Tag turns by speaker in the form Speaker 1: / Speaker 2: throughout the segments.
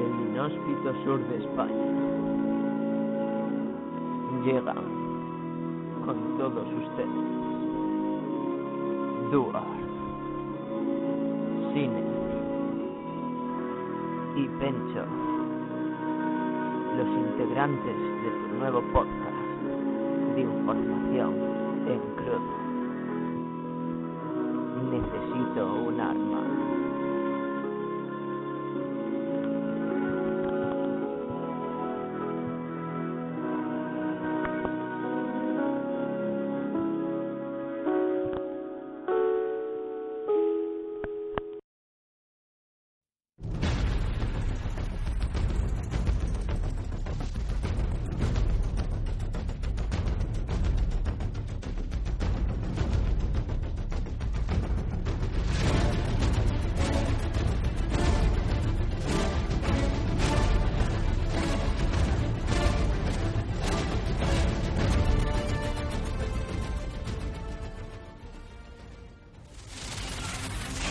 Speaker 1: inhóspito sur de España. Llega con todos ustedes. Duar. Cine. Y Pencho. Los integrantes de tu nuevo podcast de información en crudo. Necesito un arma.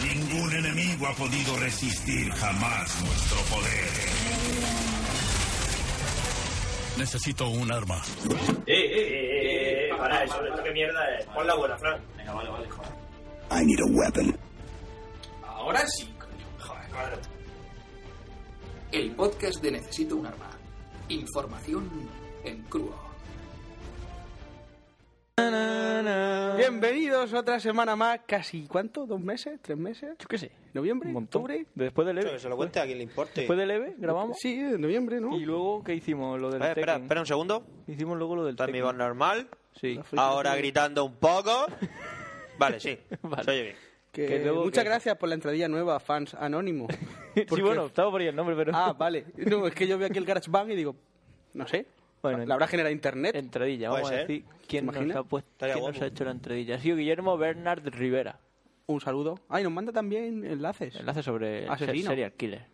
Speaker 2: Ningún enemigo ha podido resistir jamás nuestro poder. Necesito un arma.
Speaker 3: Eh, eh, eh, eh, eh, para eso, esto qué mierda es. Pon la buena, Fran. Venga, vale, vale, joder.
Speaker 2: I need a weapon.
Speaker 4: Ahora sí, coño.
Speaker 3: Joder, madre.
Speaker 4: El podcast de Necesito un arma. Información en crudo.
Speaker 5: Bienvenidos otra semana más, casi ¿cuánto? ¿Dos meses? ¿Tres meses?
Speaker 6: Yo qué sé.
Speaker 5: ¿Noviembre?
Speaker 6: Un montón.
Speaker 5: ¿Octubre?
Speaker 6: Después del
Speaker 7: Pero
Speaker 6: EVE.
Speaker 7: que se lo cuente a quien le importe.
Speaker 6: Después del EVE grabamos.
Speaker 5: Sí, en noviembre, ¿no?
Speaker 6: Y luego, ¿qué hicimos? Lo del
Speaker 7: A ver, espera,
Speaker 6: Tekken.
Speaker 7: espera un segundo.
Speaker 6: Hicimos luego lo del
Speaker 7: Está en mi voz
Speaker 6: Tekken.
Speaker 7: normal.
Speaker 6: Sí.
Speaker 7: Ahora gritando un poco. Vale, sí.
Speaker 6: Vale.
Speaker 7: Se oye bien.
Speaker 5: Que-
Speaker 6: que luego
Speaker 5: muchas
Speaker 6: que-
Speaker 5: gracias por la entradilla nueva, fans anónimo.
Speaker 6: sí,
Speaker 5: Porque-
Speaker 6: bueno, estaba por ahí el nombre, pero...
Speaker 5: Ah, vale. No, es que yo veo aquí el GarageBand y digo, no sé.
Speaker 6: Bueno,
Speaker 5: la habrá generado internet.
Speaker 6: Entradilla,
Speaker 7: Puede
Speaker 6: vamos a
Speaker 7: ser.
Speaker 6: decir quién nos,
Speaker 5: imaginas?
Speaker 6: ha puesto,
Speaker 7: Estaría
Speaker 6: quién
Speaker 7: guapo.
Speaker 6: nos ha hecho la entradilla. Ha sido Guillermo Bernard Rivera.
Speaker 5: Un saludo. Ay, nos manda también enlaces.
Speaker 6: Enlace sobre el
Speaker 5: Asesino.
Speaker 6: serial killer.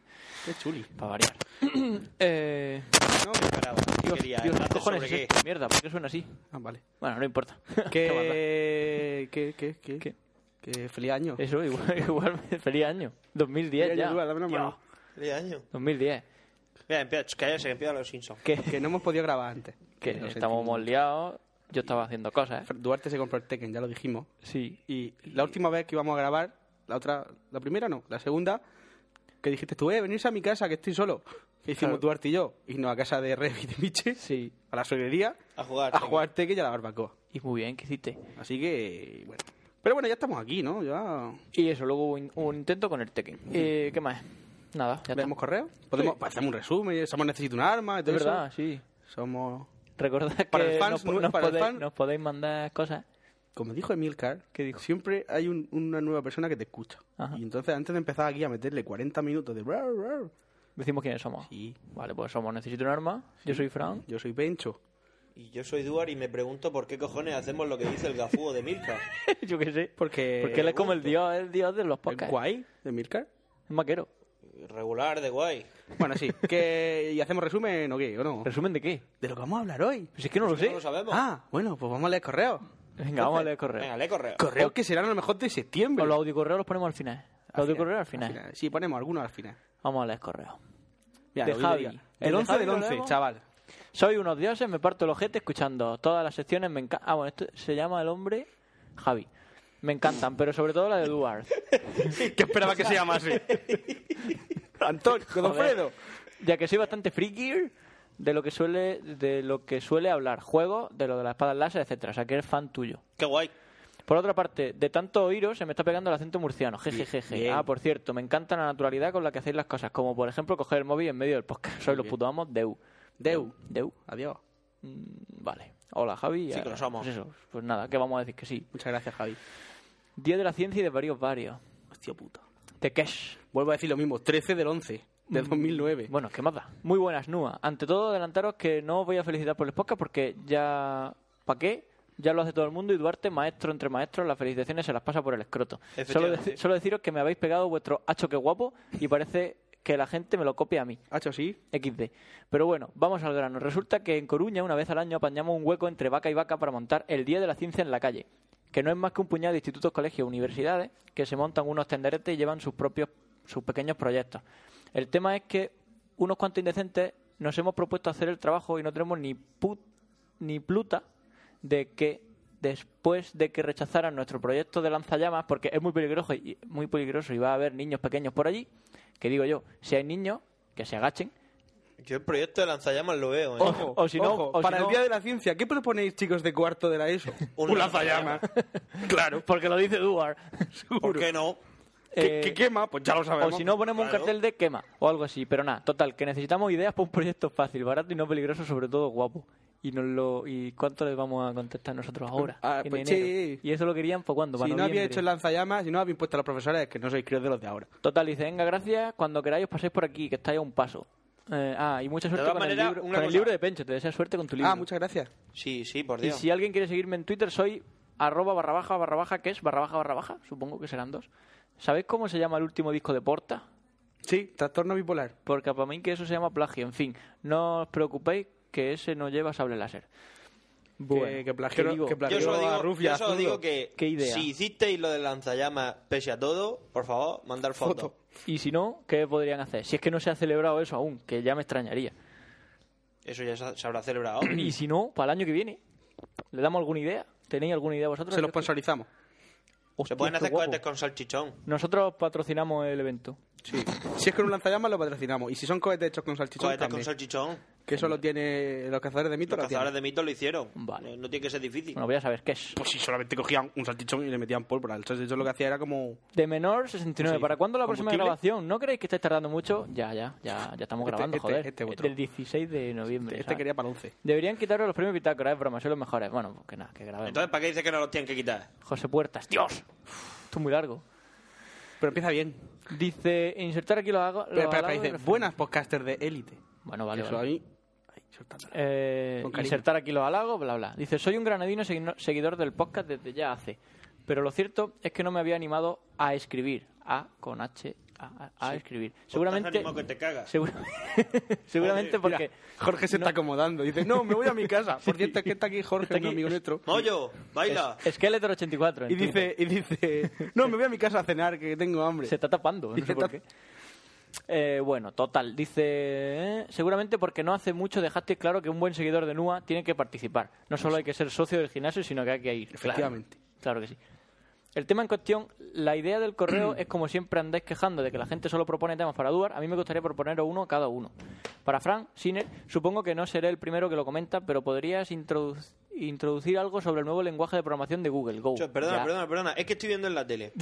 Speaker 5: Qué chuli.
Speaker 6: Para variar. eh,
Speaker 5: No,
Speaker 7: Espera, ¿qué
Speaker 6: Dios,
Speaker 7: quería?
Speaker 6: Dios, ¿qué
Speaker 7: ¿Enlace
Speaker 6: cojones
Speaker 7: sobre
Speaker 6: es este,
Speaker 7: qué?
Speaker 6: esto? Mierda, ¿por qué suena así?
Speaker 5: ah, vale.
Speaker 6: Bueno, no importa. ¿Qué más da?
Speaker 5: Que... ¿Qué? ¿Qué? ¿Qué?
Speaker 6: ¿Qué?
Speaker 5: Que feliz año.
Speaker 6: Eso, igual, igual, feliz año. 2010
Speaker 5: Feliz
Speaker 6: ya.
Speaker 5: año, Dual, dame una mano.
Speaker 7: Feliz año.
Speaker 6: 2010.
Speaker 7: Mira, empieza, cállese, que empieza los Simpsons.
Speaker 6: Que,
Speaker 5: Que no hemos podido grabar antes.
Speaker 6: que
Speaker 5: Lo
Speaker 6: estamos
Speaker 5: sentimos.
Speaker 6: moldeados. Yo estaba haciendo cosas, ¿eh?
Speaker 5: Duarte se compró el Tekken, ya lo dijimos.
Speaker 6: Sí.
Speaker 5: Y la última vez que íbamos a grabar, la otra, la primera no, la segunda, que dijiste tú, eh, venirse a mi casa, que estoy solo. Que hicimos
Speaker 6: Claro.
Speaker 5: Duarte y yo, irnos a casa de Rev y de Miche,
Speaker 6: Sí.
Speaker 5: a la solería,
Speaker 7: A jugar.
Speaker 5: a
Speaker 7: venga.
Speaker 5: jugar Tekken y a la barbacoa.
Speaker 6: Y muy bien, ¿qué hiciste?
Speaker 5: Así que, bueno. Pero bueno, ya estamos aquí, ¿no? Ya
Speaker 6: Y eso, luego hubo un, un intento con el Tekken. Eh, ¿Qué más? Nada, ya
Speaker 5: leemos
Speaker 6: estamos.
Speaker 5: correo. Podemos hacer un resumen, somos necesito un arma y
Speaker 6: Es
Speaker 5: todo eso.
Speaker 6: verdad, sí.
Speaker 5: Somos,
Speaker 6: Recordad que
Speaker 5: Para el fans,
Speaker 6: nos,
Speaker 5: ¿no?
Speaker 6: nos
Speaker 5: Para el
Speaker 6: podéis,
Speaker 5: fan.
Speaker 6: nos podéis mandar cosas.
Speaker 5: como dijo Emilcar,
Speaker 6: ¿Qué dijo?
Speaker 5: siempre hay un- una nueva persona que te escucha.
Speaker 6: Ajá.
Speaker 5: Y entonces antes de empezar aquí a meterle 40 minutos de... rar, rar,
Speaker 6: Decimos quiénes somos.
Speaker 5: Sí.
Speaker 6: Vale, pues somos Necesito un arma. Yo soy Fran.
Speaker 5: Yo soy Pencho.
Speaker 7: Y yo soy Duar y me pregunto por qué cojones hacemos lo que dice el gafúo de Milka.
Speaker 6: yo qué sé.
Speaker 5: Porque...
Speaker 6: Porque él es como el dios, el dios de los
Speaker 5: el
Speaker 6: podcasts.
Speaker 5: guay de Milcar.
Speaker 6: Es maquero.
Speaker 7: Regular de guay.
Speaker 5: Bueno, sí. Que, ¿Y hacemos resumen o qué? ¿O no?
Speaker 6: ¿Resumen de qué?
Speaker 5: De lo que vamos a hablar hoy.
Speaker 6: Pues es que no lo
Speaker 7: No
Speaker 6: sé.
Speaker 7: lo sabemos.
Speaker 5: Ah, bueno, pues vamos a leer correos.
Speaker 6: Venga, vamos a leer correo.
Speaker 7: Venga, lee correo.
Speaker 5: Correos que serán a lo mejor de septiembre.
Speaker 6: O los audiocorreos los ponemos al final. Los
Speaker 5: Al
Speaker 6: audiocorreos al final.
Speaker 5: Al final. Sí, ponemos algunos al final.
Speaker 6: Vamos a leer correo.
Speaker 5: Mira,
Speaker 6: De
Speaker 5: lo digo
Speaker 6: Javi.
Speaker 5: ya.
Speaker 6: El
Speaker 5: El
Speaker 6: de
Speaker 5: 11
Speaker 6: Javi
Speaker 5: del
Speaker 6: lo
Speaker 5: 11,
Speaker 6: leemos.
Speaker 5: chaval.
Speaker 6: Soy unos dioses, me parto el ojete escuchando todas las secciones. Me encanta. Ah, bueno, esto se llama el hombre Javi. Me encantan, pero sobre todo la de Duarte.
Speaker 5: que esperaba que se llamase? Pues Antonio, Godofredo.
Speaker 6: Ya que soy bastante freaky de lo que suele de lo que suele hablar, juego, de lo de las espadas láser, etcétera, o sea, que eres fan tuyo.
Speaker 7: Qué guay.
Speaker 6: Por otra parte, de tanto oíros se me está pegando el acento murciano. Jejejeje.
Speaker 5: Bien.
Speaker 6: Ah, por cierto, me encanta la naturalidad con la que hacéis las cosas, como por ejemplo coger el móvil en medio del podcast. Soy los putos amos Deu.
Speaker 5: Deu.
Speaker 6: Deu. Mm,
Speaker 5: Adiós.
Speaker 6: Vale. Hola, Javi.
Speaker 7: Sí, que
Speaker 6: Ah,
Speaker 7: lo somos.
Speaker 6: Pues eso, pues nada, que vamos a decir que sí.
Speaker 5: Muchas gracias, Javi.
Speaker 6: Día de la ciencia y de varios varios.
Speaker 5: Hostia puta.
Speaker 6: De Kesh.
Speaker 5: Vuelvo a decir lo mismo. 13 del 11 de 2009.
Speaker 6: Mm. Bueno, ¿qué más da? Muy buenas, Nua. Ante todo, adelantaros que no os voy a felicitar por el podcast porque ya... ¿Para qué? Ya lo hace todo el mundo y Duarte, maestro entre maestros, las felicitaciones se las pasa por el escroto. Solo,
Speaker 7: Efectivamente.
Speaker 6: deci- solo deciros que me habéis pegado vuestro hacho que guapo y parece que la gente me lo copia a mí.
Speaker 5: Hacho, sí.
Speaker 6: XD. Pero bueno, vamos al grano. Resulta que en Coruña una vez al año apañamos un hueco entre vaca y vaca para montar el Día de la Ciencia en la calle, que no es más que un puñado de institutos, colegios, universidades que se montan unos tenderetes y llevan sus propios sus pequeños proyectos. El tema es que unos cuantos indecentes nos hemos propuesto hacer el trabajo y no tenemos ni put, ni pluta de que después de que rechazaran nuestro proyecto de lanzallamas, porque es muy peligroso y muy peligroso y va a haber niños pequeños por allí, que digo yo, si hay niños que se agachen,
Speaker 7: Yo el proyecto de lanzallamas lo veo, ¿eh?
Speaker 6: Ojo. o si no-
Speaker 5: ojo,
Speaker 6: o si
Speaker 5: para
Speaker 6: no-
Speaker 5: el Día de la Ciencia, ¿qué proponéis, chicos de cuarto de la E ESO?
Speaker 7: Un lanzallamas.
Speaker 5: claro,
Speaker 6: porque lo dice Duar.
Speaker 5: seguro.
Speaker 7: ¿Por qué no?
Speaker 5: ¿Qué,
Speaker 6: Eh,
Speaker 5: qué quema? Pues ya lo sabemos.
Speaker 6: O si no, ponemos un
Speaker 7: Claro.
Speaker 6: cartel de quema o algo así. Pero nada, total, que necesitamos ideas para un proyecto fácil, barato y no peligroso, sobre todo guapo. ¿Y, nos lo, y cuánto les vamos a contestar nosotros ahora?
Speaker 5: Ah,
Speaker 6: en
Speaker 5: pues
Speaker 6: enero.
Speaker 5: sí.
Speaker 6: Y eso lo querían para cuando, para
Speaker 5: Si no había
Speaker 6: noviembre.
Speaker 5: hecho el lanzallamas, si no había impuesto a los profesores, es que no sois críos de los de ahora.
Speaker 6: Total, dice, venga, gracias, cuando queráis os paséis por aquí, que estáis a un paso. Eh, ah, y mucha suerte
Speaker 7: todas
Speaker 6: con,
Speaker 7: maneras,
Speaker 6: el, libro,
Speaker 7: una
Speaker 6: con el
Speaker 7: cosa.
Speaker 6: libro de Pencho, te deseo suerte con tu libro.
Speaker 5: Ah, muchas gracias.
Speaker 7: Sí, sí, por
Speaker 6: Y
Speaker 7: Dios.
Speaker 6: si alguien quiere seguirme en Twitter, soy arroba barra baja barra baja, que es barra baja barra baja, supongo que serán dos. ¿Sabéis cómo se llama el último disco de Porta?
Speaker 5: Sí, trastorno bipolar.
Speaker 6: Porque para mí que eso se llama plagio. En fin, no os preocupéis que ese no lleva sable láser.
Speaker 5: que,
Speaker 6: Bueno,
Speaker 5: que
Speaker 6: ¿qué
Speaker 5: plagió,
Speaker 6: digo?
Speaker 5: que plagió
Speaker 7: Yo solo
Speaker 5: a
Speaker 7: digo,
Speaker 5: Rufia.
Speaker 7: yo solo
Speaker 5: zurdo.
Speaker 7: digo que
Speaker 6: ¿Qué idea?
Speaker 7: si hicisteis lo del lanzallamas pese a todo, por favor, mandar fotos.
Speaker 5: Foto.
Speaker 6: Y si no, ¿qué podrían hacer? Si es que no se ha celebrado eso aún, que ya me extrañaría.
Speaker 7: Eso ya se se habrá celebrado.
Speaker 6: Y si no, para el año que viene, ¿le damos alguna idea? ¿Tenéis alguna idea vosotros?
Speaker 5: Se
Speaker 6: Yo
Speaker 5: lo
Speaker 6: es que-
Speaker 5: sponsorizamos.
Speaker 6: Hostia,
Speaker 7: Se pueden
Speaker 6: qué
Speaker 7: hacer
Speaker 6: guapo.
Speaker 7: cohetes con salchichón.
Speaker 6: Nosotros patrocinamos el evento.
Speaker 5: Sí. Si es con un lanzallamas, lo patrocinamos. Y si son cohetes hechos con salchichón,
Speaker 7: Cohetes
Speaker 5: también.
Speaker 7: con salchichón.
Speaker 5: que eso lo tiene los cazadores de mitos.
Speaker 7: Los
Speaker 5: lo tienen.
Speaker 7: cazadores de mitos lo hicieron.
Speaker 6: Vale.
Speaker 7: No, no tiene que ser difícil.
Speaker 6: Bueno, voy a saber qué es.
Speaker 5: Pues sí, solamente cogían un salchichón y le metían pólvora. El salchichón lo que hacía era como...
Speaker 6: De menor 69.
Speaker 5: Sí.
Speaker 6: ¿Para cuándo la próxima
Speaker 5: ¿Combustible?
Speaker 6: grabación? ¿No creéis que estáis tardando mucho? Ya, ya, ya, ya estamos
Speaker 5: Este-
Speaker 6: grabando,
Speaker 5: este-
Speaker 6: joder. Eh,
Speaker 5: este otro.
Speaker 6: Del 16 de noviembre.
Speaker 5: Este,
Speaker 6: ¿sabes?
Speaker 5: quería para el 11.
Speaker 6: Deberían quitaros los premios ¿eh? Pitágora, es broma, son los mejores. Bueno, pues que nada, que grabemos.
Speaker 7: Entonces, ¿para qué dices que no los tienen que quitar? Pues
Speaker 6: José Puertas, Dios. Esto es muy largo.
Speaker 5: Pero empieza bien.
Speaker 6: Dice, insertar aquí los hago.
Speaker 5: Pero, espera, espera, dice, buenas podcasters de élite.
Speaker 6: Bueno, vale.
Speaker 5: Eso
Speaker 6: vale.
Speaker 5: ahí... ahí, soltándola.
Speaker 6: Eh,
Speaker 5: Con cariño.
Speaker 6: insertar aquí los halagos, bla, bla. Dice, soy un granadino segui- seguidor del podcast desde ya hace. Pero lo cierto es que no me había animado a escribir. A con H, a, a- a escribir.
Speaker 7: Pues te
Speaker 6: Seguramente.
Speaker 7: has animado que te cagas.
Speaker 6: segura- seguramente
Speaker 5: Mira,
Speaker 6: porque.
Speaker 5: Jorge se está acomodando. Dice, no, me voy a mi casa. Por cierto, es que está aquí Jorge,
Speaker 6: Está aquí-
Speaker 5: un amigo nuestro.
Speaker 7: Mollo, baila.
Speaker 6: Skeletor 84. en
Speaker 5: Y dice,
Speaker 6: Twitter.
Speaker 5: y dice, no, me voy a mi casa a cenar, que tengo hambre.
Speaker 6: Se está tapando,
Speaker 5: Y se
Speaker 6: no sé por
Speaker 5: tap-
Speaker 6: qué. Eh, bueno, total. Dice, eh, seguramente porque no hace mucho dejaste claro que un buen seguidor de NUA tiene que participar. No solo hay que ser socio del gimnasio, sino que hay que ir. Claro.
Speaker 5: Efectivamente.
Speaker 6: Claro, que sí. El tema en cuestión, la idea del correo es como siempre andáis quejando de que la gente solo propone temas para Duar. A mí me gustaría proponeros uno a cada uno. Para Fran, Siner, supongo que no seré el primero que lo comenta, pero podrías introdu- introducir algo sobre el nuevo lenguaje de programación de Google, Go.
Speaker 7: Yo, perdona,
Speaker 6: Ya.
Speaker 7: perdona, perdona. Es que estoy viendo en la tele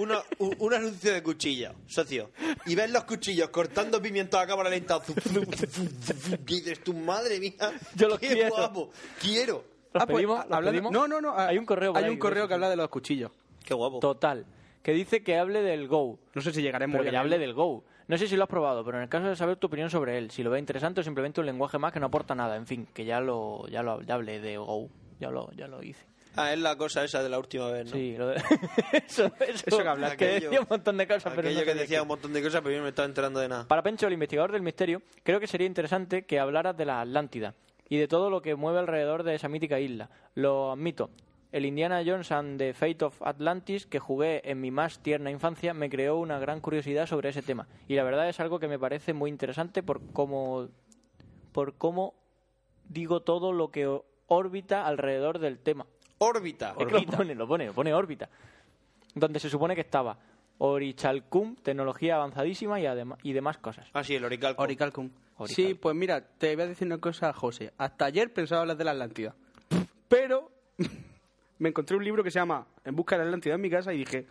Speaker 7: una- un, un anuncio de cuchillas, socio. Y ves los cuchillos cortando pimientos a cámara lenta. Zu, zu, zu, zu, zu, zu. Y dices, tu madre mía.
Speaker 6: Yo los
Speaker 7: qué
Speaker 6: quiero.
Speaker 7: guapo. Quiero.
Speaker 6: ¿Los
Speaker 5: Ah, pues,
Speaker 6: pedimos?
Speaker 5: ah,
Speaker 6: ¿Los
Speaker 5: hablando-
Speaker 6: pedimos?
Speaker 5: No, no, no. ah,
Speaker 6: Hay un correo por
Speaker 5: Hay
Speaker 6: ahí,
Speaker 5: un correo
Speaker 6: ¿verdad?
Speaker 5: que habla de los cuchillos.
Speaker 7: Qué guapo.
Speaker 6: Total. Que dice que hable del Go.
Speaker 5: No sé si llegaremos
Speaker 6: Pero que
Speaker 5: hoy
Speaker 6: ya
Speaker 5: a
Speaker 6: hable
Speaker 5: leerlo.
Speaker 6: del Go. No sé si lo has probado, pero en el caso de saber tu opinión sobre él, si lo ve interesante o simplemente un lenguaje más que no aporta nada. En fin, que ya lo, ya lo ya hablé de Go. Ya lo, ya lo hice.
Speaker 7: Ah, es la cosa esa de la última vez, ¿no?
Speaker 6: Sí, lo de... eso, eso,
Speaker 5: Eso que hablaste.
Speaker 6: decía un montón de cosas, pero
Speaker 7: Aquello
Speaker 6: no
Speaker 7: que
Speaker 6: sé de
Speaker 7: decía
Speaker 6: qué.
Speaker 7: un montón de cosas, pero yo no me estaba enterando de nada.
Speaker 6: Para Pencho, el investigador del misterio, creo que sería interesante que hablaras de la Atlántida y de todo lo que mueve alrededor de esa mítica isla. Lo admito. El Indiana Jones and the Fate of Atlantis que jugué en mi más tierna infancia me creó una gran curiosidad sobre ese tema. Y la verdad es algo que me parece muy interesante por cómo, por cómo digo todo lo que o- órbita alrededor del tema.
Speaker 7: Órbita.
Speaker 6: Es que lo pone, lo pone, lo pone órbita. Donde se supone que estaba Orichalcum, tecnología avanzadísima y, adem- y demás cosas.
Speaker 7: Ah, sí, el oricalco.
Speaker 5: Oricalcum.
Speaker 6: Oricalcum.
Speaker 5: Sí, pues mira, te voy a decir una cosa, José. Hasta ayer pensaba hablar de la Atlántida. Pero me encontré un libro que se llama En busca de la Atlántida en mi casa y dije,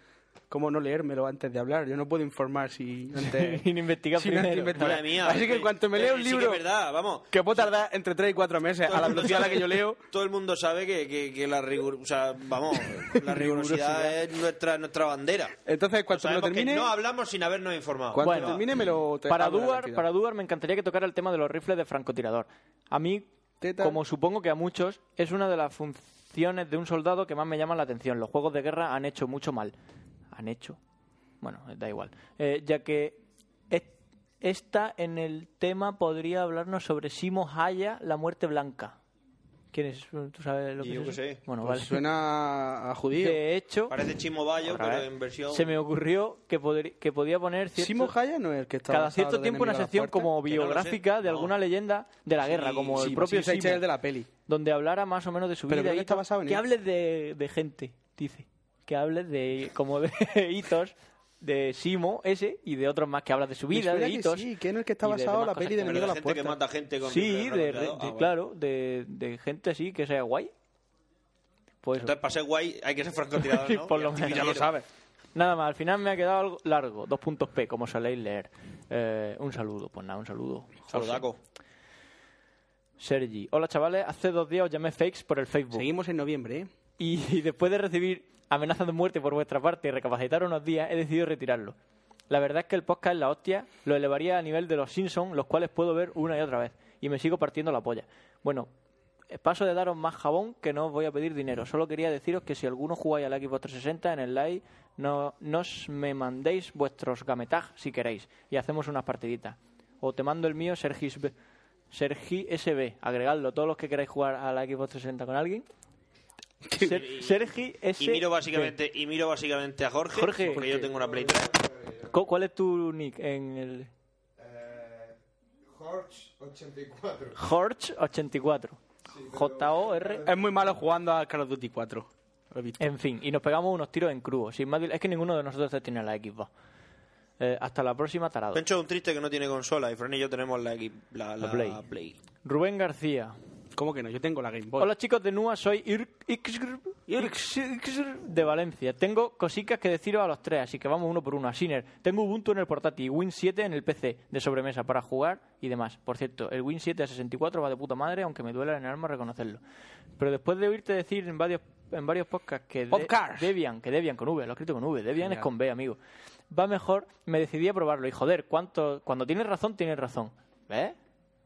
Speaker 5: ¿cómo no leérmelo antes de hablar? Yo no puedo informar si antes...
Speaker 6: Sin investigar
Speaker 5: sin antes
Speaker 6: primero.
Speaker 5: investigar.
Speaker 7: Madre mía.
Speaker 5: Así que en cuanto me lea
Speaker 7: leo
Speaker 5: un libro,
Speaker 7: es verdad, vamos.
Speaker 5: que puedo tardar entre 3 y 4 meses a la velocidad a la que yo leo,
Speaker 7: Todo el mundo sabe que, que- que la rigor, o sea, vamos, la rigurosidad
Speaker 5: Rigurosidad.
Speaker 7: es nuestra nuestra bandera.
Speaker 5: entonces cuando lo
Speaker 7: Sabemos que
Speaker 5: termine...
Speaker 7: no hablamos sin habernos informado.
Speaker 5: Cuando
Speaker 6: Bueno,
Speaker 5: termine me lo... te-
Speaker 6: Para
Speaker 5: hablo de la
Speaker 6: Duar,
Speaker 5: Atlántida.
Speaker 6: para Duar me encantaría que tocara el tema de los rifles de francotirador. A mí,
Speaker 5: Teta.
Speaker 6: como supongo que a muchos, es una de las funciones de un soldado que más me llama la atención. Los juegos de guerra han hecho mucho mal. Han hecho. Bueno, da igual. Eh, ya que es- esta en el tema podría hablarnos sobre Simo Haya, la muerte blanca. ¿Quién es? ¿Tú sabes lo que
Speaker 7: Yo
Speaker 6: es
Speaker 7: qué
Speaker 6: eso?
Speaker 7: sé.
Speaker 6: Bueno,
Speaker 5: Pues
Speaker 6: vale.
Speaker 5: Suena a judío.
Speaker 6: De hecho,
Speaker 7: Parece Chimo Bayo,
Speaker 6: Otra
Speaker 7: pero
Speaker 6: vez.
Speaker 7: en versión.
Speaker 6: se me ocurrió que, podri- que podía poner cierto-
Speaker 5: Simo Jaya no es el que está
Speaker 6: cada
Speaker 5: basado
Speaker 6: cierto
Speaker 5: del
Speaker 6: tiempo una
Speaker 5: enemigo a la
Speaker 6: sección
Speaker 5: puerta.
Speaker 6: como
Speaker 7: Que no lo sé.
Speaker 6: biográfica de
Speaker 7: No.
Speaker 6: alguna leyenda de la guerra, como
Speaker 5: Sí,
Speaker 6: el propio
Speaker 5: sí, ese
Speaker 6: Simo,
Speaker 5: es el de la peli.
Speaker 6: donde hablara más o menos de su
Speaker 5: Pero
Speaker 6: vida.
Speaker 5: creo que
Speaker 6: y
Speaker 5: está
Speaker 6: tal.
Speaker 5: basado en
Speaker 6: que
Speaker 5: él.
Speaker 6: hables de, de gente, dice. Que hables de como de hitos de Simo ese y de otros más que hablas de su
Speaker 5: Me
Speaker 6: vida,
Speaker 5: suena
Speaker 6: de
Speaker 5: que
Speaker 6: hitos.
Speaker 5: Sí, que en el que está
Speaker 6: y de
Speaker 5: basado
Speaker 6: demás
Speaker 5: la
Speaker 6: cosas
Speaker 5: peli de
Speaker 6: que
Speaker 7: Pero de
Speaker 5: enemigo a la
Speaker 7: gente que
Speaker 5: puerta.
Speaker 7: mata gente con
Speaker 6: Sí, de,
Speaker 7: revólver,
Speaker 6: de-
Speaker 7: ah, bueno.
Speaker 6: claro, de, de gente así que sea guay. Pues eso.
Speaker 7: Entonces, para ser guay, hay que ser francotirador, ¿no?
Speaker 6: Por lo
Speaker 7: Y
Speaker 6: menos.
Speaker 7: artillero.
Speaker 6: Nada más, al final me ha quedado algo largo. Dos puntos P, como soléis leer. Eh, un saludo, pues nada, un saludo.
Speaker 7: Saludaco.
Speaker 6: Sergi. Hola chavales, hace dos días os llamé fakes por el Facebook.
Speaker 5: Seguimos en noviembre, ¿eh?
Speaker 6: Y, y después de recibir amenazas de muerte por vuestra parte y recapacitar unos días, he decidido retirarlo. La verdad es que el podcast es la hostia, lo elevaría a nivel de los Simpsons, los cuales puedo ver una y otra vez. Y me sigo partiendo la polla. Bueno, eh, paso de daros más jabón que no os voy a pedir dinero. Solo quería deciros que si alguno jugáis al Xbox 360 en el live, no, nos me mandéis vuestros gametag si queréis. Y hacemos unas partiditas. O te mando el mío, Sergi, SB. Sergi SB. Agregadlo, todos los que queráis jugar al Xbox 360 con alguien. Ser- Sergi S.
Speaker 7: Y miro básicamente, y miro básicamente a Jorge,
Speaker 6: Jorge,
Speaker 7: porque
Speaker 6: porque-
Speaker 7: yo tengo una Play 3.
Speaker 6: Co- ¿Cuál es tu nick en el
Speaker 8: Horch 84.
Speaker 6: Jorge84? J-O-R.
Speaker 5: Es muy malo jugando a Call of Duty 4. Lo he visto.
Speaker 6: En fin, y nos pegamos unos tiros en crudo. Sin más, dil- es que ninguno de nosotros tres tiene la Xbox. Eh, hasta la próxima, tarado.
Speaker 7: Pencho es un triste que no tiene consola y Fran y yo tenemos la, equi- la,
Speaker 6: La
Speaker 7: la
Speaker 6: Play.
Speaker 7: Play.
Speaker 6: Rubén García.
Speaker 5: ¿Cómo que no? Yo tengo la Game Boy.
Speaker 6: Hola chicos de NUA, soy Ir- Ixgr- Ixgr- Ixgr de Valencia. Tengo cositas que deciros a los tres, así que vamos uno por uno. Siner, tengo Ubuntu en el portátil y Win 7 en el PC de sobremesa para jugar y demás. Por cierto, el Win 7 a 64 va de puta madre, aunque me duela en el alma reconocerlo. Pero después de oírte decir en varios en varios podcasts que de-
Speaker 5: Podcast.
Speaker 6: Debian, que Debian con V, lo he escrito con V, Debian es
Speaker 5: Genial.
Speaker 6: con B, amigo. Va mejor, me decidí a probarlo y joder, cuánto, cuando tienes razón, tienes razón. ¿Eh? ¿Ves?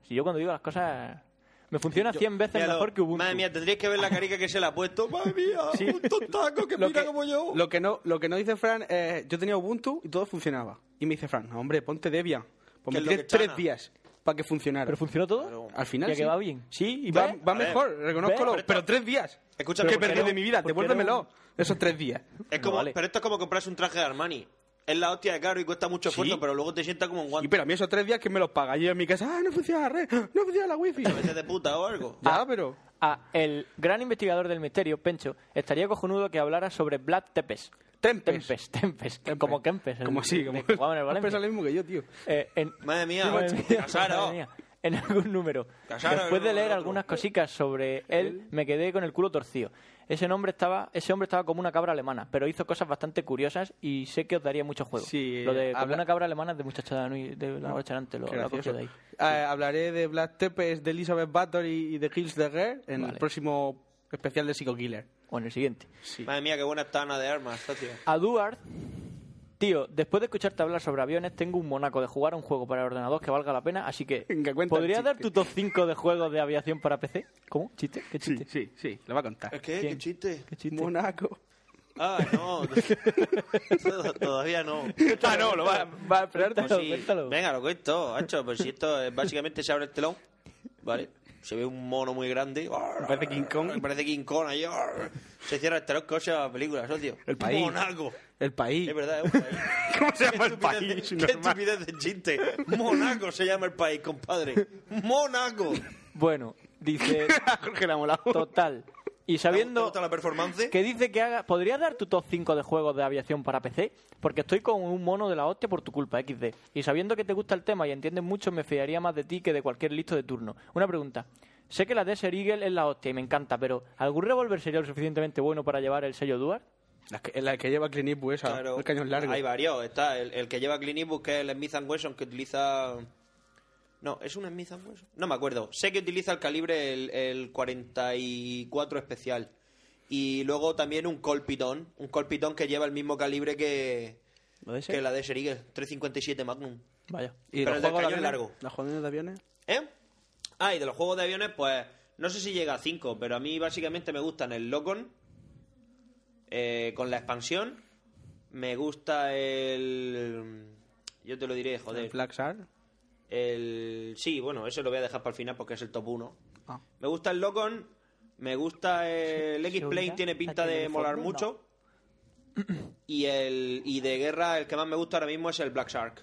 Speaker 6: Si yo cuando digo las cosas... Me funciona 100 veces
Speaker 7: Míralo.
Speaker 6: mejor que Ubuntu.
Speaker 7: Madre mía, tendríais que ver la carica que se le ha puesto. Madre mía,
Speaker 6: Sí.
Speaker 7: un tontaco que
Speaker 5: Lo
Speaker 7: mira
Speaker 5: que-
Speaker 7: como yo.
Speaker 5: Lo que, no, lo que no dice Fran es... Yo tenía Ubuntu y todo funcionaba. Y me dice Fran, "No, hombre, ponte Debian. Pues
Speaker 7: Que
Speaker 5: me
Speaker 7: es lo
Speaker 5: tiré
Speaker 7: que chana.
Speaker 5: tres días para que funcionara.
Speaker 6: ¿Pero funcionó todo?
Speaker 5: Al final
Speaker 6: ¿Ya
Speaker 5: sí.
Speaker 6: que va bien?
Speaker 5: Sí, y
Speaker 6: ¿Ves?
Speaker 5: va, va
Speaker 7: A ver,
Speaker 5: mejor, reconozco.
Speaker 6: ¿ves?
Speaker 5: Pero tres días.
Speaker 7: Escúchame,
Speaker 5: ¿Qué
Speaker 7: ¿por qué
Speaker 5: perdí
Speaker 7: no?
Speaker 5: de mi vida?
Speaker 6: ¿Por qué no?
Speaker 5: Devuélvemelo. Esos tres días.
Speaker 7: Es como,
Speaker 6: No vale.
Speaker 7: Pero esto es como comprarse un traje de Armani. Es la hostia de caro y cuesta mucho esfuerzo,
Speaker 5: Sí.
Speaker 7: pero luego te sienta como un
Speaker 5: Y
Speaker 7: guante.
Speaker 5: pero a mí esos tres días, ¿quién me los paga? Y yo en mi casa, ah, no funciona la red, no funciona la wifi.
Speaker 7: A veces de puta o algo.
Speaker 5: ya, pero...
Speaker 6: Ah, el gran investigador del misterio, Pencho, estaría cojonudo que hablara sobre Vlad Tepes.
Speaker 5: Tempes.
Speaker 6: Tempes, Tempes, que- como Kempes. el-
Speaker 5: Como sí,
Speaker 6: el
Speaker 5: como...
Speaker 6: que jugaba en el Valencia.
Speaker 5: Tempes es lo mismo que yo, tío.
Speaker 6: Eh, en-
Speaker 7: Madre mía,
Speaker 6: Madre mía,
Speaker 7: casaros.
Speaker 6: madre mía. En algún número.
Speaker 7: Casaros,
Speaker 6: Después de
Speaker 7: uno,
Speaker 6: leer
Speaker 7: otro.
Speaker 6: algunas cositas sobre él, me quedé con el culo torcido. Ese, nombre estaba, ese hombre estaba como una cabra alemana, pero hizo cosas bastante curiosas y sé que os daría mucho juego.
Speaker 5: Sí,
Speaker 6: lo de como
Speaker 5: habla- Mm.
Speaker 6: una cabra alemana es de muchacha de la, nui- de la noche antes, lo,
Speaker 5: Qué
Speaker 6: lo ha
Speaker 5: gracioso.
Speaker 6: cogido de ahí.
Speaker 5: Eh, hablaré de Black Tepes, de Elizabeth Bathory y de Hills de Guerre en
Speaker 6: Vale.
Speaker 5: el próximo especial de Psycho Killer.
Speaker 6: O en el siguiente.
Speaker 7: Madre mía, qué buena está Ana de Armas, socio.
Speaker 6: A Duarte, tío, después de escucharte hablar sobre aviones, tengo un monaco de jugar a un juego para ordenador que valga la pena, así que.
Speaker 5: Venga, cuenta el
Speaker 6: ¿Podrías dar
Speaker 5: chiste.
Speaker 6: tu top 5 de juegos de aviación para PC? ¿Cómo? ¿Chiste? ¿Qué chiste?
Speaker 5: sí, sí, lo va a contar.
Speaker 7: Es que,
Speaker 6: ¿Quién?
Speaker 7: qué chiste.
Speaker 6: ¿Qué chiste?
Speaker 5: Monaco.
Speaker 7: Ah, no. Todavía no.
Speaker 5: ah, no, lo va, va a esperar.
Speaker 6: Cuéntalo,
Speaker 7: Pues Sí,
Speaker 6: cuéntalo.
Speaker 7: Venga, lo cuento, hacho. Pues si esto es- básicamente se abre el telón, ¿vale? Se ve un mono muy grande.
Speaker 5: Parece King Kong.
Speaker 7: Parece King Kong ahí. Se cierra el telón, coche a la película, socio.
Speaker 5: El país.
Speaker 7: Monaco.
Speaker 5: El país.
Speaker 7: Es verdad, es un país.
Speaker 5: ¿Cómo se llama
Speaker 7: Qué
Speaker 5: el país?
Speaker 7: estupidez de- Qué
Speaker 5: normal?
Speaker 7: estupidez de chiste. Monaco se llama el país, compadre. Monaco.
Speaker 6: Bueno, dice.
Speaker 5: A Jorge le ha molado.
Speaker 6: Total. Y
Speaker 7: ¿Te
Speaker 6: sabiendo
Speaker 7: gusta la performance?
Speaker 6: que dice que haga. ¿Podrías dar tu top 5 de juegos de aviación para PC? Porque estoy con un mono de la hostia por tu culpa, XD. Y sabiendo que te gusta el tema y entiendes mucho, me fiaría más de ti que de cualquier listo de turno. Una pregunta. Sé que la Desert Eagle es la hostia y me encanta, pero ¿algún revólver sería lo suficientemente bueno para llevar el sello Duarte?
Speaker 5: La que, la que lleva Clint Eastwood esa,
Speaker 7: Claro.
Speaker 5: el cañón largo.
Speaker 7: Hay varios. Está el, el que lleva Clint Eastwood, que es el Smith and Wesson, que utiliza... No, ¿es un Smith and Wesson? No me acuerdo. Sé que utiliza el calibre el, el 44 especial. Y luego también un colpitón. Un colpitón que lleva el mismo calibre que,
Speaker 6: ¿Lo de ese?
Speaker 7: que la de Serigue. 357 Magnum.
Speaker 6: Vaya.
Speaker 5: ¿Y
Speaker 7: Pero
Speaker 5: los
Speaker 7: el del
Speaker 5: juegos de
Speaker 7: cañón
Speaker 5: aviones?
Speaker 7: largo.
Speaker 5: ¿Los juegos de aviones?
Speaker 7: ¿Eh? Ah, y de los juegos de aviones, pues no sé si llega a 5, pero a mí básicamente me gustan el Locon eh, con la expansión. Me gusta el. Yo te lo diré,
Speaker 5: ¿El
Speaker 7: joder.
Speaker 5: Black Shark?
Speaker 7: El. Sí, bueno, eso lo voy a dejar para el final porque es el top 1.
Speaker 5: Ah.
Speaker 7: Me gusta el Locon. Me gusta el X-Plane,
Speaker 8: unirá
Speaker 7: tiene
Speaker 8: a
Speaker 7: pinta
Speaker 8: quien
Speaker 7: de
Speaker 8: le
Speaker 7: molar
Speaker 8: funda.
Speaker 7: mucho. Y el y de guerra, el que más me gusta ahora mismo es el Black Shark,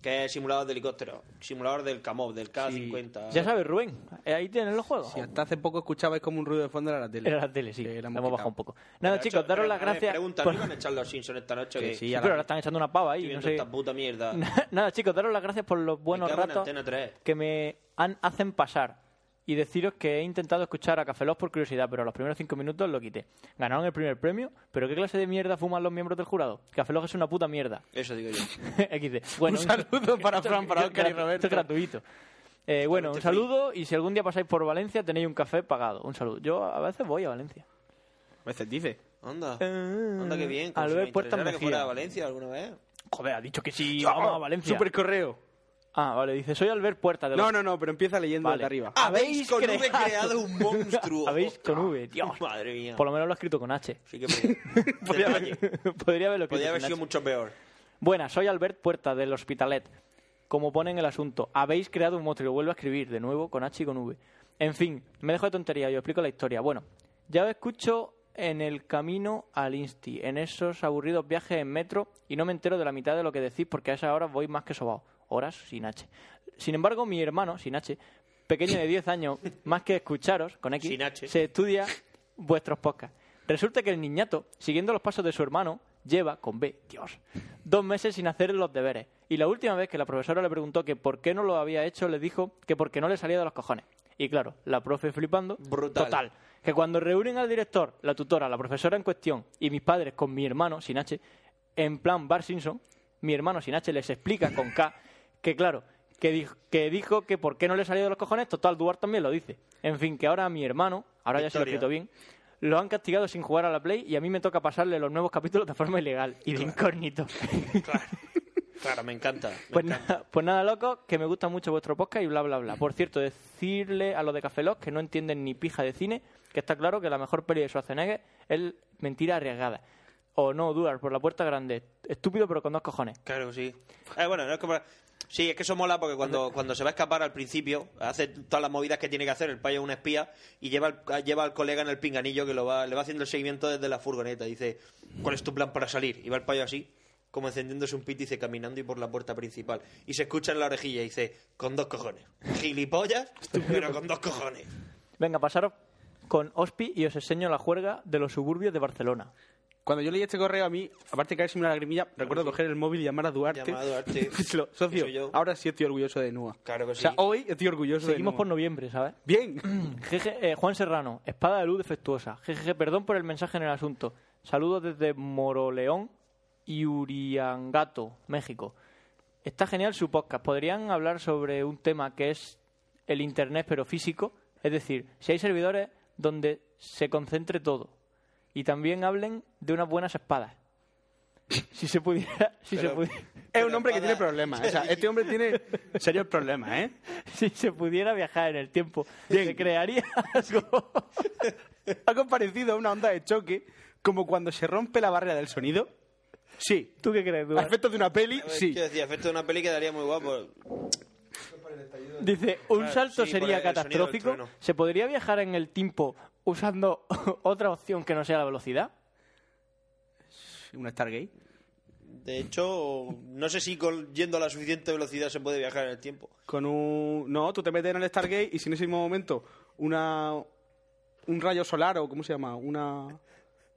Speaker 7: que es simulador de helicóptero, simulador del Kamov, del K-50.
Speaker 6: Ya sabes, Rubén, eh, ahí tienen los juegos.
Speaker 5: Si hasta hace poco escuchabais como un ruido de fondo era la tele.
Speaker 6: Era la tele, sí.
Speaker 5: Que
Speaker 6: La
Speaker 5: la
Speaker 6: hemos
Speaker 5: hemos
Speaker 6: bajado
Speaker 5: quitado.
Speaker 6: un poco. Nada,
Speaker 7: Pero,
Speaker 6: chicos,
Speaker 7: cho-
Speaker 6: daros
Speaker 7: pero
Speaker 6: las
Speaker 7: me
Speaker 6: gracias.
Speaker 7: preguntan,
Speaker 6: por-
Speaker 7: ¿no iban a echar los Simpsons esta noche?
Speaker 5: Que
Speaker 7: Que
Speaker 5: sí,
Speaker 7: estoy
Speaker 5: a la-
Speaker 6: pero ahora están echando una pava ahí,
Speaker 7: viendo
Speaker 6: no sé.
Speaker 7: esta puta mierda.
Speaker 6: Nada, chicos, daros las gracias por los buenos
Speaker 7: Me cago en
Speaker 6: ratos
Speaker 7: Antena 3.
Speaker 6: que me han, hacen pasar. Y deciros que he intentado escuchar a Café Lock por curiosidad, pero los primeros cinco minutos lo quité. Ganaron el primer premio, pero ¿qué clase de mierda fuman los miembros del jurado? Café Lock es una puta mierda.
Speaker 7: Eso digo yo.
Speaker 6: XD. Bueno,
Speaker 5: Un saludo para
Speaker 6: esto-
Speaker 5: Fran, para Óscar
Speaker 6: esto es
Speaker 5: y
Speaker 6: gratu-
Speaker 5: Roberto.
Speaker 6: Esto es gratuito. Eh, bueno, un
Speaker 7: Totalmente free.
Speaker 6: saludo y si algún día pasáis por Valencia tenéis un café pagado. Un saludo. Yo a veces voy a Valencia.
Speaker 5: A veces dice.
Speaker 7: Anda,
Speaker 6: Eh,
Speaker 7: anda que bien.
Speaker 6: Albert
Speaker 7: Albert Puerta
Speaker 6: Puerta
Speaker 7: que
Speaker 6: Mejía.
Speaker 7: fuera de Valencia alguna vez.
Speaker 6: Joder, ha dicho que sí, vamos a Valencia.
Speaker 5: Super correo.
Speaker 6: Ah, vale, dice, soy Albert Puerta de
Speaker 5: No,
Speaker 6: los-
Speaker 5: no, no, pero empieza leyendo
Speaker 6: Vale.
Speaker 5: de arriba.
Speaker 7: Habéis con V creado un monstruo.
Speaker 6: Habéis con V, Dios.
Speaker 7: Madre mía.
Speaker 6: Por lo menos lo ha escrito con H.
Speaker 7: Sí que podía,
Speaker 6: Podría haber,
Speaker 7: Detalle.
Speaker 6: podría haberlo escrito
Speaker 7: Podía haber
Speaker 6: sin
Speaker 7: sido
Speaker 6: H.
Speaker 7: mucho peor.
Speaker 6: Buenas, soy Albert Puerta del Hospitalet. Como pone en el asunto, habéis creado un monstruo. Vuelvo a escribir de nuevo con H y con V. En fin, me dejo de tontería y os explico la historia. Bueno, ya os escucho en el camino al Insti, en esos aburridos viajes en metro y no me entero de la mitad de lo que decís porque a esas horas voy más que sobao. Horas sin H. Sin embargo, mi hermano, sin H, pequeño de 10 años, más que escucharos, con X,
Speaker 7: Sin H.
Speaker 6: se estudia vuestros podcasts. Resulta que el niñato, siguiendo los pasos de su hermano, lleva, con B, Dios, dos meses sin hacer los deberes. Y la última vez que la profesora le preguntó que por qué no lo había hecho, le dijo que porque no le salía de los cojones. Y claro, la profe flipando.
Speaker 7: Brutal.
Speaker 6: Total. Que cuando reúnen al director, la tutora, la profesora en cuestión y mis padres con mi hermano, sin H, en plan Bar Simpson, mi hermano sin H les explica con K que, claro, que, di- que dijo que por qué no le salió de los cojones, total, Duarte también lo dice. En fin, que ahora a mi hermano, ahora ya se lo he
Speaker 7: Victoria.
Speaker 6: escrito bien, lo han castigado sin jugar a la Play y a mí me toca pasarle los nuevos capítulos de forma ilegal y de incógnito.
Speaker 7: Claro, claro me encanta. me
Speaker 6: Pues
Speaker 7: encanta.
Speaker 6: nada, pues nada, loco, que me gusta mucho vuestro podcast y bla, bla, bla. Por cierto, decirle a los de Café Lock que no entienden ni pija de cine, que está claro que la mejor peli de Schwarzenegger es Mentira Arriesgada. O no, Durar, por la puerta grande. Estúpido, pero con dos cojones.
Speaker 7: Claro que sí. Eh, bueno, no es como... Sí, es que eso mola porque cuando, cuando se va a escapar al principio, hace todas las movidas que tiene que hacer, el payo es un espía y lleva al, lleva al colega en el pinganillo que lo va, le va haciendo el seguimiento desde la furgoneta. Dice, ¿cuál es tu plan para salir? Y va el payo así, como encendiéndose un pit, dice, caminando y por la puerta principal. Y se escucha en la orejilla y dice, con dos cojones. Gilipollas, pero con dos cojones.
Speaker 6: Venga, pasaros con Ospi y os enseño la juerga de los suburbios de Barcelona.
Speaker 5: Cuando yo leí este correo, a mí, aparte de caerse una lagrimilla, recuerdo coger el móvil y llamar a Duarte.
Speaker 7: Llamar a Duarte.
Speaker 5: Decirlo,
Speaker 7: Que soy yo".
Speaker 5: Socio, ahora sí estoy orgulloso de Nua.
Speaker 7: Claro que
Speaker 5: O sea,
Speaker 7: sí.
Speaker 5: hoy estoy orgulloso
Speaker 6: Seguimos
Speaker 5: de
Speaker 6: por
Speaker 5: Nua.
Speaker 6: noviembre, ¿sabes?
Speaker 5: Bien.
Speaker 6: Jeje, eh, Juan Serrano, espada de luz defectuosa. Jejeje, perdón por el mensaje en el asunto. Saludos desde Moroleón y Uriangato, México. Está genial su podcast. ¿Podrían hablar sobre un tema que es el Internet pero físico? Es decir, si hay servidores donde se concentre todo. Y también hablen de unas buenas espadas. Si se pudiera... Si se
Speaker 7: Pero-
Speaker 6: pudiera...
Speaker 5: Es un hombre que
Speaker 7: para-
Speaker 5: tiene problemas. O sea, este hombre tiene serios problemas, ¿eh?
Speaker 6: Si se pudiera viajar en el tiempo, se crearía algo.
Speaker 5: Ha comparecido a una onda de choque como cuando se rompe la barrera del sonido. Sí.
Speaker 6: ¿Tú qué crees,
Speaker 5: A
Speaker 6: Duarte?
Speaker 5: efectos de una peli, sí.
Speaker 7: Yo decía, efecto de una peli quedaría muy guapo.
Speaker 6: Dice, un
Speaker 7: Claro,
Speaker 6: salto
Speaker 7: sí, por el-
Speaker 6: sería
Speaker 7: el sonido del
Speaker 6: catastrófico.
Speaker 7: trueno.
Speaker 6: ¿Se podría viajar en el tiempo usando otra opción que no sea la velocidad?
Speaker 5: Una Stargate.
Speaker 7: De hecho, no sé si con- yendo a la suficiente velocidad se puede viajar en el tiempo.
Speaker 5: Con un... No, tú te metes en el Stargate y si en ese mismo momento una... un rayo solar o cómo se llama, una,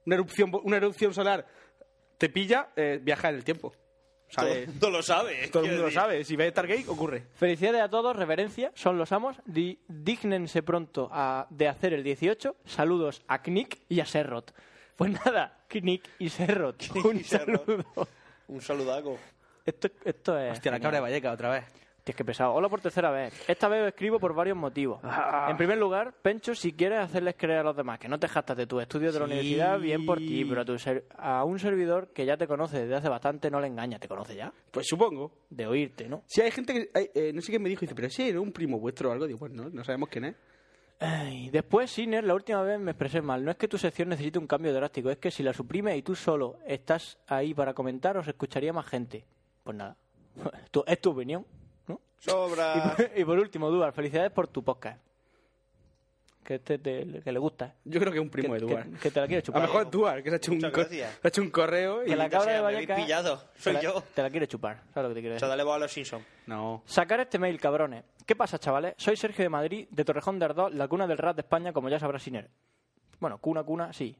Speaker 5: una, erupción, bo- una erupción solar te pilla, eh, viaja en el tiempo.
Speaker 7: Todo el
Speaker 5: ¿Sabes?
Speaker 7: mundo lo sabe.
Speaker 5: Todo el
Speaker 7: quiero
Speaker 5: mundo lo
Speaker 7: decir.
Speaker 5: sabe. Si ves Stargate, ocurre.
Speaker 6: Felicidades a todos, reverencia, son los amos. Di- dígnense pronto a- de hacer el 18. Saludos a Knick y a Serrot. Pues nada, Knick y Serrot. un
Speaker 7: y Serrot.
Speaker 6: saludo.
Speaker 7: Un saludaco.
Speaker 6: Esto, esto es.
Speaker 5: Hostia, la
Speaker 6: genial.
Speaker 5: cabra de Valleca otra vez.
Speaker 6: Tío, es que pesado. Hola por tercera vez. Esta vez os escribo por varios motivos.
Speaker 5: Ah.
Speaker 6: En primer lugar, Pencho, si quieres hacerles creer a los demás que no te jactas de tus estudios de la
Speaker 5: Sí.
Speaker 6: universidad, bien por ti, pero a, tu ser- a un servidor que ya te conoce desde hace bastante no le engañas. ¿Te conoce ya?
Speaker 5: Pues supongo.
Speaker 6: De oírte, ¿no?
Speaker 5: Si hay gente que... hay- eh, no sé quién me dijo, dice, pero ese era un primo vuestro o algo. Digo, pues no, no sabemos quién es.
Speaker 6: Ay, después, Siner, la última vez me expresé mal. No es que tu sección necesite un cambio drástico, es que si la suprimes y tú solo estás ahí para comentar, os escucharía más gente. Pues nada. Tu- Es tu opinión, ¿no?
Speaker 7: Sobra.
Speaker 5: pues,
Speaker 6: Y por último, Duar, felicidades por tu podcast. que, este te- que le gusta.
Speaker 5: Yo creo que es un primo
Speaker 6: que,
Speaker 5: de Duar.
Speaker 6: que- que te la quiere
Speaker 5: A lo
Speaker 6: chupar.
Speaker 5: mejor es Duar, que se ha hecho un,
Speaker 7: Muchas
Speaker 5: co-
Speaker 7: gracias.
Speaker 5: se ha hecho un correo y...
Speaker 6: Que la
Speaker 7: Maldita
Speaker 6: cabra de
Speaker 7: sea, me habéis
Speaker 6: Vallecas...
Speaker 7: pillado. Soy
Speaker 6: te la-
Speaker 7: yo.
Speaker 6: Te la quiere chupar, ¿sabes lo que te quiero
Speaker 7: O
Speaker 6: decir?
Speaker 7: sea, dale voz a los Simpsons.
Speaker 5: No.
Speaker 6: Sacar este mail, cabrones. ¿Qué pasa, chavales? Soy Sergio de Madrid, de Torrejón de Ardós, la cuna del rap de España, como ya sabrás, Siner. Bueno, cuna, cuna, sí.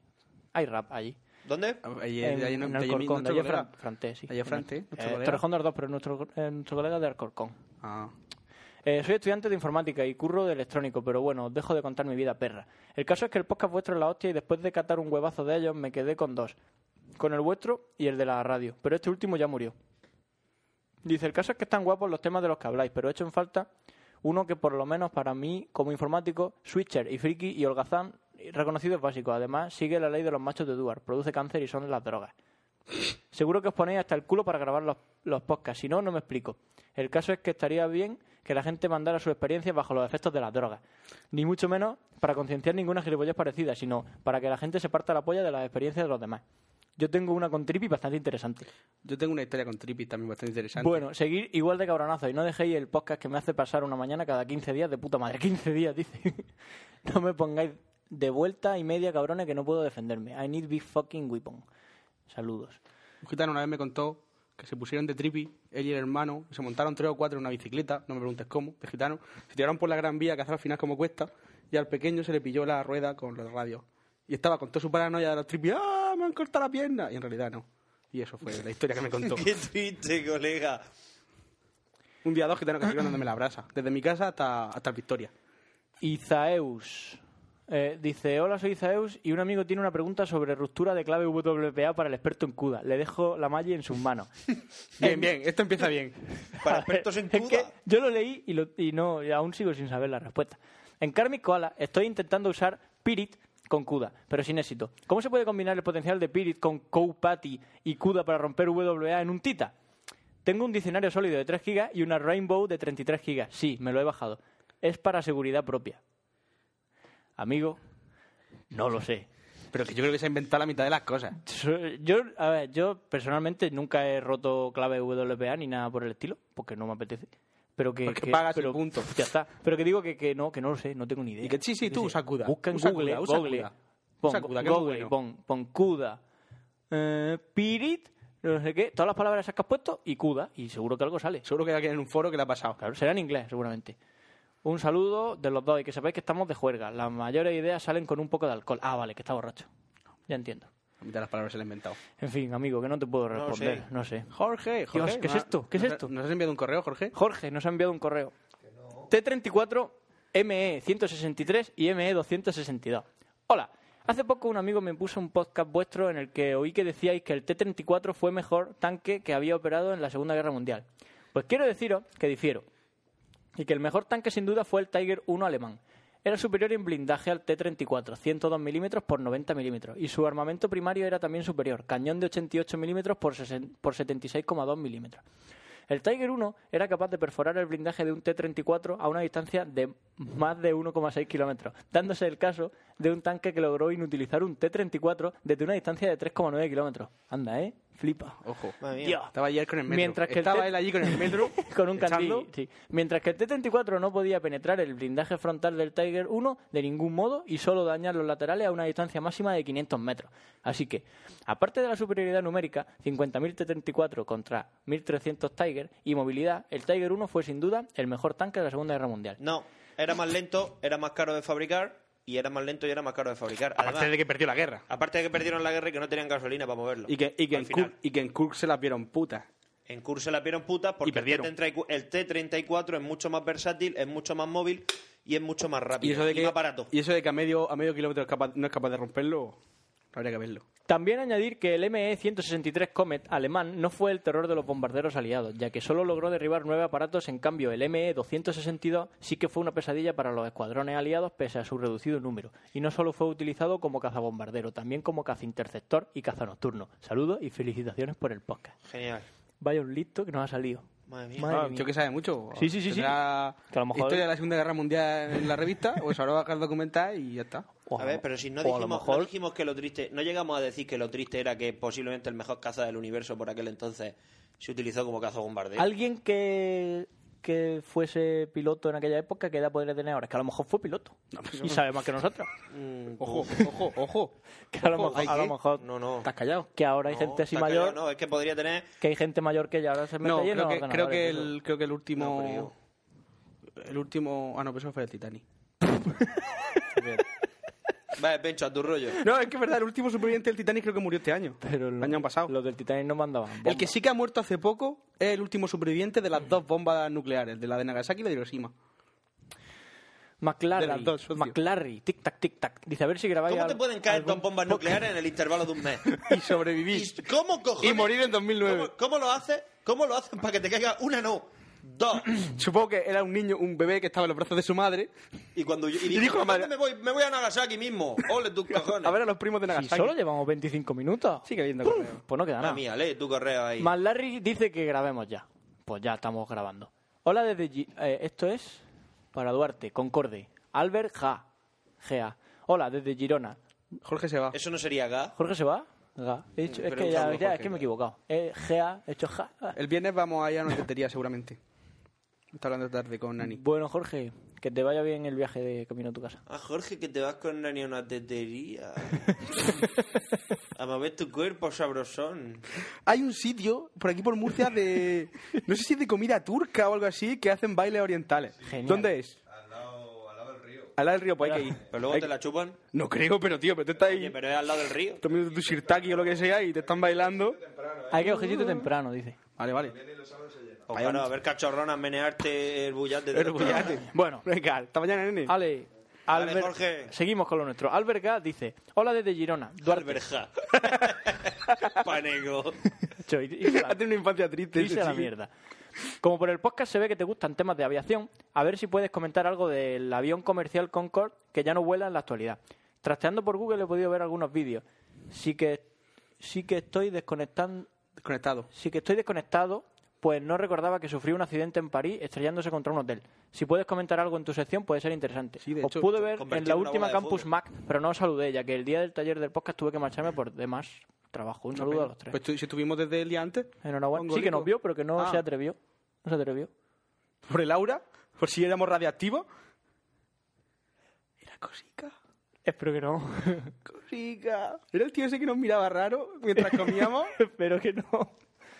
Speaker 6: Hay rap allí.
Speaker 7: ¿Dónde?
Speaker 5: Ah, Ayer, ayer no-
Speaker 6: en
Speaker 5: ayer mi-
Speaker 6: Alcorcón,
Speaker 5: nuestro
Speaker 6: de ayer
Speaker 5: colega-
Speaker 6: Fran- Frantés, sí.
Speaker 5: Ayer Frante,
Speaker 6: Eh,
Speaker 5: nuestro colega.
Speaker 6: Torrejón de Ardós, pero nuestro, eh, nuestro colega de Alcorcón.
Speaker 5: Ah.
Speaker 6: Eh, soy estudiante de informática y curro de electrónico, pero bueno, os dejo de contar mi vida, perra. El caso es que el podcast vuestro es la hostia y después de catar un huevazo de ellos me quedé con dos. Con el vuestro y el de la radio, pero este último ya murió. Dice, el caso es que están guapos los temas de los que habláis, pero he hecho en falta uno que por lo menos para mí, como informático, switcher y friki y holgazán reconocido es básico. Además, sigue la ley de los machos de Duar, produce cáncer y son las drogas. Seguro que os ponéis hasta el culo para grabar los, los podcasts, si no, no me explico. El caso es que estaría bien que la gente mandara sus experiencias bajo los efectos de las drogas. Ni mucho menos para concienciar ninguna gilipollez parecida, sino para que la gente se parta la polla de las experiencias de los demás. Yo tengo una con tripi bastante interesante.
Speaker 5: Yo tengo una historia con Trippy también bastante interesante.
Speaker 6: Bueno, seguir igual de cabronazo y no dejéis el podcast que me hace pasar una mañana cada 15 días de puta madre. 15 días, dice. no me pongáis de vuelta y media, cabrones, que no puedo defenderme. I need big fucking weapon. Saludos.
Speaker 5: Un gitano una vez me contó que se pusieron de tripi, él y el hermano, y se montaron tres o cuatro en una bicicleta, no me preguntes cómo, de gitano, se tiraron por la gran vía que hace al final como cuesta, y al pequeño se le pilló la rueda con los radios. Y estaba con toda su paranoia de los tripi, ¡ah! Me han cortado la pierna. Y en realidad no. Y eso fue la historia que me contó.
Speaker 7: Qué triste, colega.
Speaker 5: Un día dos gitanos que estuvieron dándome la brasa, desde mi casa hasta, hasta el Victoria.
Speaker 6: Izaeus. Eh, dice, hola, soy Izaeus y un amigo tiene una pregunta sobre ruptura de clave WPA para el experto en CUDA. Le dejo la malla en sus manos.
Speaker 5: Bien, bien, esto empieza bien.
Speaker 7: Para expertos en
Speaker 6: Es que
Speaker 7: Cuba.
Speaker 6: yo lo leí y, lo- y no, y aún sigo sin saber la respuesta. En Karmic Koala estoy intentando usar Pirit con CUDA, pero sin éxito. ¿Cómo se puede combinar el potencial de Pirit con Coupati y CUDA para romper WA en un Tita? Tengo un diccionario sólido de 3 GB y una Rainbow de 33 GB. Sí, me lo he bajado. Es para seguridad propia. Amigo, no lo sé.
Speaker 5: Pero que yo creo que se ha inventado la mitad de las cosas.
Speaker 6: Yo, a ver, yo personalmente nunca he roto clave WPA ni nada por el estilo, porque no me apetece. Pero que,
Speaker 5: Porque
Speaker 6: que-
Speaker 5: pagas
Speaker 6: pero-
Speaker 5: el punto.
Speaker 6: Ya está. Pero que digo que, que no, que no lo sé, no tengo ni idea.
Speaker 5: Y que sí, sí,
Speaker 6: Yo
Speaker 5: tú
Speaker 6: qué sé.
Speaker 5: usa CUDA.
Speaker 6: Busca en
Speaker 5: Usa
Speaker 6: Google,
Speaker 5: CUDA, usa
Speaker 6: Google.
Speaker 5: CUDA.
Speaker 6: Pon,
Speaker 5: Usa CUDA, que es muy
Speaker 6: Google,
Speaker 5: bueno.
Speaker 6: pon, pon CUDA. eh, Pirit, no sé qué, todas las palabras esas que has puesto y CUDA, y seguro que algo sale.
Speaker 5: Seguro que hay alguien en un foro que le ha pasado.
Speaker 6: Claro, será en inglés, seguramente. Un saludo de los dos y que sepáis que estamos de juerga. Las mayores ideas salen con un poco de alcohol. Ah, vale, que está borracho. Ya entiendo.
Speaker 5: La mitad de las palabras se le ha inventado.
Speaker 6: En fin, amigo, que no te puedo
Speaker 7: No
Speaker 6: responder.
Speaker 7: sé.
Speaker 6: No sé.
Speaker 5: Jorge, Jorge.
Speaker 6: Dios, ¿qué es
Speaker 5: ¿no-
Speaker 6: esto? ¿Qué es
Speaker 5: nos-
Speaker 6: esto?
Speaker 5: ¿Nos has enviado un correo, Jorge?
Speaker 6: Jorge nos ha enviado un correo. T34 ME 163 y ME 262. Hola. Hace poco un amigo me puso un podcast vuestro en el que oí que decíais que el T-34 fue mejor tanque que había operado en la Segunda Guerra Mundial. Pues quiero deciros que difiero y que el mejor tanque sin duda fue el Tiger 1 alemán. Era superior en blindaje al T-34, 102 milímetros por 90 milímetros, y su armamento primario era también superior, cañón de 88 milímetros por, sesen- por 76,2 milímetros. El Tiger 1 era capaz de perforar el blindaje de un T-34 a una distancia de más de 1,6 kilómetros, dándose el caso de un tanque que logró inutilizar un T-34 desde una distancia de 3,9 kilómetros. Anda, ¿eh? Flipa.
Speaker 5: Ojo.
Speaker 7: Madre mía.
Speaker 6: Dios.
Speaker 5: Estaba ayer con el metro.
Speaker 6: Mientras que el
Speaker 5: Estaba
Speaker 6: te-
Speaker 5: él allí con el metro.
Speaker 6: con un
Speaker 5: echando.
Speaker 6: candil. sí. Mientras que el T-34 no podía penetrar el blindaje frontal del Tiger 1 de ningún modo y solo dañar los laterales a una distancia máxima de 500 metros. Así que, aparte de la superioridad numérica, 50.000 T-34 contra 1.300 Tiger y movilidad, el Tiger 1 fue sin duda el mejor tanque de la Segunda Guerra Mundial.
Speaker 7: No, era más lento, era más caro de fabricar y era más lento y era más caro de fabricar. Además,
Speaker 5: Aparte de que perdió la guerra.
Speaker 7: que perdieron la guerra y que no tenían gasolina para moverlo.
Speaker 5: Y que, y que
Speaker 7: Al
Speaker 5: en,
Speaker 7: final.
Speaker 5: Kirk- y que en Kirk se las vieron putas.
Speaker 7: En curso la pierden putas porque
Speaker 5: Y perdieron.
Speaker 7: el T34 el T-34 es mucho más versátil, es mucho más móvil y es mucho más rápido.
Speaker 5: Y eso de que,
Speaker 7: más barato.
Speaker 5: y eso de que a medio, a medio kilómetro es capaz- no es capaz de romperlo, habría que verlo.
Speaker 6: También añadir que el E ME-163 Comet alemán no fue el terror de los bombarderos aliados, ya que solo logró derribar nueve aparatos, en cambio el E ME-262 sí que fue una pesadilla para los escuadrones aliados pese a su reducido número, y no solo fue utilizado como cazabombardero, también como cazainterceptor y cazanocturno. Saludos y felicitaciones por el podcast.
Speaker 7: Genial.
Speaker 6: Vaya un listo que nos ha salido.
Speaker 7: Madre mía.
Speaker 6: Madre
Speaker 5: Ah, un tío que sabe mucho.
Speaker 6: Sí, sí, sí, sí.
Speaker 5: Tendrá
Speaker 6: Que a lo mejor-
Speaker 5: Historia de la Segunda Guerra Mundial en la revista, o eso ahora va a quedar documentada y ya está.
Speaker 6: O
Speaker 7: a ver, pero si no
Speaker 6: o Pues a lo
Speaker 7: dijimos, no
Speaker 6: mejor-
Speaker 7: dijimos que lo triste, no llegamos a decir que lo triste era que posiblemente el mejor caza del universo por aquel entonces se utilizó como caza bombardeo.
Speaker 6: Alguien que que fuese piloto en aquella época, ¿qué edad podría tener ahora? Es que a lo mejor fue piloto y sabe más que nosotros.
Speaker 7: Mm, pues,
Speaker 5: Ojo, ojo, ojo.
Speaker 6: Que a lo
Speaker 5: Ojo,
Speaker 6: mejor,
Speaker 5: ¿hay
Speaker 6: a lo
Speaker 5: qué?
Speaker 6: mejor
Speaker 7: No, no.
Speaker 5: Estás callado.
Speaker 6: que ahora hay
Speaker 7: No,
Speaker 6: gente así
Speaker 7: está
Speaker 6: mayor,
Speaker 7: callado, No, es que podría tener.
Speaker 6: que hay gente mayor que ya ahora se mete
Speaker 5: No,
Speaker 6: lleno
Speaker 5: creo
Speaker 6: de
Speaker 5: que, creo que
Speaker 6: ordenadores, eso.
Speaker 5: el, creo que el
Speaker 7: No, pero
Speaker 5: último. el último. Ah, no, pero eso fue el Titanic.
Speaker 7: Vale, Pencho, a tu rollo.
Speaker 5: No, es que es verdad, el último superviviente del Titanic creo que murió este año.
Speaker 6: Pero
Speaker 5: el
Speaker 6: lo-
Speaker 5: año pasado.
Speaker 6: Los del Titanic no mandaban.
Speaker 5: El que
Speaker 6: bombas.
Speaker 5: sí que ha muerto hace poco es el último superviviente de las dos bombas nucleares, de la de Nagasaki y la de Hiroshima.
Speaker 6: McLarry,
Speaker 5: de las dos, socio.
Speaker 6: McLarry, tic tac, tic tac. Dice, a ver si grabáis.
Speaker 7: ¿Cómo
Speaker 6: al-
Speaker 7: te pueden caer
Speaker 6: algún
Speaker 7: dos bombas
Speaker 6: podcast.
Speaker 7: nucleares en el intervalo de un mes?
Speaker 5: Y sobrevivir.
Speaker 7: ¿Y cómo cojones?
Speaker 5: Y morir en 2009.
Speaker 7: ¿Cómo, cómo lo haces? ¿Cómo lo haces para que te caiga una no? Dos.
Speaker 5: Supongo que era un niño, un bebé que estaba en los brazos de su madre.
Speaker 7: Y cuando yo, y
Speaker 5: dijo
Speaker 7: dijo,
Speaker 5: la madre-
Speaker 7: "¿Dónde me voy, me voy a Nagasaki mismo. Ole tus cojones.
Speaker 5: A ver a los primos de
Speaker 6: Si
Speaker 5: Nagasaki.
Speaker 6: solo llevamos 25 minutos.
Speaker 5: Sigue leyendo
Speaker 6: Pum,
Speaker 5: correo.
Speaker 6: Pues no queda
Speaker 7: Ah,
Speaker 6: nada.
Speaker 7: mía, lee tu correo ahí.
Speaker 6: McLarry dice que grabemos ya. Pues ya estamos grabando. Hola desde... Gi- eh, esto es para Duarte, Concorde. Albert Ja. Gea. Hola desde Girona.
Speaker 5: Jorge se va.
Speaker 7: Eso no sería acá.
Speaker 6: ¿Jorge se va? Ga. He dicho- es
Speaker 7: Pero
Speaker 6: que
Speaker 7: un
Speaker 6: ya,
Speaker 7: saludo,
Speaker 6: ya,
Speaker 7: Jorge,
Speaker 6: es que me
Speaker 7: claro.
Speaker 6: he equivocado. Eh, Gea, he hecho Ja.
Speaker 5: El viernes vamos a ir a una tetería seguramente. Está hablando tarde con Nani.
Speaker 6: Bueno, Jorge, que te vaya bien el viaje de camino a tu casa.
Speaker 7: Ah, Jorge, que te vas con Nani a una tetería. a mover tu cuerpo sabrosón.
Speaker 5: Hay un sitio por aquí por Murcia de... No sé si es de comida turca o algo así, que hacen bailes orientales.
Speaker 6: Genial.
Speaker 5: ¿Dónde es? Al lado del río. Al lado del río, pues hay que ir.
Speaker 7: Pero luego
Speaker 5: Hay
Speaker 7: te la chupan.
Speaker 5: que- No creo, pero tío, pero tú estás
Speaker 7: Oye,
Speaker 5: ahí
Speaker 7: pero es al lado del río.
Speaker 5: tomando tu shirtaki o lo que sea y te están bailando.
Speaker 6: Hay que ojito temprano, dice.
Speaker 5: Vale, vale.
Speaker 7: O claro, a ver cachorronas menearte el bullate. de
Speaker 5: Pero
Speaker 7: otro lado.
Speaker 5: bullate.
Speaker 6: Bueno.
Speaker 5: Venga, hasta mañana, nene.
Speaker 6: Ale,
Speaker 7: Dale,
Speaker 6: Albert-
Speaker 7: Jorge.
Speaker 6: Seguimos con lo nuestro. Albert Ga dice, hola desde Girona. Duarte.
Speaker 7: Alberja. Panego.
Speaker 6: Cho, y- y-
Speaker 5: Ha tenido una infancia triste.
Speaker 6: Irse
Speaker 5: ese
Speaker 6: a la
Speaker 5: chico.
Speaker 6: mierda. Como por el podcast se ve que te gustan temas de aviación, a ver si puedes comentar algo del avión comercial Concorde que ya no vuela en la actualidad. Trasteando por Google he podido ver algunos vídeos. Sí que, sí que estoy desconectando.
Speaker 5: Desconectado.
Speaker 6: Sí que estoy desconectado, pues no recordaba que sufrí un accidente en París estrellándose contra un hotel. Si puedes comentar algo en tu sección puede ser interesante.
Speaker 5: Sí, de
Speaker 6: Os
Speaker 5: hecho,
Speaker 6: pude ver en
Speaker 7: convertido
Speaker 6: la
Speaker 7: en una bola
Speaker 6: última
Speaker 7: de
Speaker 6: Campus
Speaker 7: fuego.
Speaker 6: Mac, pero no os saludé, ya que el día del taller del podcast tuve que marcharme por demás trabajo. Un saludo a los tres.
Speaker 5: Pues tu- si estuvimos desde el día antes.
Speaker 6: Enhorabuena. Sí
Speaker 5: Mongolico.
Speaker 6: que nos vio, pero que no
Speaker 5: Ah,
Speaker 6: se atrevió. No se atrevió.
Speaker 5: Por el aura, por si éramos radiactivos. Era cosica.
Speaker 6: Espero que no.
Speaker 5: Cosica. Era el tío ese que nos miraba raro mientras comíamos.
Speaker 6: Espero que no.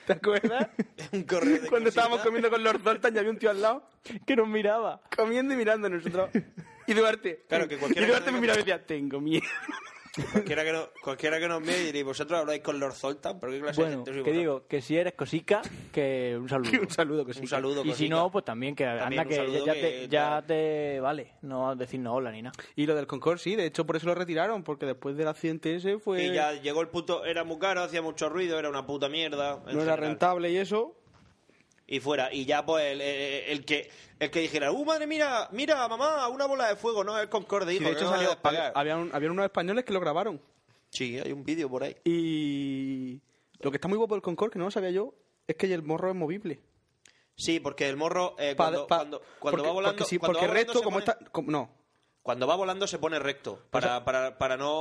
Speaker 5: ¿Te acuerdas?
Speaker 7: Un correo de
Speaker 5: Cuando
Speaker 7: cosita.
Speaker 5: estábamos comiendo con Lord Dalton y había un tío al lado,
Speaker 6: Que nos miraba.
Speaker 5: comiendo y mirando a nosotros. Y Duarte.
Speaker 7: Claro, que cualquiera
Speaker 5: y Duarte
Speaker 7: que-
Speaker 5: me miraba y decía, tengo miedo.
Speaker 7: Cualquiera que, no, cualquiera que nos mire y diréis, vosotros habláis con Lord Zoltan, pero qué clase de
Speaker 6: Bueno,
Speaker 7: gente sois
Speaker 6: que
Speaker 7: vosotros?".
Speaker 6: digo, que si eres cosica, que un saludo.
Speaker 5: un saludo, cosica.
Speaker 7: Un saludo,
Speaker 6: y si
Speaker 7: cosita.
Speaker 6: no, pues también que
Speaker 7: También
Speaker 6: anda
Speaker 7: un
Speaker 6: que
Speaker 7: saludo
Speaker 6: ya,
Speaker 7: que
Speaker 6: te, ya
Speaker 7: tal.
Speaker 6: te vale no decir no hola ni nada.
Speaker 5: Y lo del Concorde, sí, de hecho por eso lo retiraron, porque después del accidente ese fue.
Speaker 7: Y ya llegó el punto, era muy caro, hacía mucho ruido, era una puta mierda. en
Speaker 5: no era
Speaker 7: general.
Speaker 5: rentable y eso.
Speaker 7: Y fuera, y ya pues el, el- el que el que dijera, ¡uh, madre, mira, mira, mamá, una bola de fuego! No, es Concorde,
Speaker 5: Y
Speaker 7: hijo,
Speaker 5: de
Speaker 7: que
Speaker 5: hecho
Speaker 7: no me
Speaker 5: salió-
Speaker 7: debes pagar.
Speaker 5: había, un- había unos españoles que lo grabaron.
Speaker 7: Sí, hay un vídeo por ahí.
Speaker 5: Y lo que está muy guapo del Concorde, que no lo sabía yo, es que el morro es movible.
Speaker 7: Sí, porque el morro, eh,
Speaker 5: Pa-
Speaker 7: cuando,
Speaker 5: pa-
Speaker 7: cuando, cuando
Speaker 5: porque-
Speaker 7: va volando...
Speaker 5: Porque, sí,
Speaker 7: cuando
Speaker 5: porque
Speaker 7: va volando
Speaker 5: recto,
Speaker 7: se
Speaker 5: como
Speaker 7: pone-
Speaker 5: está. como- no.
Speaker 7: Cuando va volando se pone recto para, para, para no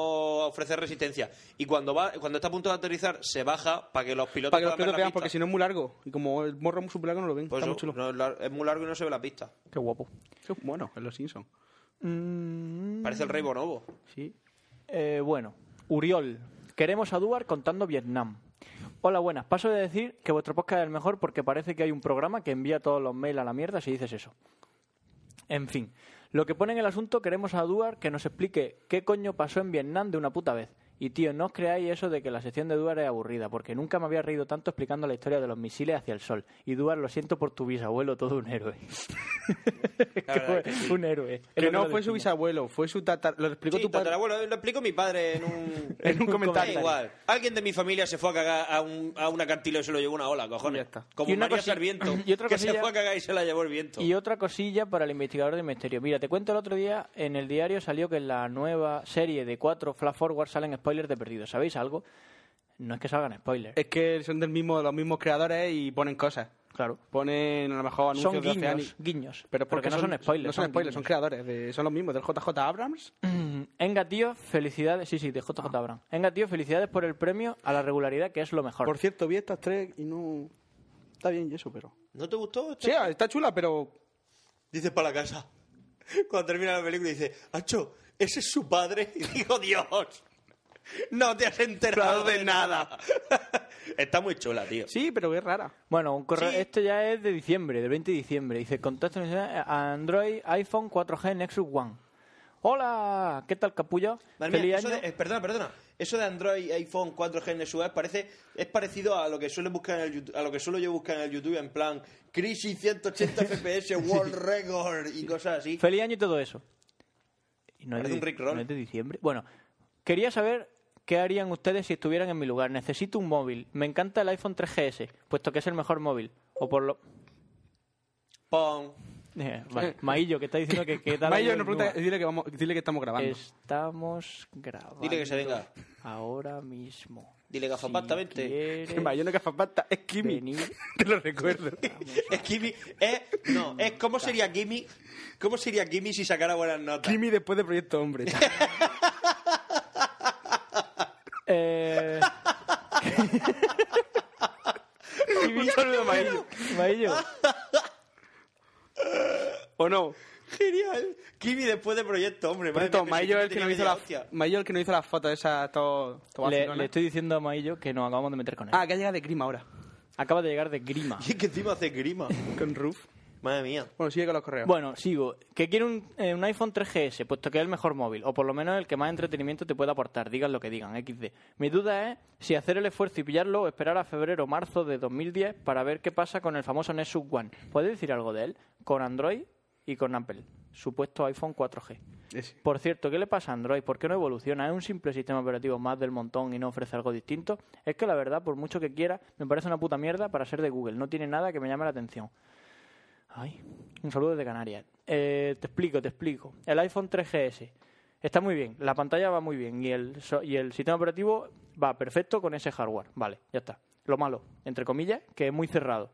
Speaker 7: ofrecer resistencia. Y cuando va cuando está a punto de aterrizar se baja para que los pilotos
Speaker 5: Para que los
Speaker 7: puedan ver
Speaker 5: pilotos
Speaker 7: la
Speaker 5: vean,
Speaker 7: pista.
Speaker 5: porque si no es muy largo. Y como el morro es muy súper largo, no lo ven.
Speaker 7: Por
Speaker 5: está
Speaker 7: eso,
Speaker 5: muy chulo.
Speaker 7: no es lar- es muy largo y no se ve la pista.
Speaker 6: Qué guapo.
Speaker 5: Eso es bueno, en los Simpsons.
Speaker 7: Parece el rey Bonobo.
Speaker 5: Sí.
Speaker 6: Mm. Eh, bueno, Uriol, queremos a Duar contando Vietnam. Hola, buenas. Paso de decir que vuestro podcast es el mejor porque parece que hay un programa que envía todos los mails a la mierda si dices eso. En fin, lo que pone en el asunto queremos a Duar que nos explique qué coño pasó en Vietnam de una puta vez. Y tío, no os creáis eso de que la sección de Duar es aburrida, porque nunca me había reído tanto explicando la historia de los misiles hacia el sol. Y Duar, lo siento por tu bisabuelo, todo un héroe.
Speaker 7: La verdad es que sí.
Speaker 6: Un héroe. Es lo
Speaker 5: Que no
Speaker 6: lo
Speaker 5: fue su
Speaker 6: decimos.
Speaker 5: bisabuelo, fue su tatarabuelo. Lo explicó
Speaker 7: Sí,
Speaker 5: tu padre.
Speaker 7: tatarabuelo, eh, lo explico mi padre en un...
Speaker 5: En un comentario.
Speaker 7: Da igual. Alguien de mi familia se fue a cagar a un, a un acantilado y se lo llevó una ola, cojones.
Speaker 5: Ya está.
Speaker 7: Como
Speaker 6: Y una
Speaker 7: María
Speaker 6: cosilla-
Speaker 7: Sarmiento,
Speaker 6: y otra
Speaker 7: que
Speaker 6: cosilla-
Speaker 7: se fue a cagar y se la llevó el viento.
Speaker 6: Y otra cosilla para el investigador del misterio. Mira, te cuento el otro día, en el diario salió que en la nueva serie de cuatro Flash Forward salen spoilers de perdido. ¿Sabéis algo? No es que salgan spoilers.
Speaker 5: Es que son del mismo, de los mismos creadores y ponen cosas.
Speaker 6: claro.
Speaker 5: Ponen a lo mejor anuncios
Speaker 6: Son
Speaker 5: de hace años.
Speaker 6: guiños, guiños.
Speaker 5: Pero porque
Speaker 6: no son, spoilers.
Speaker 5: No son, spoilers, son
Speaker 6: guiños. Mm.
Speaker 5: creadores. de- son los mismos, del JJ Abrams.
Speaker 6: Enga, tío, felicidades. Sí, sí, de JJ Abrams. Enga, tío, felicidades por el premio a la regularidad, que es lo mejor.
Speaker 5: Por cierto, vi estas tres y no. Está bien y eso, pero.
Speaker 7: ¿No te gustó? esta?
Speaker 5: Sí, ah, está chula, pero.
Speaker 7: Dice para la casa. Cuando termina la película dice, Acho, ese es su padre. Y digo, Dios, no te has enterado de nada. Está muy chula, tío.
Speaker 5: Sí, pero es rara.
Speaker 6: Bueno, un correo,
Speaker 7: Sí.
Speaker 6: esto ya es de diciembre, del 20 de diciembre. Dice, contacto inicial a eh, Android, iPhone, 4G, Nexus One. ¡Hola! ¿Qué tal, capullo?
Speaker 7: Madre mía,
Speaker 6: Feliz
Speaker 7: eso
Speaker 6: año.
Speaker 7: de- eh, perdona, perdona. Eso de Android, iPhone, 4G, Nexus Web parece es parecido a lo que suele buscar en el YouTube- a lo que suelo yo buscar en el YouTube en plan crisis 180 FPS, world record y cosas así.
Speaker 6: Feliz año y todo eso. Y no, es
Speaker 7: Parece
Speaker 6: de,
Speaker 7: un Rickroll.
Speaker 6: no es de diciembre. Bueno, quería saber qué harían ustedes si estuvieran en mi lugar. Necesito un móvil. Me encanta el iPhone 3GS, puesto que es el mejor móvil. O por lo...
Speaker 7: Pon.
Speaker 6: Eh, vale. Maillo, que está diciendo que... que tal
Speaker 5: Mayo nos
Speaker 6: año
Speaker 5: pregunta,
Speaker 6: nueva.
Speaker 5: dile que, vamos, dile que estamos grabando.
Speaker 6: Estamos grabando.
Speaker 7: Dile que se venga.
Speaker 6: Ahora mismo.
Speaker 7: Dile gafapasta, vente.
Speaker 6: quieres
Speaker 5: Que Mayo no es Gafapasta, es Kimi.
Speaker 6: venir-
Speaker 5: Te lo recuerdo.
Speaker 7: Es Kimi, es no, es cómo sería Kimi, cómo sería Kimi si sacara buenas notas.
Speaker 5: Kimi después de Proyecto Hombre.
Speaker 6: Eh,
Speaker 5: Un saludo, Mayo.
Speaker 6: Maillo,
Speaker 5: ¿O no?
Speaker 7: Genial. Kimi después de proyecto, hombre. madre
Speaker 5: Pronto,
Speaker 7: mía, pero si
Speaker 5: Mayo
Speaker 7: Kimi
Speaker 5: es el que
Speaker 7: tenía
Speaker 5: nos
Speaker 7: media
Speaker 5: hizo la
Speaker 7: hostia.
Speaker 5: Mayo es el que nos hizo las fotos esas todo, todo
Speaker 6: le,
Speaker 5: vacilona.
Speaker 6: le estoy diciendo a Maillo que nos acabamos de meter con él.
Speaker 5: Ah, que ha llegado de Grima ahora.
Speaker 6: Acaba de llegar de Grima.
Speaker 7: Y es que encima hace grima.
Speaker 5: Con Ruf.
Speaker 7: Madre mía.
Speaker 5: Bueno, sigue con los correos.
Speaker 6: Bueno, sigo. Que quiere un, eh, un iPhone 3GS, puesto que es el mejor móvil, o por lo menos el que más entretenimiento te pueda aportar, digan lo que digan, XD. Mi duda es si hacer el esfuerzo y pillarlo o esperar a febrero o marzo de 2010 para ver qué pasa con el famoso Nexus One. ¿Puedes decir algo de él? Con Android y con Apple. Supuesto iPhone 4G.
Speaker 5: Ese.
Speaker 6: Por cierto, ¿qué le pasa a Android? ¿Por qué no evoluciona? ¿Es un simple sistema operativo más del montón y no ofrece algo distinto? Es que la verdad, por mucho que quiera, me parece una puta mierda para ser de Google. No tiene nada que me llame la atención. Ay, un saludo desde Canarias. Eh, te explico, te explico. El iPhone 3GS está muy bien, la pantalla va muy bien y el, so- y el sistema operativo va perfecto con ese hardware. Vale, ya está. Lo malo, entre comillas, que es muy cerrado.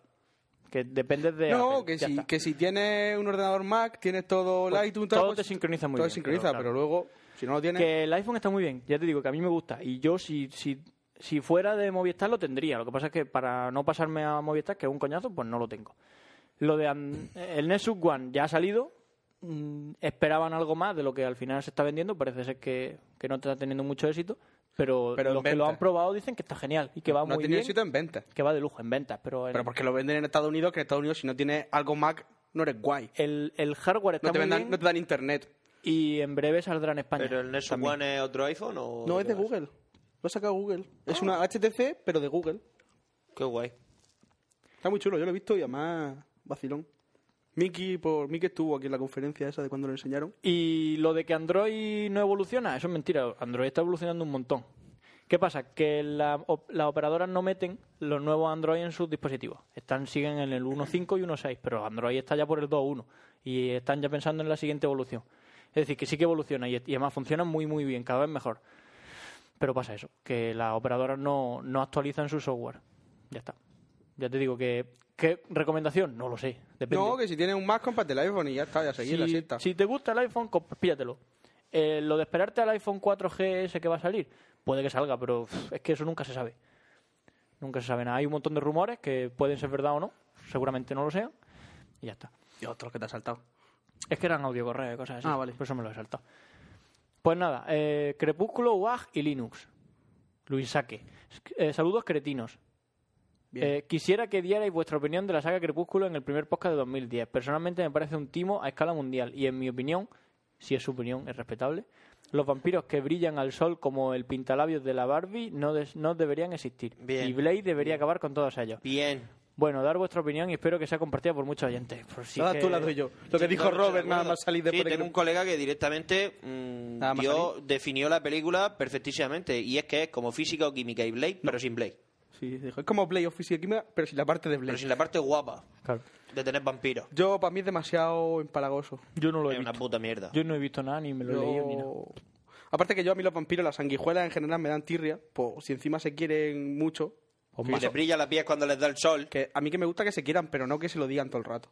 Speaker 6: Que depende de.
Speaker 5: No,
Speaker 6: Apple,
Speaker 5: que
Speaker 6: ya
Speaker 5: si,
Speaker 6: está.
Speaker 5: que si tienes un ordenador Mac, tienes todo
Speaker 6: Pues
Speaker 5: el iTunes,
Speaker 6: todo
Speaker 5: pues,
Speaker 6: te sincroniza muy
Speaker 5: todo
Speaker 6: bien,
Speaker 5: Todo sincroniza,
Speaker 6: claro,
Speaker 5: pero,
Speaker 6: claro.
Speaker 5: luego, si no lo tienes.
Speaker 6: Que el iPhone está muy bien, ya te digo que a mí me gusta. Y yo, si, si, si fuera de Movistar, lo tendría. Lo que pasa es que para no pasarme a Movistar, que es un coñazo, pues no lo tengo. Lo de an- el Nexus One ya ha salido. Mm, Esperaban algo más de lo que al final se está vendiendo. Parece ser que, que no está teniendo mucho éxito. Pero,
Speaker 5: Pero en
Speaker 6: los que lo
Speaker 5: venta.
Speaker 6: han probado dicen que está genial y que va
Speaker 5: no ha
Speaker 6: muy
Speaker 5: tenido
Speaker 6: bien.
Speaker 5: éxito en ventas.
Speaker 6: Que va de lujo en ventas. Pero, en-
Speaker 5: Pero porque lo venden en Estados Unidos, que en Estados Unidos si no tienes algo Mac, no eres guay.
Speaker 6: el, el hardware está
Speaker 5: No te,
Speaker 6: muy
Speaker 5: vendan-
Speaker 6: bien
Speaker 5: no te dan internet.
Speaker 6: y en breve saldrá en España.
Speaker 7: Pero el Nexus
Speaker 6: también.
Speaker 7: One es otro iPhone o
Speaker 5: No, es de
Speaker 7: qué más?
Speaker 5: Google. Lo ha sacado Google. Es una HTC, pero de Google.
Speaker 7: Qué guay.
Speaker 5: Está muy chulo, yo lo he visto y además vacilón. Miki, por Miki estuvo aquí en la conferencia esa de cuando lo enseñaron.
Speaker 6: Y lo de que Android no evoluciona, eso es mentira. Android está evolucionando un montón. ¿Qué pasa? Que la- op- las operadoras no meten los nuevos Android en sus dispositivos. Están Siguen en el 1.5 y 1.6, pero Android está ya por el 2.1 y están ya pensando en la siguiente evolución. Es decir, que sí que evoluciona y, y además funciona muy, muy bien, cada vez mejor. Pero pasa eso, que las operadoras no, no actualizan su software. Ya está. Ya te digo que... ¿Qué recomendación? No lo sé. Depende.
Speaker 5: No, que si tienes un Mac, comparte el iPhone y ya está, ya seguí la
Speaker 6: Si,
Speaker 5: siesta.
Speaker 6: si te gusta el iPhone, comp- píllatelo. Eh, lo de esperarte al iPhone 4G ese que va a salir, puede que salga, pero pff, es que eso nunca se sabe. Nunca se sabe nada. Hay un montón de rumores que pueden ser verdad o no, seguramente no lo sean, y ya está.
Speaker 5: Y otro que te ha saltado.
Speaker 6: Es que eran audio correo y cosas así.
Speaker 5: Ah, vale.
Speaker 6: Por eso me lo he saltado. Pues nada, eh, Crepúsculo, WAG y Linux. Luis Saque. Eh, saludos cretinos.
Speaker 5: Bien.
Speaker 6: Eh, quisiera que dierais vuestra opinión de la saga Crepúsculo en el primer podcast de 2010. Personalmente me parece un timo a escala mundial y en mi opinión, si es su opinión, es respetable, los vampiros que brillan al sol como el pintalabios de la Barbie no, des- no deberían existir.
Speaker 7: Bien.
Speaker 6: Y Blade debería acabar con todos ellos.
Speaker 7: Bien.
Speaker 6: Bueno, dar vuestra opinión y espero que sea compartida por muchos oyentes. Por si
Speaker 5: Nada,
Speaker 6: es
Speaker 5: Ah, tú
Speaker 6: que-
Speaker 5: la doy yo. Lo que dijo
Speaker 7: No, no,
Speaker 5: Robert,
Speaker 7: de
Speaker 5: nada
Speaker 7: acuerdo.
Speaker 5: más salir de
Speaker 7: Sí,
Speaker 5: por ahí.
Speaker 7: tengo un colega que directamente mm,
Speaker 5: Nada más
Speaker 7: dio-
Speaker 5: salir.
Speaker 7: definió la película perfectísimamente. Y es que es como física o química y Blade, pero sin Blade.
Speaker 5: Sí, dijo, es como Play of Physics Química, pero sin la parte de Blade.
Speaker 7: Pero sin la parte guapa
Speaker 6: Claro.
Speaker 7: de tener vampiros.
Speaker 5: Yo, para mí, es demasiado empalagoso.
Speaker 6: Yo no lo he
Speaker 7: Es
Speaker 6: visto.
Speaker 7: una puta mierda.
Speaker 6: Yo no he visto nada, ni me lo he leído, ni nada.
Speaker 5: Yo- Aparte que yo a mí los vampiros, las sanguijuelas en general me dan tirria, pues si encima se quieren mucho,
Speaker 6: Pues
Speaker 7: Y les brilla la piel cuando les da el sol.
Speaker 5: que a mí que me gusta que se quieran, pero no que se lo digan todo el rato.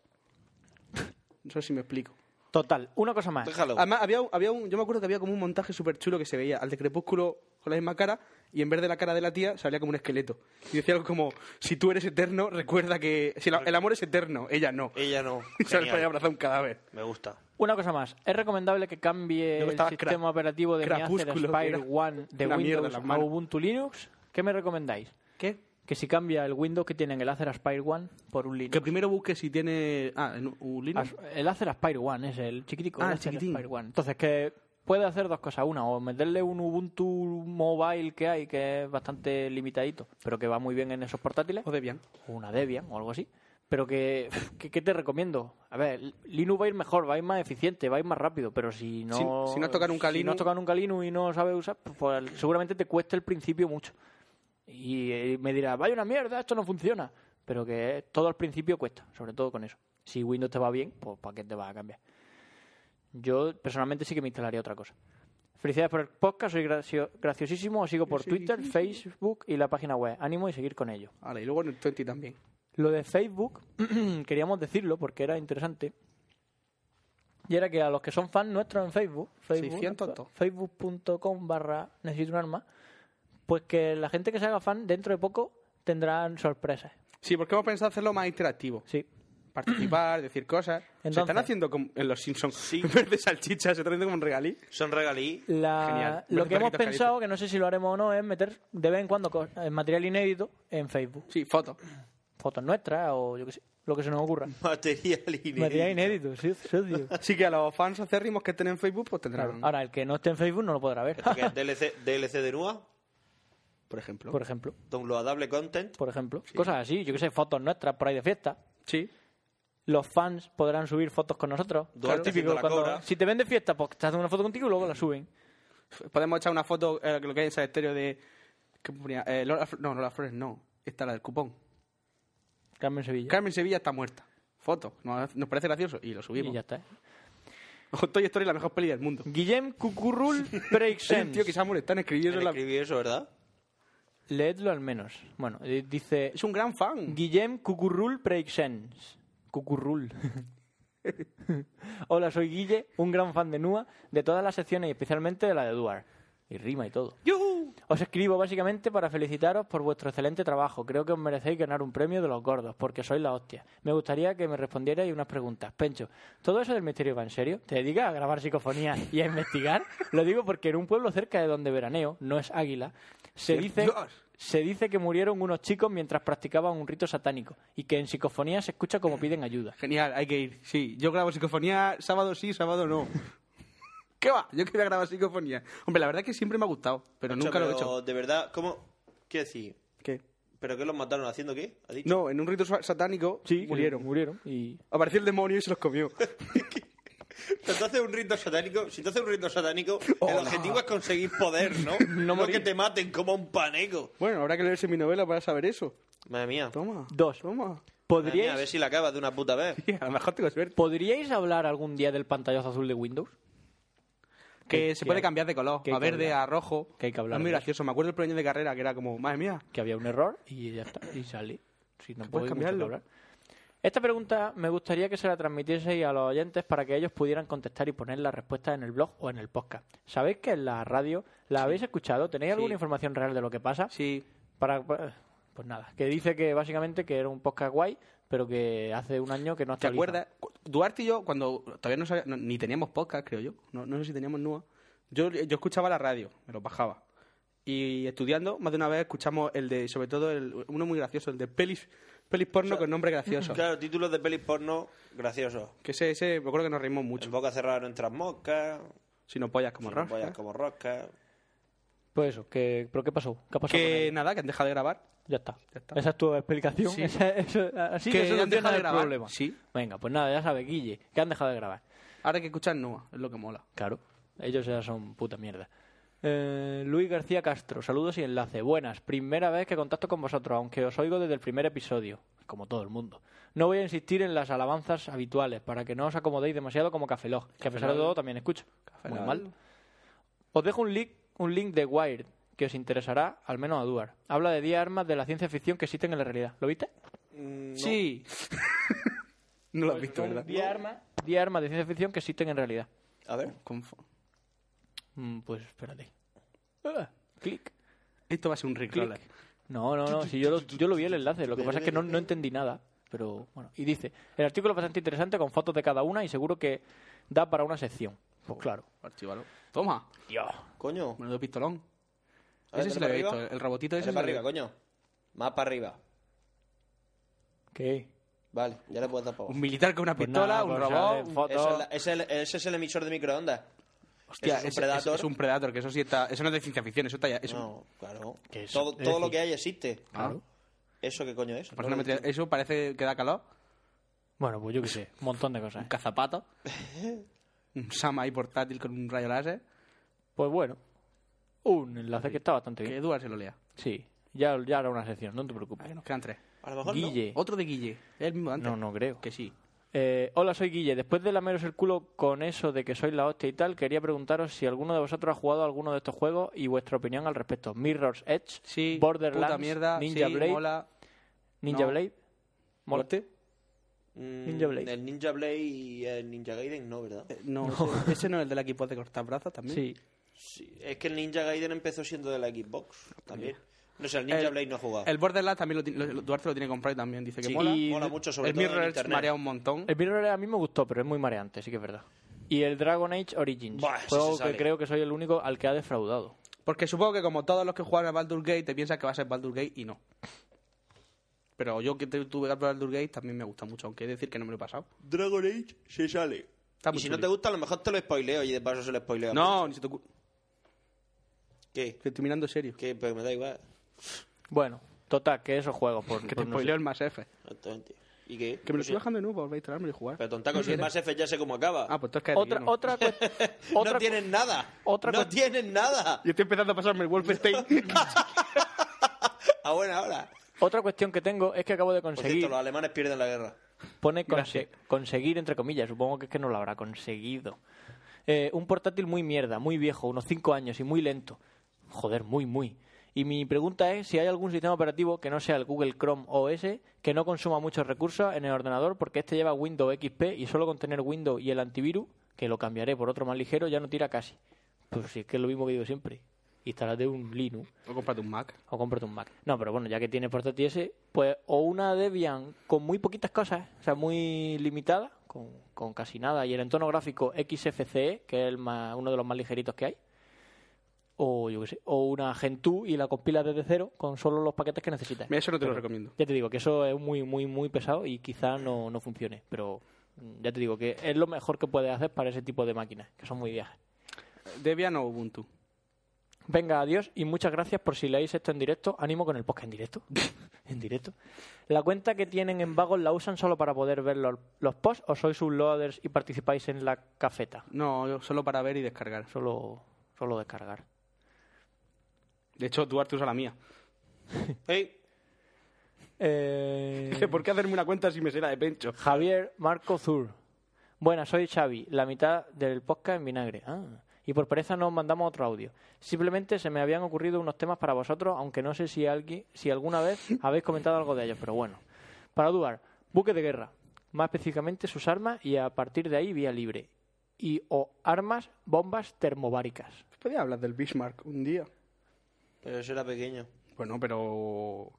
Speaker 5: No sé si me explico.
Speaker 6: Total, una cosa más.
Speaker 7: Déjalo.
Speaker 5: Además, había, un- había un, yo me acuerdo que había como un montaje súper chulo que se veía al de Crepúsculo con la misma cara y en vez de la cara de la tía salía como un esqueleto. Y decía algo como, si tú eres eterno, recuerda que... Si la- el amor es eterno, ella no.
Speaker 7: Ella no.
Speaker 5: Y
Speaker 7: Eh, Genial.
Speaker 5: sale para allá a abrazar un cadáver.
Speaker 7: Me gusta.
Speaker 6: Una cosa más. Es recomendable que cambie
Speaker 5: Yo
Speaker 6: el
Speaker 5: estaba
Speaker 6: sistema
Speaker 5: cra-
Speaker 6: operativo de mi Acer
Speaker 5: crepúsculo, que
Speaker 6: Spire
Speaker 5: era
Speaker 6: One de
Speaker 5: una mierda
Speaker 6: Windows
Speaker 5: las
Speaker 6: a
Speaker 5: manos.
Speaker 6: Ubuntu Linux. ¿Qué me recomendáis?
Speaker 5: ¿Qué?
Speaker 6: Que si cambia el Windows que tiene en el Acer Aspire One por un
Speaker 5: Que
Speaker 6: Linux.
Speaker 5: primero busque si tiene... Ah, en un Linux.
Speaker 6: As- el Acer Aspire One es el chiquitico.
Speaker 5: Ah,
Speaker 6: el
Speaker 5: el
Speaker 6: Acer
Speaker 5: chiquitín.
Speaker 6: Aspire One. Entonces, que puede hacer dos cosas. Una, o meterle un Ubuntu Mobile que hay, que es bastante limitadito, pero que va muy bien en esos portátiles.
Speaker 5: O Debian.
Speaker 6: o una Debian o algo así. Pero que, que, ¿qué te recomiendo? A ver, Linux va a ir mejor, va a ir más eficiente, va a ir más rápido, pero si no...
Speaker 5: Si- si no has tocado nunca
Speaker 6: si no has
Speaker 5: Linux-
Speaker 6: tocado nunca Linux y no sabes usar, pues, pues, seguramente te cueste el principio mucho. Y eh, me dirás, vaya una mierda, esto no funciona. Pero que todo al principio cuesta, sobre todo con eso. Si Windows te va bien, pues ¿para qué te vas a cambiar? Yo personalmente sí que me instalaría otra cosa. Felicidades por el podcast, soy gracio- graciosísimo, os sigo por Twitter, Facebook y la página web. Ánimo y seguir con ello.
Speaker 5: Ah, Vale, y luego en el 20 también.
Speaker 6: Lo de Facebook, queríamos decirlo porque era interesante. Y era que a los que son fans nuestros en Facebook, Facebook
Speaker 5: 602.
Speaker 6: facebook.com barra necesito un arma, pues que la gente que se haga fan dentro de poco tendrán sorpresas.
Speaker 5: Sí, porque hemos pensado hacerlo más interactivo.
Speaker 6: Sí.
Speaker 5: Participar, decir cosas.
Speaker 6: Entonces-
Speaker 5: se están haciendo como en los Simpsons.
Speaker 7: Sí.
Speaker 5: En vez de salchichas, se están haciendo como un regalí.
Speaker 7: Son regalí.
Speaker 6: La-
Speaker 5: Genial. Bueno,
Speaker 6: Lo que hemos
Speaker 5: perritos, caritas.
Speaker 6: pensado, que no sé si lo haremos o no, es meter de vez en cuando co- eh, material inédito en Facebook.
Speaker 5: Sí, fotos.
Speaker 6: Fotos nuestras o yo qué sé, lo que se nos ocurra.
Speaker 7: Material inédito.
Speaker 6: Material inédito, sí, socio.
Speaker 5: Así que a los fans acérrimos que estén en Facebook, pues tendrán,
Speaker 6: Ahora, el que no esté en Facebook no lo podrá ver,
Speaker 7: ¿Esto qué es? DLC, DLC de NUA.
Speaker 5: por ejemplo.
Speaker 6: por ejemplo.
Speaker 7: Downloadable content.
Speaker 6: por ejemplo. Cosas así, yo que sé, fotos nuestras por ahí de fiesta.
Speaker 5: Sí.
Speaker 6: Los fans podrán subir fotos con nosotros.
Speaker 7: Duarte haciendo la cobra.
Speaker 6: si te ven de fiesta, pues te hacen una foto contigo y luego la suben.
Speaker 5: Podemos echar una foto, eh, lo que hay en estéreo de... ¿Qué ponía? Eh, Lola Fl- no, Lola Flores no. Esta la del cupón.
Speaker 6: Carmen Sevilla.
Speaker 5: Carmen Sevilla está muerta. Foto. Nos, nos parece gracioso y lo
Speaker 6: y
Speaker 5: subimos.
Speaker 6: ya está. ¿eh?
Speaker 5: O Toy Story, la mejor peli del mundo.
Speaker 6: Guillem Cucurrul Breaks
Speaker 5: Hay un tío que
Speaker 6: Sense.
Speaker 5: se ha molestado en escribir eso. en la-
Speaker 7: Escribí eso, ¿verdad?
Speaker 6: Leedlo al menos. Bueno, eh, dice
Speaker 5: Es un gran fan.
Speaker 6: Guillem Cucurrul Breaks Sense. Cucurrul. Hola, soy Guille, un gran fan de Nua, de todas las secciones y especialmente de la de Duar. Y rima y todo.
Speaker 5: ¡Yujú!
Speaker 6: Os escribo básicamente para felicitaros por vuestro excelente trabajo. Creo que os merecéis ganar un premio de los gordos, porque sois la hostia. Me gustaría que me respondierais unas preguntas. Pencho, ¿todo eso del misterio va en serio? ¿Te dedicas a grabar psicofonía y a investigar? Lo digo porque en un pueblo cerca de donde veraneo, no es Águila, se dice,
Speaker 5: Dios.
Speaker 6: se dice que murieron unos chicos mientras practicaban un rito satánico y que en psicofonía se escucha como piden ayuda.
Speaker 5: Genial, hay que ir. Sí, yo grabo psicofonía sábado sí, sábado no. ¿Qué va? Yo quería grabar psicofonía. Hombre, la verdad es que siempre me ha gustado, pero
Speaker 7: Macho,
Speaker 5: nunca lo he
Speaker 7: pero
Speaker 5: hecho.
Speaker 7: De verdad, ¿cómo? ¿Qué decir?
Speaker 5: ¿Qué?
Speaker 7: ¿Pero qué los mataron haciendo qué? ¿Ha dicho?
Speaker 5: No, en un rito sa- satánico murieron.
Speaker 6: Murieron y
Speaker 5: Apareció el demonio y se los comió.
Speaker 7: Entonces un rito satánico, si te haces un rito satánico, el
Speaker 5: Hola.
Speaker 7: objetivo es conseguir poder, ¿no?
Speaker 6: No
Speaker 7: no
Speaker 6: morir.
Speaker 7: que te maten como a un paneco.
Speaker 5: bueno, habrá que leerse mi novela para saber eso.
Speaker 7: Madre mía. Madre
Speaker 5: Toma.
Speaker 6: Dos.
Speaker 5: Toma.
Speaker 7: mía, a ver
Speaker 6: ¿Podríais,
Speaker 7: si la acabas de una puta vez.
Speaker 5: Sí, a lo mejor tengo suerte.
Speaker 6: ¿podríais hablar algún día del pantallazo azul de Windows?
Speaker 5: Que
Speaker 6: que-
Speaker 5: se puede cambiar de color,
Speaker 6: que hay
Speaker 5: a
Speaker 6: que
Speaker 5: verde,
Speaker 6: hablar.
Speaker 5: a rojo.
Speaker 6: Que hay que hablar
Speaker 5: Es muy
Speaker 6: de
Speaker 5: gracioso. Me acuerdo el primer año de carrera que era como, madre mía,
Speaker 6: que había un error y ya está, y salí. Si no
Speaker 5: Que puedes
Speaker 6: puedo
Speaker 5: cambiarlo.
Speaker 6: cambiarlo. Esta pregunta me gustaría que se la transmitieseis a los oyentes para que ellos pudieran contestar y poner las respuestas en el blog o en el podcast. ¿Sabéis que en la radio la habéis escuchado? ¿Tenéis alguna información real de lo que pasa?
Speaker 5: sí.
Speaker 6: Para, pues nada, que dice que básicamente que era un podcast guay, pero que hace un año que no
Speaker 5: ¿Te
Speaker 6: actualiza.
Speaker 5: acuerdas? Cu- Duarte y yo, cuando todavía no, sabía- no- ni teníamos podcast, creo yo, no, no sé si teníamos NUA, yo, yo escuchaba la radio, me lo bajaba. Y estudiando, más de una vez escuchamos el de, sobre todo, el, uno muy gracioso, el de pelis, pelis porno con nombre gracioso.
Speaker 7: Claro, títulos de pelis porno graciosos.
Speaker 5: Que ese, ese, me acuerdo que nos reímos mucho.
Speaker 7: En boca cerrada no entras moscas,
Speaker 5: Si no pollas como
Speaker 7: si no
Speaker 5: raro.
Speaker 7: follas como rosca.
Speaker 6: Pues eso, que, ¿pero qué pasó? ¿Qué ha pasado con
Speaker 5: Que
Speaker 6: ello?
Speaker 5: nada, que han dejado de grabar.
Speaker 6: Ya está.
Speaker 5: Ya está.
Speaker 6: Esa es tu explicación.
Speaker 5: Sí.
Speaker 6: Esa- eso- así
Speaker 5: Que
Speaker 6: que
Speaker 5: han dejado de
Speaker 6: el
Speaker 5: grabar.
Speaker 6: problema.
Speaker 5: Sí.
Speaker 6: Venga, pues nada, ya sabes, Guille, que han dejado de grabar.
Speaker 5: Ahora hay que escuchar NUA, es lo que mola.
Speaker 6: Claro, ellos ya son puta mierda. Eh, Luis García Castro, saludos y enlace. Buenas, primera vez que contacto con vosotros, aunque os oigo desde el primer episodio, como todo el mundo. No voy a insistir en las alabanzas habituales para que no os acomodéis demasiado como Cafelog, que a pesar de todo también escucho. Muy
Speaker 5: Log.
Speaker 6: mal. Os dejo un link, un link de Wired que os interesará, al menos a Duar. Habla
Speaker 7: Mm,
Speaker 6: de 10 armas de la ciencia ficción que existen en la realidad. ¿Lo viste?
Speaker 5: Sí. No lo has visto, ¿verdad?
Speaker 6: 10 armas, 10 armas de ciencia ficción que existen en realidad.
Speaker 7: A ver.
Speaker 5: Confo-
Speaker 6: Mm, pues espérate.
Speaker 5: Ah,
Speaker 6: Clic.
Speaker 5: Esto va a ser un Rickroller.
Speaker 6: No, no, no. Si yo, lo, yo lo vi el enlace. Lo que pasa es que no, no entendí nada. Pero bueno. Y dice: el artículo es bastante interesante con fotos de cada una y seguro que da para una sección. Pues claro.
Speaker 5: Archívalo. Toma,
Speaker 6: Dios.
Speaker 7: Coño.
Speaker 5: menudo pistolón.
Speaker 7: A ver,
Speaker 5: Ese sí lo
Speaker 7: dale
Speaker 5: he
Speaker 7: para
Speaker 5: visto,
Speaker 7: arriba.
Speaker 5: el robotito ese.
Speaker 7: Dale
Speaker 5: sí
Speaker 7: para
Speaker 5: lo he
Speaker 7: arriba,
Speaker 5: visto.
Speaker 7: coño. Más para arriba.
Speaker 6: ¿Qué?
Speaker 7: Vale, ya le puedes dar para
Speaker 5: Un
Speaker 7: abajo.
Speaker 5: militar con una
Speaker 6: Pues
Speaker 5: pistola,
Speaker 6: nada,
Speaker 5: un
Speaker 6: pues
Speaker 5: robot.
Speaker 6: sale
Speaker 5: un-
Speaker 6: fotos.
Speaker 7: Eso es la- ese, es el- ese es el emisor de microondas. Ese
Speaker 5: Hostia,
Speaker 7: es un
Speaker 5: ese-
Speaker 7: Predator.
Speaker 5: ese es un Predator, que eso sí está. Eso no es de ciencia ficción, eso está ya. Es un-
Speaker 7: No, claro.
Speaker 6: Que eso-
Speaker 7: Todo,
Speaker 6: es
Speaker 7: todo lo
Speaker 6: decir-
Speaker 7: que hay existe.
Speaker 5: Claro.
Speaker 7: ¿Eso qué coño es?
Speaker 5: Por eso no me tira- Eso parece que da calor.
Speaker 6: Bueno, pues yo qué sé. Un montón de cosas.
Speaker 5: Un cazapato. un Sama ahí portátil con un rayo láser.
Speaker 6: Pues bueno. Un enlace que está bastante
Speaker 5: Que
Speaker 6: bien.
Speaker 5: Eduard se lo lea.
Speaker 6: Sí. Ya, ya hará una sección. No te preocupes.
Speaker 5: Vale, nos quedan tres.
Speaker 7: A lo mejor no.
Speaker 6: Guille.
Speaker 5: Otro de Guille. Es el mismo de antes.
Speaker 6: No, no creo.
Speaker 5: Que sí.
Speaker 6: Eh, hola, soy Guille. Después de lameros el culo con eso de que sois la hostia y tal, quería preguntaros si alguno de vosotros ha jugado a alguno de estos juegos y vuestra opinión al respecto. Mirror's Edge,
Speaker 5: Sí.
Speaker 6: Borderlands,
Speaker 5: Puta mierda.
Speaker 6: Ninja
Speaker 5: sí,
Speaker 6: Blade,
Speaker 5: Mola.
Speaker 6: Ninja
Speaker 5: No.
Speaker 6: Blade. Mola.
Speaker 5: ¿Este?
Speaker 7: Mm,
Speaker 6: Ninja Blade.
Speaker 7: El Ninja Blade y el Ninja Gaiden no, ¿verdad?
Speaker 5: Eh, No, Ese, ese no es el del equipo de cortar brazos también.
Speaker 6: Sí.
Speaker 7: Sí, es que el Ninja Gaiden empezó siendo de la Xbox también. No sé, el Ninja
Speaker 5: El-
Speaker 7: Blade no ha jugado.
Speaker 5: El Borderlands también lo, ti- lo- Duarte lo tiene comprado y Eh, también dice que
Speaker 7: Sí,
Speaker 5: mola.
Speaker 6: y-
Speaker 7: mola mucho, sobre
Speaker 5: el
Speaker 7: todo
Speaker 5: Mirror
Speaker 7: en
Speaker 5: Edge
Speaker 7: internet.
Speaker 5: marea un montón.
Speaker 6: El Mirror Edge a mí me gustó, pero es muy mareante, sí que es verdad. Y el Dragon Age Origins,
Speaker 7: Buah, ese
Speaker 6: juego
Speaker 7: se
Speaker 6: que
Speaker 7: sale.
Speaker 6: creo que soy el único al que ha defraudado.
Speaker 5: Porque supongo que como todos los que juegan a Baldur's Gate te piensas que va a ser Baldur's Gate y no. Pero yo que te- tuve que probar Baldur's Gate también me gusta mucho, aunque he de decir que no me lo he pasado.
Speaker 7: Dragon Age se sale.
Speaker 5: Está
Speaker 7: y
Speaker 5: muy
Speaker 7: si
Speaker 5: chuli.
Speaker 7: no te gusta, a lo mejor te lo spoileo y de paso se lo spoileo. a mí.
Speaker 5: No, ni se te ocu-
Speaker 7: ¿Qué?
Speaker 5: que estoy mirando serio.
Speaker 7: ¿Qué? Pues me da igual.
Speaker 6: Bueno, total, que esos juegos, porque
Speaker 5: Que te spoileo el más F.
Speaker 7: Exactamente. ¿Y qué?
Speaker 5: Que me lo estoy
Speaker 7: Pero si-
Speaker 5: bajando de nuevo para instalarme y jugar.
Speaker 7: Pero tontaco, si el Mass Effect ya sé cómo acaba.
Speaker 5: Ah, pues tú es que eres
Speaker 6: Otra,
Speaker 5: gallego.
Speaker 6: otra, cuest- otra
Speaker 7: no tienen nada.
Speaker 6: otra
Speaker 7: no
Speaker 6: cu-
Speaker 7: tienen nada.
Speaker 5: Yo estoy empezando a pasarme el Wolfenstein.
Speaker 7: A buena hora.
Speaker 5: Pues
Speaker 6: otra cuestión que tengo es que acabo de
Speaker 7: Por
Speaker 6: conseguir.
Speaker 7: cierto, los alemanes pierden la guerra.
Speaker 6: Pone conse- conseguir, entre comillas, supongo que es que no lo habrá conseguido. Eh, un portátil muy mierda, muy viejo, unos 5 años y muy lento. Joder, muy, muy. Y mi pregunta es si hay algún sistema operativo que no sea el Google Chrome OS que no consuma muchos recursos en el ordenador porque este lleva Windows XP y solo con tener Windows y el antivirus, que lo cambiaré por otro más ligero, ya no tira casi. Pues si es que es lo mismo que digo siempre. Instálate un Linux
Speaker 5: o cómprate un Mac.
Speaker 6: o cómprate un Mac. No, pero bueno, ya que tienes portátil ese, pues o una Debian con muy poquitas cosas, o sea, muy limitada, con, con casi nada, y el entorno gráfico XFCE, E, que es el más- uno de los más ligeritos que hay, o yo qué sé, o una Gentoo y la compila desde cero con solo los paquetes que necesitas.
Speaker 5: Mira, eso no te lo
Speaker 6: Pero
Speaker 5: recomiendo.
Speaker 6: Ya te digo que eso es muy, muy, muy pesado y quizá no, no funcione, pero mm, ya te digo que es lo mejor que puedes hacer para ese tipo de máquinas, que son muy viejas.
Speaker 5: Debian o Ubuntu.
Speaker 6: Venga, adiós y muchas gracias por si leéis esto en directo. Ánimo con el podcast en directo. en directo. La cuenta que tienen en Vagos la usan solo para poder ver los, los posts o sois un loaders y participáis en la cafeta.
Speaker 5: No, yo solo para ver y descargar.
Speaker 6: Solo, solo descargar.
Speaker 5: De hecho, Duarte usa la mía.
Speaker 7: Ey,
Speaker 5: Dice, ¿por qué hacerme una cuenta si me será de pencho?
Speaker 6: Javier Marco Zur. Buenas, soy Xavi, la mitad del podcast en vinagre. Ah, y por pereza nos mandamos otro audio. Simplemente se me habían ocurrido unos temas para vosotros, aunque no sé si, alguien, si alguna vez habéis comentado algo de ellos, pero bueno. Para dudar, buque de guerra, más específicamente sus armas y a partir de ahí vía libre. Y o armas, bombas termobáricas.
Speaker 5: Podía hablar del Bismarck un día.
Speaker 7: pero eso era pequeño.
Speaker 5: Bueno, pero.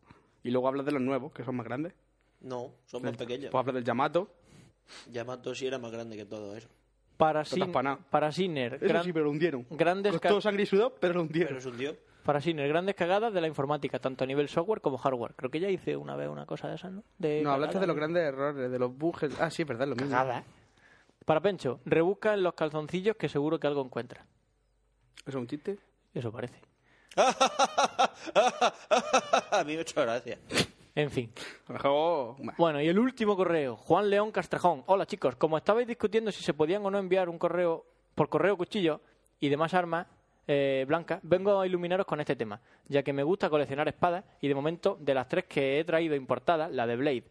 Speaker 5: Y luego hablas de los nuevos, que son más grandes.
Speaker 7: No, son más pequeños.
Speaker 5: Pues hablas del Yamato.
Speaker 7: Yamato sí era más grande que todo eso.
Speaker 6: Para,
Speaker 5: estás
Speaker 6: Sin-
Speaker 5: pa' nada.
Speaker 6: para Sinner,
Speaker 5: Eso
Speaker 6: gran-
Speaker 5: sí, pero lo hundieron.
Speaker 6: grandes ca-
Speaker 5: Costó sangre y sudor, pero lo
Speaker 7: Pero
Speaker 5: hundieron.
Speaker 7: es un tío.
Speaker 6: Para Sinner, grandes cagadas de la informática, tanto a nivel software como hardware. Creo que ya hice una vez una cosa de esas, ¿no? De
Speaker 5: no, hablaste de
Speaker 6: cagadas.
Speaker 5: los grandes errores, de los bugs. Ah, sí, es verdad, lo mismo.
Speaker 6: Cagadas. Para Pencho, rebusca en los calzoncillos que seguro que algo encuentra.
Speaker 5: ¿Eso es un chiste?
Speaker 6: Eso parece.
Speaker 7: A mí me ha hecho gracia.
Speaker 6: En fin.
Speaker 5: A lo mejor. Bueno,
Speaker 6: Bueno, y el último correo, Juan León Castrejón. Hola chicos, como estabais discutiendo si se podían o no enviar un correo por correo cuchillo y demás armas eh, blancas, vengo a iluminaros con este tema, ya que me gusta coleccionar espadas y de momento de las tres que he traído importadas, la de Blade,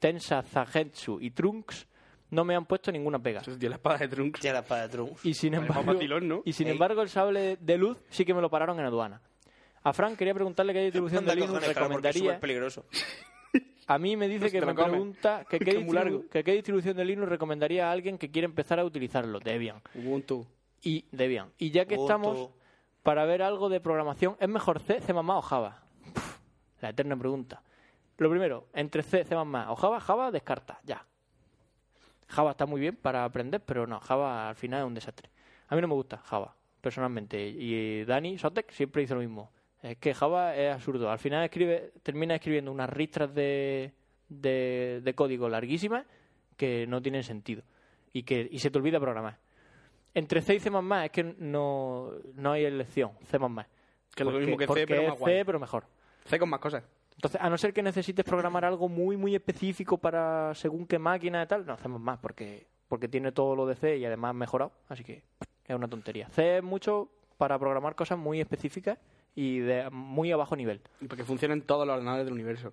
Speaker 6: Tensa, Zagetsu y Trunks, no me han puesto ninguna pega.
Speaker 5: eso dio la espada de Trunks.
Speaker 7: Tía, la espada de Trunks.
Speaker 6: Y sin
Speaker 5: Vale, más
Speaker 6: embargo,
Speaker 5: vacilón, ¿no?
Speaker 6: y sin
Speaker 7: Ey.
Speaker 6: embargo el sable de luz sí que me lo pararon en aduana. A Frank quería preguntarle qué distribución de
Speaker 7: Anda,
Speaker 6: Linux
Speaker 7: cojones, claro, porque es
Speaker 6: recomendaría.
Speaker 7: súper peligroso.
Speaker 6: A mí me dice
Speaker 5: Pues
Speaker 6: que
Speaker 5: te
Speaker 6: me
Speaker 5: lo comes.
Speaker 6: pregunta que qué,
Speaker 5: Que es muy
Speaker 6: distribu-
Speaker 5: largo.
Speaker 6: que qué distribución de Linux recomendaría a alguien que quiere empezar a utilizarlo, Debian.
Speaker 5: Ubuntu.
Speaker 6: Y Debian. Y ya que
Speaker 7: Otto.
Speaker 6: estamos para ver algo de programación, ¿es mejor C, C++ o Java? Puf, la eterna pregunta. Lo primero, entre C, C++ o Java, Java descarta, ya. Java está muy bien para aprender, pero no, Java al final es un desastre. A mí no me gusta Java, personalmente. Y Dani Sotek siempre dice lo mismo. Es que Java es absurdo. Al final escribe, termina escribiendo unas ristras de, de, de código larguísimas que no tienen sentido y que y se te olvida programar. Entre C y C++ es que no, no hay elección, C++.
Speaker 5: Que es lo mismo que C,
Speaker 6: porque
Speaker 5: pero
Speaker 6: es
Speaker 5: más guay.
Speaker 6: C, pero mejor.
Speaker 5: C con más cosas.
Speaker 6: Entonces, a no ser que necesites programar algo muy, muy específico para según qué máquina y tal, no hacemos más porque, porque tiene todo lo de C y además mejorado. Así que es una tontería. C es mucho para programar cosas muy específicas y de muy a bajo nivel.
Speaker 5: Y para que funcionen todos los ordenadores del universo.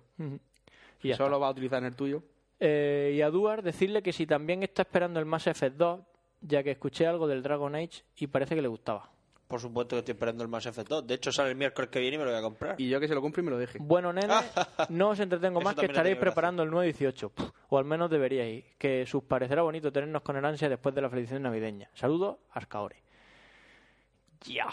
Speaker 6: Y ya
Speaker 5: Solo
Speaker 6: está.
Speaker 5: lo vas a utilizar en el tuyo.
Speaker 6: Eh, y a Duar decirle que si también está esperando el Mass Effect 2, ya que escuché algo del Dragon Age y parece que le gustaba.
Speaker 7: Por supuesto que estoy esperando el Mass Effect 2. De hecho, sale el miércoles que viene y me lo voy a comprar.
Speaker 5: Y yo que se lo compre y me lo deje.
Speaker 6: Bueno, nene, no os entretengo
Speaker 7: Ah. Eso
Speaker 6: más que
Speaker 7: también le
Speaker 6: estaréis
Speaker 7: tenía gracia.
Speaker 6: preparando el 9-18. Pff, O al menos deberíais. Que os parecerá bonito tenernos con el ansia después de la felicidad navideña. Saludos, Ascaore. Ya.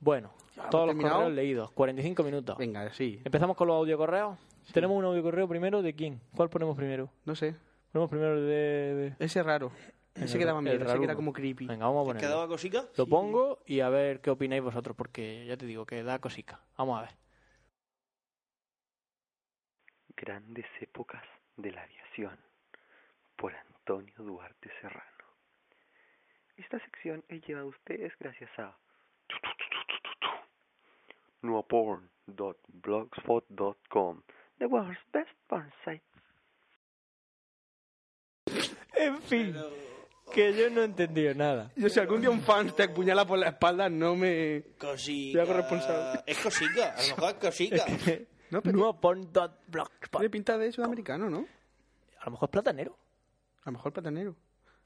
Speaker 6: Bueno, todos los
Speaker 5: terminado?
Speaker 6: correos leídos. 45 minutos.
Speaker 5: Venga, sí.
Speaker 6: Empezamos con los audiocorreos. Tenemos un audiocorreo primero de quién? ¿Cuál ponemos primero?
Speaker 5: No sé.
Speaker 6: Ponemos primero el de...
Speaker 5: Ese es raro. Ese
Speaker 6: el-
Speaker 5: quedaba
Speaker 6: el
Speaker 5: miedo. Ese que era
Speaker 6: raruno.
Speaker 5: como creepy.
Speaker 6: Venga, vamos a
Speaker 7: ¿Te
Speaker 6: ponerlo.
Speaker 7: quedaba cosica?
Speaker 6: Lo pongo y a ver qué opináis vosotros, porque ya te digo que da cosica. Vamos a ver.
Speaker 8: Grandes épocas de la aviación por Antonio Duarte Serrano. Esta sección es llevada a ustedes gracias a nuaporn.blogspot.com The world's best porn site.
Speaker 6: En fin, que yo no he entendido nada.
Speaker 5: Yo si algún día un fan te apuñala por la espalda, no me...
Speaker 7: Cosica.
Speaker 5: Te hago responsable.
Speaker 7: Es cosica. A lo mejor es cosica.
Speaker 5: No, pero
Speaker 6: Nuevopon.blogspot.
Speaker 5: tiene pinta de sudamericano, ¿no?
Speaker 6: A lo mejor es platanero.
Speaker 5: A lo mejor platanero.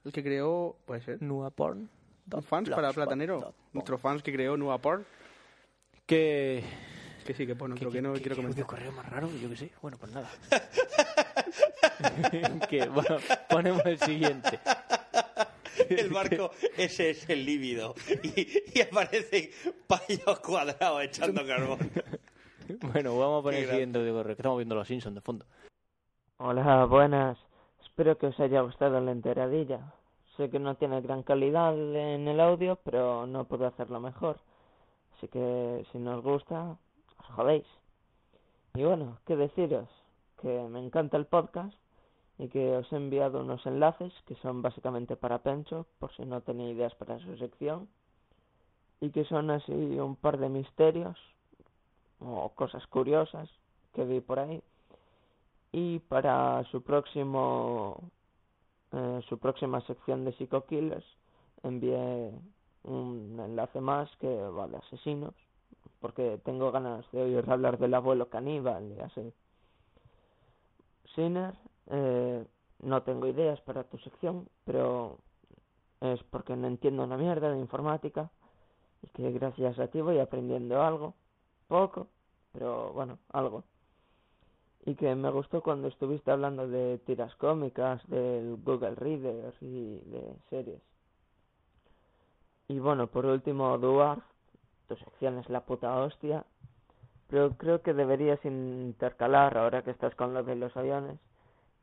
Speaker 5: El que creó... Puede ser.
Speaker 6: Nuaporn.
Speaker 5: Un fans para platanero. Nuestro fans que creó Nueva Porn.
Speaker 6: Que.
Speaker 5: Que sí, que pues no creo que no quiero comentar.
Speaker 6: correo más raro, yo qué sé. Bueno, pues nada. que bueno, ponemos el siguiente.
Speaker 7: El barco, ese es el líbido. Y, y aparecen payos cuadrados echando carbón.
Speaker 6: Bueno, vamos a poner
Speaker 7: Qué
Speaker 6: el siguiente audio correo, que estamos viendo los Simpsons de fondo.
Speaker 1: Hola, buenas. Espero que os haya gustado la enteradilla. Sé que no tiene gran calidad en el audio, pero no puedo hacerlo mejor. Así que si no os gusta, os jodéis. Y bueno, qué deciros, que me encanta el podcast y que os he enviado unos enlaces que son básicamente para Pencho, por si no tenéis ideas para su sección, y que son así un par de misterios o cosas curiosas que vi por ahí y para su próximo eh, su próxima sección de Psycho Killers envié un enlace más que va de asesinos porque tengo ganas de oír hablar del abuelo caníbal y así Sinner eh, no tengo ideas para tu sección pero es porque no entiendo una mierda de informática y que gracias a ti voy aprendiendo algo poco pero bueno algo y que me gustó cuando estuviste hablando de tiras cómicas, del Google Reader y de series. Y bueno, por último, Duarte, tu sección es la puta hostia, pero creo que deberías intercalar, ahora que estás con lo de los aviones,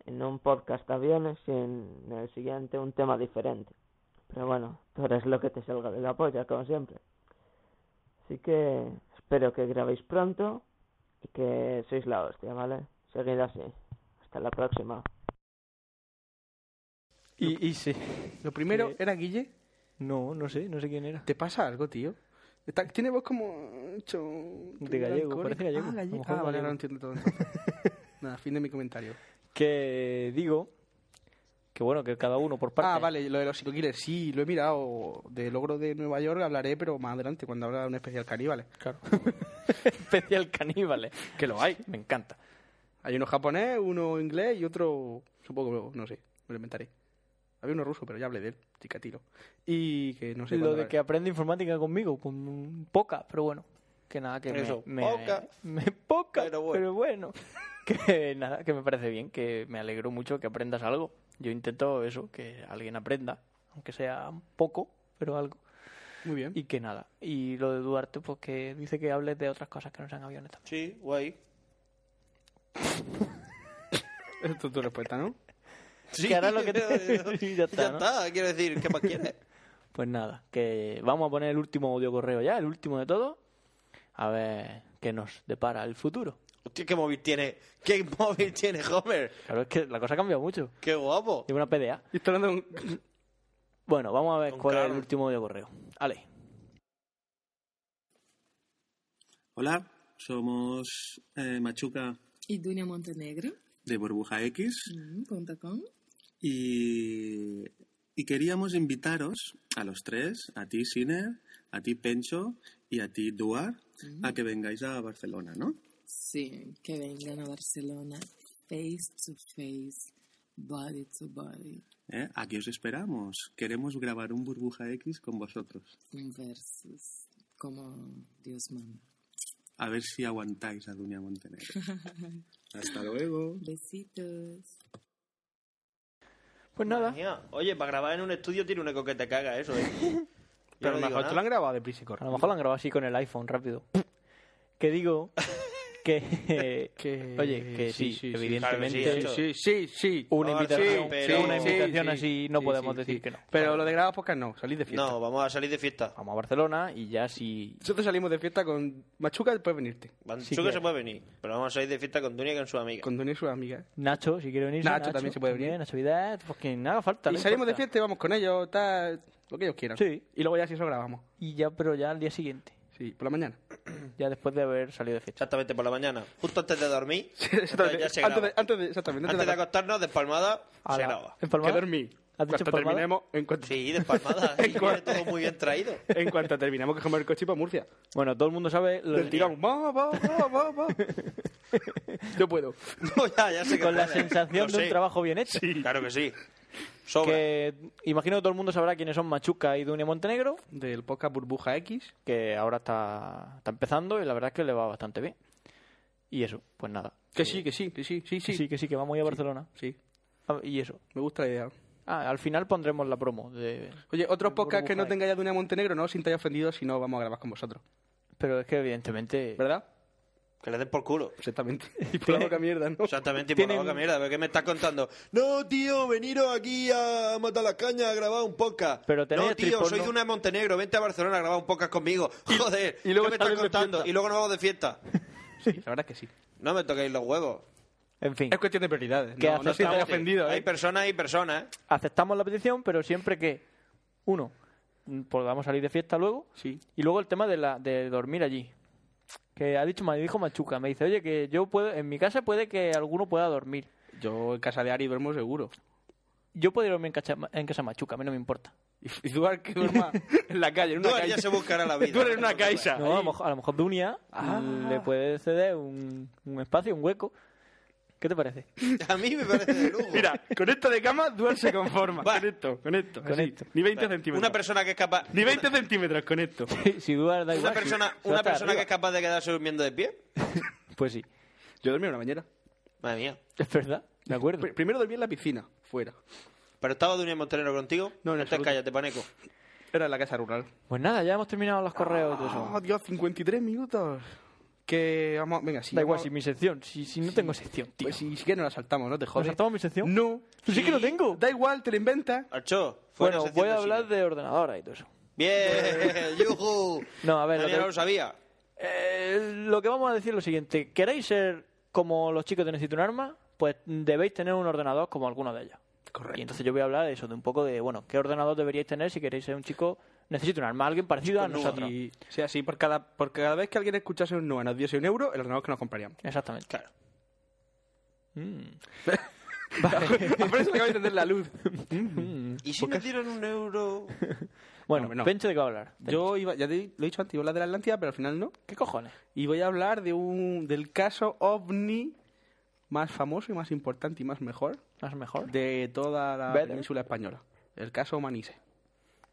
Speaker 1: en un podcast de aviones y en el siguiente un tema diferente. Pero bueno, tú eres lo que te salga de la polla, como siempre. Así que espero que grabéis pronto y que sois la hostia, ¿vale? Seguid así. Hasta la próxima.
Speaker 6: Y, y sí.
Speaker 5: Lo primero
Speaker 6: Que-
Speaker 5: era Guille.
Speaker 6: No, no sé, no sé quién era.
Speaker 5: ¿Te pasa algo, tío? Está- tiene voz como... hecho un-
Speaker 6: De gallego,
Speaker 5: melancólico.
Speaker 6: parece gallego.
Speaker 5: Ah,
Speaker 6: A lo mejor
Speaker 5: Ah, vale,
Speaker 6: gallego.
Speaker 5: ahora lo entiendo todo. entonces. Nada, fin de mi comentario.
Speaker 6: Que digo. Que bueno, que cada uno por parte.
Speaker 5: Ah, vale, lo de los psicoquiles, sí, lo he mirado. De logro de Nueva York hablaré, pero más adelante, cuando habrá un especial caníbales.
Speaker 6: Claro. Especial caníbales. Que lo hay. Me encanta.
Speaker 5: Hay uno japonés, uno inglés y otro, supongo, no sé, me lo inventaré. Había uno ruso, pero ya hablé de él, chicatilo. Y que no sé
Speaker 6: lo
Speaker 5: cuándo
Speaker 6: de
Speaker 5: habrá-
Speaker 6: que aprende informática conmigo, pues, mm, poca, pero bueno. Que nada, que me-
Speaker 7: Eso,
Speaker 6: me,
Speaker 7: poca.
Speaker 6: me- poca, pero
Speaker 7: Pero
Speaker 6: bueno.
Speaker 7: bueno.
Speaker 6: Que nada, que me parece bien, que me alegro mucho que aprendas algo. Yo intento eso, que alguien aprenda, aunque sea poco, pero algo.
Speaker 5: Muy bien.
Speaker 6: Y que nada. Y lo de Duarte, pues que dice que hables de otras cosas que no sean aviones también.
Speaker 7: Sí, guay.
Speaker 5: Esto es tu respuesta, ¿no?
Speaker 7: Sí,
Speaker 6: Que hará lo que te- Sí, ya está,
Speaker 7: Ya
Speaker 6: ¿no?
Speaker 7: está, quiero decir, ¿qué más quieres?
Speaker 6: Pues nada, que vamos a poner el último audio correo ya, el último de todo. A ver qué nos depara el futuro.
Speaker 7: Hostia, ¿qué móvil tiene? ¿Qué móvil tiene Homer?
Speaker 6: Claro, es que la cosa ha cambiado mucho.
Speaker 7: ¡Qué guapo!
Speaker 6: Llevo una PDA.
Speaker 5: Instalando un...
Speaker 6: Bueno, vamos a ver
Speaker 7: Con
Speaker 6: cuál es el
Speaker 7: Carl.
Speaker 6: último audio correo. Ale.
Speaker 9: Hola, somos eh, Machuca
Speaker 10: y Dunia Montenegro
Speaker 9: de Burbuja X
Speaker 10: mm, punto com.
Speaker 9: y, y queríamos invitaros a los tres, a ti Siner, a ti Pencho y a ti Duar, a que vengáis a Barcelona, ¿no?
Speaker 10: Mm. Sí, que vengan a Barcelona face to face, body to body,
Speaker 9: ¿Eh? Aquí os esperamos. Queremos grabar un Burbuja X con vosotros.
Speaker 10: un versus, como Dios manda.
Speaker 9: A ver si aguantáis a Dunia Montenegro. Hasta luego.
Speaker 10: Besitos.
Speaker 6: Pues nada.
Speaker 7: Mía, Oye, para grabar en un estudio tiene un eco que te caga eso, ¿eh? Yo
Speaker 5: Pero a
Speaker 7: no
Speaker 5: lo
Speaker 7: digo
Speaker 5: mejor
Speaker 7: nada.
Speaker 5: te lo han grabado de prisa y
Speaker 6: A
Speaker 5: corre.
Speaker 6: lo mejor lo han grabado así con el iPhone, rápido. Que digo que...
Speaker 5: Que-
Speaker 6: Oye, que sí,
Speaker 5: Eh, sí, sí, sí.
Speaker 6: evidentemente...
Speaker 7: Claro que sí,
Speaker 5: Sí, sí, sí.
Speaker 6: Una
Speaker 7: Ahora sí,
Speaker 6: invitación,
Speaker 7: pero-
Speaker 6: una invitación
Speaker 5: sí,
Speaker 6: así
Speaker 5: sí,
Speaker 6: no
Speaker 5: sí,
Speaker 6: podemos
Speaker 5: sí,
Speaker 6: decir
Speaker 5: sí.
Speaker 6: que no.
Speaker 5: Pero lo de grabar podcast no, salir de fiesta.
Speaker 7: No, vamos a salir de fiesta.
Speaker 6: Vamos a Barcelona y ya si...
Speaker 5: Nosotros salimos de fiesta con Machuca después de venirte.
Speaker 6: Sí
Speaker 7: Manchuca
Speaker 6: que-
Speaker 7: se puede venir, pero vamos a salir de fiesta con Dunia y con su amiga.
Speaker 5: Con Dunia y sus amigas.
Speaker 6: Nacho, si quiere venir.
Speaker 5: Nacho también se puede venir.
Speaker 6: Nacho Vidal, pues quien haga falta.
Speaker 5: Y
Speaker 6: no
Speaker 5: salimos de
Speaker 6: importa.
Speaker 5: fiesta y vamos con ellos, tal, lo que ellos quieran.
Speaker 6: Sí.
Speaker 5: Y luego ya si eso grabamos.
Speaker 6: Y ya, pero ya al día siguiente.
Speaker 5: Sí, por la mañana.
Speaker 6: Ya después de haber salido de fiesta.
Speaker 7: Exactamente, por la mañana. Justo antes de dormir. entonces
Speaker 5: Exactamente.
Speaker 7: ya se graba.
Speaker 5: antes, de, antes de- exactamente.
Speaker 7: Antes de
Speaker 5: la-
Speaker 7: acostarnos, despalmada,
Speaker 6: A
Speaker 7: se
Speaker 6: la-
Speaker 7: graba.
Speaker 6: ¿Empalmada?
Speaker 5: Que dormí. En
Speaker 6: ¿Has dicho
Speaker 5: cuanto
Speaker 6: empalmada?
Speaker 5: terminemos, en cuanto,
Speaker 7: Sí, despalmada.
Speaker 5: En
Speaker 7: sí, viene
Speaker 5: cuanto-
Speaker 7: todo muy bien traído.
Speaker 5: en cuanto terminemos que comer el coche para Murcia.
Speaker 6: Bueno, todo el mundo sabe lo
Speaker 5: Del tirón. Va, va, va, va, va. Yo puedo.
Speaker 7: No, ya, ya sé que
Speaker 6: con la
Speaker 7: puede.
Speaker 6: sensación
Speaker 7: Lo
Speaker 6: de un
Speaker 7: sé.
Speaker 6: trabajo bien hecho.
Speaker 7: Claro que sí. Sobra.
Speaker 6: Que imagino que todo el mundo sabrá quiénes son Machuca y Dunia Montenegro,
Speaker 5: Del podcast Burbuja X.
Speaker 6: que ahora está, está empezando y la verdad es que le va bastante bien. Y eso, pues nada.
Speaker 5: Que sí, que sí, que sí, sí,
Speaker 6: Que
Speaker 5: sí.
Speaker 6: sí, que sí, que vamos a ir a Barcelona.
Speaker 5: Sí,
Speaker 6: Ah, Y eso.
Speaker 5: me gusta la idea.
Speaker 6: Ah, al final pondremos la promo. De...
Speaker 5: Oye, otros podcasts que no
Speaker 6: Burbuja X.
Speaker 5: tengáis de Dunia Montenegro, no os sintáis ofendidos si no vamos a grabar con vosotros.
Speaker 6: Pero es que evidentemente...
Speaker 5: ¿Verdad?
Speaker 7: Que le den por culo.
Speaker 5: Exactamente. Y por la boca mierda, ¿no?
Speaker 7: Exactamente, y por
Speaker 6: Tienen-
Speaker 7: la boca mierda, ¿pero ¿qué me estás contando? No, tío, veniros aquí a matar las cañas a grabar un podcast.
Speaker 6: Pero tenéis
Speaker 7: no, tío,
Speaker 6: triporno.
Speaker 7: soy de una de Montenegro, vente a Barcelona a grabar un podcast conmigo. Joder,
Speaker 5: y luego
Speaker 7: ¿qué me estás
Speaker 5: salen de
Speaker 7: contando?
Speaker 5: fiesta.
Speaker 7: Y luego nos vamos de fiesta.
Speaker 5: Sí, la verdad es que sí.
Speaker 7: No me toquéis los huevos.
Speaker 6: En fin.
Speaker 5: Es cuestión de prioridades.
Speaker 6: ¿Qué
Speaker 5: No, no
Speaker 6: haces?
Speaker 5: os sintáis
Speaker 6: Estamos-
Speaker 5: ofendidos,
Speaker 7: Hay
Speaker 5: ¿eh?
Speaker 7: personas y personas.
Speaker 6: aceptamos la petición, pero siempre que, uno, mm, podamos salir de fiesta luego,
Speaker 5: Sí.
Speaker 6: y luego el tema de, la, de dormir allí. Que ha dicho, me dijo Machuca, me dice, oye, que yo puedo, en mi casa puede que alguno pueda dormir.
Speaker 5: Yo en casa de Ari duermo seguro.
Speaker 6: Yo puedo irme en, cacha- en casa de Machuca, a mí no me importa.
Speaker 5: Y y Duar que duerma en la calle, en una
Speaker 7: Duar
Speaker 5: calle.
Speaker 7: ya se buscará la vida.
Speaker 5: Duar en una caixa.
Speaker 6: No, a lo mejor, a lo mejor Dunia le puede ceder un, un espacio, un hueco. ¿Qué te parece?
Speaker 7: A mí me parece de lujo.
Speaker 5: Mira, con esto de cama, Duar se conforma.
Speaker 7: Va.
Speaker 5: Con esto, con esto.
Speaker 6: Con
Speaker 5: así.
Speaker 6: esto.
Speaker 5: Ni 20 centímetros.
Speaker 7: Una persona que es capaz...
Speaker 5: Ni 20 centímetros con esto.
Speaker 6: si dudas, da
Speaker 7: Una
Speaker 6: igual.
Speaker 7: persona,
Speaker 6: si- si
Speaker 7: una
Speaker 6: vas
Speaker 7: persona que
Speaker 6: arriba.
Speaker 7: es capaz de quedarse durmiendo de pie.
Speaker 6: Pues sí,
Speaker 5: Yo dormí en una bañera.
Speaker 7: Madre mía.
Speaker 6: es verdad, de acuerdo.
Speaker 5: Pr- primero dormí en la piscina, fuera.
Speaker 7: ¿Pero estaba de un Montenegro contigo? Este
Speaker 5: No, en
Speaker 7: Entonces
Speaker 5: absoluto.
Speaker 7: cállate, paneco.
Speaker 5: Era en la casa rural.
Speaker 6: Pues nada, ya hemos terminado los correos. y todo eso.
Speaker 5: Oh, Dios, 53 minutos. Que vamos, venga, sí.
Speaker 6: da igual
Speaker 5: vamos-
Speaker 6: si mi sección, si, si no tengo sección, tío.
Speaker 5: Pues si, si quieres nos la saltamos, no te jodas.
Speaker 6: saltamos mi sección?
Speaker 5: No.
Speaker 6: Pues sí que lo tengo.
Speaker 5: Da igual, te lo inventas.
Speaker 7: Archo, fuera
Speaker 6: Bueno,
Speaker 7: sección
Speaker 6: voy a
Speaker 7: de
Speaker 6: hablar
Speaker 7: cine.
Speaker 6: de ordenadora y todo eso.
Speaker 7: Bien, yujú.
Speaker 6: No, a ver, lo
Speaker 7: Nadie
Speaker 6: que-
Speaker 7: no lo sabía.
Speaker 6: Eh, lo que vamos a decir es lo siguiente. ¿Queréis ser como los chicos de Necesito un Arma? Pues debéis tener un ordenador como alguno de ellos. Y entonces yo voy a hablar de eso, de un poco de, bueno, ¿qué ordenador deberíais tener si queréis ser un chico? Necesito un arma, alguien parecido a nosotros.
Speaker 5: Y, o sea, sí, por cada, por cada vez que alguien escuchase un no nos diese un euro, el ordenador que nos compraríamos.
Speaker 6: Exactamente.
Speaker 7: Claro.
Speaker 6: Mm.
Speaker 5: A Fran se le acaba de entender la luz.
Speaker 7: ¿Y si nos dieron un euro?
Speaker 6: Bueno,
Speaker 5: No, no.
Speaker 6: Pencho, ¿de qué va a hablar?
Speaker 5: Yo iba, ya te, lo he dicho antes, iba a hablar de la Atlántida, pero al final no.
Speaker 6: ¿Qué cojones?
Speaker 5: Y voy a hablar de un, del caso ovni más famoso y más importante y más mejor
Speaker 6: ¿No es mejor?
Speaker 5: de toda la
Speaker 6: Better.
Speaker 5: península española. El caso Manise.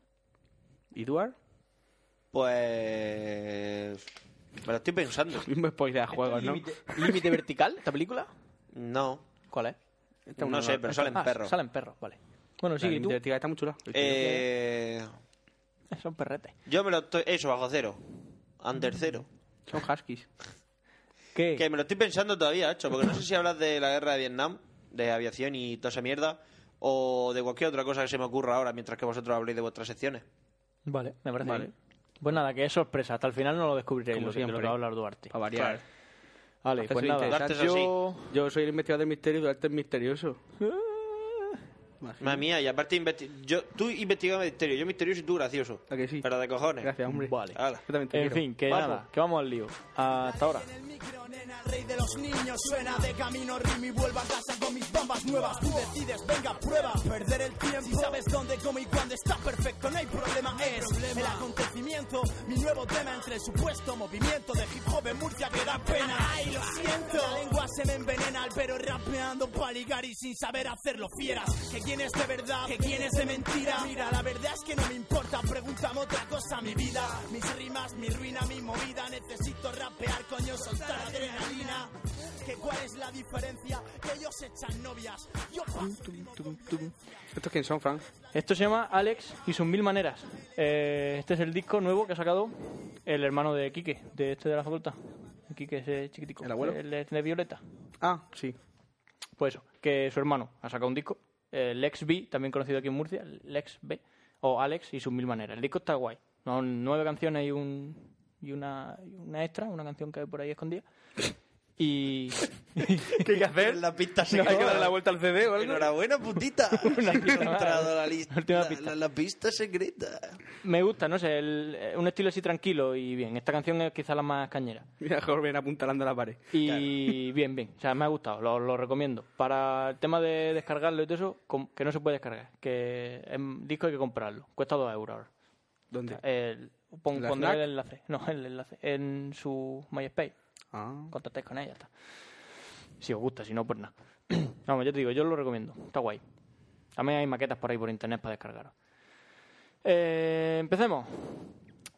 Speaker 5: ¿Y Duar?
Speaker 7: Pues... Me lo estoy pensando.
Speaker 5: Mismo spoiler a juegos, ¿no?
Speaker 6: ¿Límite, límite vertical? ¿Esta película?
Speaker 7: No.
Speaker 6: ¿Cuál es?
Speaker 7: No sé, pero salen
Speaker 6: Ah,
Speaker 7: perros.
Speaker 6: Salen perros, vale. Bueno, sí,
Speaker 5: La
Speaker 6: ¿y tú?
Speaker 5: iniciativa está muy chula.
Speaker 7: Eh,
Speaker 6: Son perretes.
Speaker 7: yo me lo estoy... Eso, bajo cero. Under cero.
Speaker 5: Son huskies.
Speaker 6: ¿Qué?
Speaker 7: Que me lo estoy pensando todavía, hecho, porque no sé si hablas de la guerra de Vietnam, de aviación y toda esa mierda, o de cualquier otra cosa que se me ocurra ahora mientras que vosotros habléis de vuestras secciones.
Speaker 6: Vale, me parece
Speaker 5: Vale.
Speaker 6: bien. Pues nada, que es sorpresa. Hasta el final no lo descubriréis,
Speaker 5: Como
Speaker 6: lo, que- de lo
Speaker 5: siempre.
Speaker 6: que va a hablar Duarte.
Speaker 5: Para variar.
Speaker 6: Vale,
Speaker 5: Hace
Speaker 6: pues
Speaker 5: su
Speaker 6: nada.
Speaker 5: interesante.
Speaker 7: Darte es
Speaker 6: Yo...
Speaker 5: Yo soy el investigador del misterio y Duarte es misterioso.
Speaker 7: Madre mía, y aparte investi- yo, tú investigas misterio, yo misterioso y tú gracioso.
Speaker 5: ¿A que sí?
Speaker 7: Pero de cojones.
Speaker 5: Gracias, hombre.
Speaker 6: Vale.
Speaker 7: Hala.
Speaker 5: Yo también te
Speaker 6: En
Speaker 5: quiero.
Speaker 6: fin, que
Speaker 5: Vamos.
Speaker 6: nada, que vamos al lío. Hasta ahora.
Speaker 11: En el micro, nena, rey de los niños Suena de camino ritmo y vuelvo a casa con mis bombas nuevas Tú decides, venga, prueba, perder el tiempo Si sabes dónde, cómo y cuándo está perfecto No hay problema, es el acontecimiento Mi nuevo tema entre el supuesto movimiento De hip hop en Murcia que da pena Ay, lo siento La lengua se me envenena al pero rapeando pa' ligar Y sin saber hacerlo fieras Que quién es de verdad, que quién es de mentira Mira, la verdad es que no me importa Pregúntame otra cosa, mi vida Mis rimas, mi ruina, mi movida Necesito rapear, coño, soltar adrenalina Que cuál es la diferencia Que ellos echan novias Yo paso primo, con
Speaker 5: ¿Estos quién son, Frank?
Speaker 6: Esto se llama Alex y sus mil maneras. Eh, este es el disco nuevo que ha sacado el hermano de Quique, de este de la facultad. Quique ese chiquitico.
Speaker 5: ¿El abuelo?
Speaker 6: El de, este de Violeta.
Speaker 5: Ah, sí.
Speaker 6: Pues eso, que su hermano ha sacado un disco. eh, Lex B, también conocido aquí en Murcia, Lex B. O Alex y sus mil maneras. El disco está guay. Son nueve canciones y un y una, y una extra, una canción que hay por ahí escondida. Y...
Speaker 7: ¿Qué hay que hacer? La pista se
Speaker 5: Hay que darle la vuelta al CD o algo.
Speaker 7: Enhorabuena, putita. Has encontrado la, lista,
Speaker 6: Última
Speaker 7: la-
Speaker 6: pista.
Speaker 7: La, la pista secreta.
Speaker 6: Me gusta, no sé, el- eh, un estilo así tranquilo y bien. Esta canción es quizá la más cañera.
Speaker 5: Mira, Jorben apuntalando la pared.
Speaker 6: Y bien, bien. O sea, me ha gustado, lo, lo recomiendo. Para el tema de descargarlo y todo eso, com- que no se puede descargar. Que el disco hay que comprarlo. Cuesta 2 euros ahora.
Speaker 5: ¿Dónde?
Speaker 6: El, pon-
Speaker 5: ¿La
Speaker 6: pondré
Speaker 5: Fnac?
Speaker 6: el enlace. No, el enlace. En su MySpace.
Speaker 5: Ah.
Speaker 6: Contactáis con ella, ya está. Si os gusta, si no, pues nada. Vamos, yo te digo, yo lo recomiendo. Está guay. También hay maquetas por ahí por internet para descargar. Eh, empecemos.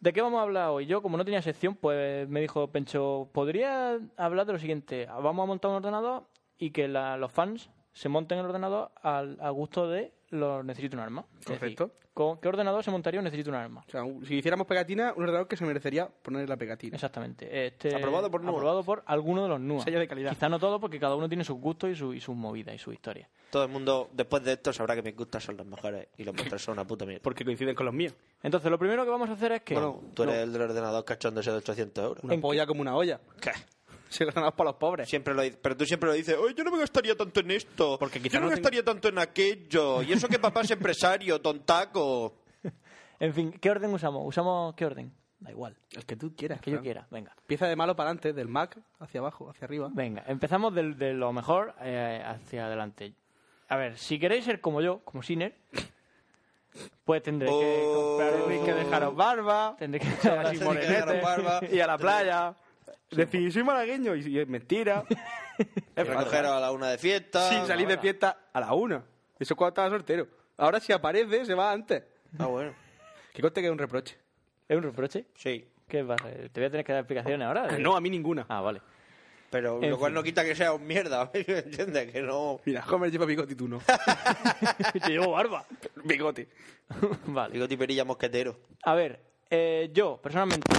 Speaker 6: ¿De qué vamos a hablar hoy? Yo, como no tenía sección, pues me dijo Pencho, ¿podría hablar de lo siguiente? Vamos a montar un ordenador y que la- los fans se monten el ordenador al, a gusto de los necesito un arma. Es decir,
Speaker 5: Perfecto.
Speaker 6: ¿con ¿Qué ordenador se montaría un necesito un arma?
Speaker 5: O sea, un- si hiciéramos pegatina, un ordenador que se merecería poner la pegatina.
Speaker 6: Exactamente. Este,
Speaker 7: Aprobado por NUA.
Speaker 6: aprobado por alguno de los NUA.
Speaker 5: Sello de calidad.
Speaker 6: Quizá no todo, porque cada uno tiene sus gustos y, su- y sus movidas y su historia.
Speaker 7: Todo el mundo, después de esto, sabrá que mis gustos son los mejores y los vuestros son una puta mierda.
Speaker 5: Porque coinciden con los míos.
Speaker 6: Entonces, lo primero que vamos a hacer es que...
Speaker 7: Bueno, tú eres el del ordenador cachándose de 800 euros.
Speaker 5: Una polla como una olla.
Speaker 7: ¿Qué?
Speaker 5: Se ordenador para los pobres.
Speaker 7: Siempre lo, dices- pero tú siempre lo dices, oye, yo no me gastaría tanto en esto,
Speaker 5: Porque quizá
Speaker 7: yo no,
Speaker 5: no tengo-
Speaker 7: gastaría tanto en aquello, y eso que papá es empresario, tontaco.
Speaker 6: En fin, ¿qué orden usamos? ¿Usamos qué orden? Da igual,
Speaker 5: El que tú quieras.
Speaker 6: el que yo
Speaker 5: Fran.
Speaker 6: quiera. Venga,
Speaker 5: Empieza de malo para adelante, del Mac hacia abajo, hacia arriba.
Speaker 6: venga. Empezamos del- de, lo mejor eh, hacia adelante. A ver, si queréis ser como yo, como Sinner, pues tendréis que comprar...
Speaker 5: Tenéis que dejaros barba.
Speaker 6: Tendréis que ser así
Speaker 7: Tenéis que dejaros
Speaker 6: morenete.
Speaker 7: barba.
Speaker 5: Y a la playa. Decir, soy malagueño. Y, y es mentira. es falso.
Speaker 7: Recogeros a la una de fiesta.
Speaker 5: Sin salir de fiesta a la una. Eso cuando estaba soltero. Ahora si aparece, se va antes.
Speaker 7: Ah, bueno.
Speaker 5: Que conste que es un reproche.
Speaker 6: ¿Es un reproche?
Speaker 7: Sí.
Speaker 6: ¿Qué pasa? ¿Te voy a tener que dar explicaciones ahora? de-
Speaker 5: No, a mí ninguna.
Speaker 6: Ah, vale.
Speaker 7: Pero
Speaker 6: En
Speaker 7: lo cual
Speaker 6: fin.
Speaker 7: no quita que sea un mierda, ¿entiendes? Que no...
Speaker 5: Mira, Homer lleva bigote y tú no.
Speaker 6: Te llevo barba.
Speaker 5: bigote.
Speaker 6: vale.
Speaker 7: Digo tiperilla mosquetero.
Speaker 6: A ver, eh, yo personalmente.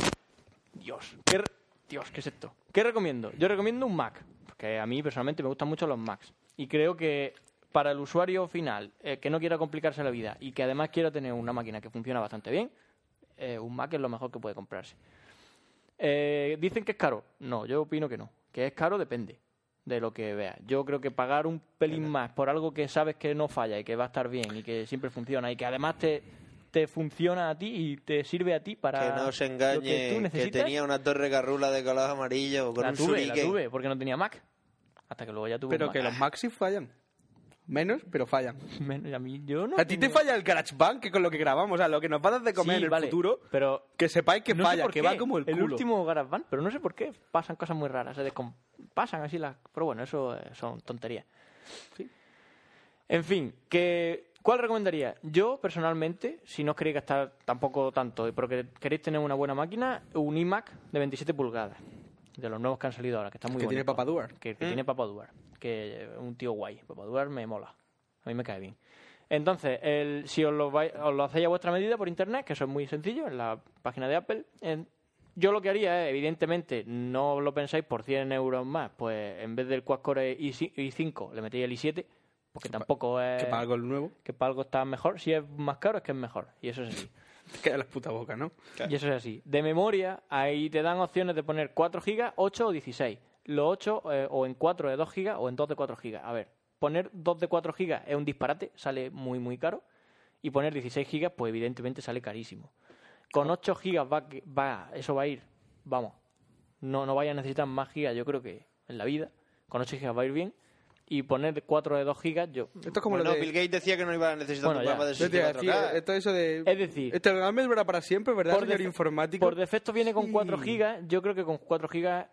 Speaker 6: Dios, ¿qué re- Dios, ¿qué es esto? ¿Qué recomiendo? Yo recomiendo un Mac, porque a mí personalmente me gustan mucho los Macs. Y creo que para el usuario final, eh, que no quiera complicarse la vida y que además quiera tener una máquina que funciona bastante bien, eh, un Mac es lo mejor que puede comprarse. Eh, Dicen que es caro. No, yo opino que no. Que es caro depende de lo que veas. Yo creo que pagar un pelín más por algo que sabes que no falla y que va a estar bien y que siempre funciona y que además te, te funciona a ti y te sirve a ti para...
Speaker 7: Que no os
Speaker 6: lo que tú
Speaker 7: engañe, que,
Speaker 6: necesitas.
Speaker 7: tenía una torre carrula de color amarillo con
Speaker 6: la
Speaker 7: un
Speaker 6: tuve, la
Speaker 7: shuriken.
Speaker 6: tuve, porque no tenía Mac. Hasta que luego ya tuve
Speaker 5: Pero
Speaker 6: un
Speaker 5: que
Speaker 6: Mac.
Speaker 5: los maxis fallan. Menos, pero fallan.
Speaker 6: Menos- a mí yo no...
Speaker 5: A ti te
Speaker 6: tengo-
Speaker 5: falla el GarageBand, que con lo que grabamos, o sea, lo que nos vas a dar de comer
Speaker 6: Sí,
Speaker 5: en el
Speaker 6: vale,
Speaker 5: futuro,
Speaker 6: pero
Speaker 5: que sepáis que
Speaker 6: no sé
Speaker 5: falla,
Speaker 6: por
Speaker 5: que
Speaker 6: qué,
Speaker 5: va como el,
Speaker 6: el
Speaker 5: culo.
Speaker 6: último GarageBand, pero no sé por qué pasan cosas muy raras, se pasan así las... Pero bueno, eso eh, son tonterías. En fin, que ¿Cuál recomendaría? Yo, personalmente, si no os queréis gastar tampoco tanto, porque queréis tener una buena máquina, un iMac de 27 pulgadas. De los nuevos que han salido ahora, que está muy
Speaker 5: que
Speaker 6: bonito.
Speaker 5: tiene Papa Duar.
Speaker 6: Que, que
Speaker 5: ¿Mm?
Speaker 6: tiene Papa Duar. Que es un tío guay. Papa Duar me mola. A mí me cae bien. Entonces, el- si os lo, vai- os lo hacéis a vuestra medida por internet, que eso es muy sencillo, en la página de Apple, en- yo lo que haría es, evidentemente, no lo pensáis por 100 euros más, pues en vez del quad-core i5, i5 le metéis el i7, porque tampoco es...
Speaker 5: Que para algo el nuevo.
Speaker 6: que para algo está mejor. Si es más caro, es que es mejor. Y eso es así.
Speaker 5: Te queda la puta boca, ¿no?
Speaker 6: Y eso es así. De memoria, ahí te dan opciones de poner 4 GB, 8 o 16. Los 8 eh, o en 4 de 2 GB o en 2 de 4 GB. A ver, poner 2 de 4 GB es un disparate, sale muy, muy caro. Y poner 16 GB, pues evidentemente sale carísimo. Con 8 GB va, que- va, eso va a ir, vamos, no, no vaya a necesitar más gigas, yo creo que en la vida. Con 8 GB va a ir bien. Y poner 4 de 2 GB, yo...
Speaker 5: Esto es como
Speaker 7: Bueno,
Speaker 5: lo de...
Speaker 7: Bill Gates decía que no iba a necesitar
Speaker 6: Bueno,
Speaker 7: un
Speaker 6: ya.
Speaker 7: programa de
Speaker 5: Yo te iba
Speaker 7: 64K.
Speaker 5: a decir, esto eso de...
Speaker 6: Es decir,
Speaker 5: Este programa es verdad para siempre, ¿verdad,
Speaker 6: Por
Speaker 5: señor
Speaker 6: defe-
Speaker 5: informático?
Speaker 6: Por defecto viene con 4
Speaker 5: Sí.
Speaker 6: gigas. Yo creo que con 4 gigas,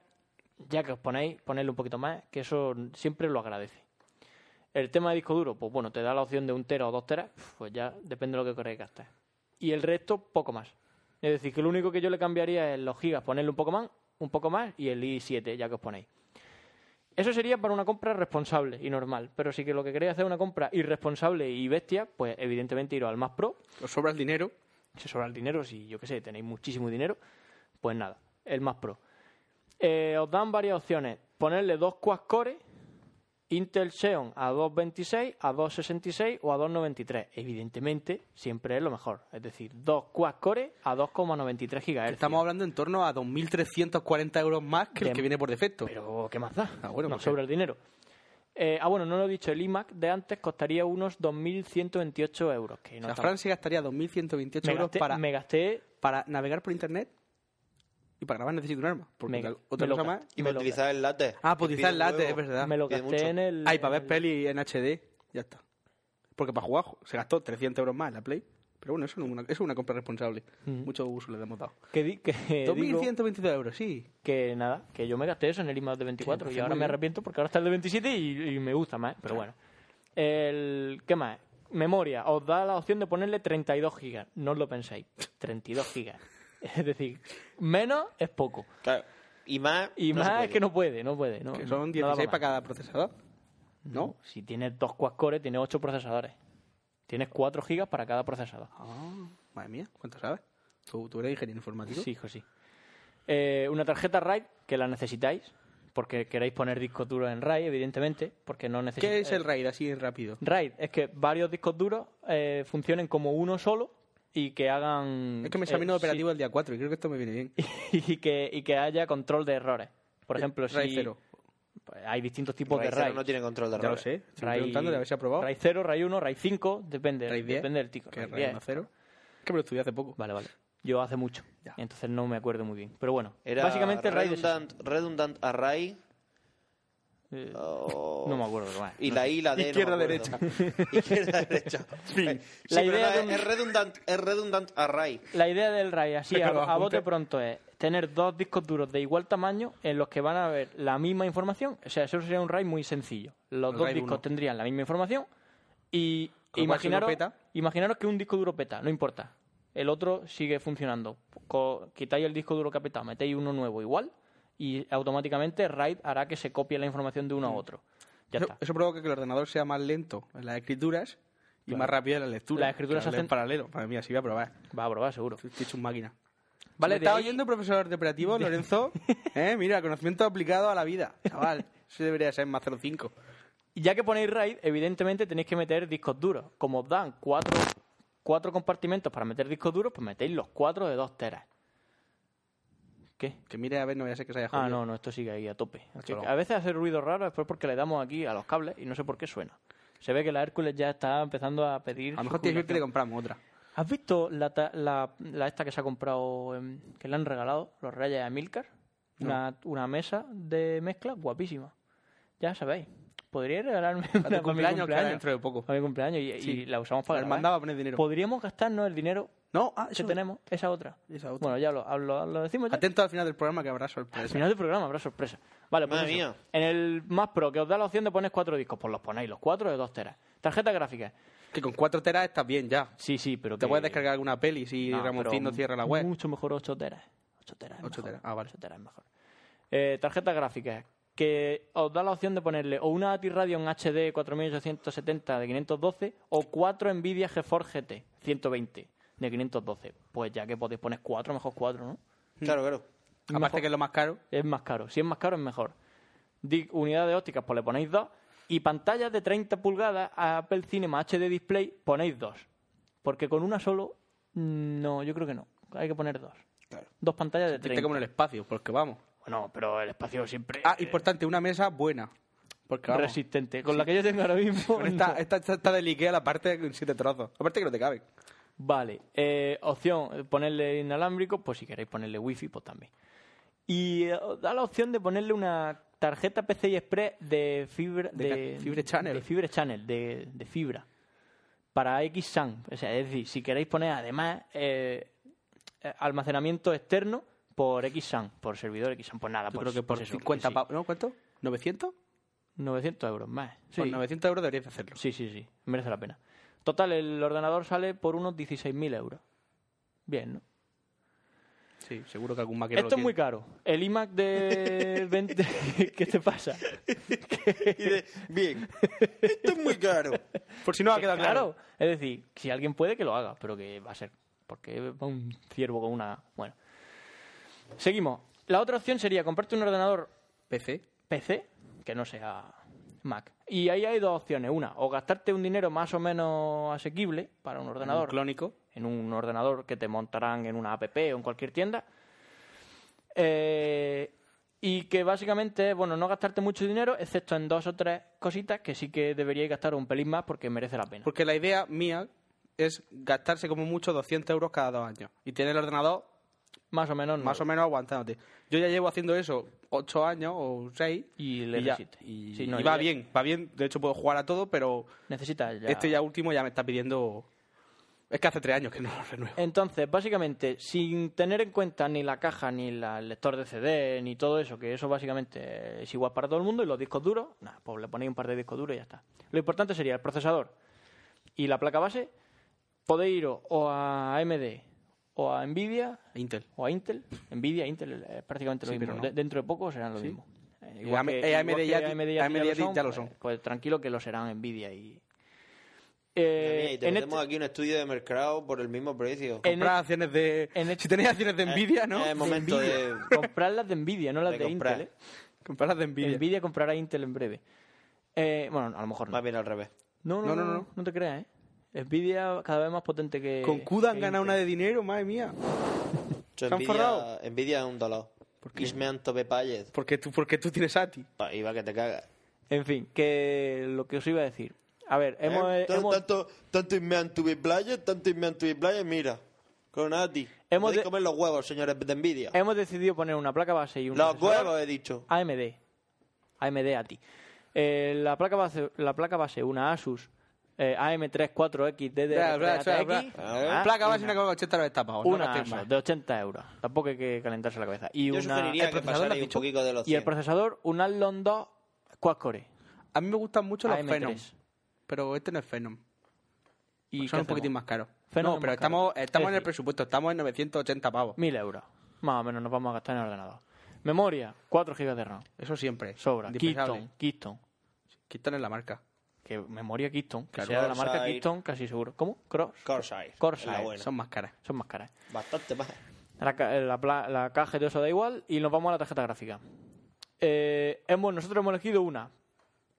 Speaker 6: ya que os ponéis, ponedle un poquito más, que eso siempre lo agradece. El tema de disco duro, pues bueno, te da la opción de un tera o dos teras, pues ya depende de lo que queráis gastar. Y el resto, poco más. Es decir, que lo único que yo le cambiaría es los gigas, ponerle un poco más, un poco más y el i7, ya que os ponéis. Eso sería para una compra responsable y normal, pero si que lo que queréis hacer es una compra irresponsable y bestia, pues evidentemente iros al más pro
Speaker 5: Os sobra el dinero.
Speaker 6: si sobra el dinero, si yo qué sé, tenéis muchísimo dinero, pues nada, el más pro. Eh, os dan varias opciones. Ponerle dos quad core, Intel Xeon a 226, a 266 o a 293. Evidentemente, siempre es lo mejor. Es decir, dos quad core a 2,93 GHz.
Speaker 5: Estamos hablando en torno a 2.340 euros más que el
Speaker 6: De-
Speaker 5: que viene por defecto.
Speaker 6: Pero, ¿qué más da?
Speaker 5: Ah, bueno,
Speaker 6: Nos
Speaker 5: pues
Speaker 6: sobra el dinero. Eh, ah, bueno, no lo he dicho, el iMac de antes costaría unos 2.128 euros. Que
Speaker 5: O
Speaker 6: no
Speaker 5: sea,
Speaker 6: está
Speaker 5: Fran se gastaría 2.128
Speaker 6: me,
Speaker 5: euros
Speaker 6: gasté,
Speaker 5: para,
Speaker 6: me gasté
Speaker 5: para navegar por internet y para grabar necesito un arma. Porque
Speaker 6: Me-
Speaker 5: tal- otra
Speaker 6: me lo
Speaker 5: cosa
Speaker 6: gasté.
Speaker 5: más...
Speaker 7: Y
Speaker 6: me
Speaker 7: para
Speaker 6: lo
Speaker 7: utilizar el latte.
Speaker 5: Ah, pues quizás
Speaker 7: Pide
Speaker 5: el latte,
Speaker 7: huevo.
Speaker 5: es verdad.
Speaker 6: Me lo
Speaker 7: Pide
Speaker 6: gasté
Speaker 7: mucho.
Speaker 6: en el.
Speaker 5: Ay, Ah, para ver
Speaker 6: en-
Speaker 5: peli en HD, ya está. Porque para jugar se gastó 300 euros más en la Play. Pero bueno, eso, no es una, eso es una compra responsable.
Speaker 6: Ujú.
Speaker 5: Mucho uso le hemos dado.
Speaker 6: Que, di- que Mm. Eh, digo
Speaker 5: 2.122 euros, sí.
Speaker 6: que nada, que yo me gasté eso en el IMAX de 24 y ahora me arrepiento porque ahora está el de 27 y, y me gusta más, pero bueno. El, ¿Qué más? Memoria, os da la opción de ponerle 32 gigas, no os lo penséis, 32 gigas. Es decir, menos es poco.
Speaker 7: Claro. Y más.
Speaker 6: Y
Speaker 7: no se
Speaker 6: más
Speaker 7: puede.
Speaker 6: es que no puede, no puede. No,
Speaker 5: que
Speaker 6: no
Speaker 5: son
Speaker 6: da
Speaker 5: 16
Speaker 6: más.
Speaker 5: para cada procesador. ¿No?
Speaker 6: Si tienes dos quad core, tienes ocho procesadores. Tienes 4 gigas para cada procesador.
Speaker 5: Ah, madre mía, ¿cuánto sabes? ¿Tú, tú eres ingeniero informático?
Speaker 6: Sí, hijo, sí. Eh, una tarjeta RAID que la necesitáis, porque queréis poner discos duros en RAID, evidentemente, porque no necesitáis...
Speaker 5: ¿Qué es el RAID así rápido?
Speaker 6: RAID? Es que varios discos duros eh, funcionen como uno solo y que hagan...
Speaker 5: Es que me
Speaker 6: eh,
Speaker 5: examino
Speaker 6: sí,
Speaker 5: operativo el día 4 y creo que esto me viene bien.
Speaker 6: y, que, y que haya control de errores. Por ejemplo,
Speaker 5: RAID
Speaker 6: si...
Speaker 5: 0.
Speaker 6: pues, hay distintos tipos
Speaker 7: Raíz
Speaker 6: de
Speaker 7: cero
Speaker 6: RAID.
Speaker 7: no tiene control de
Speaker 5: Ya lo
Speaker 7: errores.
Speaker 5: sé. Estoy preguntando de haberse aprobado.
Speaker 6: RAID 0, RAID 1, RAID 5, depende,
Speaker 5: RAID 10.
Speaker 6: depende del tico.
Speaker 5: Que es
Speaker 6: RAID
Speaker 5: RAID
Speaker 6: 10.
Speaker 5: 0. Que me lo estudié hace poco.
Speaker 6: Vale, vale. Yo hace mucho,
Speaker 5: Ya.
Speaker 6: entonces no me acuerdo muy bien. Pero bueno,
Speaker 7: Era
Speaker 6: básicamente RAID es eso.
Speaker 7: redundant, redundant array.
Speaker 6: Eh,
Speaker 7: o-
Speaker 6: No me acuerdo. bueno,
Speaker 7: Y
Speaker 6: no
Speaker 7: la
Speaker 6: sé.
Speaker 7: I, la D. no me
Speaker 5: Izquierda,
Speaker 7: acuerdo. Izquierda, derecha. Eh, sí,
Speaker 6: La
Speaker 7: pero
Speaker 6: idea
Speaker 7: no,
Speaker 6: de un-
Speaker 7: es, redundant, es redundant array.
Speaker 6: La idea del RAID, así a,
Speaker 5: Venga, lo
Speaker 6: a bote
Speaker 5: apunté.
Speaker 6: pronto, es tener dos discos duros de igual tamaño en los que van a ver la misma información. O sea, eso sería un RAID muy sencillo. Los
Speaker 5: El
Speaker 6: dos
Speaker 5: RAID
Speaker 6: discos
Speaker 5: uno.
Speaker 6: tendrían la misma información
Speaker 5: Con
Speaker 6: y
Speaker 5: lo cual, si uno
Speaker 6: imaginaros,
Speaker 5: peta-
Speaker 6: imaginaros que un disco duro peta, no importa. El otro sigue funcionando. Co- quitáis el disco duro que ha petado, metéis uno nuevo igual y automáticamente RAID hará que se copie la información de uno a
Speaker 5: Mm.
Speaker 6: otro. Ya
Speaker 5: eso,
Speaker 6: está.
Speaker 5: eso provoca que el ordenador sea más lento en las escrituras y más rápido en la lectura.
Speaker 6: Las escrituras
Speaker 5: que
Speaker 6: se
Speaker 5: leen
Speaker 6: hacen-
Speaker 5: paralelo. Madre mía, si voy a probar.
Speaker 6: Va a probar, seguro.
Speaker 5: Estoy hecho un máquina.
Speaker 6: Vale,
Speaker 5: ¿Me
Speaker 6: de
Speaker 5: ¿Estás
Speaker 6: ahí-
Speaker 5: oyendo, profesor de operativo, Lorenzo? ¿Eh? Mira, conocimiento aplicado a la vida. Chaval, eso debería ser más 05.
Speaker 6: Y ya que ponéis RAID, evidentemente tenéis que meter discos duros. Como os dan cuatro, cuatro compartimentos para meter discos duros, pues metéis los cuatro de dos teras. ¿Qué?
Speaker 5: Que mire, a ver, no voy a ser que se haya jodido.
Speaker 6: Ah, no, no, esto sigue ahí a tope.
Speaker 5: Esto
Speaker 6: Que-
Speaker 5: no.
Speaker 6: A veces hace ruido raro, después porque le damos aquí a los cables y no sé por qué suena. Se ve que la Hércules ya está empezando a pedir.
Speaker 5: A lo
Speaker 6: su
Speaker 5: mejor tienes que le
Speaker 6: jubilación.
Speaker 5: compramos otra.
Speaker 6: ¿Has visto la, ta- la- la esta que se ha comprado, em, que le han regalado los reyes a Milcar? Una, una mesa de mezcla guapísima. Ya sabéis. Podría regalarme una
Speaker 5: Para
Speaker 6: para
Speaker 5: tu
Speaker 6: mi
Speaker 5: cumpleaños, que ahora dentro de poco.
Speaker 6: Para mi cumpleaños y,
Speaker 5: Sí.
Speaker 6: y la usamos para
Speaker 5: La
Speaker 6: grabar.
Speaker 5: hermandad va a poner dinero.
Speaker 6: Podríamos gastarnos el dinero
Speaker 5: No, ah,
Speaker 6: que
Speaker 5: eso
Speaker 6: tenemos, esa otra.
Speaker 5: Esa otra.
Speaker 6: Bueno, ya lo, lo, lo decimos ya.
Speaker 5: Atento al final del programa que habrá
Speaker 6: Al
Speaker 5: sorpresa.
Speaker 6: final del programa habrá sorpresa. Vale, pues
Speaker 7: Madre
Speaker 6: eso.
Speaker 7: mía.
Speaker 6: En el más pro que os da la opción de poner cuatro discos, pues los ponéis los cuatro de dos teras. Tarjeta gráfica.
Speaker 5: Que con 4 teras estás bien ya.
Speaker 6: Sí, sí, pero
Speaker 5: Te
Speaker 6: que-
Speaker 5: puedes descargar alguna peli si
Speaker 6: No,
Speaker 5: Ramoncín
Speaker 6: pero
Speaker 5: no cierra la web.
Speaker 6: Mucho mejor 8 teras. 8 teras.
Speaker 5: 8 teras. Ah, vale.
Speaker 6: 8 teras es mejor. Eh, tarjeta gráfica. Que os da la opción de ponerle o una ATI Radeon HD 4870 de 512 o cuatro Nvidia GeForce GT 120 de 512. Pues ya que podéis poner cuatro, mejor cuatro, ¿no?
Speaker 7: Claro, claro.
Speaker 5: Aparte que es lo más caro.
Speaker 6: Es más caro. Si es más caro, es mejor. Di- unidad de ópticas, pues le ponéis dos. Y pantallas de 30 pulgadas a Apple Cinema HD Display, ponéis dos. Porque con una solo, mm, no, yo creo que no. Hay que poner dos.
Speaker 7: Claro.
Speaker 6: Dos pantallas de
Speaker 5: Viste
Speaker 6: 30.
Speaker 5: como en el espacio, porque vamos.
Speaker 6: Bueno, pero el espacio siempre
Speaker 5: Ah,
Speaker 6: eh,
Speaker 5: importante, una mesa buena. Porque vamos.
Speaker 6: resistente. Con la que yo tengo ahora mismo.
Speaker 5: Con Esta,
Speaker 6: no.
Speaker 5: esta, esta, esta del Ikea, la parte con siete trozos. Aparte que no te cabe.
Speaker 6: Vale, eh, opción, eh, ponerle inalámbrico, pues si queréis ponerle wifi, pues también. Y eh, os da la opción de ponerle una tarjeta PCI Express de fibra...
Speaker 5: De ca- Fibre Channel.
Speaker 6: De fibra channel, de, de fibra. Para XSAN. O sea, es decir, si queréis poner además eh, eh, almacenamiento externo por XSAN, por servidor XSAN, pues nada,
Speaker 5: Yo
Speaker 6: pues,
Speaker 5: creo que por
Speaker 6: pues eso,
Speaker 5: 50
Speaker 6: sí.
Speaker 5: pavos. ¿No? ¿Cuánto? ¿900?
Speaker 6: 900 euros más. Sí.
Speaker 5: Por 900 euros deberías de hacerlo.
Speaker 6: Sí, sí, sí. Merece la pena. Total, el ordenador sale por unos 16.000 euros. Bien, ¿no?
Speaker 5: Sí, seguro que algún maquinero
Speaker 6: Esto es muy caro. El iMac de 20... ¿Qué te pasa?
Speaker 7: Y de, bien, esto es muy caro.
Speaker 5: Por si no ha quedado claro.
Speaker 6: Claro. Es decir, si alguien puede que lo haga, pero que va a ser. Porque va un ciervo con una. Bueno. Seguimos. La otra opción sería comprarte un ordenador
Speaker 5: PC.
Speaker 6: PC que no sea Mac. Y ahí hay dos opciones. Una, o gastarte un dinero más o menos asequible para un ordenador.
Speaker 5: Un clónico.
Speaker 6: en un ordenador que te montarán en una app o en cualquier tienda. Eh, y que básicamente es, bueno, no gastarte mucho dinero, excepto en dos o tres cositas que sí que deberíais gastar un pelín más porque merece la pena.
Speaker 5: Porque la idea mía es gastarse como mucho 200 euros cada dos años. Y tener el ordenador
Speaker 6: Más o menos,
Speaker 5: más o menos aguantándote. Yo ya llevo haciendo eso 8 años o 6.
Speaker 6: Y le
Speaker 5: ya.
Speaker 6: resiste.
Speaker 5: Y,
Speaker 6: Sí, no,
Speaker 5: y
Speaker 6: y
Speaker 5: va
Speaker 6: le-
Speaker 5: bien, va bien. De hecho, puedo jugar a todo, pero
Speaker 6: Necesitas ya...
Speaker 5: este ya último ya me está pidiendo... Es que hace 3 años que no lo renuevo.
Speaker 6: Entonces, básicamente, sin tener en cuenta ni la caja, ni la- el lector de CD, ni todo eso, que eso básicamente es igual para todo el mundo, y los discos duros, nada, pues le ponéis un par de discos duros y ya está. Lo importante sería el procesador y la placa base. Podéis iros o a AMD o a Nvidia
Speaker 5: Intel.
Speaker 6: o a Intel. Nvidia, Intel es prácticamente lo
Speaker 5: Sí,
Speaker 6: mismo.
Speaker 5: pero no.
Speaker 6: De- dentro de poco serán lo mismo. Eh, igual
Speaker 5: AM-
Speaker 6: que-
Speaker 5: AMD
Speaker 6: igual que
Speaker 5: ya ti- AMD ya ti- ya lo
Speaker 6: pues-
Speaker 5: son.
Speaker 6: Pues, tranquilo que lo serán Nvidia y...
Speaker 7: Mira,
Speaker 6: Eh,
Speaker 7: y te
Speaker 6: en
Speaker 7: metemos
Speaker 6: este-
Speaker 7: aquí un estudio de mercado por el mismo precio.
Speaker 5: Comprar
Speaker 6: En este-
Speaker 5: acciones de...
Speaker 6: en este-
Speaker 5: Si tenéis acciones de Nvidia, ¿no?
Speaker 7: Es Eh, momento de...
Speaker 6: comprar las de Nvidia, no las
Speaker 7: De
Speaker 6: de,
Speaker 7: comprar.
Speaker 6: Intel. ¿eh?
Speaker 5: Comprar las de
Speaker 6: Nvidia.
Speaker 5: Nvidia.
Speaker 6: comprará Intel en breve. Eh, bueno, a lo mejor no.
Speaker 7: Más bien al revés.
Speaker 6: No, no, no, no, no te creas, ¿eh? Nvidia cada vez más potente que.
Speaker 5: Con CUDA han
Speaker 6: que
Speaker 5: ganado una
Speaker 6: Intel.
Speaker 5: de dinero, madre mía.
Speaker 7: Yo
Speaker 6: ¿Se han forrado?
Speaker 7: envidia, envidia es un dolor. Ismean tope payet.
Speaker 5: Porque tú, porque tú tienes ATI.
Speaker 7: Pa- Iba que te Eh, cagas.
Speaker 6: En fin, que lo que os iba a decir. A ver, hemos,
Speaker 7: Eh, tan-
Speaker 6: hemos-
Speaker 7: Tanto, tanto Ismean tuve playa, tanto Ismean tuve playa, mira. Con Ati.
Speaker 6: Hemos
Speaker 7: Hemos
Speaker 6: de-
Speaker 7: de comer los huevos, señores de envidia.
Speaker 6: hemos decidido poner una placa base y un.
Speaker 7: Los
Speaker 6: procesador
Speaker 7: huevos, he dicho.
Speaker 6: AMD. AMD a ti. Eh, la, placa base, la placa base, una Asus eh, AM34X
Speaker 5: Bla, bla, bla, bla.
Speaker 6: DDR3ATX.
Speaker 5: Ah, Placa base una que 80 veces tapados. no
Speaker 6: Una
Speaker 5: gastéis
Speaker 6: Asus
Speaker 5: más.
Speaker 6: de 80 euros. Tampoco hay que calentarse la cabeza. Y
Speaker 7: Yo
Speaker 6: una...
Speaker 7: sugeriría
Speaker 5: el
Speaker 7: que
Speaker 5: procesador lo has
Speaker 7: pasarais un
Speaker 5: dicho.
Speaker 7: poquito de los
Speaker 6: Y el
Speaker 7: 100.
Speaker 6: procesador, un Athlon 2 Quad-Core.
Speaker 5: A mí me gustan mucho los
Speaker 6: AM3.
Speaker 5: Phenom. Pero este no es Phenom.
Speaker 6: ¿Y qué
Speaker 5: Son un
Speaker 6: hacemos?
Speaker 5: poquitín más caros.
Speaker 6: Phenom
Speaker 5: No, pero
Speaker 6: es más caro.
Speaker 5: estamos, estamos en
Speaker 6: Es
Speaker 5: el
Speaker 6: decir,
Speaker 5: presupuesto. Estamos en 980 pavos.
Speaker 6: 1000 euros. Más o menos nos vamos a gastar en el ordenador. Memoria, 4 GB de RAM.
Speaker 5: Eso siempre.
Speaker 6: Sobra.
Speaker 5: Indispensable.
Speaker 6: Keystone, Keystone.
Speaker 5: Keystone es la marca.
Speaker 6: Que memoria Keystone, que
Speaker 5: Claro.
Speaker 6: sea de la marca
Speaker 7: Corsair.
Speaker 6: Keystone, casi seguro. ¿Cómo? Cross.
Speaker 7: Corsair.
Speaker 6: Corsair.
Speaker 7: Es la buena.
Speaker 5: Son más caras.
Speaker 6: Son más caras.
Speaker 7: Bastante más.
Speaker 6: La, ca- eh, la pla- la caja y todo eso da igual. Y nos vamos a la tarjeta gráfica. Eh, hemos, nosotros hemos elegido una.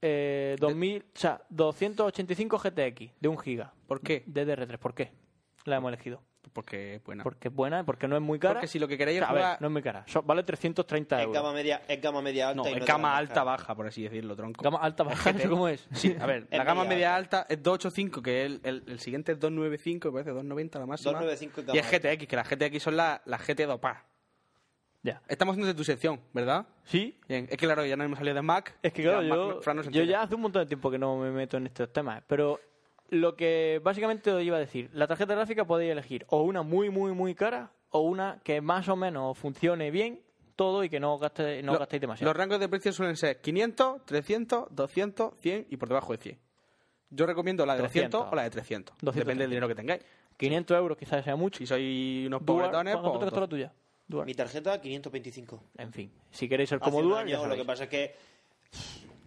Speaker 6: Eh, 2000, o sea, 285 GTX de 1 GB.
Speaker 5: ¿Por qué?
Speaker 6: DDR3. ¿Por qué? La hemos elegido.
Speaker 5: Porque, bueno.
Speaker 6: Porque es buena, porque no es muy cara.
Speaker 5: Porque si lo que queréis
Speaker 6: O
Speaker 5: es
Speaker 6: sea, a ver,
Speaker 5: jugar...
Speaker 6: no es muy cara. So- vale 330
Speaker 7: Es
Speaker 6: euros.
Speaker 7: gama media, es gama media alta.
Speaker 5: No,
Speaker 7: y
Speaker 5: es
Speaker 7: te
Speaker 5: gama
Speaker 7: la
Speaker 5: alta,
Speaker 7: bajan.
Speaker 5: baja, por así decirlo, tronco.
Speaker 6: Gama alta, baja, no sé cómo es.
Speaker 5: Sí, a ver,
Speaker 7: Es
Speaker 5: la gama
Speaker 7: media
Speaker 5: media alta es 285, que el, el, el siguiente es 295, me parece, 290 la máxima.
Speaker 7: 295 es
Speaker 5: y es
Speaker 7: gama alta.
Speaker 5: GTX, que las GTX son las la GT dopadas.
Speaker 6: Ya.
Speaker 5: Estamos haciendo de tu sección, ¿verdad?
Speaker 6: Sí.
Speaker 5: Bien, es que claro, ya no hemos salido de Mac.
Speaker 6: Es que
Speaker 5: Ya
Speaker 6: claro,
Speaker 5: Mac-
Speaker 6: yo,
Speaker 5: Fran no se
Speaker 6: yo
Speaker 5: entera.
Speaker 6: ya hace un montón de tiempo que no me meto en estos temas. Pero lo que básicamente os iba a decir, la tarjeta gráfica podéis elegir o una muy, muy, muy cara o una que más o menos funcione bien todo y que no, os gaste, no os
Speaker 5: Lo-
Speaker 6: gastéis demasiado.
Speaker 5: Los rangos de precios suelen ser 500, 300, 200, 100 y por debajo de 100. Yo recomiendo la de 200,
Speaker 6: 300.
Speaker 5: o la de 300.
Speaker 6: 200,
Speaker 5: Depende del dinero que tengáis.
Speaker 6: 500 euros quizás sea mucho.
Speaker 5: Si sois unos
Speaker 6: Duar,
Speaker 5: pobretones,
Speaker 6: ¿cuánto te
Speaker 5: pues,
Speaker 6: costó la tuya? Duar.
Speaker 7: Mi tarjeta, 525.
Speaker 6: En fin, si queréis ser
Speaker 7: Hace
Speaker 6: como
Speaker 7: un
Speaker 6: Duar,
Speaker 7: año,
Speaker 6: ya
Speaker 7: lo que
Speaker 6: sabéis.
Speaker 7: pasa es que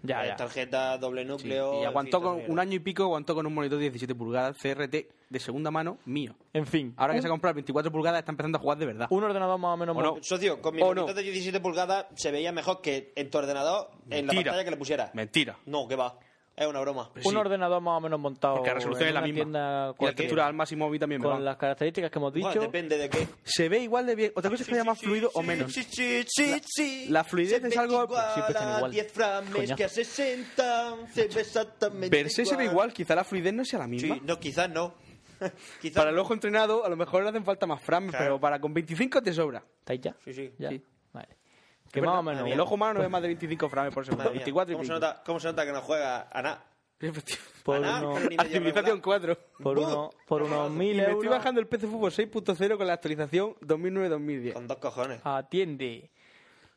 Speaker 6: Ya,
Speaker 7: eh,
Speaker 6: ya.
Speaker 7: tarjeta doble núcleo.
Speaker 5: Y aguantó
Speaker 7: en fin,
Speaker 5: con
Speaker 7: también.
Speaker 5: un año y pico, aguantó con un monitor de 17 pulgadas CRT de segunda mano mío.
Speaker 6: En fin,
Speaker 5: Ahora que
Speaker 6: un-
Speaker 5: se ha comprado el 24 pulgadas, está empezando a jugar de verdad.
Speaker 6: un ordenador más o menos...
Speaker 5: ¿O no?
Speaker 6: mo-
Speaker 7: Socio, con mi
Speaker 5: ¿O
Speaker 7: monitor
Speaker 5: no?
Speaker 7: de 17 pulgadas se veía mejor que en tu ordenador en la
Speaker 5: Mentira.
Speaker 7: pantalla que le pusiera.
Speaker 5: Mentira.
Speaker 7: No, que va. Es una broma.
Speaker 5: Pues
Speaker 6: un
Speaker 5: sí,
Speaker 6: ordenador más o menos montado
Speaker 5: porque la resolución
Speaker 6: en
Speaker 5: es la
Speaker 6: una tienda
Speaker 5: misma. Y la
Speaker 6: cualquiera,
Speaker 5: textura al máximo a mí también me
Speaker 6: con
Speaker 5: va.
Speaker 6: las características que hemos dicho.
Speaker 7: Bueno, depende de qué.
Speaker 5: Se ve igual de bien. Otra cosa es que sea más fluido o menos.
Speaker 7: Ah, Sí, sí, sí, sí.
Speaker 5: la fluidez
Speaker 7: Se
Speaker 5: es
Speaker 7: ve
Speaker 5: algo-
Speaker 7: igual
Speaker 6: siempre están
Speaker 7: a
Speaker 6: igual.
Speaker 7: 10 frames
Speaker 6: Coñazo.
Speaker 7: que a 60. Se ve exactamente.
Speaker 5: Per se se ve igual, quizá la fluidez no sea la misma.
Speaker 7: Sí, no, quizás no. quizás.
Speaker 5: Para el ojo entrenado, a lo mejor le hacen falta más frames,
Speaker 7: Claro.
Speaker 5: pero para con 25 te sobra.
Speaker 6: ¿Estáis ya?
Speaker 7: Sí, sí.
Speaker 6: ¿Ya?
Speaker 5: Sí.
Speaker 6: Vale. Que más o menos...
Speaker 5: El ojo humano no ve más de 25 frames por
Speaker 7: Madre
Speaker 5: segundo.
Speaker 7: mía,
Speaker 5: 24 y
Speaker 7: ¿Cómo se,
Speaker 5: pico.
Speaker 7: nota, ¿Cómo se nota que no juega a nada?
Speaker 5: Efectivamente.
Speaker 6: Por,
Speaker 7: a nada,
Speaker 6: uno-
Speaker 7: que Pues ni
Speaker 5: A
Speaker 7: medio
Speaker 5: Civilización
Speaker 7: regular.
Speaker 5: 4.
Speaker 6: por,
Speaker 7: ¡Buf!
Speaker 6: uno, por unos
Speaker 5: Y
Speaker 6: mil
Speaker 5: me
Speaker 6: euros...
Speaker 5: estoy bajando el PC Fútbol 6.0 con la actualización 2009-2010.
Speaker 7: Con dos cojones.
Speaker 5: Ah.
Speaker 6: Atiende.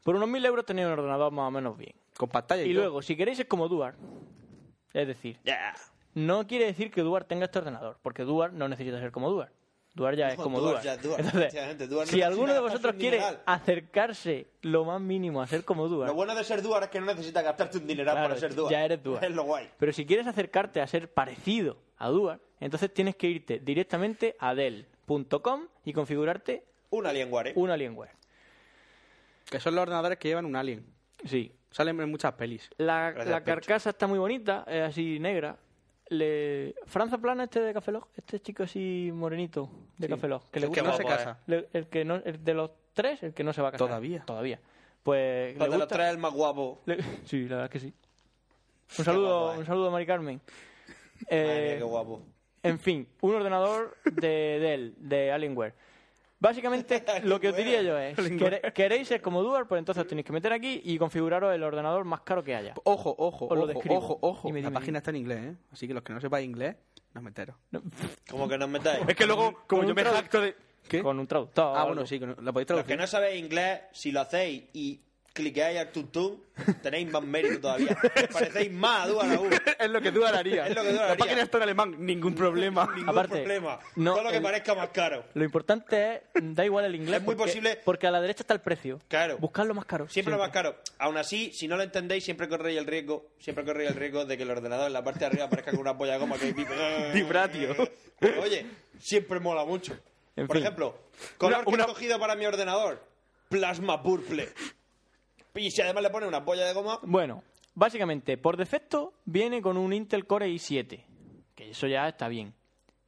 Speaker 6: Por unos mil euros tenéis un ordenador más o menos bien.
Speaker 5: Con pantalla y,
Speaker 6: Y
Speaker 5: todo.
Speaker 6: luego, si queréis es como Duar. Es decir,
Speaker 7: Ya.
Speaker 6: no quiere decir que Duar tenga este ordenador, porque Duar no necesita ser como Duar. Duar ya es
Speaker 7: No,
Speaker 6: como
Speaker 7: Duar
Speaker 6: Duar.
Speaker 7: ya es Duar, efectivamente,
Speaker 6: Entonces,
Speaker 7: Duar no
Speaker 6: si
Speaker 7: necesita
Speaker 6: alguno de
Speaker 7: gastar
Speaker 6: vosotros
Speaker 7: un
Speaker 6: quiere
Speaker 7: dineral.
Speaker 6: acercarse lo más mínimo a ser como Duar,
Speaker 7: Lo bueno de ser Duar es que no necesitas gastarte un dineral
Speaker 6: claro,
Speaker 7: para ser Duar.
Speaker 6: ya eres Duar.
Speaker 7: Es lo guay.
Speaker 6: Pero si quieres acercarte a ser parecido a Duar, entonces tienes que irte directamente a Dell.com y configurarte
Speaker 7: Un Alienware. ¿eh?
Speaker 6: un Alienware.
Speaker 5: Que son los ordenadores que llevan un Alien.
Speaker 6: Sí,
Speaker 5: Salen en muchas pelis.
Speaker 6: La,
Speaker 7: Gracias,
Speaker 6: la
Speaker 7: Pencho.
Speaker 6: carcasa está muy bonita, es así negra. Le... Franza Plana, este de Café Lock, este chico así morenito de
Speaker 5: Sí.
Speaker 6: Café Lock, que
Speaker 5: Es
Speaker 6: le
Speaker 5: que
Speaker 6: gusta.
Speaker 5: no se casa.
Speaker 7: eh.
Speaker 6: Le- el que no, el de los tres, el que no se va a casar.
Speaker 5: Todavía.
Speaker 6: Todavía. Pues.
Speaker 7: Pues
Speaker 6: le
Speaker 7: de los
Speaker 6: gusta-
Speaker 7: tres el más guapo.
Speaker 6: le- Sí, la verdad es que sí. Un
Speaker 7: guapo,
Speaker 6: saludo,
Speaker 7: eh.
Speaker 6: un saludo a Mari Carmen.
Speaker 7: Madre mía,
Speaker 6: Eh,
Speaker 7: qué guapo.
Speaker 6: en fin, un ordenador de Dell, de Alienware. Básicamente, lo que os diría yo es: quere- ¿queréis ser como Dual? Pues entonces os tenéis que meter aquí y configuraros el ordenador más caro que haya.
Speaker 5: Ojo, ojo,
Speaker 6: Os lo
Speaker 5: ojo,
Speaker 6: describo.
Speaker 5: ojo, ojo.
Speaker 6: Dime,
Speaker 5: la
Speaker 6: dime,
Speaker 5: página
Speaker 6: dime.
Speaker 5: está en inglés, ¿eh? Así que los que no sepáis inglés, nos meteros.
Speaker 7: Como que nos metáis.
Speaker 5: Es que luego, como
Speaker 6: Con
Speaker 5: yo
Speaker 6: un
Speaker 5: me
Speaker 6: tradu-
Speaker 5: jacto de... ¿Qué?
Speaker 6: Con un traductor. o
Speaker 5: Ah, bueno,
Speaker 6: algo.
Speaker 5: sí, con- la podéis
Speaker 7: Los
Speaker 5: traducir.
Speaker 7: que no sabéis inglés, si lo hacéis y cliqueáis al tuntún, tenéis más mérito todavía. Parecéis más a Duar aún.
Speaker 5: es lo que tú harías.
Speaker 7: Es lo que tú
Speaker 5: La
Speaker 7: harías.
Speaker 5: página está en alemán, ningún problema.
Speaker 7: Ningún
Speaker 6: Aparte,
Speaker 7: problema.
Speaker 6: no,
Speaker 7: Todo lo que
Speaker 6: el-
Speaker 7: parezca más caro.
Speaker 6: Lo importante es, da igual el inglés.
Speaker 7: Es muy
Speaker 6: porque-
Speaker 7: posible-
Speaker 6: Porque a la derecha está el precio.
Speaker 7: Claro.
Speaker 6: Buscar lo más caro.
Speaker 7: Siempre lo más caro. Aún así, si no lo entendéis, siempre corréis el riesgo, siempre corréis el riesgo de que el ordenador en la parte de arriba aparezca con una polla de goma que vibra.
Speaker 5: Vibratio.
Speaker 7: Pero, oye, siempre mola mucho.
Speaker 6: En
Speaker 7: Por
Speaker 6: fin.
Speaker 7: ejemplo, color
Speaker 5: Una-
Speaker 7: que he
Speaker 5: una-
Speaker 7: cogido para mi ordenador, plasma purple. Y si además le pone una polla de goma,
Speaker 6: Bueno, básicamente, por defecto, viene con un Intel Core i7. Que eso ya está bien.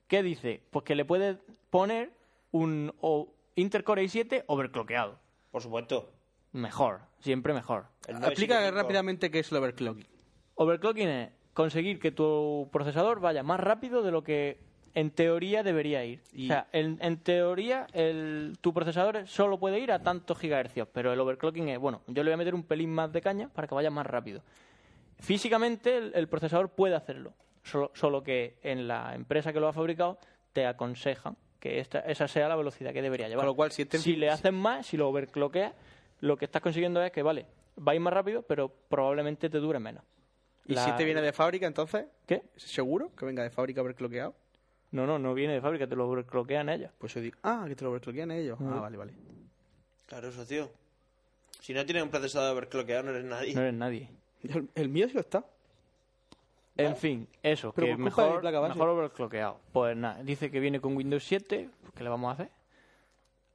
Speaker 6: ¿Qué dice? Pues que le puedes poner un o- Intel Core i7 overclockeado.
Speaker 7: por supuesto.
Speaker 6: Mejor. Siempre mejor.
Speaker 7: el 975.
Speaker 5: Explica rápidamente qué es el overclocking.
Speaker 6: Overclocking es conseguir que tu procesador vaya más rápido de lo que en teoría debería ir.
Speaker 5: Y-
Speaker 6: O sea, en, en teoría el- tu procesador solo puede ir a tantos gigahercios, pero el overclocking es, bueno, yo le voy a meter un pelín más de caña para que vaya más rápido. Físicamente el, el procesador puede hacerlo, solo, solo que en la empresa que lo ha fabricado te aconsejan que esta- esa sea la velocidad que debería llevar.
Speaker 5: Con lo cual, si este-
Speaker 6: le haces más, si lo overclockeas, lo que estás consiguiendo es que, vale, va a ir más rápido, pero probablemente te dure menos.
Speaker 5: ¿Y
Speaker 6: La-
Speaker 5: si este viene de fábrica, entonces?
Speaker 6: ¿Qué?
Speaker 5: ¿Seguro que venga de fábrica overclockeado?
Speaker 6: No, no, no viene de fábrica, te lo overclockean ellos.
Speaker 5: Pues yo digo, ah, que te lo overclockean ellos. Ah, vale, vale.
Speaker 7: Claro, eso, tío. Si no tienes un procesador overclockeado, no eres nadie.
Speaker 6: No eres nadie.
Speaker 5: El, el mío sí lo está.
Speaker 6: En fin, eso,
Speaker 5: Pero por
Speaker 6: que
Speaker 5: culpa de mi
Speaker 6: mejor,
Speaker 5: placa base.
Speaker 6: mejor overclockeado. Pues nada, dice que viene con Windows 7, pues, ¿qué le vamos a hacer?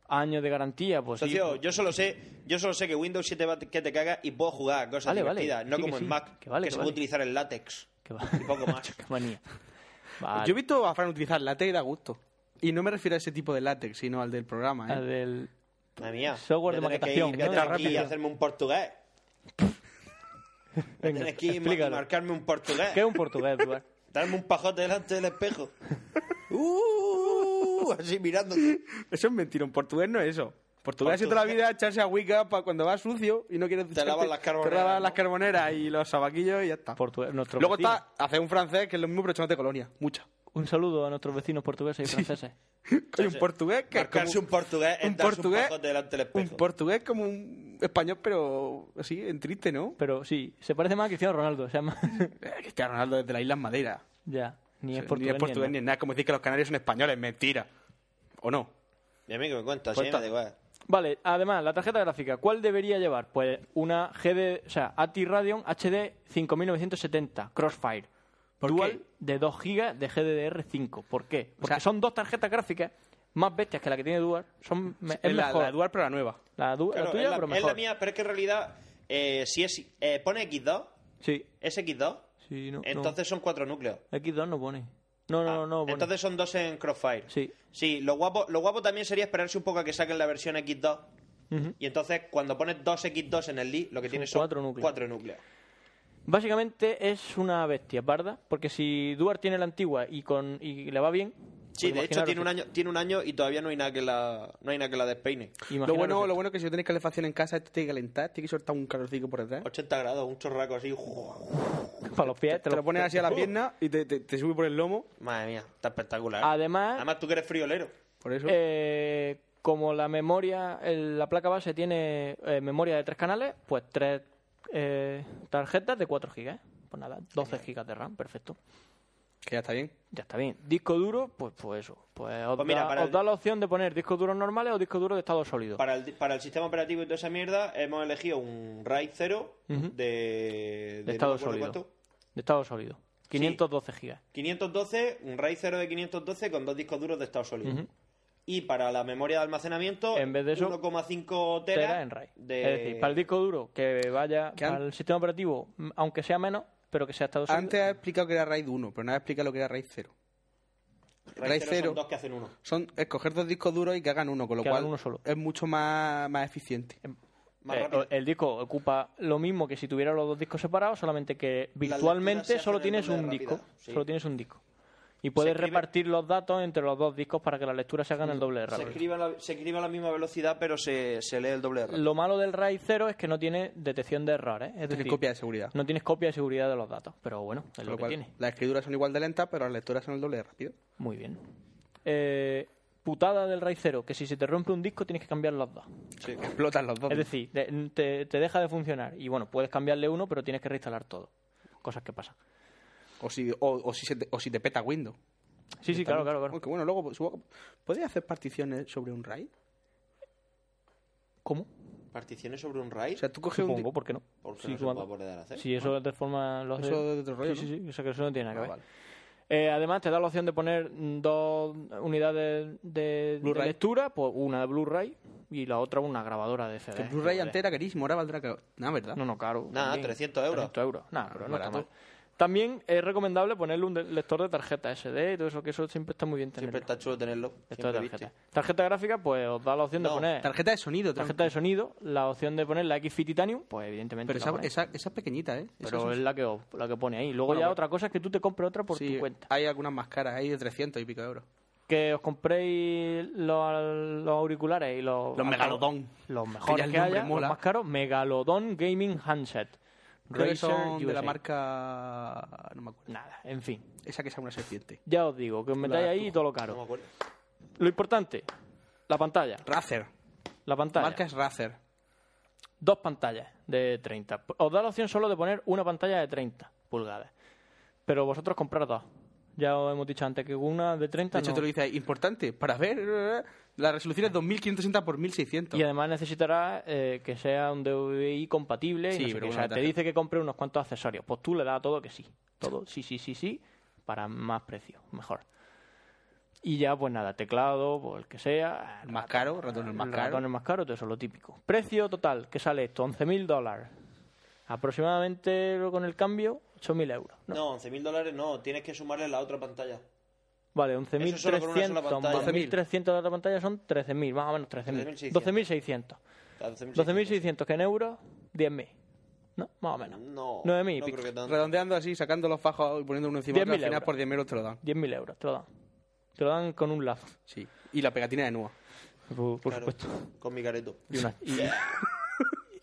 Speaker 6: Años de garantía, pues sí,
Speaker 7: Socio,
Speaker 6: pues-
Speaker 7: yo solo sé, yo solo sé que Windows 7 va que te caga y puedo jugar a cosas
Speaker 6: Vale, vale.
Speaker 7: divertidas, no
Speaker 6: Sí que
Speaker 7: como
Speaker 6: sí.
Speaker 7: en Mac,
Speaker 6: Que vale, que
Speaker 7: se
Speaker 6: vale.
Speaker 7: puede utilizar el látex.
Speaker 6: que va-
Speaker 7: Y poco más.
Speaker 6: Qué manía. Vale.
Speaker 5: Yo he visto a Fran utilizar látex y da gusto. Y no me refiero a ese tipo de látex, sino al del programa, ¿eh?
Speaker 6: La del-
Speaker 7: Madre mía.
Speaker 6: Software
Speaker 7: voy a
Speaker 6: de
Speaker 7: tener que
Speaker 6: maquetación,
Speaker 7: ir- voy a
Speaker 6: ¿no?
Speaker 7: tener
Speaker 6: Tan
Speaker 7: que ir a
Speaker 6: rápido.
Speaker 7: hacerme un portugués. Voy a
Speaker 6: Venga,
Speaker 7: tener que ir y
Speaker 6: explícalo.
Speaker 7: marcarme un portugués.
Speaker 6: ¿Qué es un portugués, Duarte?
Speaker 7: Darme un pajote delante del espejo. Uh, así mirándote.
Speaker 5: Eso es mentira, en portugués no es eso. Portugués ha sido toda
Speaker 7: Portugués.
Speaker 5: la vida echarse a Wicca para cuando va sucio y no quieres ducharte,
Speaker 7: lavas las carboneras,
Speaker 5: Te lavas
Speaker 7: ¿no?
Speaker 5: las carboneras y los sabaquillos y ya está.
Speaker 6: Portugués, nuestro
Speaker 5: Luego
Speaker 6: vecino.
Speaker 5: está hacer un francés que es lo mismo pero echándote colonia. Mucha.
Speaker 6: Un saludo a nuestros vecinos portugueses y franceses.
Speaker 5: Hay un portugués que es
Speaker 7: Marcarse
Speaker 5: como-
Speaker 7: un portugués es
Speaker 5: un
Speaker 7: darse un
Speaker 5: portugués-
Speaker 7: pajote delante del
Speaker 5: un
Speaker 7: espejo.
Speaker 5: portugués como un español pero así en triste, ¿no? este
Speaker 6: Pero sí, se parece más a Cristiano Ronaldo, o sea, más-
Speaker 5: Eh, Cristiano Ronaldo desde la isla Madeira.
Speaker 6: Ya, ni es
Speaker 5: Sí,
Speaker 6: portugués.
Speaker 5: Ni es portugués, ni es nada. Como decir que los canarios son españoles, mentira. ¿O no?
Speaker 7: Y a mí que me cuentas,
Speaker 6: Pues
Speaker 5: Cuenta.
Speaker 7: sí, me da igual.
Speaker 6: Vale, además, la tarjeta gráfica, ¿cuál debería llevar? Pues una GD, o sea, ATI Radeon HD 5970 Crossfire. dual de 2 GB de GDDR5. ¿Por qué? Porque son dos tarjetas gráficas más bestias que la que tiene Dual. Son, me- es
Speaker 5: eh, la,
Speaker 6: mejor.
Speaker 5: la Dual, pero la nueva.
Speaker 6: La du- la
Speaker 7: Claro,
Speaker 6: tuya,
Speaker 7: es, la,
Speaker 6: pero
Speaker 7: es
Speaker 6: mejor.
Speaker 7: la mía, pero es que en realidad, eh, si es. eh, pone X2,
Speaker 6: Sí,
Speaker 7: es X2,
Speaker 6: sí, no. no.
Speaker 7: entonces son cuatro núcleos.
Speaker 6: X2 no pone. No, no, no, no pone.
Speaker 7: Ah, Entonces son dos en Crossfire.
Speaker 6: Sí.
Speaker 7: Sí, lo guapo, lo guapo también sería esperarse un poco a que saquen la versión X2.
Speaker 6: Ujú.
Speaker 7: Y entonces, cuando pones dos X2 en el Li, lo que
Speaker 6: Son
Speaker 7: tienes son
Speaker 6: cuatro núcleos.
Speaker 7: cuatro núcleos.
Speaker 6: Básicamente es una bestia, parda, porque si Duar tiene la antigua y con y le va bien.
Speaker 7: Sí,
Speaker 6: pues
Speaker 7: de hecho
Speaker 6: imaginaros-
Speaker 7: tiene un año, tiene un año y todavía no hay nada que la, no hay nada que la despeine.
Speaker 5: Lo
Speaker 6: imaginaros
Speaker 5: bueno,
Speaker 6: esto.
Speaker 5: lo bueno es que si no tenéis calefacción en casa, esto tiene que calentar, tiene que soltar un calorcito por detrás.
Speaker 7: 80 grados, un chorraco así.
Speaker 6: para los pies.
Speaker 5: Te lo pones así a
Speaker 7: Oh.
Speaker 5: la pierna y te, te- te sube por el lomo.
Speaker 7: Madre mía, está espectacular.
Speaker 6: Además,
Speaker 7: Además, tú ¿Ah? que eres friolero.
Speaker 5: Por eso.
Speaker 6: eh, como la memoria, el- la placa base tiene eh, memoria de tres canales, pues tres eh, tarjetas de 4 GB. Pues nada, 12 GB de RAM, perfecto.
Speaker 5: que ya está bien.
Speaker 6: Ya está bien. Disco duro, pues, pues eso. Pues os,
Speaker 7: Pues mira,
Speaker 6: da,
Speaker 7: para
Speaker 6: os
Speaker 7: el-
Speaker 6: da la opción de poner discos duros normales o discos duros de estado sólido.
Speaker 7: Para el, para el sistema operativo y toda esa mierda, hemos elegido un RAID 0 de,
Speaker 6: de
Speaker 7: no
Speaker 6: estado
Speaker 7: me acuerdo
Speaker 6: sólido.
Speaker 7: cuánto.
Speaker 6: De estado sólido. 512 GB.
Speaker 7: 512, un RAID 0 de 512 con dos discos duros de estado sólido. Y para la memoria de almacenamiento,
Speaker 6: En vez de eso,
Speaker 7: 1,5 teras
Speaker 6: Tera en RAID.
Speaker 7: de-
Speaker 6: Es decir, para el disco duro que vaya
Speaker 5: Que an-
Speaker 6: al sistema operativo, mm, aunque sea menos, pero que sea estado sólido.
Speaker 5: Antes has explicado que era RAID 1, pero no has explicado lo que era RAID 0.
Speaker 7: RAID 0
Speaker 5: cero.
Speaker 7: son dos que hacen uno.
Speaker 5: Son escoger dos discos duros y que hagan uno, con lo
Speaker 6: Que hagan
Speaker 5: cual
Speaker 6: uno solo.
Speaker 5: es mucho más, más eficiente.
Speaker 7: Más
Speaker 6: Eh,
Speaker 7: rápido.
Speaker 6: o- el disco ocupa lo mismo que si tuviera los dos discos separados, solamente que virtualmente
Speaker 7: lecturas se
Speaker 6: solo
Speaker 7: hacen en
Speaker 6: tienes un
Speaker 7: doble rápida,
Speaker 6: disco.
Speaker 7: sí.
Speaker 6: Solo tienes un disco. Y puedes
Speaker 7: escribe-
Speaker 6: repartir los datos entre los dos discos para que la lectura se haga en el doble de
Speaker 7: Se
Speaker 6: rápido.
Speaker 7: escribe, a la, se escribe a la misma velocidad, pero se, se lee el doble de rápido.
Speaker 6: Lo malo del RAID 0 es que no tiene detección de errores. ¿eh? Es
Speaker 5: Entonces,
Speaker 6: decir,
Speaker 5: copia de seguridad.
Speaker 6: no tienes copia de seguridad de los datos. Pero bueno, es
Speaker 5: Con
Speaker 6: lo,
Speaker 5: lo
Speaker 6: que
Speaker 5: cual,
Speaker 6: tiene.
Speaker 5: Las escrituras son igual de lentas, pero las lecturas son el doble de rápido.
Speaker 6: Muy bien. Eh, putada del RAID 0, que si se te rompe un disco tienes que cambiar los dos.
Speaker 5: Sí, que explotan los dos.
Speaker 6: Es decir, de- te, te deja de funcionar. Y bueno, puedes cambiarle uno, pero tienes que reinstalar todo. Cosas que pasan.
Speaker 5: o, si, o, o si se te, o si te peta Windows.
Speaker 6: Sí, sí, claro, claro, claro.
Speaker 5: Aunque bueno, luego supongo- ¿Podéis hacer particiones sobre un RAID?
Speaker 6: ¿Cómo?
Speaker 7: ¿Particiones sobre un RAID?
Speaker 5: O sea, tú coges un.
Speaker 6: Supongo,
Speaker 5: di-
Speaker 6: ¿por qué no?
Speaker 7: ¿Por qué
Speaker 6: Sí,
Speaker 7: no se
Speaker 6: cuando-
Speaker 7: puede poder hacer?
Speaker 6: Sí, eso es de forma... Los
Speaker 5: Eso es de otro rollo,
Speaker 6: Sí,
Speaker 5: ¿no?
Speaker 6: sí, sí, eso, que eso no tiene nada que
Speaker 5: Ah,
Speaker 6: ver.
Speaker 5: vale.
Speaker 6: Eh, además, te da la opción de poner mm, dos unidades de, de
Speaker 5: Blu-ray.
Speaker 6: lectura, pues una de Blu-ray y la otra una grabadora de CD.
Speaker 5: Que Blu-ray
Speaker 6: DVD.
Speaker 5: entera carísimo, ahora valdrá que... Nada, ¿verdad?
Speaker 6: No, no, caro.
Speaker 7: Nada,
Speaker 6: también.
Speaker 7: 300 euros.
Speaker 6: 300 euros. Nada, pero no está
Speaker 5: barato.
Speaker 6: mal. También es recomendable ponerle un de- lector de tarjeta SD y todo eso, que eso siempre está muy bien tenerlo.
Speaker 7: Siempre está chulo tenerlo.
Speaker 6: Lector de
Speaker 7: Siempre
Speaker 6: tarjeta.
Speaker 7: viste.
Speaker 6: Tarjeta gráfica, pues os da la opción de
Speaker 7: No,
Speaker 6: poner
Speaker 5: Tarjeta de sonido,
Speaker 6: tarjeta de sonido, la opción de poner la XFIT Titanium, pues evidentemente
Speaker 5: Pero
Speaker 6: la
Speaker 5: esa,
Speaker 6: ponéis.
Speaker 5: esa, esa es pequeñita, ¿eh? Esa
Speaker 6: Pero
Speaker 5: un-
Speaker 6: es la que, os- la que pone ahí. Luego
Speaker 5: Bueno,
Speaker 6: ya
Speaker 5: bueno.
Speaker 6: otra cosa es que tú te compres otra por
Speaker 5: sí,
Speaker 6: tu cuenta.
Speaker 5: Hay algunas más caras, hay de 300 y pico euros.
Speaker 6: Que os compréis los, los auriculares y los...
Speaker 5: Los Megalodon.
Speaker 6: Los
Speaker 5: ya
Speaker 6: mejores
Speaker 5: el
Speaker 6: que
Speaker 5: nombre
Speaker 6: haya,
Speaker 5: mola.
Speaker 6: los más caros, Megalodon Gaming Handset.
Speaker 5: Creo que
Speaker 6: Razer
Speaker 5: son de la
Speaker 6: USA.
Speaker 5: marca... No me acuerdo.
Speaker 6: Nada, en fin.
Speaker 5: Esa que es una serpiente.
Speaker 6: Ya os digo, que os metáis ahí y todo lo
Speaker 7: No me
Speaker 6: caro.
Speaker 7: acuerdo.
Speaker 6: Lo importante, la pantalla.
Speaker 5: Razer.
Speaker 6: La pantalla.
Speaker 5: Marca es Razer.
Speaker 6: Dos pantallas de 30. Os da la opción solo de poner una pantalla de 30 pulgadas. Pero vosotros comprar dos. Ya os hemos dicho antes que una de 30
Speaker 5: De hecho,
Speaker 6: no.
Speaker 5: te lo dice ahí. Importante, para ver... eh, La resolución es 2560 por 1600.
Speaker 6: Y además necesitará eh, que sea un DVI compatible. y
Speaker 5: Sí,
Speaker 6: no sé
Speaker 5: pero
Speaker 6: qué.
Speaker 5: bueno,
Speaker 6: O sea,
Speaker 5: la
Speaker 6: te
Speaker 5: tarjeta.
Speaker 6: dice que compre unos cuantos accesorios. Pues tú le das a todo que sí. Todo, sí, sí, sí, sí, para más precio, mejor. Y ya, pues nada, teclado, pues el que sea.
Speaker 5: El más caro, ratón el más
Speaker 6: El
Speaker 5: caro.
Speaker 6: ratón es más caro, todo eso lo típico. Precio total que sale esto, 11.000 dólares. Aproximadamente con el cambio, 8.000 euros. ¿no?
Speaker 7: No, 11.000 dólares no. Tienes que sumarle la otra pantalla.
Speaker 6: Vale,
Speaker 7: Eso solo con una
Speaker 6: 11.300
Speaker 7: sola pantalla.
Speaker 6: más 1.300 de la pantalla son 13.000, más o menos 13.000. 12.600. 12.600 que en euros, 10.000. ¿No? Más o menos.
Speaker 7: No,
Speaker 6: 9.000 y
Speaker 7: no
Speaker 6: pico.
Speaker 7: creo que tanto.
Speaker 5: Redondeando así, sacando los fajos y poniendo uno encima de otro, al
Speaker 6: 10.000
Speaker 5: final
Speaker 6: euros.
Speaker 5: por 10 euros te lo dan.
Speaker 6: 10.000 euros, te lo dan. Te lo dan con un lazo,
Speaker 5: Sí. Y la pegatina de Nua.
Speaker 6: por, por
Speaker 7: Claro,
Speaker 6: supuesto.
Speaker 7: Con mi careto.
Speaker 6: Y una, y-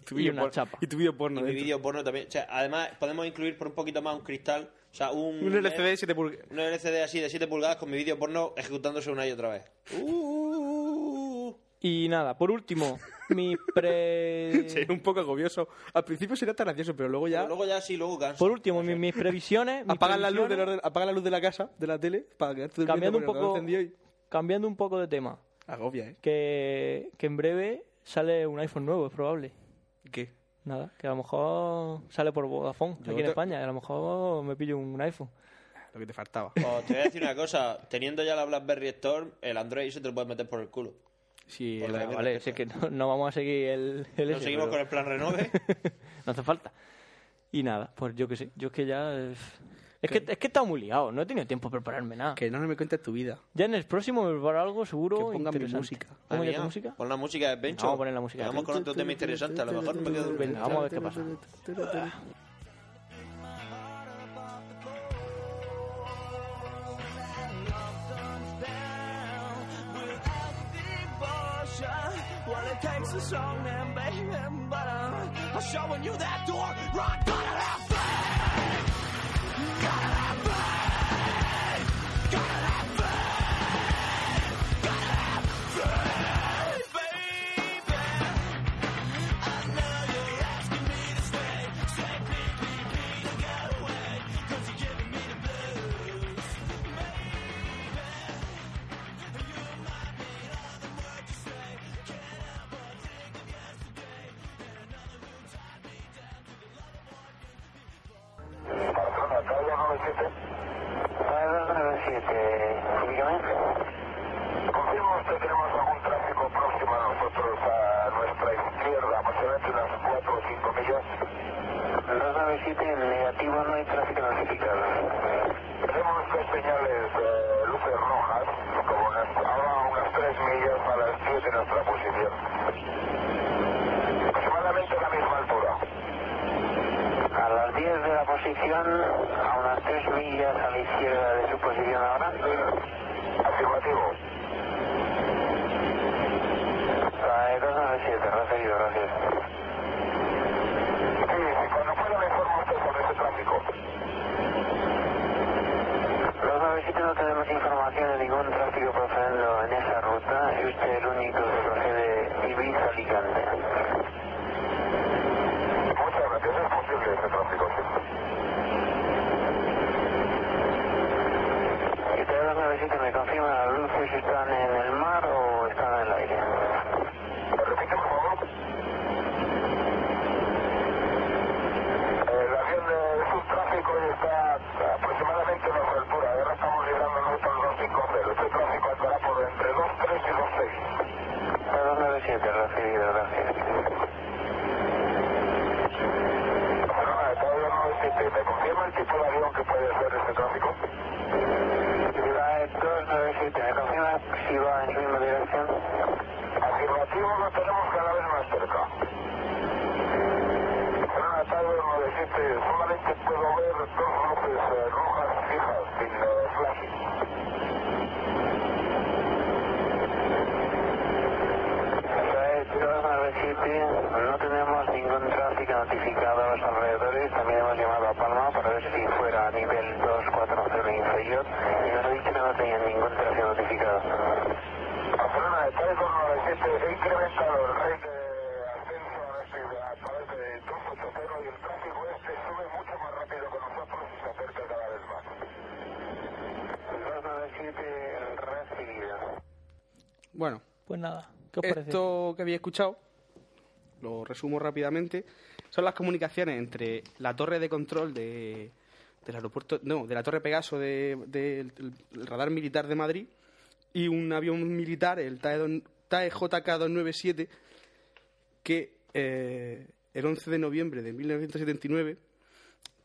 Speaker 5: Tu
Speaker 6: Y
Speaker 5: vídeo
Speaker 6: una
Speaker 5: por-
Speaker 6: chapa.
Speaker 5: Y tu vídeo porno.
Speaker 7: Y mi
Speaker 5: dentro.
Speaker 7: vídeo porno también. O sea, además, podemos incluir por un poquito más un cristal. O sea, un.
Speaker 5: Un LCD de 7 pulgadas.
Speaker 7: Un LCD así de 7 pulgadas con mi vídeo porno ejecutándose una y otra vez. Uh,
Speaker 6: Y nada, por último, mi pre...
Speaker 5: Sería un poco agobioso. Al principio sería tan gracioso, pero luego ya.
Speaker 7: Pero luego ya sí, luego canso.
Speaker 6: Por último, mi- mis previsiones... mis
Speaker 5: Apagan la, luz del
Speaker 6: previsiones-
Speaker 5: orden- apaga la luz de la casa, de la tele, para quedarte durmiendo
Speaker 6: Cambiando un
Speaker 5: con el ordenador
Speaker 6: poco...
Speaker 5: encendido y-
Speaker 6: Cambiando un poco de tema.
Speaker 5: Agobia, ¿eh?
Speaker 6: Que, que en breve sale un iPhone nuevo, es probable.
Speaker 5: ¿Qué?
Speaker 6: Nada, que a lo mejor sale por Vodafone
Speaker 5: Yo
Speaker 6: aquí en
Speaker 5: te-
Speaker 6: España, que a lo mejor me pillo un iPhone.
Speaker 5: Lo que te faltaba.
Speaker 7: Os Pues te voy a decir una cosa. Teniendo ya la BlackBerry Storm, el Android se te lo puedes meter por el culo.
Speaker 6: Sí,
Speaker 7: Por la
Speaker 6: eh,
Speaker 7: misma
Speaker 6: vale,
Speaker 7: tarjeta.
Speaker 6: sé que no, no vamos a seguir el, el
Speaker 7: Nos
Speaker 6: ese,
Speaker 7: seguimos
Speaker 6: pero
Speaker 7: con el plan Renove.
Speaker 6: No hace falta. Y nada, pues yo que sé, yo es que ya... eh, Es que, es que he estado muy liado, no he tenido tiempo para prepararme nada.
Speaker 5: Que no me cuentes tu vida.
Speaker 6: Ya en el próximo me preparo algo seguro
Speaker 5: Que pongan mi
Speaker 6: interesante.
Speaker 5: música.
Speaker 6: ¿Pongo
Speaker 7: Madre
Speaker 6: ya tu
Speaker 7: mía,
Speaker 6: música?
Speaker 7: Pon la música de Pencho.
Speaker 6: Vamos a poner la música de
Speaker 7: Vamos con otro tema interesante. A lo mejor me quedo
Speaker 6: Venga, vamos a ver qué pasa.
Speaker 11: Well, it takes a song and baby, but uh, I'm showing you that door. Run, gotta have faith. Gotta have faith. Gotta have faith. Gotta have faith, baby. I know you're asking me to stay. Say, please, please, please, I gotta wait, 'cause you're giving me the blues.
Speaker 12: ah, A las 10 de la posición, a unas 3 millas a la izquierda de su posición ahora. Afirmativo. Trae 297, recibido, gracias. Sí, sí, cuando pueda me informa usted sobre ese tráfico. 297 no tenemos información de ningún tráfico procediendo en esa ruta. Es usted el único que procede Ibiza-Alicante. Muchas gracias, es posible ese tráfico, Y te doy una visita, me confirma las luces están en el mar o están en el aire. ¿Me repite, por favor? El avión de subtráfico está aproximadamente a nuestra altura. Ahora estamos librando nuestro 250. Este tráfico andará por entre 2.3 y 2.6. A 297, recibido, gracias. Bueno, eh, está 297. ¿Me confirma el tipo de avión este, que puede hacer este tráfico? Ciudad 297, ¿me confirma si va en su misma dirección? Afirmativo, lo tenemos cada vez más cerca. Una tarde 97, solamente puedo ver dos luces eh, rojas fijas sin eh, flash. Ciudad 297, no tenemos ningún tráfico notificado a los alrededores. También hemos llamado a Palma para ver si fuera a nivel 240 inferior y nos ha dicho que no tenía ningún tráfico notificado. Barcelona, está en 297, he incrementado el rate de ascenso a este, a través de 280 y el tráfico este sube mucho más rápido que nosotros y se acerca cada vez más. 297, recibido.
Speaker 5: Bueno,
Speaker 6: Pues nada, ¿qué os parece?
Speaker 5: esto que había escuchado, lo resumo rápidamente, son las comunicaciones entre la torre de control de, del aeropuerto, no, de la torre Pegaso de- del del radar militar de Madrid y un avión militar, el TAE, don- TAE JK297, que eh, el 11 de noviembre de 1979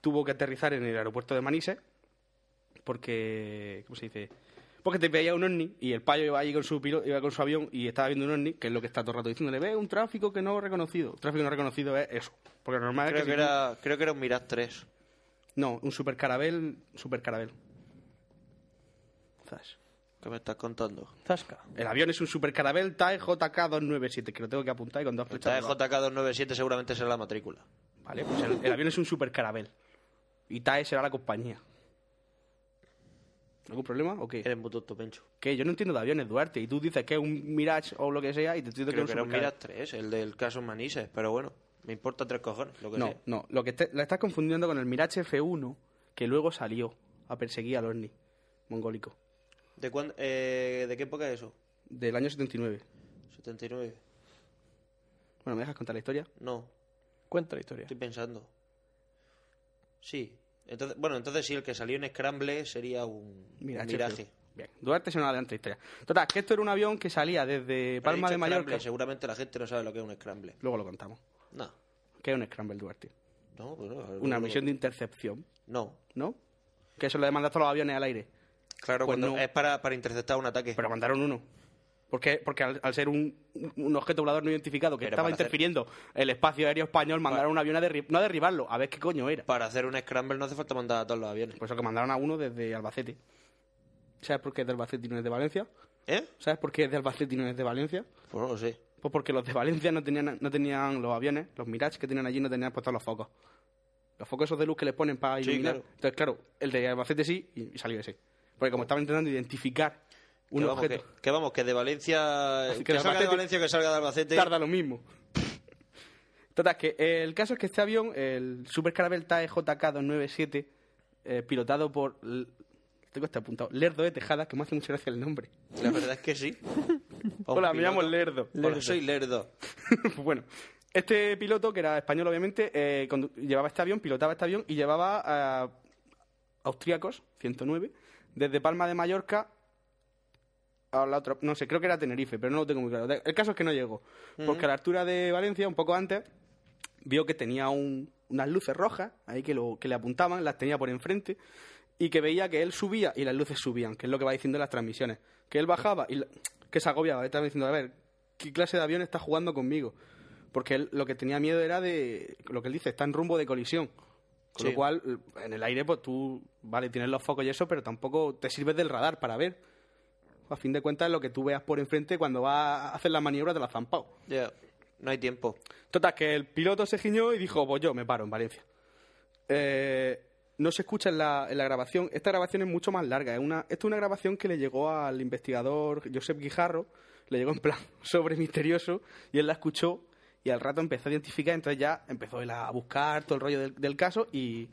Speaker 5: tuvo que aterrizar en el aeropuerto de Manises porque, ¿cómo se dice? Porque te veía un ovni y el payo iba allí con su pilo- iba con su avión y estaba viendo un ovni, que es lo que está todo el rato diciéndole, ve un tráfico que no reconocido. Tráfico no reconocido es eso. Porque lo normal es
Speaker 7: Creo
Speaker 5: que
Speaker 7: que
Speaker 5: si tú-
Speaker 7: era, creo que era un Mirage 3.
Speaker 5: No, un super carabel, super carabel.
Speaker 7: ¿Qué me estás contando?
Speaker 6: Zasca.
Speaker 5: El avión es un super carabel TAE JK297, que lo tengo que apuntar y con dos
Speaker 7: El E TAE
Speaker 5: flechas.
Speaker 7: JK297 seguramente será la matrícula.
Speaker 5: Vale, pues el, el avión es un super carabel. Y TAE será la compañía. ¿Algún problema o qué?
Speaker 7: Eres muy tonto, Pencho.
Speaker 5: Que yo no entiendo de aviones, Duarte. Y tú dices que es un Mirage o lo que sea y te estoy
Speaker 7: Creo
Speaker 5: diciendo
Speaker 7: que
Speaker 5: es
Speaker 7: era un
Speaker 5: supercar-
Speaker 7: Miras 3, el del caso Manises, pero bueno, me importa tres cojones, lo que
Speaker 5: No,
Speaker 7: sea.
Speaker 5: no. Lo que esté- la estás confundiendo con el Mirage F1 que luego salió a perseguir al Orni mongólico
Speaker 7: ¿De, cuándo, eh, ¿De qué época es eso?
Speaker 5: del año 79.
Speaker 7: 79.
Speaker 5: Bueno, ¿me dejas contar la historia?
Speaker 7: No,
Speaker 6: Cuenta la historia.
Speaker 7: estoy pensando. Sí. Entonces, bueno, entonces sí, el que salió en Scramble sería un
Speaker 5: Mirage
Speaker 7: un miraje.
Speaker 5: F1. Bien, Duarte se nos adelanta la historia. Total, que esto era un avión que salía desde
Speaker 7: He
Speaker 5: Palma
Speaker 7: dicho
Speaker 5: de Mallorca.
Speaker 7: Scramble, Seguramente la gente no sabe lo que es un Scramble.
Speaker 5: Luego lo contamos.
Speaker 7: No.
Speaker 5: ¿Qué es un Scramble, Duarte?
Speaker 7: No, pues no,
Speaker 5: Una
Speaker 7: no,
Speaker 5: misión
Speaker 7: no.
Speaker 5: de intercepción,
Speaker 7: No.
Speaker 5: ¿no? Que eso le demandan todos los aviones al aire.
Speaker 7: Claro,
Speaker 5: Pues
Speaker 7: cuando
Speaker 5: no.
Speaker 7: es para, para interceptar un ataque.
Speaker 5: Pero mandaron uno. Porque, porque al, al ser un, un objeto volador no identificado que
Speaker 7: Pero
Speaker 5: estaba
Speaker 7: para hacer-
Speaker 5: interfiriendo el espacio aéreo español, mandaron un avión a derri- no a derribarlo, a ver qué coño era.
Speaker 7: Para hacer un Scramble no hace falta mandar a todos los aviones.
Speaker 5: Por eso que mandaron a uno desde Albacete. ¿Sabes por qué es de Albacete y no es de Valencia?
Speaker 7: ¿Eh?
Speaker 5: ¿Sabes por qué es de Albacete y no es de Valencia?
Speaker 7: Pues no lo sé.
Speaker 5: Pues porque los de Valencia no tenían, no tenían los aviones, los Mirage que tenían allí no tenían puestos los focos. Los focos esos de luz que les ponen para
Speaker 7: Sí,
Speaker 5: iluminar.
Speaker 7: claro.
Speaker 5: Entonces, claro, el de Albacete sí y y salió ese. Porque como estaba intentando identificar un
Speaker 7: que vamos,
Speaker 5: objeto,
Speaker 7: que, que vamos, que de Valencia.
Speaker 5: Así
Speaker 7: Que,
Speaker 5: que de
Speaker 7: salga de
Speaker 5: Albacete-
Speaker 7: Valencia, que salga de Albacete.
Speaker 5: tarda lo mismo. Total, que eh, el caso es que este avión, el Super Carabel TAE JK297, eh, pilotado por... L- Tengo este apuntado. Lerdo de Tejada, que me hace mucha gracia el nombre.
Speaker 7: La verdad es que sí. A un
Speaker 5: Hola, me
Speaker 7: piloto.
Speaker 5: llamo Lerdo.
Speaker 7: Hola, soy Lerdo.
Speaker 5: Pues bueno, este piloto, que era español obviamente, eh, condu- llevaba este avión, pilotaba este avión y llevaba a austríacos, 109, desde Palma de Mallorca a la otra, no sé, creo que era Tenerife, pero no lo tengo muy claro. El caso es que no llegó, porque a la altura de Valencia, un poco antes, vio que tenía un- unas luces rojas ahí que, lo, que le apuntaban, las tenía por enfrente y que veía que él subía y las luces subían, que es lo que va diciendo las transmisiones. Que él bajaba y la- que se agobiaba, le estaba diciendo, a ver, ¿qué clase de avión está jugando conmigo? Porque él lo que tenía miedo era de, lo que él dice, está en rumbo de colisión. Con
Speaker 7: Sí.
Speaker 5: lo cual, en el aire, pues tú, vale, tienes los focos y eso, pero tampoco te sirves del radar para ver. A fin de cuentas, lo que tú veas por enfrente cuando vas a hacer la maniobra te la has zampado.
Speaker 7: Ya, no hay tiempo.
Speaker 5: Total, que el piloto se giñó y dijo, pues yo me paro en Valencia. Eh, no se escucha en la, en la grabación. Esta grabación es mucho más larga. Es una, esta es una grabación que le llegó al investigador Josep Guijarro. Le llegó en plan sobre misterioso y él la escuchó y al rato empezó a identificar. Entonces ya empezó él a buscar todo el rollo del, del caso y,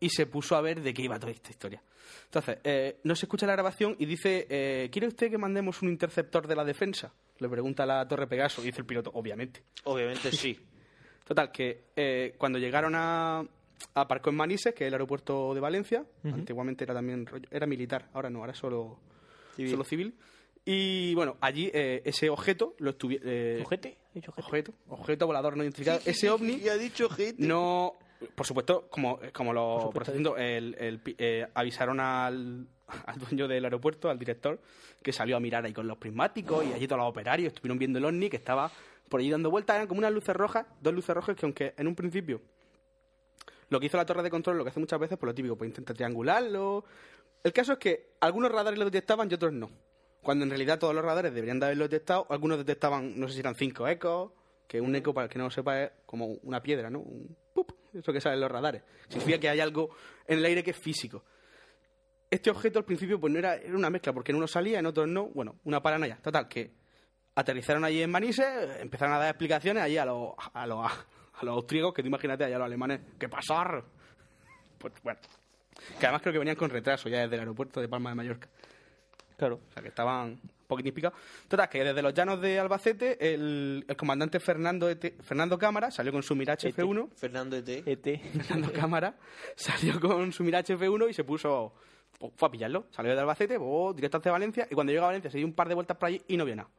Speaker 5: y se puso a ver de qué iba toda esta historia. Entonces, eh, no se escucha la grabación y dice, eh, ¿quiere usted que mandemos un interceptor de la defensa? Le pregunta la Torre Pegaso y dice el piloto, obviamente.
Speaker 7: Obviamente sí.
Speaker 5: Total, que eh, cuando llegaron a, a Parco en Manises, que es el aeropuerto de Valencia, antiguamente era también rollo- era militar, ahora no, ahora solo
Speaker 7: Civil.
Speaker 5: civil. Solo civil. Y bueno, allí eh, ese objeto lo estuvi- eh,
Speaker 6: ¿Ojete? He dicho ojete.
Speaker 5: objeto, objeto volador no identificado, ese ovni
Speaker 7: ha dicho gente.
Speaker 5: no, por supuesto, como, eh, como lo
Speaker 6: Por supuesto.
Speaker 5: procediendo, el- el pi- eh, avisaron al, al dueño del aeropuerto, al director, que salió a mirar ahí con los prismáticos y allí todos los operarios estuvieron viendo el ovni que estaba por allí dando vueltas. Eran como unas luces rojas, dos luces rojas que aunque en un principio lo que hizo la torre de control, lo que hace muchas veces, por lo típico, pues intenta triangularlo. El caso es que algunos radares lo detectaban y otros no. Cuando en realidad todos los radares deberían de haberlo detectado, algunos detectaban, no sé si eran cinco ecos, que un eco, para el que no lo sepa, es como una piedra, ¿no? Un pup, eso que sale en los radares. Significa que hay algo en el aire que es físico. Este objeto al principio pues no era, era una mezcla, porque en unos salía, en otros no. Bueno, una paranoia. Total, que aterrizaron allí en Manises, empezaron a dar explicaciones allí a los, a los, a los austríacos, que tú imagínate allá a los alemanes, ¿qué pasar? Pues bueno, que además creo que venían con retraso ya desde el aeropuerto de Palma de Mallorca.
Speaker 6: Claro.
Speaker 5: O sea, que estaban un poquitín picados. Total, que desde los llanos de Albacete, el, el comandante Fernando, ET Fernando Cámara salió con su Mirage
Speaker 6: ET.
Speaker 5: F1.
Speaker 7: Fernando E
Speaker 5: Eh,
Speaker 7: E.T.
Speaker 6: ET.
Speaker 5: Fernando Cámara salió con su Mirage F1 y se puso. pues, fue a pillarlo. Salió de Albacete, pues, directo hacia Valencia. Y cuando llega a Valencia se dio un par de vueltas por allí y no vio nada.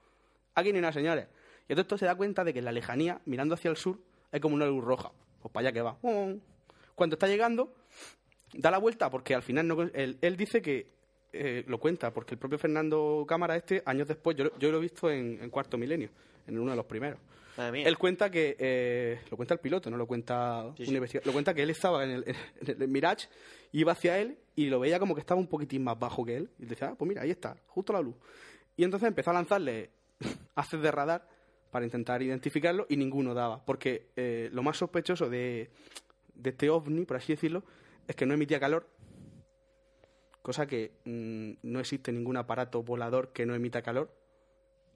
Speaker 5: Aquí ni nada, señores. Y entonces todo se da cuenta de que en la lejanía, mirando hacia el sur, es como una luz roja. Pues para allá que va. Cuando está llegando, da la vuelta porque al final no, con- él, él dice que eh, lo cuenta porque el propio Fernando Cámara este años después yo, lo- yo lo he visto en, en cuarto milenio en uno de los primeros
Speaker 7: Madre mía.
Speaker 5: él cuenta que eh, lo cuenta el piloto no lo cuenta
Speaker 7: Sí,
Speaker 5: un
Speaker 7: sí.
Speaker 5: investiga- lo cuenta que él estaba en el, en el Mirage iba hacia él y lo veía como que estaba un poquitín más bajo que él y decía ah, pues mira ahí está justo la luz y entonces empezó a lanzarle haces de radar para intentar identificarlo y ninguno daba porque eh, lo más sospechoso de de este ovni, por así decirlo, es que no emitía calor. cosa que mm, no existe ningún aparato volador que no emita calor.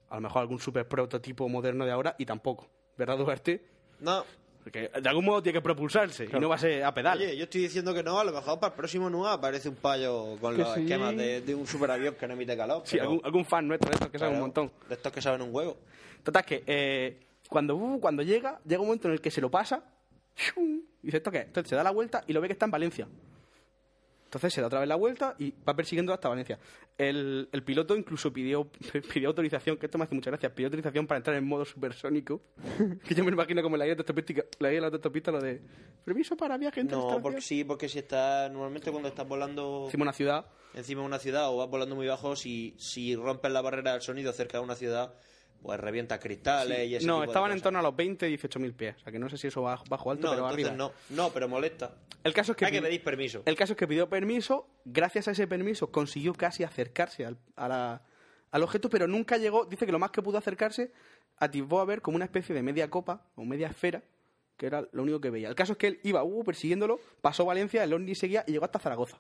Speaker 5: A lo mejor algún super prototipo moderno de ahora y tampoco. ¿Verdad, Duarte?
Speaker 7: No.
Speaker 5: Porque de algún modo tiene que propulsarse y no va a ser a pedal.
Speaker 7: Oye, yo estoy diciendo que no, a lo mejor para el próximo NUA aparece un payo con
Speaker 5: Que
Speaker 7: los
Speaker 5: sí.
Speaker 7: esquemas de, de un superavión que no emite calor.
Speaker 5: Sí,
Speaker 7: pero-
Speaker 5: algún, algún fan nuestro de estos que sabe un
Speaker 7: Claro,
Speaker 5: montón.
Speaker 7: De estos que saben un huevo.
Speaker 5: Total, que eh, cuando, uh, cuando llega, llega un momento en el que se lo pasa ¡shum! y dice, ¿esto qué? es?". Entonces se da la vuelta y lo ve que está en Valencia. Entonces se da otra vez la vuelta y va persiguiendo hasta Valencia. El, el piloto incluso pidió, pidió autorización, que esto me hace mucha gracia, pidió autorización para entrar en modo supersónico. que yo me lo imagino como la guía de autopista, la guía de la autopista, lo de permiso para viaje entre
Speaker 7: No,
Speaker 5: estaciones".
Speaker 7: porque sí, porque si está normalmente cuando estás volando
Speaker 5: Encima de una ciudad,
Speaker 7: encima de una ciudad o vas volando muy bajo, si, si rompes la barrera del sonido cerca de una ciudad, pues revientas cristales
Speaker 5: sí.
Speaker 7: y ese
Speaker 5: no,
Speaker 7: tipo de
Speaker 5: estaban en
Speaker 7: cosas.
Speaker 5: torno a los 20 y 18.000 pies. O sea, que no sé si eso bajo, bajo alto,
Speaker 7: No,
Speaker 5: pero
Speaker 7: entonces
Speaker 5: arriba.
Speaker 7: no. No, pero molesta.
Speaker 5: El caso es que
Speaker 7: Hay que
Speaker 5: pidi-
Speaker 7: pedir permiso.
Speaker 5: El caso es que pidió permiso, gracias a ese permiso consiguió casi acercarse al, a la- al objeto, pero nunca llegó, dice que lo más que pudo acercarse atisbó a ver como una especie de media copa o media esfera, que era lo único que veía. El caso es que él iba uh, persiguiéndolo, pasó Valencia, el ovni seguía y llegó hasta Zaragoza.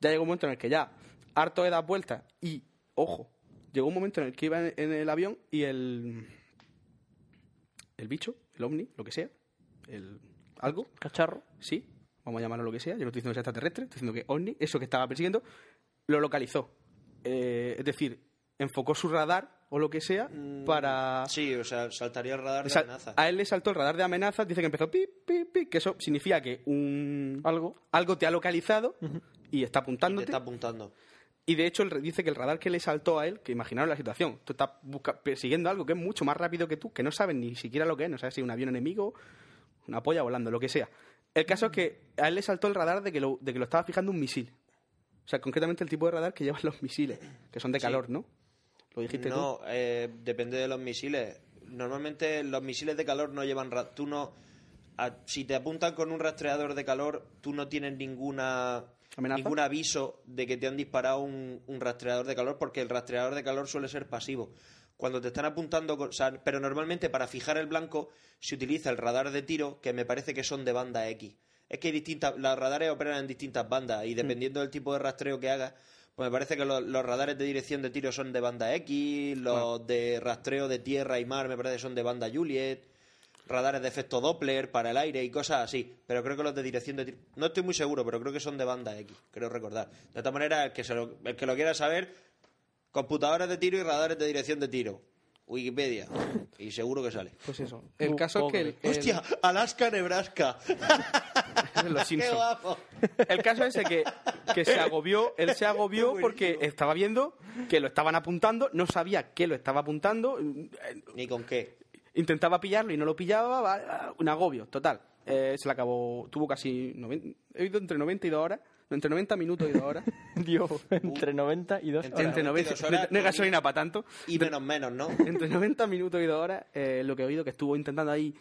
Speaker 5: Ya llegó un momento en el que ya, harto de dar vueltas y, ojo, llegó un momento en el que iba en, en el avión y el... El bicho, el ovni, lo que sea, el... algo.
Speaker 6: Cacharro.
Speaker 5: Sí, vamos a llamarlo lo que sea. Yo no estoy diciendo que sea extraterrestre, estoy diciendo que ovni, eso que estaba persiguiendo, lo localizó. Eh, es decir, enfocó su radar o lo que sea para...
Speaker 7: Mm, Sí, o sea, saltaría el radar de
Speaker 5: Sal-
Speaker 7: amenaza.
Speaker 5: A él le saltó el radar de amenazas, dice que empezó pip, pip, pip, que eso significa que un algo, algo te ha localizado y está apuntándote.
Speaker 7: Te está apuntando.
Speaker 5: Y de hecho él re- dice que el radar que le saltó a él, que imaginaros la situación, tú estás busca- persiguiendo algo que es mucho más rápido que tú, que no sabes ni siquiera lo que es, no sabes si es un avión enemigo, una polla volando, lo que sea. El caso es que a él le saltó el radar de que lo, de que lo estaba fijando un misil. O sea, concretamente el tipo de radar que llevan los misiles, que son de
Speaker 7: Sí.
Speaker 5: calor, ¿no? Lo dijiste tú.
Speaker 7: No, eh, depende de los misiles. Normalmente los misiles de calor no llevan... ra- Tú no... a- si te apuntan con un rastreador de calor, tú no tienes ninguna...
Speaker 5: ¿Amenaza?
Speaker 7: Ningún aviso de que te han disparado un, un rastreador de calor, porque el rastreador de calor suele ser pasivo. Cuando te están apuntando, con- o sea, pero normalmente para fijar el blanco se utiliza el radar de tiro, que me parece que son de banda X. Es que hay distintas, los radares operan en distintas bandas y dependiendo del tipo de rastreo que hagas, pues me parece que los, los radares de dirección de tiro son de banda X, los de rastreo de tierra y mar me parece que son de banda Juliet, radares de efecto Doppler para el aire y cosas así. Pero creo que los de dirección de tiro, no estoy muy seguro, pero creo que son de banda X, creo recordar. De esta manera, el que, se lo, el que lo quiera saber, computadoras de tiro y radares de dirección de tiro. Wikipedia. Y seguro que sale.
Speaker 5: Pues eso. El caso es que... el- el-
Speaker 7: ¡Hostia! Alaska, Nebraska.
Speaker 5: los
Speaker 7: ¡Qué
Speaker 5: Simpsons.
Speaker 7: guapo!
Speaker 5: El caso es que, que se agobió, él se agobió porque estaba viendo que lo estaban apuntando, no sabía que lo estaba apuntando, eh,
Speaker 7: ¿Ni con qué?
Speaker 5: intentaba pillarlo y no lo pillaba, va, ah, un agobio, total. Eh, se le acabó, tuvo casi, 90 he oído entre 90 y 2 horas, no, entre 90 minutos y 2 horas.
Speaker 6: Dios,
Speaker 5: Uh.
Speaker 6: entre 90 y 2
Speaker 7: Entre
Speaker 5: entre 90,
Speaker 7: 92 horas,
Speaker 5: no hay
Speaker 7: tú
Speaker 5: gasolina para tanto.
Speaker 7: Y menos menos, ¿no?
Speaker 5: Entre 90 minutos y 2 horas, eh, lo que he oído que estuvo intentando ahí.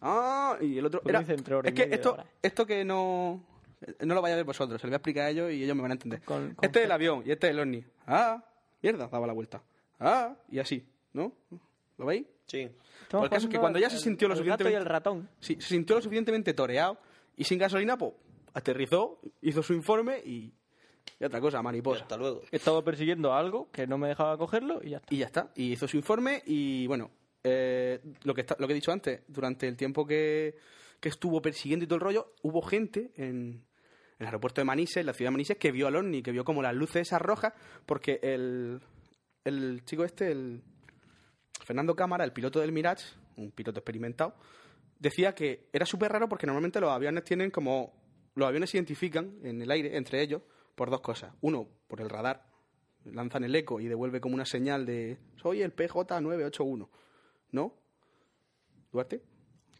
Speaker 5: ¡Ah! Y el otro.
Speaker 6: Tú
Speaker 5: Era,
Speaker 6: dices Pues entre hora y
Speaker 5: es que
Speaker 6: media y
Speaker 5: esto,
Speaker 6: dos horas.
Speaker 5: esto que no. No lo vaya a ver vosotros, se lo voy a explicar a ellos y ellos me van a entender.
Speaker 6: Con- con-
Speaker 5: Este es el avión y este es el ovni. ¡Ah! Mierda, daba la vuelta. ¡Ah! Y así, ¿no? ¿Lo veis?
Speaker 7: Sí.
Speaker 5: Pues el caso es que cuando ya se sintió lo
Speaker 6: el
Speaker 5: suficientemente.
Speaker 6: gato y el ratón.
Speaker 5: Sí, se sintió lo suficientemente toreado y sin gasolina, pues aterrizó, hizo su informe y. Y otra cosa, mariposa.
Speaker 7: Hasta luego.
Speaker 6: Estaba persiguiendo algo que no me dejaba cogerlo y ya está.
Speaker 5: Y ya está. Y hizo su informe y, bueno, eh, lo, que está- lo que he dicho antes, durante el tiempo que, que estuvo persiguiendo y todo el rollo, hubo gente en, en el aeropuerto de Manises, en la ciudad de Manises, que vio al OVNI, que vio como las luces esas rojas, porque el, el chico este, el Fernando Cámara, el piloto del Mirage, un piloto experimentado, decía que era súper raro porque normalmente los aviones tienen como... Los aviones se identifican en el aire, entre ellos, por dos cosas. Uno, por el radar. Lanzan el eco y devuelve como una señal de... Soy el PJ981. ¿No? ¿Duarte?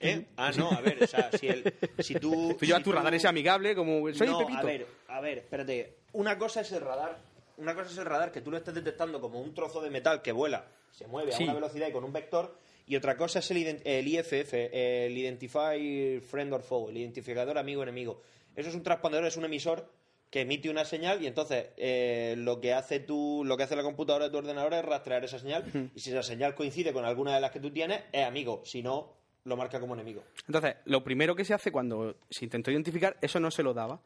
Speaker 7: ¿Eh? Ah, no, a ver, o sea, si, el, si tú...
Speaker 5: Tú llevas
Speaker 7: si
Speaker 5: tu radar ese amigable como... Soy
Speaker 7: no,
Speaker 5: Pepito.
Speaker 7: a ver, a ver, espérate. Una cosa es el radar. Una cosa es el radar que tú lo estás detectando como un trozo de metal que vuela, se mueve
Speaker 5: Sí.
Speaker 7: a una velocidad y con un vector. Y otra cosa es el, ident- el IFF, el Identify Friend or Foe, el identificador amigo-enemigo. Eso es un transpondedor, es un emisor que emite una señal y entonces eh, lo que hace tú, lo que hace la computadora de tu ordenador es rastrear esa señal y si esa señal coincide con alguna de las que tú tienes es amigo, si no lo marca como enemigo.
Speaker 5: Entonces, lo primero que se hace cuando se intentó identificar, eso no se lo daba.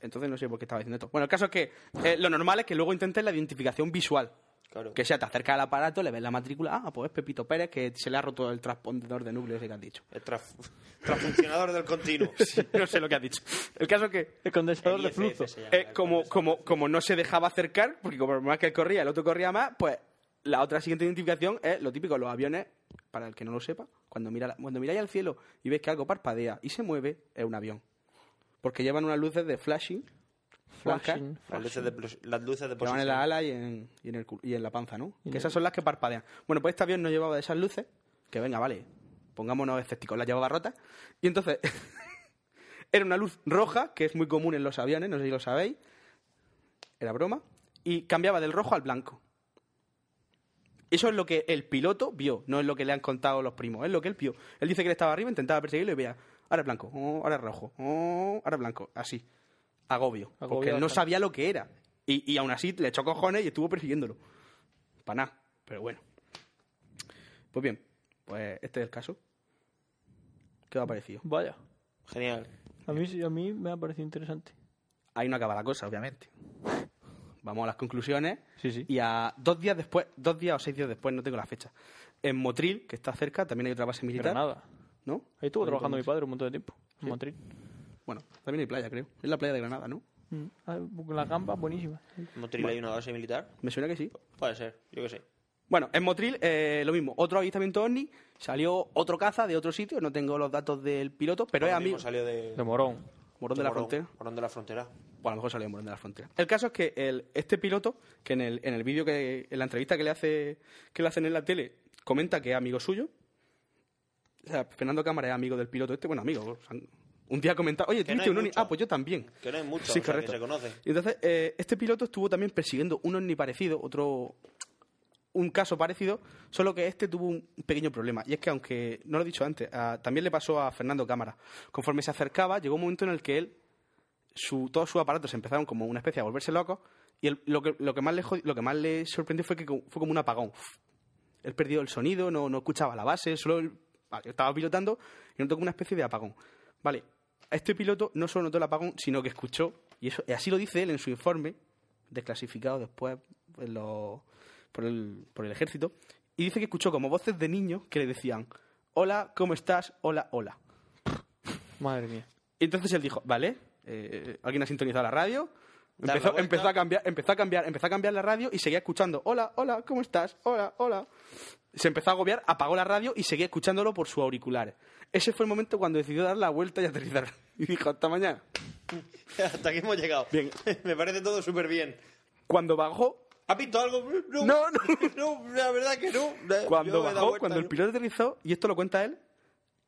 Speaker 5: Entonces, no sé por qué estaba diciendo esto. Bueno, el caso es que eh, lo normal es que luego intentes la identificación visual.
Speaker 7: Claro.
Speaker 5: Que sea, te acercas al aparato, le ves la matrícula, ah, pues es Pepito Pérez, que se le ha roto el transpondedor de núcleos ese que has dicho.
Speaker 7: El transfuncionador del continuo.
Speaker 5: Sí, no sé lo que has dicho. El caso es que...
Speaker 6: El condensador de flujo.
Speaker 5: Eh, como, como, como no se dejaba acercar, porque como más que él corría, el otro corría más, pues la otra siguiente identificación es lo típico, los aviones, para el que no lo sepa, cuando, mira, la- cuando miráis al cielo y veis que algo parpadea y se mueve, es un avión. Porque llevan unas luces de flashing, blancas,
Speaker 6: Flashing.
Speaker 7: Las luces de, plus- las luces de
Speaker 5: que van en las
Speaker 7: posición.
Speaker 5: alas y en, y en el cul- y en la panza, ¿no?
Speaker 6: Y en
Speaker 5: Que
Speaker 6: el-
Speaker 5: esas son las que parpadean. Bueno, pues este avión no llevaba esas luces, que venga, vale, pongámonos escépticos, las llevaba rotas. Y entonces, era una luz roja, que es muy común en los aviones, no sé si lo sabéis, era broma, y cambiaba del rojo al blanco. Eso es lo que el piloto vio, no es lo que le han contado los primos, es lo que él vio. Él dice que él estaba arriba, intentaba perseguirlo y veía, ahora es blanco, oh, ahora es rojo, oh, ahora es blanco, así. Agobio,
Speaker 6: Agobio
Speaker 5: porque él no
Speaker 6: bastante.
Speaker 5: sabía lo que era. Y, y aún así le echó cojones y estuvo persiguiéndolo. Para nada, pero bueno. Pues bien, pues este es el caso. ¿Qué os ha parecido?
Speaker 6: Vaya.
Speaker 7: Genial.
Speaker 6: A mí, sí- a mí me ha parecido interesante.
Speaker 5: Ahí no acaba la cosa, obviamente. Vamos a las conclusiones.
Speaker 6: Sí, sí.
Speaker 5: Y a dos días después, dos días o seis días después, no tengo la fecha. En Motril, que está cerca, también hay otra base militar.
Speaker 6: Granada.
Speaker 5: ¿No?
Speaker 6: Ahí estuvo
Speaker 5: Ahí
Speaker 6: trabajando mi
Speaker 5: podemos-
Speaker 6: padre un montón de tiempo. En Madrid.
Speaker 5: Bueno, también hay playa, creo. Es la playa de Granada, ¿no?
Speaker 6: Mm. Ah, con Las gambas, buenísimas.
Speaker 7: Motril hay una base militar.
Speaker 5: Me suena que sí.
Speaker 7: Puede ser, yo qué sé.
Speaker 5: Bueno, en Motril, eh, lo mismo. Otro avistamiento ovni. Salió otro caza de otro sitio. No tengo los datos del piloto, pero eh, es
Speaker 7: Ahora mismo
Speaker 5: amigo.
Speaker 7: salió de,
Speaker 6: De Morón.
Speaker 5: Morón de la Frontera.
Speaker 7: Morón de la Frontera.
Speaker 5: O a lo mejor salió en Morón de la Frontera. El caso es que el- este piloto, que en el, en el vídeo, que en la entrevista que le, hace, que le hacen en la tele, comenta que es amigo suyo. O sea, Fernando Cámara es amigo del piloto este. Bueno, amigo. o sea, un día comenta, oye,
Speaker 7: Que no
Speaker 5: ¿tuviste
Speaker 7: hay
Speaker 5: un ovni?
Speaker 7: mucho.
Speaker 5: Ah, pues yo también.
Speaker 7: Que no es mucho,
Speaker 5: Sí,
Speaker 7: o sea, que
Speaker 5: correcto.
Speaker 7: se conoce.
Speaker 5: Y entonces, eh, este piloto estuvo también persiguiendo un ovni parecido, otro... Un caso parecido, solo que este tuvo un pequeño problema. Y es que, aunque no lo he dicho antes, ah, también le pasó a Fernando Cámara. Conforme se acercaba, llegó un momento en el que él su, todos sus aparatos empezaron como una especie a volverse locos y el- lo, que, lo, que más le, jod- lo que más le sorprendió fue que co- fue como un apagón. Él perdió el sonido, no, no escuchaba la base, solo el- vale, estaba pilotando y notó como una especie de apagón. Vale, este piloto no solo notó el apagón, sino que escuchó, y, eso, y así lo dice él en su informe, desclasificado después en los- por, el, por el ejército, y dice que escuchó como voces de niños que le decían, hola, ¿cómo estás? Hola, hola.
Speaker 6: Madre mía.
Speaker 5: Y entonces él dijo, vale, eh, alguien ha sintonizado la radio.
Speaker 7: Dar la
Speaker 5: Empezó,
Speaker 7: vuelta.
Speaker 5: empezó a cambiar, empezó a cambiar, empezó a cambiar la radio y seguía escuchando. Hola, hola, ¿cómo estás? Hola, hola. Se empezó a agobiar, apagó la radio y seguía escuchándolo por su auricular. Ese fue el momento cuando decidió dar la vuelta y aterrizar. Y dijo, hasta mañana.
Speaker 7: Hasta aquí hemos llegado.
Speaker 5: Bien.
Speaker 7: Me parece todo súper bien.
Speaker 5: Cuando bajó,
Speaker 7: ¿Has visto algo? No,
Speaker 5: No, no.
Speaker 7: no, la verdad que no. Yo
Speaker 5: cuando
Speaker 7: me he dado
Speaker 5: bajó,
Speaker 7: vuelta,
Speaker 5: cuando el
Speaker 7: yo-
Speaker 5: piloto aterrizó, y esto lo cuenta él,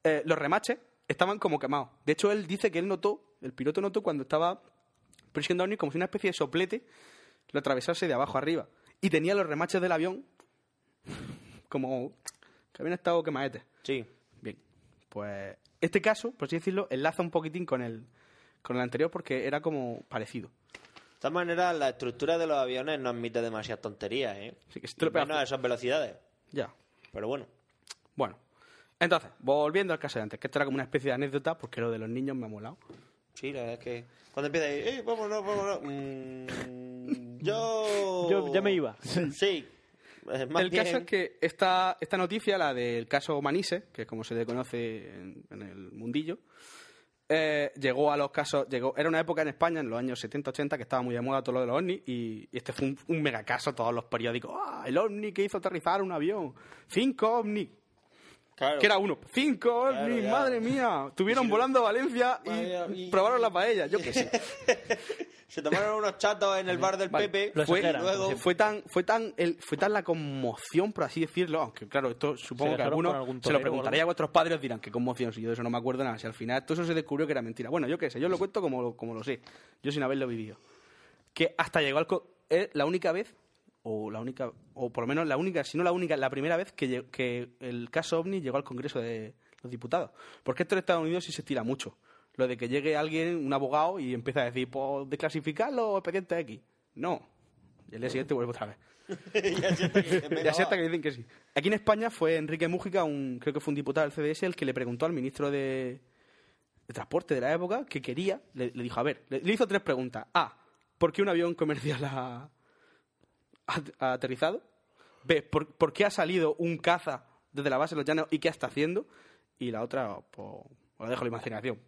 Speaker 5: eh, los remaches estaban como quemados. De hecho, él dice que él notó, el piloto notó cuando estaba persiguiendo a ovnis como si una especie de soplete lo atravesase de abajo arriba. Y tenía los remaches del avión como que habían estado quemadetes.
Speaker 7: Sí.
Speaker 5: Bien, pues este caso, por así decirlo, enlaza un poquitín con el, con el anterior porque era como parecido.
Speaker 7: De todas maneras, la estructura de los aviones no admite demasiadas tonterías, ¿eh?
Speaker 5: Sí, que si te lo
Speaker 7: Y
Speaker 5: pegas-
Speaker 7: menos a esas velocidades.
Speaker 5: Ya.
Speaker 7: Pero bueno.
Speaker 5: Bueno, entonces, volviendo al caso de antes, que esto era como una especie de anécdota porque lo de los niños me ha molado.
Speaker 7: Sí, la verdad es que cuando empieza ahí, eh, vámonos, vámonos. mm, yo...
Speaker 6: Yo ya me iba.
Speaker 7: Sí. Eh, Más
Speaker 5: el
Speaker 7: bien,
Speaker 5: caso es que esta, esta noticia, la del caso Manise, que es como se le conoce en, en el mundillo, eh, llegó a los casos. llegó Era una época en España, en los años 70-80, que estaba muy de moda todo lo de los ovnis, y, y este fue un, un megacaso. Todos los periódicos, ¡ah! El ovni que hizo aterrizar un avión, cinco ovnis.
Speaker 7: claro,
Speaker 5: Que era uno. ¡Cinco ovnis!
Speaker 7: Claro, ya.
Speaker 5: ¡Madre mía! Estuvieron volando a Valencia y,
Speaker 7: Madre mía, y-
Speaker 5: probaron la paella. Yo qué sé.
Speaker 7: Se tomaron unos chatos en el bar del
Speaker 5: Vale,
Speaker 7: Pepe.
Speaker 6: lo
Speaker 7: fue, y
Speaker 6: exageran,
Speaker 7: luego...
Speaker 5: Eh, fue tan fue tan el- fue tan la conmoción por así decirlo aunque claro esto
Speaker 6: Se
Speaker 5: supongo que
Speaker 6: dejaron
Speaker 5: algunos
Speaker 6: con algún
Speaker 5: se lo
Speaker 6: torero o
Speaker 5: preguntaréis
Speaker 6: algo.
Speaker 5: a vuestros padres os dirán qué conmoción si yo de eso no me acuerdo nada si al final todo eso se descubrió que era mentira bueno yo qué sé yo lo cuento como lo, como lo sé yo sin haberlo vivido que hasta llegó al co- eh, la única vez o la única o por lo menos la única si no la única la primera vez que, lle- que el caso ovni llegó al Congreso de los diputados porque esto en Estados Unidos sí se estira mucho lo de que llegue alguien un abogado y empieza a decir pues desclasificar los expedientes X no Y el día siguiente vuelvo otra vez.
Speaker 7: Ya sé hasta que- venga,
Speaker 5: ya sé
Speaker 7: va.
Speaker 5: hasta que dicen que sí. Aquí en España fue Enrique Mújica, un, creo que fue un diputado del CDS, el que le preguntó al ministro de, de Transporte de la época que quería. Le, le dijo, a ver, le, le hizo tres preguntas. A, ¿por qué un avión comercial ha, ha- ha aterrizado? B, ¿por, por qué ha salido un caza desde la base de los llanos y qué está haciendo? Y la otra, pues, os la dejo a la imaginación.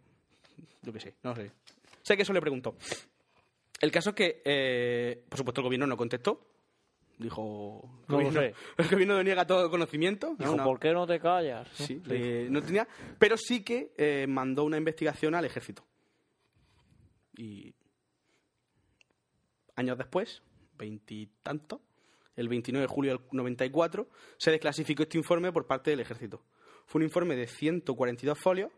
Speaker 5: Yo qué sé, no sé. Sé que eso le preguntó. El caso es que, eh, por supuesto, el gobierno no contestó. Dijo.
Speaker 6: No lo
Speaker 5: gobierno-
Speaker 6: sé.
Speaker 5: El gobierno deniega todo conocimiento.
Speaker 6: Dijo,
Speaker 5: ¿no? Una-
Speaker 6: ¿por qué no te callas?
Speaker 5: Sí, le- no tenía. Pero sí que eh, mandó una investigación al ejército. Y. Años después, veintitantos, el 29 de julio del 94, se desclasificó este informe por parte del ejército. Fue un informe de 142 folios.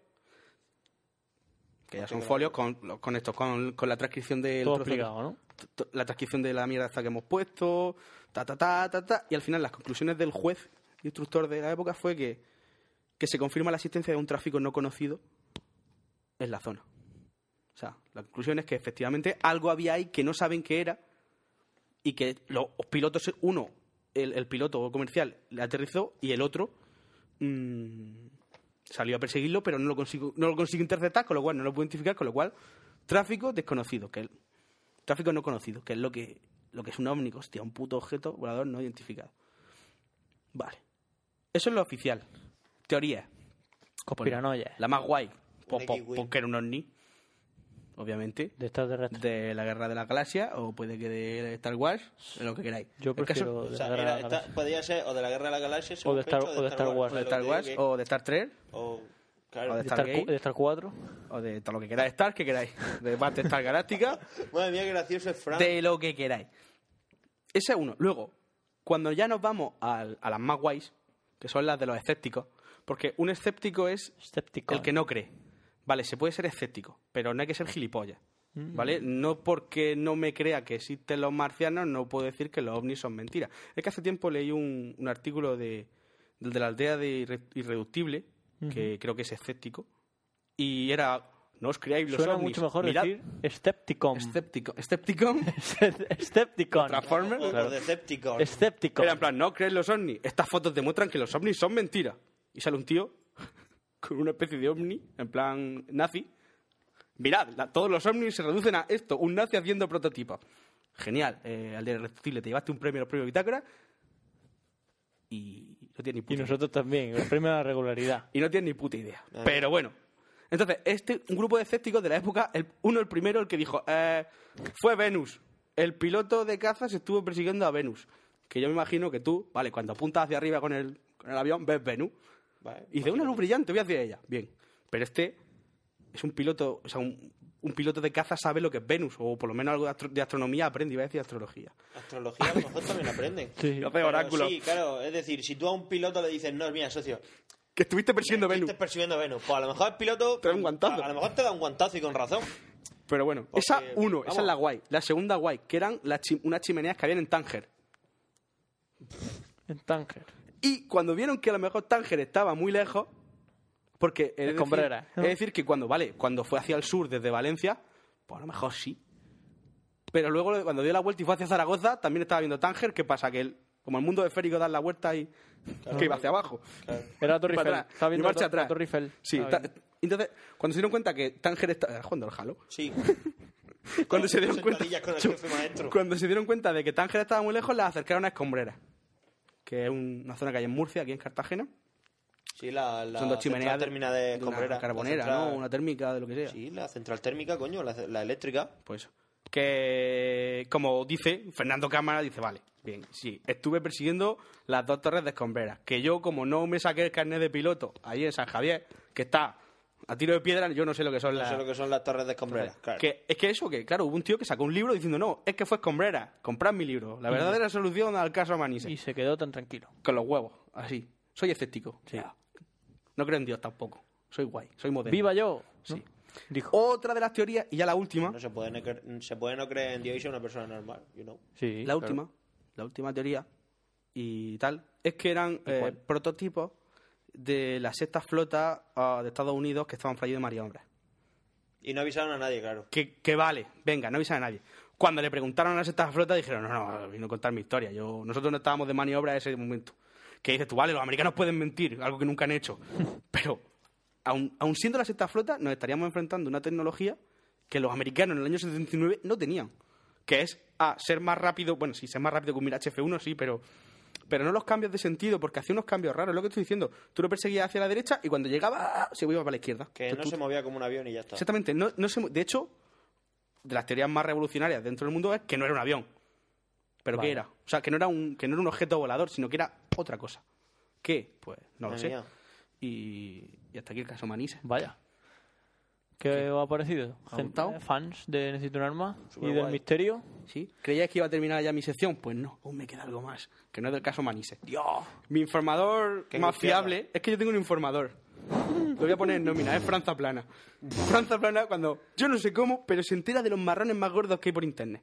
Speaker 5: Que ya son folios con, lo- con esto, con, con la transcripción del
Speaker 6: Todo
Speaker 5: trozo que-
Speaker 6: explicado, ¿no?
Speaker 5: t- t- la transcripción de la mierda esta que hemos puesto, ta, ta, ta, ta, ta, y al final las conclusiones del juez instructor de la época fue que, que se confirma la existencia de un tráfico no conocido en la zona. O sea, la conclusión es que efectivamente algo había ahí que no saben qué era y que los pilotos, uno, el, el piloto comercial le aterrizó y el otro mm, salió a perseguirlo, pero no lo consigo, no lo consigo interceptar, con lo cual no lo puedo identificar, con lo cual tráfico desconocido, que el tráfico no conocido, que es lo que lo que es un ómnico, hostia, un puto objeto volador no identificado. Vale. Eso es lo oficial. Teoría.
Speaker 6: Conspiranoia.
Speaker 5: La más guay. Po-
Speaker 6: Un
Speaker 5: po-
Speaker 6: X-Wing.
Speaker 5: Porque era un ovni. Obviamente.
Speaker 6: De extraterrestres.
Speaker 5: De la Guerra de la Galaxia o puede que de Star Wars, de lo que queráis.
Speaker 6: Yo
Speaker 5: El caso-
Speaker 6: prefiero de
Speaker 7: O sea,
Speaker 6: la Guerra
Speaker 7: era-
Speaker 6: de la
Speaker 7: esta-
Speaker 6: Galaxia.
Speaker 7: podía ser o de la Guerra de la Galaxia
Speaker 6: O de Star,
Speaker 7: Pecho,
Speaker 6: o de Star Wars.
Speaker 5: o de Star Wars o de Star Trek
Speaker 7: o
Speaker 5: o
Speaker 7: claro.
Speaker 5: de
Speaker 6: De Star,
Speaker 5: Stargate.
Speaker 6: cu- de Star 4.
Speaker 5: o de todo lo que queráis Star que queráis de Star Galáctica
Speaker 7: Madre mía, qué gracioso es Frank.
Speaker 5: de lo que queráis. Ese es uno. Luego, cuando ya nos vamos al- a las más guays, que son las de los escépticos, porque un escéptico es el que no cree. Vale, se puede ser escéptico, pero no hay que ser gilipollas.
Speaker 6: Mm.
Speaker 5: ¿Vale? No porque no me crea que existen los marcianos, no puedo decir que los ovnis son mentiras. Es que hace tiempo leí un, un artículo de, del de la aldea de Irre- Irreductible, que creo que es escéptico, y era, no os creáis los
Speaker 6: Suena
Speaker 5: ovnis.
Speaker 6: mucho mejor
Speaker 5: mirad-
Speaker 6: decir Skepticon.
Speaker 5: Escéptico. ¿Escéptico?
Speaker 6: Skepticon.
Speaker 5: Transformers.
Speaker 7: O- o de Decepticon.
Speaker 5: Era en plan, no crees los ovnis. Estas fotos demuestran que los ovnis son mentiras. Y sale un tío con una especie de ovni, en plan nazi. Mirad, la- todos los ovnis se reducen a esto, un nazi haciendo prototipos. Genial, eh, al de irresistible, te llevaste un premio los premios Bitácora y no tienes ni puta
Speaker 6: Y
Speaker 5: idea.
Speaker 6: nosotros también, el premio de la regularidad.
Speaker 5: Y no tienes ni puta idea.
Speaker 7: Claro.
Speaker 5: Pero bueno. Entonces, este, un grupo de escépticos de la época, el- uno el primero, el que dijo, eh, fue Venus. El piloto de caza se estuvo persiguiendo a Venus. Que yo me imagino que tú, vale, cuando apuntas hacia arriba con el, con el avión, ves Venus.
Speaker 7: Vale.
Speaker 5: Y dice, una luz brillante, voy hacia ella. Bien. Pero este es un piloto, o sea, un, un piloto de caza sabe lo que es Venus, o por lo menos algo de, astro- de astronomía aprende, iba a decir astrología.
Speaker 7: Astrología a lo mejor también aprenden.
Speaker 6: Sí.
Speaker 5: Yo hace
Speaker 7: Pero
Speaker 5: oráculo.
Speaker 7: Sí, claro. Es decir, si tú a un piloto le dices, no, mira, socio,
Speaker 5: Que estuviste persiguiendo
Speaker 7: te
Speaker 5: Venus.
Speaker 7: estás persiguiendo a Venus. Pues a lo mejor el piloto.
Speaker 5: Te da un guantazo.
Speaker 7: A, a lo mejor te da un guantazo y con razón.
Speaker 5: Pero bueno,
Speaker 7: Porque,
Speaker 5: esa uno, esa es
Speaker 7: vamos.
Speaker 5: la guay. La segunda guay, que eran las chi- unas chimeneas que habían en Tánger.
Speaker 6: En Tánger.
Speaker 5: Y cuando vieron que a lo mejor Tánger estaba muy lejos, porque es decir,
Speaker 6: Escombrera, ¿no?
Speaker 5: es decir que cuando vale, cuando fue hacia el sur desde Valencia, pues a lo mejor sí. Pero luego cuando dio la vuelta y fue hacia Zaragoza, también estaba viendo Tánger, ¿qué pasa? Que el- como el mundo esférico da la vuelta y que iba hacia abajo.
Speaker 6: Era la Torre
Speaker 5: Y para
Speaker 6: Eiffel.
Speaker 5: atrás,
Speaker 6: Estaba
Speaker 5: y
Speaker 6: viendo
Speaker 5: marcha
Speaker 6: la to-
Speaker 5: atrás.
Speaker 6: la Torre Eiffel.
Speaker 5: Sí,
Speaker 6: Estaba
Speaker 5: ta- entonces, cuando se dieron cuenta que Tánger estaba jugando al Halo,
Speaker 7: Sí.
Speaker 5: cuando se dieron cuenta
Speaker 7: Sentadillas con el jefe maestro.
Speaker 5: cuando se dieron cuenta de que Tánger estaba muy lejos, las acercaron a Escombrera, que es un- una zona que hay en Murcia, aquí en Cartagena.
Speaker 7: Sí, la, la
Speaker 5: Son dos
Speaker 7: central
Speaker 5: chimeneas
Speaker 7: térmica de,
Speaker 5: una
Speaker 7: Escombrera, la
Speaker 5: carbonera,
Speaker 7: central-
Speaker 5: ¿no? Una térmica, de lo que sea.
Speaker 7: Sí, la central térmica, coño, la, la eléctrica.
Speaker 5: Pues que, como dice Fernando Cámara, dice, vale, bien, sí, estuve persiguiendo las dos torres de Escombrera, que yo como no me saqué el carnet de piloto ahí en San Javier, que está a tiro de piedra, yo no sé lo que son
Speaker 7: No
Speaker 5: las...
Speaker 7: sé lo que son las torres de Escombrera. Claro.
Speaker 5: Que, es que eso, que claro, hubo un tío que sacó un libro diciendo, no, es que fue Escombrera, comprad mi libro, la verdadera solución al caso Manise.
Speaker 6: Y se quedó tan tranquilo.
Speaker 5: Con los huevos, así. Soy escéptico. Ah. No creo en Dios tampoco. Soy guay, soy moderno.
Speaker 6: ¡Viva yo!
Speaker 5: Sí.
Speaker 6: Dijo.
Speaker 5: Otra de las teorías, y ya la última.
Speaker 7: No se puede, no cre- se puede no creer en Dios y ser una persona normal, you know.
Speaker 6: Sí,
Speaker 5: la última, la última teoría y tal, es que eran eh,
Speaker 6: cuál?
Speaker 5: prototipos de la sexta flota ah, de Estados Unidos que estaban fallando de María Hombre.
Speaker 7: Y no avisaron a nadie, claro.
Speaker 5: Que, que vale, venga, no avisan a nadie. Cuando le preguntaron a la sexta flota, dijeron, no, no, vino a contar mi historia. Yo, nosotros no estábamos de maniobra en ese momento. Que dices tú, vale, los americanos pueden mentir, algo que nunca han hecho. Pero, aun, aun siendo la sexta flota, nos estaríamos enfrentando a una tecnología que los americanos en el año 79 no tenían. Que es, a ser más rápido, bueno, sí, ser más rápido que un Mirage F1, sí, pero pero no los cambios de sentido, porque hacía unos cambios raros. Es lo que estoy diciendo. Tú lo perseguías hacia la derecha y cuando llegaba, ¡ah! se iba para la izquierda.
Speaker 7: Que
Speaker 5: Entonces
Speaker 7: no
Speaker 5: Pues tú-
Speaker 7: se movía como un avión y ya está.
Speaker 5: Exactamente. No, no se mu- de hecho, de las teorías más revolucionarias dentro del mundo es que no era un avión. ¿Pero
Speaker 7: Vale.
Speaker 5: qué era? O sea, que no era, un, que no era un objeto volador, sino que era otra cosa. ¿Qué? Pues no lo
Speaker 7: Madre
Speaker 5: sé.
Speaker 7: mía.
Speaker 5: Y, y hasta aquí el caso Manisa.
Speaker 6: Vaya. ¿Qué os ha parecido?
Speaker 5: ¿Ha
Speaker 6: Gen-
Speaker 5: gustado?
Speaker 6: eh, ¿Fans de Necesito un arma? ¿Y
Speaker 5: Superguay.
Speaker 6: del misterio?
Speaker 5: ¿Sí? ¿Creíais que iba a terminar ya mi sección? Pues no, aún me queda algo más, que no es del caso Manise. ¡Dios! Mi informador
Speaker 7: Qué
Speaker 5: más
Speaker 7: angustiado.
Speaker 5: fiable es que yo tengo un informador. Lo voy a poner en nómina, es Franza Plana. Franza Plana cuando, yo no sé cómo, pero se entera de los marrones más gordos que hay por internet.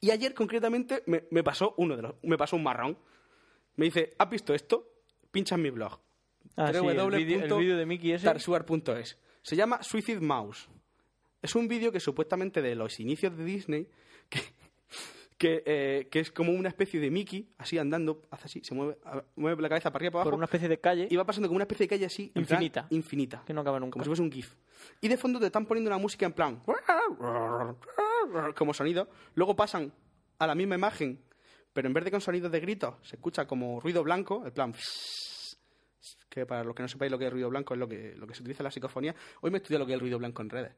Speaker 5: Y ayer concretamente me, me pasó uno de los, me pasó un marrón. Me dice, ¿has visto esto? Pincha en mi blog.
Speaker 6: Ah, sí, el vídeo- el vídeo de Mickey ese.
Speaker 5: www.tarsuar.es. Se llama Suicide Mouse. Es un vídeo que supuestamente de los inicios de Disney, que, que, eh, que es como una especie de Mickey, así andando, hace así, se mueve, a- mueve la cabeza para arriba y para abajo.
Speaker 6: Por una especie de calle
Speaker 5: Y va pasando como una especie de calle así. en plan
Speaker 6: Infinita.
Speaker 5: Infinita.
Speaker 6: que no acaba nunca.
Speaker 5: Como si fuese un GIF. Y de fondo te están poniendo una música en plan. Como sonido. Luego pasan a la misma imagen, pero en vez de con sonidos de gritos, se escucha como ruido blanco, el plan. Que para los que no sepáis lo que es ruido blanco, es lo que, lo que se utiliza en la psicofonía. Hoy me estudia lo que es el ruido blanco en redes.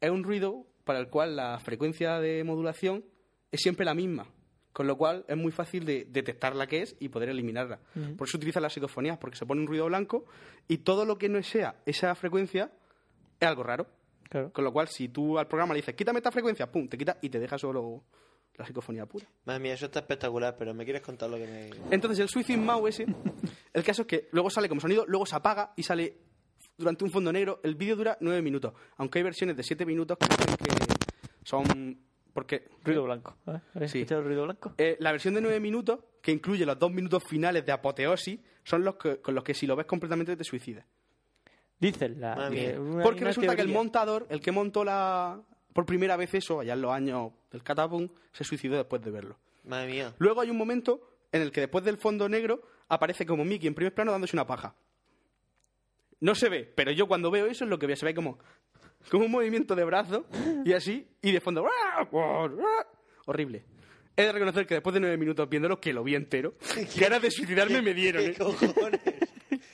Speaker 5: Es un ruido para el cual la frecuencia de modulación es siempre la misma. Con lo cual es muy fácil de detectar la que es y poder eliminarla.
Speaker 6: Ujú.
Speaker 5: Por eso se utilizan las psicofonías, porque se pone un ruido blanco y todo lo que no sea esa frecuencia es algo raro.
Speaker 6: Claro.
Speaker 5: Con lo cual, si tú al programa le dices, quítame esta frecuencia, pum, te quita y te deja solo la psicofonía pura.
Speaker 7: Madre mía, eso está espectacular, pero me quieres contar lo que me.
Speaker 5: Entonces, el Suicide Mau ese, el caso es que luego sale como sonido, luego se apaga y sale durante un fondo negro. El vídeo dura nueve minutos, aunque hay versiones de siete minutos que dicen que son. Porque.
Speaker 6: Ruido blanco. ¿eh? ¿Habéis
Speaker 5: Sí.
Speaker 6: escuchado el ruido blanco?
Speaker 5: Eh, la versión de 9 minutos, que incluye los dos minutos finales de apoteosis, son los que, con los que si lo ves completamente te suicidas.
Speaker 6: Dicen la.
Speaker 7: Madre mía.
Speaker 6: eh, una-
Speaker 5: Porque
Speaker 6: una
Speaker 5: resulta que el
Speaker 6: teoría.
Speaker 5: montador, el que montó la por primera vez eso, allá en los años del catapum, se suicidó después de verlo.
Speaker 7: Madre mía.
Speaker 5: Luego hay un momento en el que después del fondo negro aparece como Mickey en primer plano dándose una paja. No se ve, pero yo cuando veo eso es lo que veo. Se ve como, como un movimiento de brazo y así, y de fondo. Horrible. He de reconocer que después de nueve minutos viéndolo, que lo vi entero, ganas de suicidarme me dieron.
Speaker 7: ¿Qué
Speaker 5: ¿eh?
Speaker 7: cojones?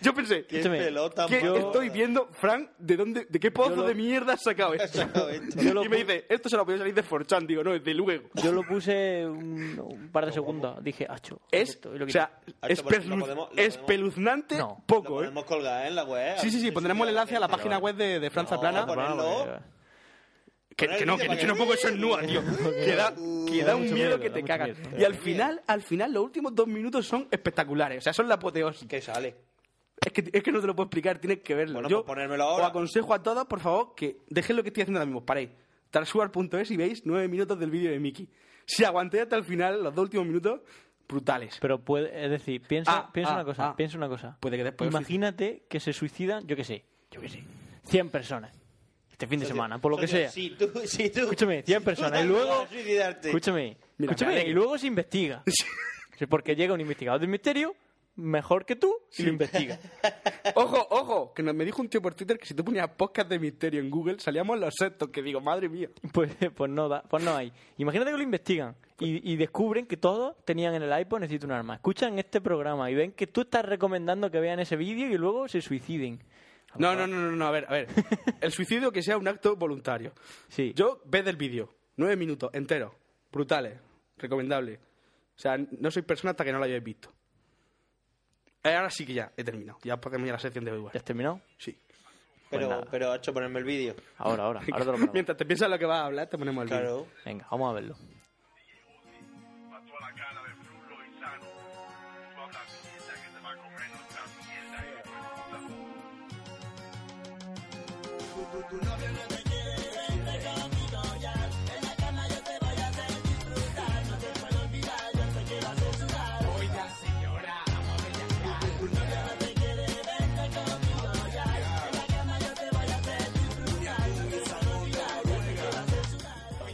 Speaker 5: Yo pensé,
Speaker 7: ¿Qué
Speaker 6: Escúchame,
Speaker 7: pelota
Speaker 5: ¿qué
Speaker 7: más gorda?
Speaker 5: estoy viendo, Frank? ¿De dónde, de qué pozo
Speaker 6: Yo lo-
Speaker 5: de mierda has sacado
Speaker 7: Has
Speaker 5: esto?
Speaker 7: sacado esto.
Speaker 6: Yo lo
Speaker 5: y me
Speaker 6: pu-
Speaker 5: dice, esto se lo podía salir de Forchan. Digo, no, desde luego.
Speaker 6: Yo lo puse un, un par de segundos. Dije, acho.
Speaker 5: Es,
Speaker 6: esto", y lo
Speaker 5: o
Speaker 6: quité.
Speaker 5: sea,
Speaker 7: Ahorita
Speaker 5: es
Speaker 7: lo podemos-
Speaker 5: perlu-
Speaker 7: lo podemos-
Speaker 5: espeluznante
Speaker 6: No.
Speaker 7: Lo
Speaker 5: poco, ¿eh?
Speaker 7: podemos colgar ¿eh? en la web.
Speaker 5: Sí, sí, sí, pondremos el enlace a la página web de, de Franza
Speaker 7: No,
Speaker 5: Plana.
Speaker 7: por- ponerlo.
Speaker 6: Ah, Vale, vale.
Speaker 5: Que,
Speaker 7: poner
Speaker 5: que
Speaker 7: el
Speaker 5: no,
Speaker 7: vídeo
Speaker 5: que,
Speaker 7: para
Speaker 5: que
Speaker 7: que-
Speaker 5: no pongo eso en nua, tío. Que da, que da un miedo
Speaker 6: mucho miedo,
Speaker 5: que
Speaker 6: da
Speaker 5: te
Speaker 6: mucho
Speaker 5: cagas.
Speaker 6: miedo.
Speaker 5: Y al final, al final, los últimos dos minutos son espectaculares. O sea, son la apoteosis.
Speaker 7: Que sale.
Speaker 5: Es que, es que no te lo puedo explicar, tienes que verlo.
Speaker 7: Bueno,
Speaker 5: Yo
Speaker 7: pues ponérmelo ahora.
Speaker 5: Os aconsejo a todos, por favor, que dejéis lo que estoy haciendo ahora mismo. Paréis. Tarsuar.es y veis nueve minutos del vídeo de Mickey. Si aguantéis hasta el final, los dos últimos minutos, brutales.
Speaker 6: Pero puede, es decir, piensa,
Speaker 5: Ah,
Speaker 6: piensa
Speaker 5: ah,
Speaker 6: una cosa,
Speaker 5: ah.
Speaker 6: piensa una cosa.
Speaker 5: Puede que después os
Speaker 6: Imagínate que se suicidan, yo qué sé, yo qué sé, 100 personas este fin de semana, por lo que
Speaker 7: Socio,
Speaker 6: sea.
Speaker 7: Si tú, si tú.
Speaker 6: Escúchame, 100
Speaker 7: si tú
Speaker 6: personas, y
Speaker 7: te
Speaker 6: luego-
Speaker 7: vas a suicidarte.
Speaker 6: Escúchame,
Speaker 5: Mira,
Speaker 6: escúchame,
Speaker 5: me alegro.
Speaker 6: y luego se investiga. Sí, Porque llega un investigador del misterio mejor que tú y lo investiga.
Speaker 5: Ojo, ojo, que nos- me dijo un tío por Twitter que si tú ponías podcast de misterio en Google salíamos los sextos, que digo, madre mía.
Speaker 6: Pues, pues no da, pues no hay. Imagínate que lo investigan
Speaker 5: Pues
Speaker 6: y, y descubren que todos tenían en el iPhone necesito un arma. Escuchan este programa y ven que tú estás recomendando que vean ese vídeo y luego se suiciden.
Speaker 5: No, no, no, no, no, a ver, a ver. El suicidio que sea un acto voluntario.
Speaker 6: Sí.
Speaker 5: Yo ve del vídeo, nueve minutos, enteros, brutales, recomendable. O sea, no soy persona hasta que no lo hayáis visto. Eh, Ahora sí que ya he terminado. Ya podemos ir a la sección de hoy.
Speaker 6: ¿Ya has terminado?
Speaker 5: Sí.
Speaker 7: Pero,
Speaker 6: pues nada.
Speaker 7: pero, hecho ponerme el vídeo.
Speaker 6: Ahora, ahora, ahora te lo ponemos.
Speaker 5: Mientras te piensas lo que vas a hablar, te ponemos el vídeo.
Speaker 7: Claro.
Speaker 6: Venga, vamos a verlo.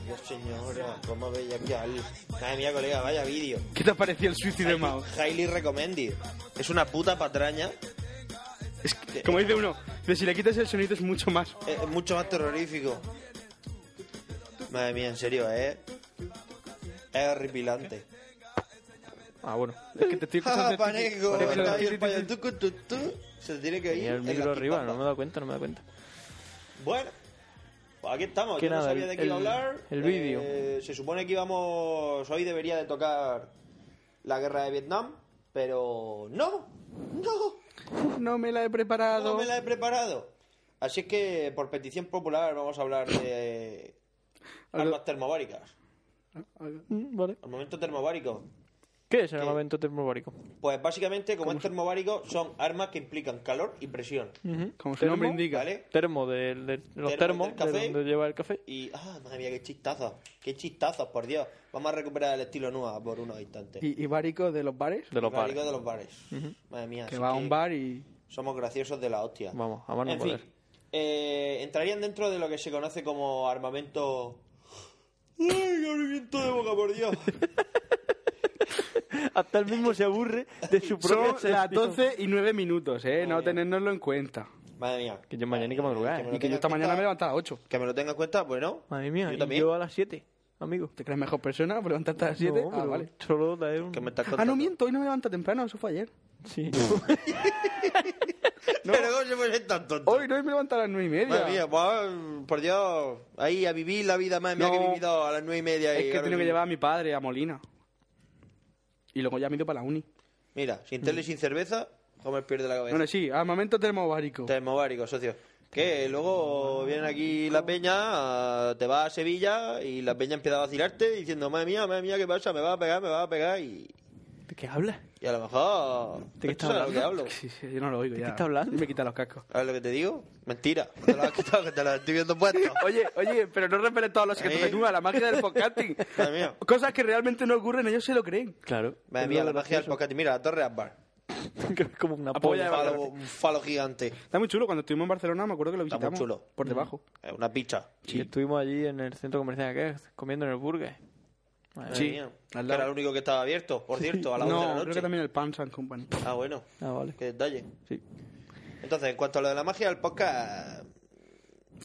Speaker 7: Dios, señora. vamos a ver ya aquí al... Madre mía, colega, vaya vídeo.
Speaker 5: ¿Qué te ha parecido el Suicide de Mao?
Speaker 7: Highly recommended. Es una puta patraña.
Speaker 5: Es que, como dice uno, de si le quitas el sonido es mucho más.
Speaker 7: Es, es mucho más terrorífico. Madre mía, en serio, es... Es horripilante.
Speaker 5: Ah, bueno. Es que te estoy
Speaker 7: ¡Ja,
Speaker 5: escuchando.
Speaker 7: paneco!
Speaker 5: Te- te-
Speaker 7: Está Ah, ahí
Speaker 5: te-
Speaker 7: el
Speaker 5: te-
Speaker 7: payo, tucu, tu, tu. Se tiene que ir.
Speaker 6: Tenía el
Speaker 7: en la
Speaker 6: micro arriba,
Speaker 7: quipapa.
Speaker 6: no me he dado cuenta, no me he dado cuenta.
Speaker 7: Bueno, pues aquí estamos.
Speaker 6: Que
Speaker 7: Yo no
Speaker 6: nada,
Speaker 7: sabía
Speaker 6: el-
Speaker 7: de qué iba a
Speaker 6: el-
Speaker 7: hablar.
Speaker 6: el vídeo.
Speaker 7: Eh, se supone que íbamos. Hoy debería de tocar la guerra de Vietnam, pero no, no,
Speaker 5: No me la he preparado.
Speaker 7: no me la he preparado. Así que por petición popular vamos a hablar de armas termobáricas.
Speaker 6: Mm, Vale.
Speaker 7: Armamento termobárico.
Speaker 6: ¿Qué es el armamento termobárico?
Speaker 7: Pues básicamente, como es termobárico, son armas que implican calor y presión.
Speaker 5: Como su nombre
Speaker 6: Termo,
Speaker 5: indica.
Speaker 7: ¿Vale?
Speaker 6: Termo, de, de- los
Speaker 7: Termo
Speaker 6: termos,
Speaker 7: del café.
Speaker 6: de donde lleva el café.
Speaker 7: Y, ah, madre mía, qué chistazos, qué chistazos, por Dios. Vamos a recuperar el estilo Nua por unos instantes.
Speaker 5: Y, y bárico de los bares.
Speaker 6: De los
Speaker 7: Bárico
Speaker 6: bares.
Speaker 7: de los bares. Madre mía,
Speaker 5: Que
Speaker 7: así
Speaker 5: va a
Speaker 7: que
Speaker 5: un bar y.
Speaker 7: somos graciosos de la hostia.
Speaker 6: Vamos, a más no
Speaker 7: en fin,
Speaker 6: poder.
Speaker 7: eh, entrarían dentro de lo que se conoce como armamento... ¡Ay, qué aburrimiento de boca, por Dios!
Speaker 6: Hasta él mismo se aburre de su propia
Speaker 5: Son las
Speaker 6: sección.
Speaker 5: 12 y 9 minutos, ¿eh? No
Speaker 7: Madre mía.
Speaker 5: tenernoslo en cuenta.
Speaker 7: Madre mía.
Speaker 6: Que yo mañana hay que madrugar.
Speaker 7: Que me
Speaker 6: ¿eh?
Speaker 7: lo
Speaker 5: Y que
Speaker 7: tenga
Speaker 5: yo esta
Speaker 7: en
Speaker 5: mañana
Speaker 7: cuenta.
Speaker 5: me he levantado a las 8.
Speaker 7: Que me lo tenga en cuenta, pues no.
Speaker 6: Madre mía,
Speaker 7: Yo
Speaker 6: y
Speaker 7: también.
Speaker 6: yo a las 7, amigo.
Speaker 5: ¿Te crees mejor persona por levantarte a las 7?
Speaker 6: No,
Speaker 5: ah,
Speaker 6: pero
Speaker 5: vale.
Speaker 6: Solo la de un...
Speaker 7: Que me estás
Speaker 5: Ah, no
Speaker 7: contando.
Speaker 5: miento, hoy no me levanto temprano, eso fue ayer.
Speaker 6: Sí.
Speaker 7: Pero ¿cómo se puede ser tan tonto?
Speaker 5: Hoy no hoy me levanto a las 9 y media.
Speaker 7: Madre mía, pues, por Dios. Ahí a vivir la vida, madre mía,
Speaker 5: No.
Speaker 7: que he vivido a las nueve y media. y
Speaker 5: es que
Speaker 7: ahora
Speaker 5: tengo que
Speaker 7: mismo-
Speaker 5: llevar a mi padre a Molina. Y luego ya me he ido para la uni.
Speaker 7: Mira, sin tele y sin cerveza, Homer pierde la cabeza.
Speaker 5: Mm. Bueno, sí, armamento termobárico.
Speaker 7: Termobárico, socio. Que luego viene aquí la peña, ah, te va a Sevilla y la peña empieza a vacilarte diciendo, madre mía, madre mía, ¿qué pasa? Me va a pegar, me va a pegar y,
Speaker 6: ¿De qué hablas?
Speaker 7: y a lo mejor...
Speaker 6: ¿De qué
Speaker 7: ¿Tú
Speaker 6: estás
Speaker 7: sabes lo que
Speaker 6: hablando?
Speaker 7: hablo?
Speaker 5: Sí, sí, yo no lo oigo ya.
Speaker 6: qué está hablando?
Speaker 5: Y me quita los cascos.
Speaker 7: ¿Sabes lo que te digo? Mentira. No te lo has quitado, que te lo estoy viendo puesto.
Speaker 5: Oye, oye, pero no referes todos los secretos
Speaker 7: ¿Eh?
Speaker 5: de Nuba, la magia del podcasting.
Speaker 7: Madre mía.
Speaker 5: Cosas que realmente no ocurren, ellos se lo creen.
Speaker 6: Claro.
Speaker 7: Madre mía, la magia del podcast. Mira, la torre Akbar.
Speaker 6: Que es como una
Speaker 5: Apoya de
Speaker 6: polla.
Speaker 7: Un falo-
Speaker 5: Valor.
Speaker 7: un falo gigante.
Speaker 5: Está muy chulo, cuando estuvimos en Barcelona me acuerdo que lo
Speaker 7: Está muy
Speaker 5: visitamos.
Speaker 7: chulo.
Speaker 5: Por debajo.
Speaker 7: Eh, Una picha.
Speaker 6: Sí. Estuvimos allí en el centro comercial acá, comiendo en el burger. Madre
Speaker 7: Madre
Speaker 6: mía.
Speaker 7: mía. Que
Speaker 5: al lado.
Speaker 7: era el único que estaba abierto, por cierto, a las 11 de la
Speaker 5: No,
Speaker 7: noche.
Speaker 5: creo que también el Pans and Company.
Speaker 7: Ah, bueno.
Speaker 6: Ah, vale.
Speaker 7: Qué detalle.
Speaker 6: Sí.
Speaker 7: Entonces, en cuanto a lo de la magia del podcast...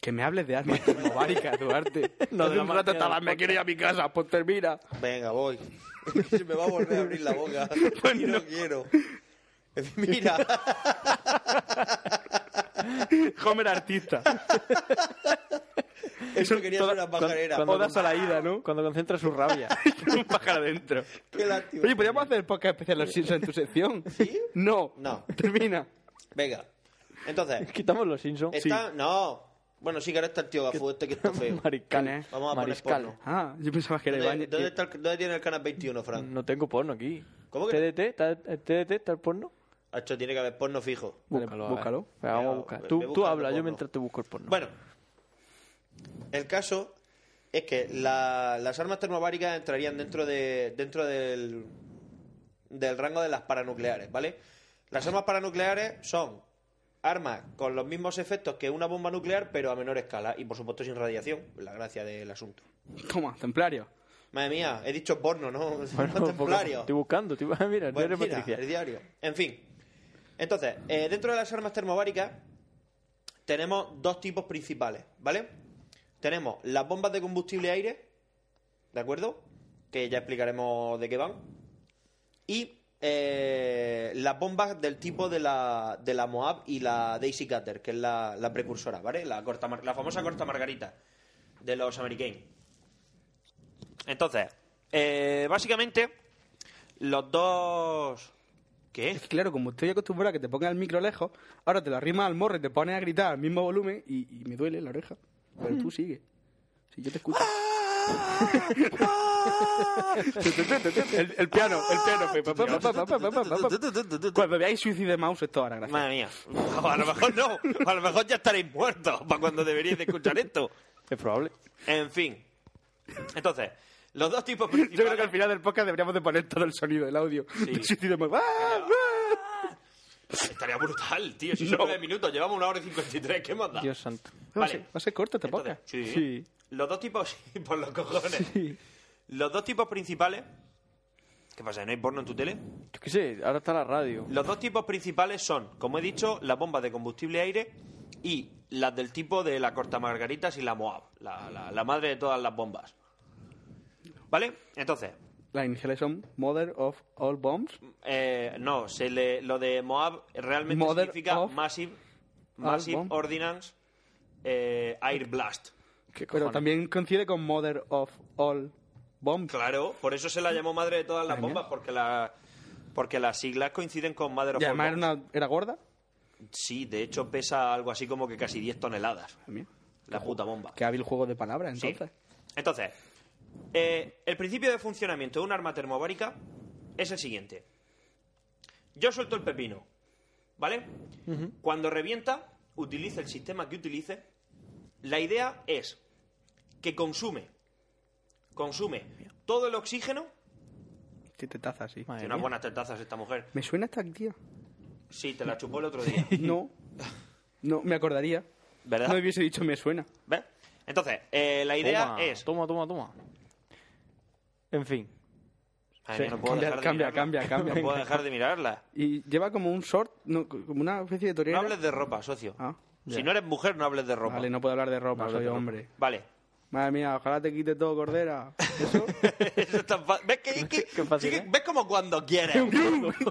Speaker 5: Que me hables de armas termobáricas, Duarte.
Speaker 6: No, de
Speaker 5: Hace
Speaker 6: la
Speaker 5: un
Speaker 6: magia
Speaker 5: rato
Speaker 6: del
Speaker 5: estabas, me quiero ir a mi casa, pues termina.
Speaker 7: Venga, voy. Se me va a volver a abrir la boca. y no. quiero. Mira,
Speaker 5: Homer artista.
Speaker 7: eso quería ser una pajarera.
Speaker 6: cuando-
Speaker 5: Odas a la ida, ¿no?
Speaker 6: Cuando concentra su rabia.
Speaker 5: Con un pájaro adentro.
Speaker 7: Qué lástima.
Speaker 5: Oye, ¿podríamos hacer el podcast especial Los Simpsons en tu sección?
Speaker 7: ¿Sí?
Speaker 5: No.
Speaker 7: No.
Speaker 5: Termina.
Speaker 7: Venga. Entonces,
Speaker 6: Quitamos los Simpsons.
Speaker 7: está... No. Bueno, sí que ahora está el tío Gafú este que está feo.
Speaker 6: Mariscal.
Speaker 5: ¿Quién es?
Speaker 7: Vamos a poner
Speaker 6: Mariscal.
Speaker 7: porno.
Speaker 5: Ah, yo pensaba que era
Speaker 7: ¿Dónde,
Speaker 5: Ibañez.
Speaker 7: dónde está el- dónde tiene el canal 21, Fran?
Speaker 6: No tengo porno aquí.
Speaker 7: ¿Cómo que no?
Speaker 6: TDT, está, eh, TDT, está el porno.
Speaker 7: Hacho, tiene que haber porno fijo.
Speaker 5: Vale,
Speaker 6: a ver.
Speaker 5: búscalo.
Speaker 6: Venga, vamos a
Speaker 7: Venga,
Speaker 6: buscar.
Speaker 7: ve- ve
Speaker 6: Tú, tú
Speaker 7: buscando
Speaker 6: habla, yo
Speaker 7: porno.
Speaker 6: mientras te busco el porno.
Speaker 7: Bueno, el caso es que la- las armas termobáricas entrarían dentro de dentro del, del rango de las paranucleares, ¿vale? Las armas paranucleares son armas con los mismos efectos que una bomba nuclear, pero a menor escala y, por supuesto, sin radiación, la gracia del asunto.
Speaker 5: Toma, templario.
Speaker 7: Madre mía, he dicho porno, ¿no? no
Speaker 6: poco-
Speaker 7: templario.
Speaker 6: Estoy buscando. Estoy... Ah, Mira, el
Speaker 7: Pues
Speaker 6: diario de
Speaker 7: mira,
Speaker 6: Patricia.
Speaker 7: el diario. En fin. Entonces, eh, dentro de las armas termobáricas tenemos dos tipos principales, ¿vale? Tenemos las bombas de combustible aire, ¿de acuerdo? Que ya explicaremos de qué van. Y eh, las bombas del tipo de la, de la Moab y la Daisy Cutter, que es la, la precursora, ¿vale? La, corta, mar- la famosa corta margarita de los Americanos. Entonces, eh, básicamente, los dos... ¿Qué?
Speaker 5: Es que claro, como estoy acostumbrado a que te pongas el micro lejos, ahora te lo arrimas al morro y te pones a gritar al mismo volumen y, y me duele la oreja. Pero tú sigue. Si yo te escucho. el, el piano, el piano. pe, pa, pa, pa, pa, pa, pa, pa, pa, pa. Cuando veáis Suicide Mouse esto ahora, gracias.
Speaker 7: Madre mía. A lo mejor no. A lo mejor ya estaréis muertos para cuando deberíais de escuchar esto.
Speaker 6: Es probable.
Speaker 7: En fin. Entonces, los dos tipos
Speaker 5: Yo creo que al
Speaker 7: principales...
Speaker 5: final del podcast deberíamos de poner todo el sonido, el audio. de Suicide Mouse. ¡Ah! ¡Ah!
Speaker 7: Estaría brutal, tío. Si son
Speaker 5: No.
Speaker 7: nueve minutos, llevamos una hora y cincuenta y tres. ¿Qué más da?
Speaker 6: Dios santo.
Speaker 5: Va a
Speaker 7: Vale.
Speaker 5: ser- va a ser corto este
Speaker 7: Entonces,
Speaker 5: podcast.
Speaker 7: sí.
Speaker 6: Sí.
Speaker 7: Los dos tipos, sí, por los cojones.
Speaker 6: Sí.
Speaker 7: Los dos tipos principales. ¿Qué pasa? ¿No hay porno en tu tele?
Speaker 6: Yo qué sé, ahora está la radio.
Speaker 7: Los dos tipos principales son, como he dicho, las bombas de combustible aire y las del tipo de la corta margaritas y la Moab, la, la- la madre de todas las bombas. ¿Vale? Entonces,
Speaker 5: La iniciales son Mother of All Bombs.
Speaker 7: eh, no, se le, lo de Moab realmente
Speaker 5: Mother
Speaker 7: significa Massive, Massive
Speaker 5: Bomb.
Speaker 7: Ordinance eh, Air Blast.
Speaker 5: Pero también coincide con Mother of All Bombs.
Speaker 7: Claro, por eso se la llamó madre de todas las
Speaker 5: Genial.
Speaker 7: bombas, porque la, porque las siglas coinciden con Mother of
Speaker 5: Y
Speaker 7: All
Speaker 5: además era,
Speaker 7: Bombs.
Speaker 5: una- era gorda.
Speaker 7: Sí, de hecho pesa algo así como que casi 10 toneladas. La puta bomba.
Speaker 5: Que hábil juego de palabras,
Speaker 7: Sí.
Speaker 5: entonces.
Speaker 7: Entonces, eh, el principio de funcionamiento de un arma termobárica es el siguiente. Yo suelto el pepino, ¿vale? Cuando revienta, utilice el sistema que utilice. La idea es que consume, consume todo el oxígeno.
Speaker 5: Qué tetaza, así.
Speaker 7: Tiene unas buenas tetazas esta mujer.
Speaker 5: ¿Me suena esta tía?
Speaker 7: Sí, te la chupó el otro día.
Speaker 5: No. No, me acordaría.
Speaker 7: ¿Verdad?
Speaker 5: No hubiese dicho me suena.
Speaker 7: ¿Ves? Entonces, eh, la idea
Speaker 6: Toma,
Speaker 7: es...
Speaker 6: Toma, toma, toma. En fin.
Speaker 7: Madre
Speaker 6: Sí,
Speaker 7: mía, no puedo
Speaker 5: cambia,
Speaker 7: dejar de
Speaker 5: cambia,
Speaker 7: mirarla.
Speaker 5: cambia, cambia.
Speaker 7: No puedo dejar de mirarla.
Speaker 5: Y lleva como un short, no, como una especie de
Speaker 7: No
Speaker 5: torero.
Speaker 7: hables de ropa, socio.
Speaker 5: Ah,
Speaker 7: Si no eres mujer, no hables de ropa.
Speaker 5: Vale, no puedo hablar de ropa,
Speaker 7: No hables
Speaker 5: soy
Speaker 7: de ropa.
Speaker 5: hombre.
Speaker 7: Vale.
Speaker 5: Madre mía, ojalá te quite todo, Cordera.
Speaker 7: Eso es tan fa- ¿Ves, que, que- sí
Speaker 5: ¿eh?
Speaker 7: que- ves como cuando quieres?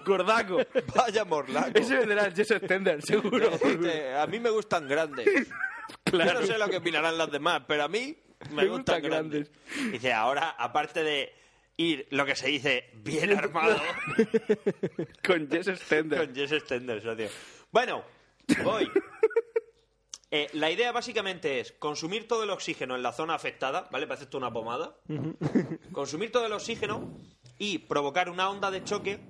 Speaker 5: Gordaco.
Speaker 7: Vaya morlaco.
Speaker 5: Ese vendrá el Jess Extender, seguro.
Speaker 7: Este, a mí me gustan grandes.
Speaker 5: Claro.
Speaker 7: Yo no sé lo que opinarán las demás, pero a mí me,
Speaker 5: Me
Speaker 7: gustan,
Speaker 5: gustan
Speaker 7: grandes. Dice, ahora, aparte de ir, lo que se dice, bien armado,
Speaker 5: Con Jess Extender.
Speaker 7: con Jess Stender, socio. Bueno, voy. Eh, la idea básicamente es consumir todo el oxígeno en la zona afectada, ¿vale? Parece esto una pomada. consumir todo el oxígeno y provocar una onda de choque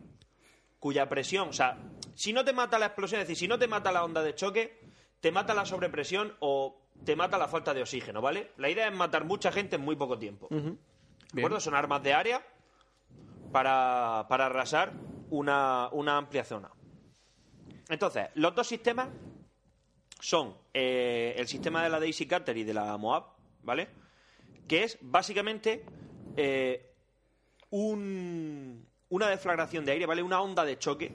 Speaker 7: cuya presión, o sea, si no te mata la explosión, es decir, si no te mata la onda de choque, te mata la sobrepresión o te mata la falta de oxígeno, ¿vale? La idea es matar mucha gente en muy poco tiempo. ¿De acuerdo? Son armas de área para, para arrasar una, una amplia zona. Entonces, los dos sistemas son eh, el sistema de la Daisy Cutter y de la Moab, ¿vale? Que es básicamente eh, un- una deflagración de aire, ¿vale? Una onda de choque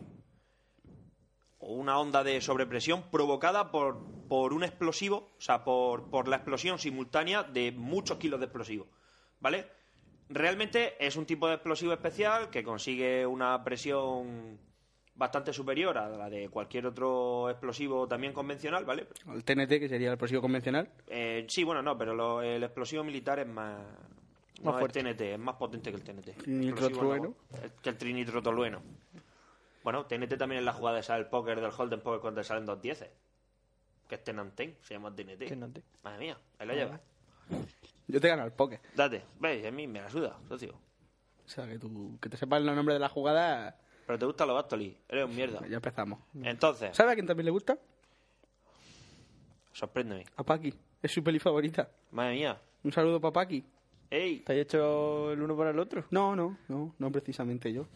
Speaker 7: o una onda de sobrepresión provocada por, por un explosivo, o sea, por, por la explosión simultánea de muchos kilos de explosivo, ¿vale? Realmente es un tipo de explosivo especial que consigue una presión bastante superior a la de cualquier otro explosivo también convencional, ¿vale?
Speaker 5: El TNT, que sería el próximo convencional.
Speaker 7: Eh, sí, bueno, no, pero lo- el explosivo militar es más.
Speaker 5: Más
Speaker 7: no,
Speaker 5: fuerte.
Speaker 7: el TNT, es más potente que el TNT.
Speaker 5: Trinitrotolueno.
Speaker 7: Explosivo no, Que el trinitrotolueno. Bueno, TNT también es la jugada esa del póker, del Holden Poker, cuando te salen dos dieces. Que es Tenanten, se llama TNT.
Speaker 6: Tenanten.
Speaker 7: Madre mía, ahí lo llevas.
Speaker 5: Yo te gano el poke.
Speaker 7: Date, veis, a mí me la suda, socio.
Speaker 5: O sea, que, tú, que te sepas los nombres de la jugada,
Speaker 7: Pero te gustan los Bastoli, eres un mierda.
Speaker 5: ya empezamos.
Speaker 7: Entonces,
Speaker 5: ¿Sabes a quién también le gusta?
Speaker 7: sorpréndeme.
Speaker 5: A Paki. Es su peli favorita.
Speaker 7: Madre mía.
Speaker 5: Un saludo para Paki.
Speaker 7: ¡Ey!
Speaker 6: ¿Te has hecho el uno para el otro?
Speaker 5: No, no, no, no precisamente yo.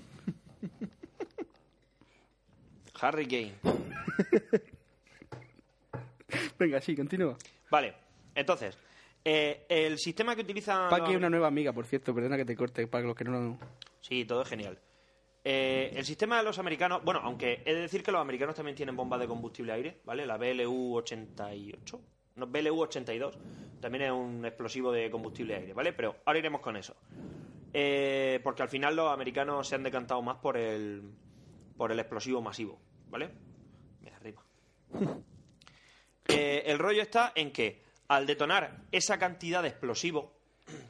Speaker 7: Harry Kane.
Speaker 5: Venga, sí, continúa.
Speaker 7: Vale, entonces, eh, el sistema que utilizan.
Speaker 5: Paqui es
Speaker 7: los-
Speaker 5: una nueva amiga, por cierto, perdona que te corte, para los que no lo...
Speaker 7: Sí, todo es genial. Eh, el sistema de los americanos, bueno, aunque he de decir que los americanos también tienen bombas de combustible aire, ¿vale? La BLU-88, no, BLU-82, también es un explosivo de combustible aire, ¿vale? Pero ahora iremos con eso. Eh, porque al final los americanos se han decantado más por el, por el explosivo masivo, ¿vale? Me arriba. Eh, el rollo está en que al detonar esa cantidad de explosivo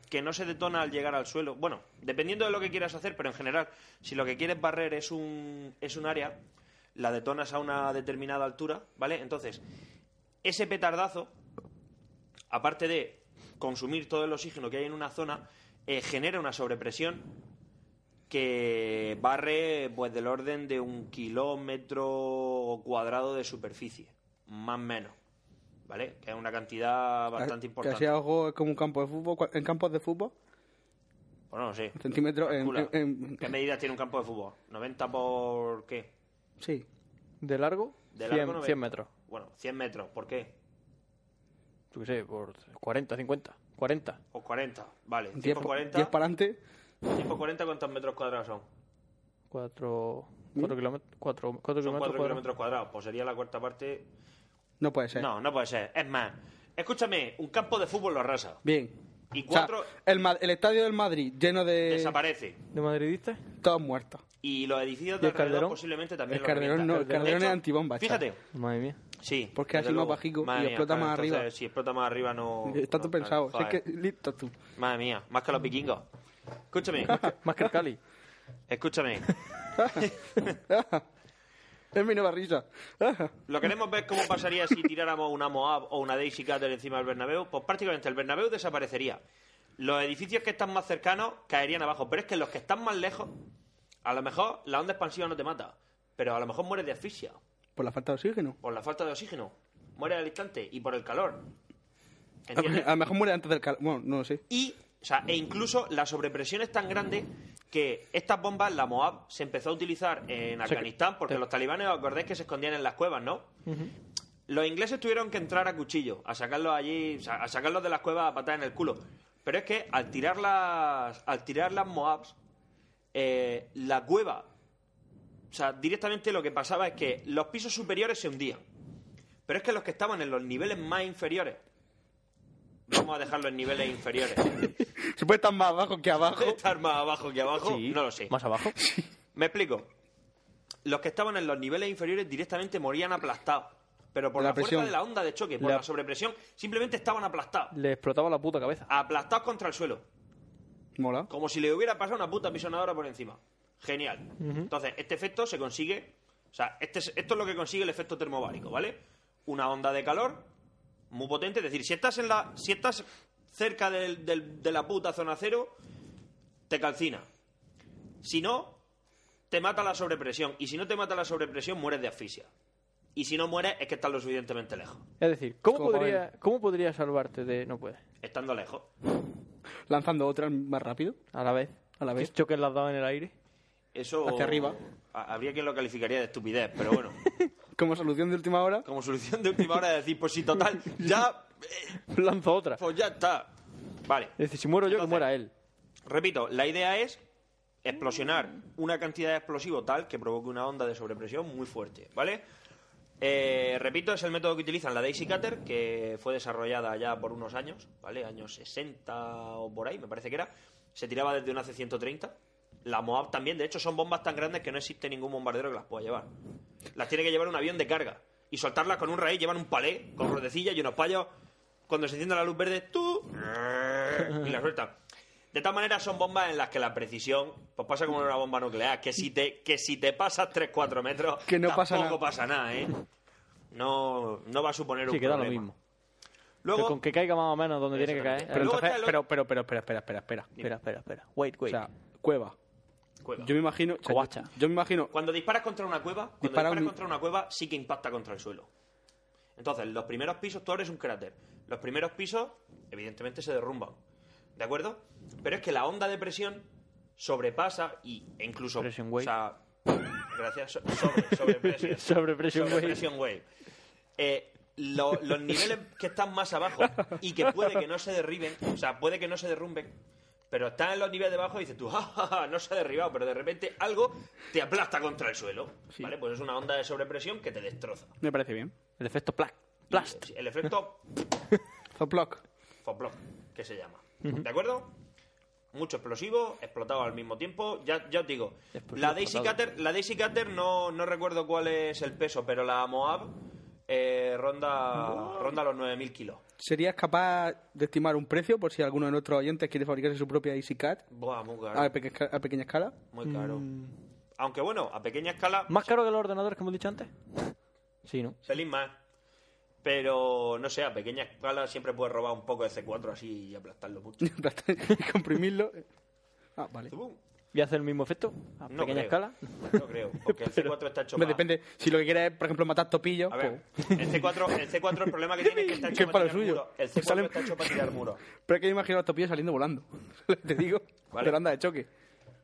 Speaker 7: que no se detona al llegar al suelo, bueno, dependiendo de lo que quieras hacer, pero en general, si lo que quieres barrer es un, es un área, la detonas a una determinada altura, ¿vale? Entonces, ese petardazo, aparte de consumir todo el oxígeno que hay en una zona, eh, genera una sobrepresión que barre pues del orden de un kilómetro cuadrado de superficie, más o menos, ¿vale? Que es una cantidad bastante
Speaker 5: Que así
Speaker 7: importante.
Speaker 5: a ojo es como un campo de fútbol, cua- en campos de fútbol,
Speaker 7: Bueno, no sé.
Speaker 5: centímetros... En,
Speaker 7: Calcula.
Speaker 5: en- en-
Speaker 7: ¿Qué medida tiene un campo de fútbol? ¿90 por qué?
Speaker 5: sí,
Speaker 6: ¿De largo?
Speaker 7: De
Speaker 6: 100,
Speaker 7: largo 90.
Speaker 6: 100 metros.
Speaker 7: Bueno, 100 metros, ¿por qué?
Speaker 6: Yo qué sé, por 40, 50. 40.
Speaker 7: O 40, vale.
Speaker 5: 10
Speaker 7: Tiempo
Speaker 5: pa-
Speaker 7: 40.
Speaker 5: 10 para adelante.
Speaker 7: Tiempo 40, ¿cuántos metros cuadrados son?
Speaker 6: 4 kilómetros, cuatro,
Speaker 7: Son 4
Speaker 6: cuatro kilómetros cuadrados.
Speaker 7: kilómetros cuadrados. Pues sería la cuarta parte.
Speaker 5: No puede ser.
Speaker 7: No, no puede ser. Es más, escúchame, un campo de fútbol lo arrasa.
Speaker 5: Bien.
Speaker 7: Y
Speaker 5: O sea,
Speaker 7: cuatro
Speaker 5: el, Ma- el estadio del Madrid lleno de.
Speaker 7: desaparece.
Speaker 6: ¿De madridistas?
Speaker 5: Todos muertos.
Speaker 7: Y los edificios
Speaker 5: ¿Y
Speaker 7: de
Speaker 5: el
Speaker 7: alrededor
Speaker 5: Calderón?
Speaker 7: posiblemente también
Speaker 5: El
Speaker 7: lo
Speaker 5: Calderón
Speaker 7: revientan.
Speaker 5: no, el Calderón
Speaker 7: De
Speaker 5: es
Speaker 7: hecho,
Speaker 5: antibomba,
Speaker 7: Fíjate.
Speaker 6: Madre mía.
Speaker 7: Sí.
Speaker 5: Porque
Speaker 7: desde
Speaker 5: así más
Speaker 7: luego.
Speaker 5: bajico y
Speaker 7: Madre mía,
Speaker 5: explota
Speaker 7: claro,
Speaker 5: más
Speaker 7: entonces,
Speaker 5: arriba.
Speaker 7: Si explota más arriba no...
Speaker 5: Está todo
Speaker 7: Oh, no,
Speaker 5: pensado. Si
Speaker 7: joder.
Speaker 5: es que listo tú.
Speaker 7: Madre mía, más que los vikingos. Escúchame.
Speaker 5: Ah.
Speaker 6: más que el Cali.
Speaker 7: Escúchame.
Speaker 5: es mi nueva risa.
Speaker 7: Lo queremos ver cómo pasaría si tiráramos una Moab o una Daisy Cutter encima del Bernabéu. Pues prácticamente el Bernabéu desaparecería. Los edificios que están más cercanos caerían abajo. Pero es que los que están más lejos, a lo mejor la onda expansiva no te mata. Pero a lo mejor mueres de asfixia.
Speaker 5: Por la falta de oxígeno.
Speaker 7: Por la falta de oxígeno. Mueres al instante. Y por el calor.
Speaker 5: A
Speaker 7: ¿Entiendes?
Speaker 5: a lo mejor muere antes del calor. Bueno, no lo sé.
Speaker 7: Y, o sea, e incluso la sobrepresión es tan grande que estas bombas, la Moab, se empezó a utilizar en
Speaker 5: O sea que-
Speaker 7: Afganistán porque los talibanes, os acordáis que se escondían en las cuevas, ¿no? Los ingleses tuvieron que entrar a cuchillo, a sacarlos allí, sa- a sacarlos de las cuevas a patar en el culo. Pero es que al tirar las, al tirar las Moabs, eh, la cueva, o sea, directamente lo que pasaba es que los pisos superiores se hundían. Pero es que los que estaban en los niveles más inferiores, vamos a dejarlo en niveles inferiores,
Speaker 5: Se puede estar más abajo que abajo.
Speaker 7: ¿Puede estar más abajo que abajo? Oh, No lo sé.
Speaker 6: ¿Más abajo?
Speaker 7: Me explico. Los que estaban en los niveles inferiores directamente morían aplastados. Pero por
Speaker 6: La
Speaker 7: la,
Speaker 6: presión.
Speaker 7: fuerza de la onda de choque, por
Speaker 6: La-
Speaker 7: la sobrepresión, simplemente estaban aplastados.
Speaker 6: Le explotaba la puta cabeza.
Speaker 7: Aplastados contra el suelo.
Speaker 5: Mola.
Speaker 7: Como si le hubiera pasado una puta pisonadora por encima. Genial. Entonces, este efecto se consigue. O sea, este es- esto es lo que consigue el efecto termobárico, ¿vale? Una onda de calor muy potente. Es decir, si estás en la. Si estás cerca del- del- de la puta zona cero, te calcina. Si no, te mata la sobrepresión. Y si no te mata la sobrepresión, mueres de asfixia. Y si no mueres, es que estás lo suficientemente lejos.
Speaker 6: Es decir, ¿cómo,
Speaker 5: Como
Speaker 6: podría, ¿cómo podría salvarte de.? No puede.
Speaker 7: Estando lejos.
Speaker 5: Lanzando otra más rápido.
Speaker 6: A la vez.
Speaker 5: A la vez.
Speaker 6: Que choques las dos en el aire.
Speaker 7: Eso.
Speaker 5: Hacia arriba.
Speaker 7: ha- Habría quien lo calificaría de estupidez, pero bueno.
Speaker 5: Como solución de última hora.
Speaker 7: como solución de última hora de decir, pues si total, ya, eh,
Speaker 6: Lanzo otra.
Speaker 7: pues ya está. Vale,
Speaker 6: Es decir, si muero yo, que
Speaker 7: Entonces-
Speaker 6: muera él.
Speaker 7: repito, la idea es explosionar una cantidad de explosivo tal que provoque una onda de sobrepresión muy fuerte, ¿vale? Eh, repito, es el método que utilizan la Daisy Cutter, que fue desarrollada ya por unos años, ¿vale? Años 60 o por ahí, me parece que era. Se tiraba desde una C-130. La Moab también, de hecho, son bombas tan grandes que no existe ningún bombardero que las pueda llevar. Las tiene que llevar un avión de carga y soltarlas con un raíz. Llevan un palé con ruedecillas y unos payos. Cuando se enciende la luz verde, tú. Y la suelta. De tal manera, son bombas en las que la precisión pues pasa como en una bomba nuclear. Que si te, que si te pasas 3-4 metros,
Speaker 5: Que no pasa
Speaker 7: tampoco
Speaker 5: nada.
Speaker 7: pasa nada, ¿eh? No, no va a suponer
Speaker 6: Sí,
Speaker 7: un
Speaker 6: queda
Speaker 7: problema.
Speaker 6: lo mismo.
Speaker 7: Luego,
Speaker 6: Que con que caiga más o menos donde tiene que caer.
Speaker 7: Pero luego está el
Speaker 5: Pero, pero, pero, espera, espera, espera, espera.
Speaker 6: Espera, espera, espera. Wait,
Speaker 5: O
Speaker 6: wait.
Speaker 5: sea, cueva.
Speaker 7: cueva.
Speaker 5: Yo me imagino. o sea, yo-
Speaker 6: Covacha.
Speaker 5: yo, me imagino.
Speaker 7: Cuando disparas contra una cueva, cuando
Speaker 5: Dispara
Speaker 7: disparas
Speaker 5: un-
Speaker 7: contra una cueva, sí que impacta contra el suelo. Entonces, los primeros pisos, tú abres un cráter. Los primeros pisos, evidentemente, se derrumban. ¿De acuerdo? Pero es que la onda de presión sobrepasa y, e incluso.
Speaker 6: Pressure
Speaker 7: O
Speaker 6: wave.
Speaker 7: sea, gracias. so- Sobre, sobre presión.
Speaker 6: Sobre pressure wave.
Speaker 7: wave. Eh, lo- los niveles que están más abajo y que puede que no se derriben, o sea, puede que no se derrumben, pero están en los niveles de abajo y dices tú, "Ja, ja, ja, no se ha derribado, pero de repente algo te aplasta contra el suelo. ¿Vale? Pues es una onda de sobrepresión que te destroza.
Speaker 5: Me parece bien.
Speaker 6: El efecto plac. Plast.
Speaker 7: Y, eh, El efecto
Speaker 5: Zoploc.
Speaker 7: Foplop, que se llama. ¿De acuerdo? Mucho explosivo, explotado al mismo tiempo. Ya, ya os digo,
Speaker 6: Explosivo
Speaker 7: la Daisy
Speaker 6: explotado.
Speaker 7: Cutter, la Daisy Cutter no, no recuerdo cuál es el peso, pero la Moab eh, ronda, ronda los 9.000 kilos.
Speaker 5: ¿Serías capaz de estimar un precio por si alguno de nuestros oyentes quiere fabricarse su propia Easy Cat
Speaker 7: Buah, muy caro.
Speaker 5: a, peque- a pequeña escala?
Speaker 7: Muy caro.
Speaker 6: Mm.
Speaker 7: Aunque bueno, a pequeña escala,
Speaker 6: ¿Más caro que los ordenadores que hemos dicho antes? Sí, ¿no?
Speaker 7: feliz más. Pero no sé, a pequeña escala siempre puedes robar un poco de C4 así y aplastarlo mucho.
Speaker 5: y comprimirlo. Ah, vale.
Speaker 7: Zubum.
Speaker 6: ¿Y hace el mismo efecto? A
Speaker 7: No
Speaker 6: pequeña
Speaker 7: creo.
Speaker 6: escala.
Speaker 7: No creo, porque el C4 está hecho
Speaker 5: Hombre,
Speaker 7: más.
Speaker 5: depende. Si lo que quieres es, por ejemplo, matar topillos,
Speaker 7: A ver,
Speaker 5: pues-
Speaker 7: el C4, el C4 el problema que tiene es que está
Speaker 5: Que
Speaker 7: hecho
Speaker 5: es para
Speaker 7: para
Speaker 5: lo
Speaker 7: tirar
Speaker 5: suyo.
Speaker 7: muros. El C4
Speaker 5: Salen-
Speaker 7: está hecho para tirar muros.
Speaker 5: Pero es que yo imagino a los topillos saliendo volando. Te digo.
Speaker 7: Vale.
Speaker 5: De la onda de choque.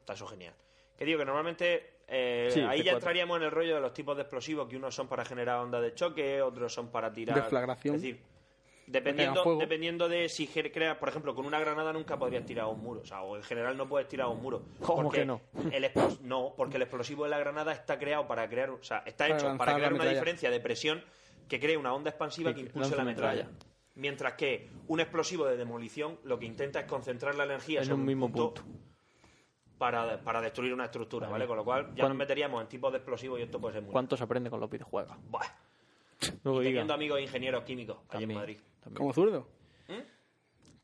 Speaker 7: Está eso genial. Que digo que normalmente eh,
Speaker 6: Sí,
Speaker 7: ahí ya
Speaker 6: C4.
Speaker 7: entraríamos en el rollo de los tipos de explosivos, que unos son para generar onda de choque, otros son para tirar...
Speaker 5: Deflagración.
Speaker 7: Es decir, Dependiendo,
Speaker 5: Porque en el juego-
Speaker 7: dependiendo de si ge- creas, por ejemplo, con una granada nunca podrías tirar a un muro, o sea, o en general no puedes tirar a un muro.
Speaker 6: ¿Cómo
Speaker 7: porque
Speaker 6: que no?
Speaker 7: El explos- no, porque el explosivo de la granada está creado para crear, o sea, está
Speaker 5: Para
Speaker 7: hecho
Speaker 5: lanzar
Speaker 7: para
Speaker 5: la
Speaker 7: crear una
Speaker 5: metralla.
Speaker 7: diferencia de presión que cree una onda expansiva
Speaker 5: Sí,
Speaker 7: que
Speaker 5: que
Speaker 7: impulse
Speaker 5: lanza
Speaker 7: la
Speaker 5: metralla.
Speaker 7: metralla. Mientras que un explosivo de demolición lo que intenta es concentrar la energía
Speaker 6: En
Speaker 7: sobre
Speaker 6: un mismo
Speaker 7: punto, Para, para destruir una estructura,
Speaker 6: Vale.
Speaker 7: ¿vale? Con lo cual ya
Speaker 6: ¿Cuán-
Speaker 7: nos meteríamos en tipos de explosivos y esto puede ser muy...
Speaker 6: ¿Cuánto se aprende con los videojuegos?
Speaker 7: Buah.
Speaker 6: No lo
Speaker 7: Y
Speaker 6: diga.
Speaker 7: teniendo amigos ingenieros químicos allí en Madrid.
Speaker 5: Como zurdo.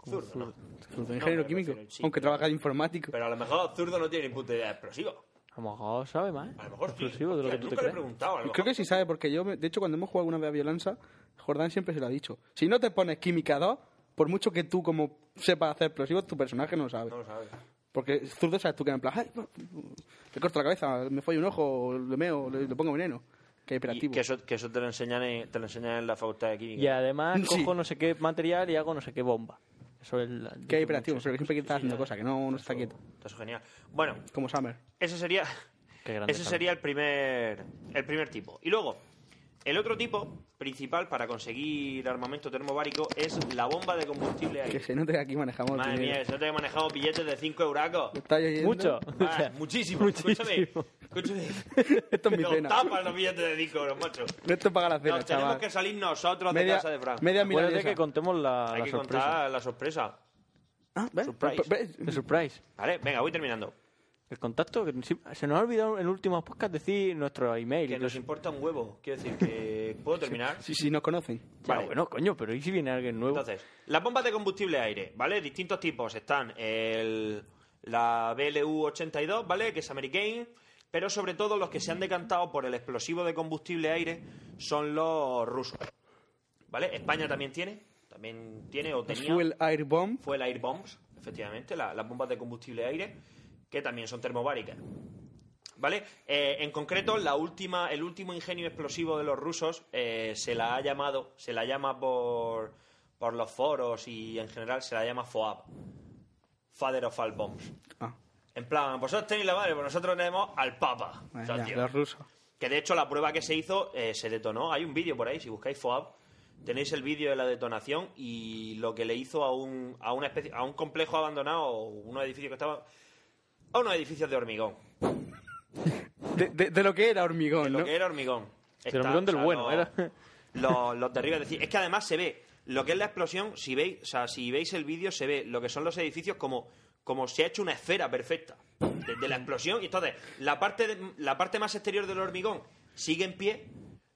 Speaker 7: Zurdo, no.
Speaker 5: Zurdo,
Speaker 7: No,
Speaker 5: ingeniero
Speaker 7: me
Speaker 5: químico.
Speaker 7: refiero, sí,
Speaker 5: aunque trabaja de informático.
Speaker 7: Pero a lo mejor Zurdo no tiene ni puta idea de explosivo.
Speaker 6: A lo mejor sabe más. ¿eh?
Speaker 7: A lo mejor sí.
Speaker 6: Exclusivo de lo
Speaker 7: Hostia,
Speaker 6: que
Speaker 7: nunca
Speaker 6: tú te
Speaker 7: le he
Speaker 6: crees.
Speaker 7: preguntado. A lo
Speaker 5: Creo
Speaker 7: mejor.
Speaker 5: que sí sabe, porque yo, me- de hecho, cuando hemos jugado alguna vez a Violanza, Jordán siempre se lo ha dicho. Si no te pones química 2, por mucho que tú como sepas hacer explosivos, tu personaje no lo sabe.
Speaker 7: No lo sabe.
Speaker 5: Porque zurdo sabes tú que en plan, "Ay, le corto la cabeza, me fallo un ojo, le meo, le, le pongo veneno. Que
Speaker 7: Y
Speaker 5: es hiperactivo.
Speaker 7: que eso, que eso te, lo enseñan en, te lo enseñan en la facultad de química.
Speaker 6: Y además
Speaker 5: Sí.
Speaker 6: cojo no sé qué material y hago no sé qué bomba. Eso es la-
Speaker 5: Que es
Speaker 6: dice
Speaker 5: hiperactivo,
Speaker 6: mucho.
Speaker 5: pero que siempre que está haciendo cosas, que no, no está quieto.
Speaker 7: Eso es genial. Bueno,
Speaker 5: Como Summer.
Speaker 7: ese sería,
Speaker 6: Qué grande
Speaker 7: ese
Speaker 6: está.
Speaker 7: sería el, primer, el primer tipo. Y luego, el otro tipo principal para conseguir armamento termobárico es la bomba de combustible
Speaker 5: Que
Speaker 7: aire.
Speaker 5: se note que aquí manejamos. el
Speaker 7: Madre
Speaker 5: dinero.
Speaker 7: mía, yo te he manejado billetes de 5 euracos.
Speaker 5: ¿Me estáis oyendo?
Speaker 6: Mucho.
Speaker 7: Ah,
Speaker 6: O sea,
Speaker 7: muchísimo, escúchame. Escúchame.
Speaker 5: Esto es mi
Speaker 7: Nos
Speaker 5: cena.
Speaker 7: tapan los billetes de 5 euros, macho.
Speaker 5: Esto paga la cena,
Speaker 7: Nos tenemos
Speaker 5: chaval.
Speaker 7: que salir nosotros de
Speaker 5: Media-
Speaker 7: casa de Frank.
Speaker 5: media
Speaker 6: Acuérdate
Speaker 5: milanesa.
Speaker 6: que contemos la,
Speaker 7: Hay
Speaker 6: la
Speaker 7: que
Speaker 6: sorpresa.
Speaker 7: contar la sorpresa.
Speaker 5: Ah, ¿ves?
Speaker 7: Surprise.
Speaker 5: ¿Ves?
Speaker 6: El surprise.
Speaker 7: Vale, venga, voy terminando.
Speaker 6: El contacto. que sí- se nos ha olvidado en el último podcast decir nuestro email.
Speaker 7: Que nos
Speaker 6: Entonces-
Speaker 7: importa un huevo. Quiero decir que. ¿Puedo terminar?
Speaker 5: Si, si nos conocen.
Speaker 6: Ya,
Speaker 7: Vale.
Speaker 6: bueno, coño, pero ¿y si viene alguien nuevo?
Speaker 7: Entonces, las bombas de combustible aire, ¿vale? Distintos tipos. Están el, la BLU-82, ¿vale? Que es American. Pero sobre todo los que se han decantado por el explosivo de combustible aire son los rusos. ¿Vale? España también tiene. También tiene o tenía.
Speaker 5: Fuel Air Bomb.
Speaker 7: fue el Air Bombs, efectivamente, la- las bombas de combustible aire, que también son termobáricas. ¿Vale? Eh, en concreto, la última, el último ingenio explosivo de los rusos eh, se la ha llamado, se la llama por, por los foros y en general se la llama FOAB, Father of All Bombs.
Speaker 5: Ah,
Speaker 7: En plan, vosotros tenéis la madre, pues nosotros tenemos al Papa. O sea,
Speaker 5: bueno, ya,
Speaker 7: tío,
Speaker 5: los rusos.
Speaker 7: que de hecho la prueba que se hizo eh, se detonó. Hay un vídeo por ahí, si buscáis FOAB, tenéis el vídeo de la detonación y lo que le hizo a un, a una especie, a un complejo abandonado, o unos edificios que estaban. a unos edificios de hormigón.
Speaker 5: De, de- de lo que era hormigón,
Speaker 7: de
Speaker 5: ¿no?
Speaker 7: Lo que era hormigón. Está-
Speaker 6: hormigón del bueno,
Speaker 7: lo-
Speaker 6: era.
Speaker 7: Lo, lo terrible. Es decir, es que además se ve lo que es la explosión, si veis, o sea, si veis el vídeo, se ve lo que son los edificios como, como se ha hecho una esfera perfecta de, de la explosión. Y entonces, la parte, de- la parte más exterior del hormigón sigue en pie,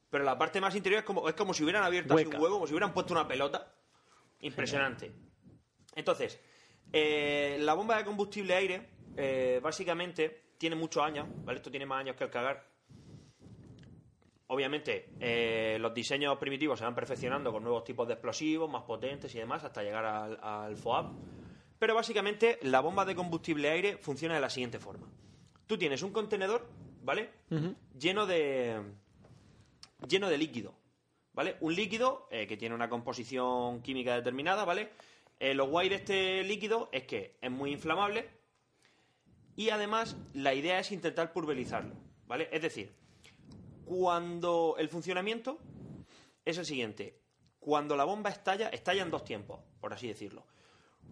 Speaker 7: pero la parte más interior es como, es como si hubieran abierto así
Speaker 6: Hueca.
Speaker 7: un huevo, como si hubieran puesto una pelota. Impresionante. Entonces, eh, la bomba de combustible aire, eh, básicamente, tiene muchos años, ¿vale? Esto tiene más años que el cagar. Obviamente, eh, los diseños primitivos se van perfeccionando con nuevos tipos de explosivos, más potentes y demás, hasta llegar al, al FOAP. Pero básicamente, la bomba de combustible aire funciona de la siguiente forma. Tú tienes un contenedor, ¿vale? Lleno de lleno de líquido, ¿vale? Un líquido eh, que tiene una composición química determinada, ¿vale? Eh, lo guay de este líquido es que es muy inflamable y además la idea es intentar pulverizarlo, ¿vale? Es decir, cuando el funcionamiento es el siguiente, cuando la bomba estalla, estalla en dos tiempos, por así decirlo.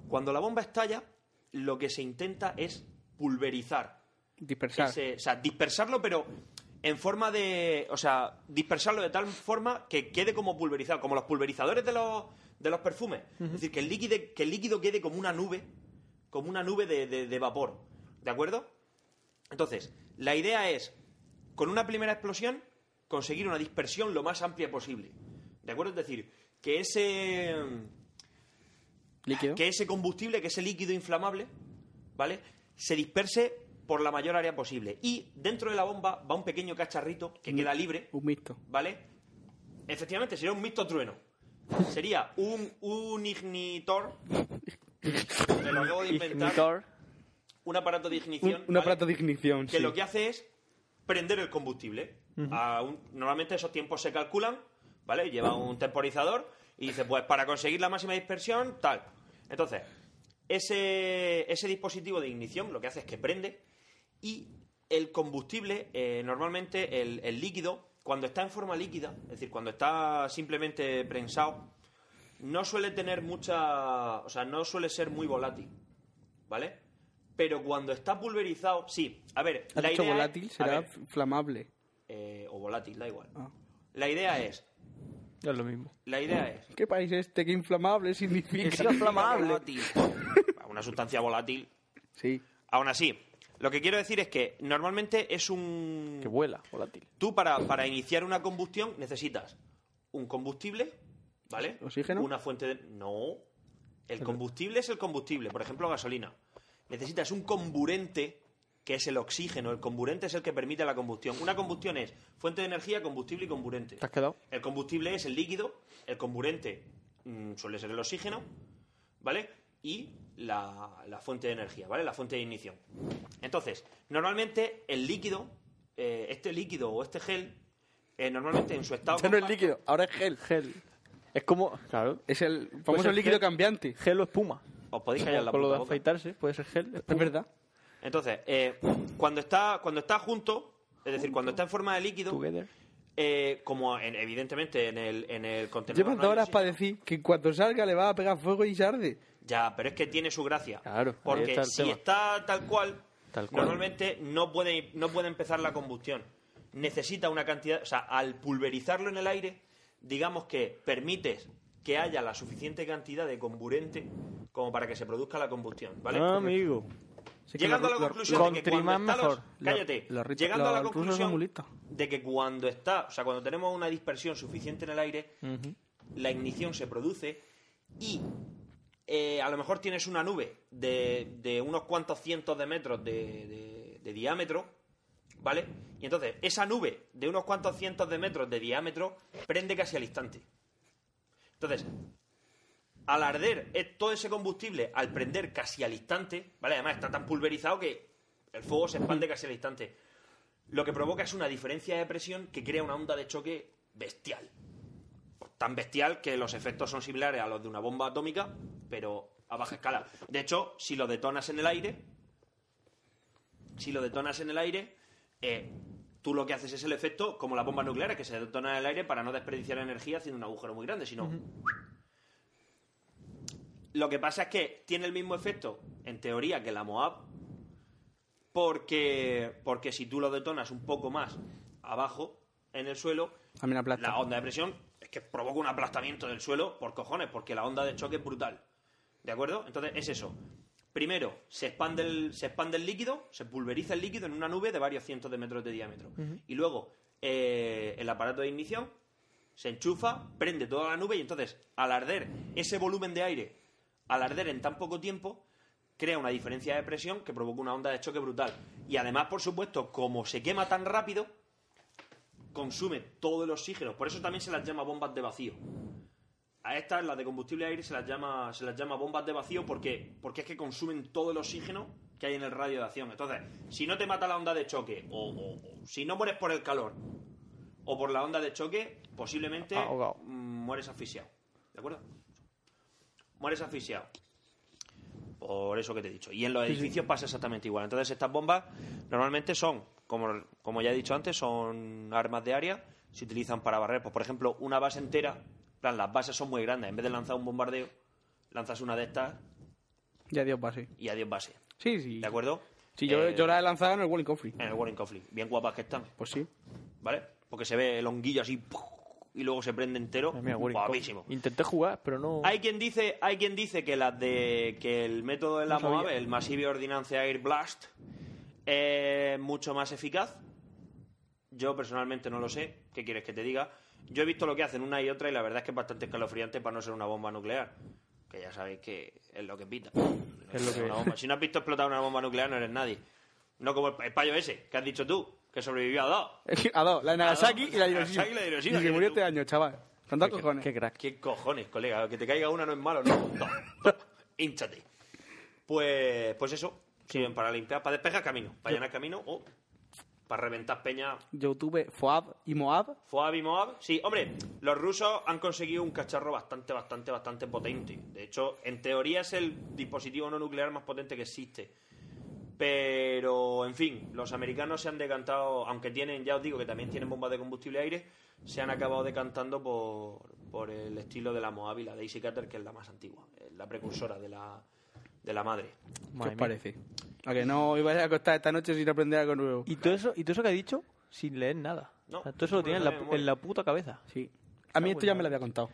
Speaker 7: Cuando la bomba estalla, lo que se intenta es pulverizar
Speaker 5: Dispersar.
Speaker 7: ese- o sea, dispersarlo, pero en forma de. O sea, dispersarlo de tal forma que quede como pulverizado, como los pulverizadores de los, de los perfumes. Es decir, que el, líquido, que el líquido quede como una nube, como una nube de, de- de vapor. ¿De acuerdo? Entonces, la idea es, con una primera explosión, conseguir una dispersión lo más amplia posible. ¿De acuerdo? Es decir, que ese
Speaker 5: Líquido.
Speaker 7: que ese combustible, que ese líquido inflamable, ¿vale? Se disperse por la mayor área posible. Y dentro de la bomba va un pequeño cacharrito que queda libre,
Speaker 5: Mm, Un mixto.
Speaker 7: ¿vale? Efectivamente, sería un mixto trueno. Sería un, un ignitor. Me lo acabo de inventar.
Speaker 6: Ignitor.
Speaker 7: Un aparato de
Speaker 5: Un,
Speaker 7: ignición.
Speaker 5: un
Speaker 7: ¿vale?
Speaker 5: aparato de ignición,
Speaker 7: que
Speaker 5: sí.
Speaker 7: lo que hace es prender el combustible. A un- normalmente esos tiempos se calculan, ¿vale? Lleva un temporizador y dice, pues para conseguir la máxima dispersión, tal. Entonces, ese, ese dispositivo de ignición lo que hace es que prende y el combustible, eh, normalmente el, el líquido, cuando está en forma líquida, es decir, cuando está simplemente prensado, no suele tener mucha. O sea, no suele ser muy volátil. ¿Vale? Pero cuando está pulverizado, sí. A ver,
Speaker 5: ¿Has
Speaker 7: la
Speaker 5: dicho
Speaker 7: idea. es-
Speaker 5: volátil?
Speaker 7: a
Speaker 5: Será
Speaker 7: ver,
Speaker 5: flamable. Ah.
Speaker 7: eh, o volátil, da igual. La idea es.
Speaker 6: Es lo mismo.
Speaker 7: La idea es.
Speaker 5: ¿Qué país es este que inflamable significa?
Speaker 7: Volátil. Una sustancia volátil.
Speaker 5: Sí.
Speaker 7: Aún así, lo que quiero decir es que normalmente es un.
Speaker 6: Que vuela, volátil.
Speaker 7: Tú para, para iniciar una combustión necesitas un combustible, ¿vale?
Speaker 5: ¿Oxígeno?
Speaker 7: Una fuente de... No. El combustible es el combustible, por ejemplo, gasolina. Necesitas un comburente, que es el oxígeno. El comburente es el que permite la combustión. Una combustión es fuente de energía, combustible y comburente.
Speaker 6: ¿Te has quedado?
Speaker 7: El combustible es el líquido, el comburente mm, suele ser el oxígeno, ¿vale? Y la, la fuente de energía, ¿vale? La fuente de ignición. Entonces, normalmente el líquido, eh, este líquido o este gel, eh, normalmente en su estado...
Speaker 5: Ya Este no es
Speaker 7: compacto-
Speaker 5: líquido, ahora es gel. Gel.
Speaker 6: Es como. Claro.
Speaker 5: Es el famoso
Speaker 6: Pues el
Speaker 5: líquido
Speaker 6: gel-
Speaker 5: cambiante.
Speaker 6: Gel o espuma.
Speaker 7: Os podéis callar la
Speaker 6: Con lo
Speaker 7: puta
Speaker 6: de
Speaker 7: boca.
Speaker 6: afeitarse, puede ser gel.
Speaker 5: Es
Speaker 6: espuma.
Speaker 5: verdad.
Speaker 7: Entonces, eh, cuando, está, cuando está junto, es decir, cuando está en forma de líquido,
Speaker 6: Together.
Speaker 7: eh, como en- evidentemente en el, en el contenedor...
Speaker 5: Llevas
Speaker 7: no
Speaker 5: dos
Speaker 7: hay
Speaker 5: horas
Speaker 7: oxígeno.
Speaker 5: para decir que cuando salga le va a pegar fuego y se arde.
Speaker 7: Ya, pero es que tiene su gracia.
Speaker 6: Claro, ahí
Speaker 7: Porque
Speaker 6: está el
Speaker 7: si
Speaker 6: tema.
Speaker 7: está tal cual,
Speaker 6: Tal cual.
Speaker 7: normalmente no puede, no puede empezar la combustión. Necesita una cantidad, o sea, al pulverizarlo en el aire, digamos que permites que haya la suficiente cantidad de comburente como para que se produzca la combustión, ¿vale?
Speaker 6: Ah, amigo.
Speaker 5: Sí que
Speaker 7: Llegando a
Speaker 5: los-
Speaker 7: la
Speaker 5: los-
Speaker 7: conclusión de que cuando
Speaker 6: Contrimán
Speaker 7: está los-
Speaker 6: mejor.
Speaker 7: cállate,
Speaker 5: Los- los-
Speaker 7: llegando a la
Speaker 5: los rusos son
Speaker 7: conclusión
Speaker 5: mulistas.
Speaker 7: de que cuando está, o sea, cuando tenemos una dispersión suficiente en el aire, la ignición se produce y eh, a lo mejor tienes una nube de, de unos cuantos cientos de metros de, de- de diámetro, ¿vale? Y entonces esa nube de unos cuantos cientos de metros de diámetro prende casi al instante. Entonces, al arder eh, todo ese combustible, al prender casi al instante, ¿vale? Además está tan pulverizado que el fuego se expande casi al instante. Lo que provoca es una diferencia de presión que crea una onda de choque bestial. Pues, tan bestial que los efectos son similares a los de una bomba atómica, pero a baja escala. De hecho, si lo detonas en el aire, si lo detonas en el aire, eh, tú lo que haces es el efecto como las bombas nucleares que se detonan en el aire para no desperdiciar energía haciendo un agujero muy grande, sino... Lo que pasa es que tiene el mismo efecto, en teoría, que la Moab, porque, porque si tú lo detonas un poco más abajo, en el suelo,
Speaker 5: También aplasta.
Speaker 7: la onda de presión es que provoca un aplastamiento del suelo por cojones, porque la onda de choque es brutal. ¿De acuerdo? Entonces es eso. Primero, se expande, el, se expande el líquido, se pulveriza el líquido en una nube de varios cientos de metros de diámetro. Y luego, eh, el aparato de ignición se enchufa, prende toda la nube y entonces, al arder ese volumen de aire, al arder en tan poco tiempo, crea una diferencia de presión que provoca una onda de choque brutal. Y además, por supuesto, como se quema tan rápido, consume todo el oxígeno. Por eso también se las llama bombas de vacío. A estas, las de combustible aire, se las llama, se las llama bombas de vacío porque, porque es que consumen todo el oxígeno que hay en el radio de acción. Entonces, si no te mata la onda de choque, o, o- o si no mueres por el calor, o por la onda de choque, posiblemente
Speaker 6: Ahogado.
Speaker 7: mm, mueres asfixiado. ¿De acuerdo? Mueres asfixiado. Por eso que te he dicho. Y en los edificios pasa exactamente igual. Entonces estas bombas normalmente son, como, como ya he dicho antes, son armas de área, se utilizan para barrer. Pues, por ejemplo, una base entera, en plan, las bases son muy grandes. En vez de lanzar un bombardeo, lanzas una de estas
Speaker 5: Ya Dios va así.
Speaker 7: y adiós base.
Speaker 5: Sí, sí.
Speaker 7: ¿De acuerdo?
Speaker 5: Sí, yo,
Speaker 7: Eh,
Speaker 5: yo la he lanzado en el Walling Coffee.
Speaker 7: En el Warren Conflict. Bien guapas que están,
Speaker 5: Pues sí.
Speaker 7: ¿vale? Porque se ve el honguillo así ¡puf! y luego se prende entero.
Speaker 6: Madre mía, Warren Cobb.
Speaker 7: Guapísimo.
Speaker 6: Intenté jugar, pero no.
Speaker 7: Hay quien dice, hay quien dice que las de que el método de la
Speaker 5: No sabía.
Speaker 7: MOAB, el Massive Ordnance Air Blast, es mucho más eficaz. Yo personalmente no lo sé. ¿Qué quieres que te diga? Yo he visto lo que hacen una y otra y la verdad es que es bastante escalofriante para no ser una bomba nuclear. Que ya sabéis que es lo que pita.
Speaker 6: Es lo que-
Speaker 7: Una bomba. Si no has visto explotar una bomba nuclear no eres nadie. No como el, el payo ese que has dicho tú, que sobrevivió a dos.
Speaker 5: A dos, la de Nagasaki
Speaker 7: dos,
Speaker 5: y la de
Speaker 7: la de
Speaker 5: Hiroshima.
Speaker 7: Nagasaki y la de Hiroshima,
Speaker 5: Y
Speaker 7: que
Speaker 5: se murió
Speaker 7: tú-
Speaker 5: este año, chaval. Con dos
Speaker 6: Qué-
Speaker 5: cojones.
Speaker 6: Qué crack.
Speaker 7: ¿Qué cojones, colega? Que te caiga una no es malo, no. no. no. Hínchate. Pues, pues eso. Sirven para limpiar, para despejar camino, para llenar camino o para reventar peña.
Speaker 5: Yo tuve Foab y Moab.
Speaker 7: Foab y Moab. Sí, hombre, los rusos han conseguido un cacharro bastante, bastante, bastante potente. De hecho, en teoría es el dispositivo no nuclear más potente que existe. Pero, en fin, los americanos se han decantado, aunque tienen, ya os digo que también tienen bombas de combustible aire, se han acabado decantando por, por el estilo de la Mojave, y la Daisy Cutter, que es la más antigua, eh, la precursora de la, de la madre.
Speaker 5: ¿Qué os parece? A que no ibas a acostar esta noche sin aprender algo nuevo.
Speaker 6: ¿Y todo eso, y todo eso que ha dicho? Sin leer nada.
Speaker 7: No,
Speaker 6: O sea, todo eso lo
Speaker 7: no
Speaker 6: tiene en
Speaker 7: lo
Speaker 6: la,
Speaker 7: tiene
Speaker 6: pu-
Speaker 7: muy-
Speaker 6: en la puta cabeza.
Speaker 5: Sí. A mí esto ya me lo había contado.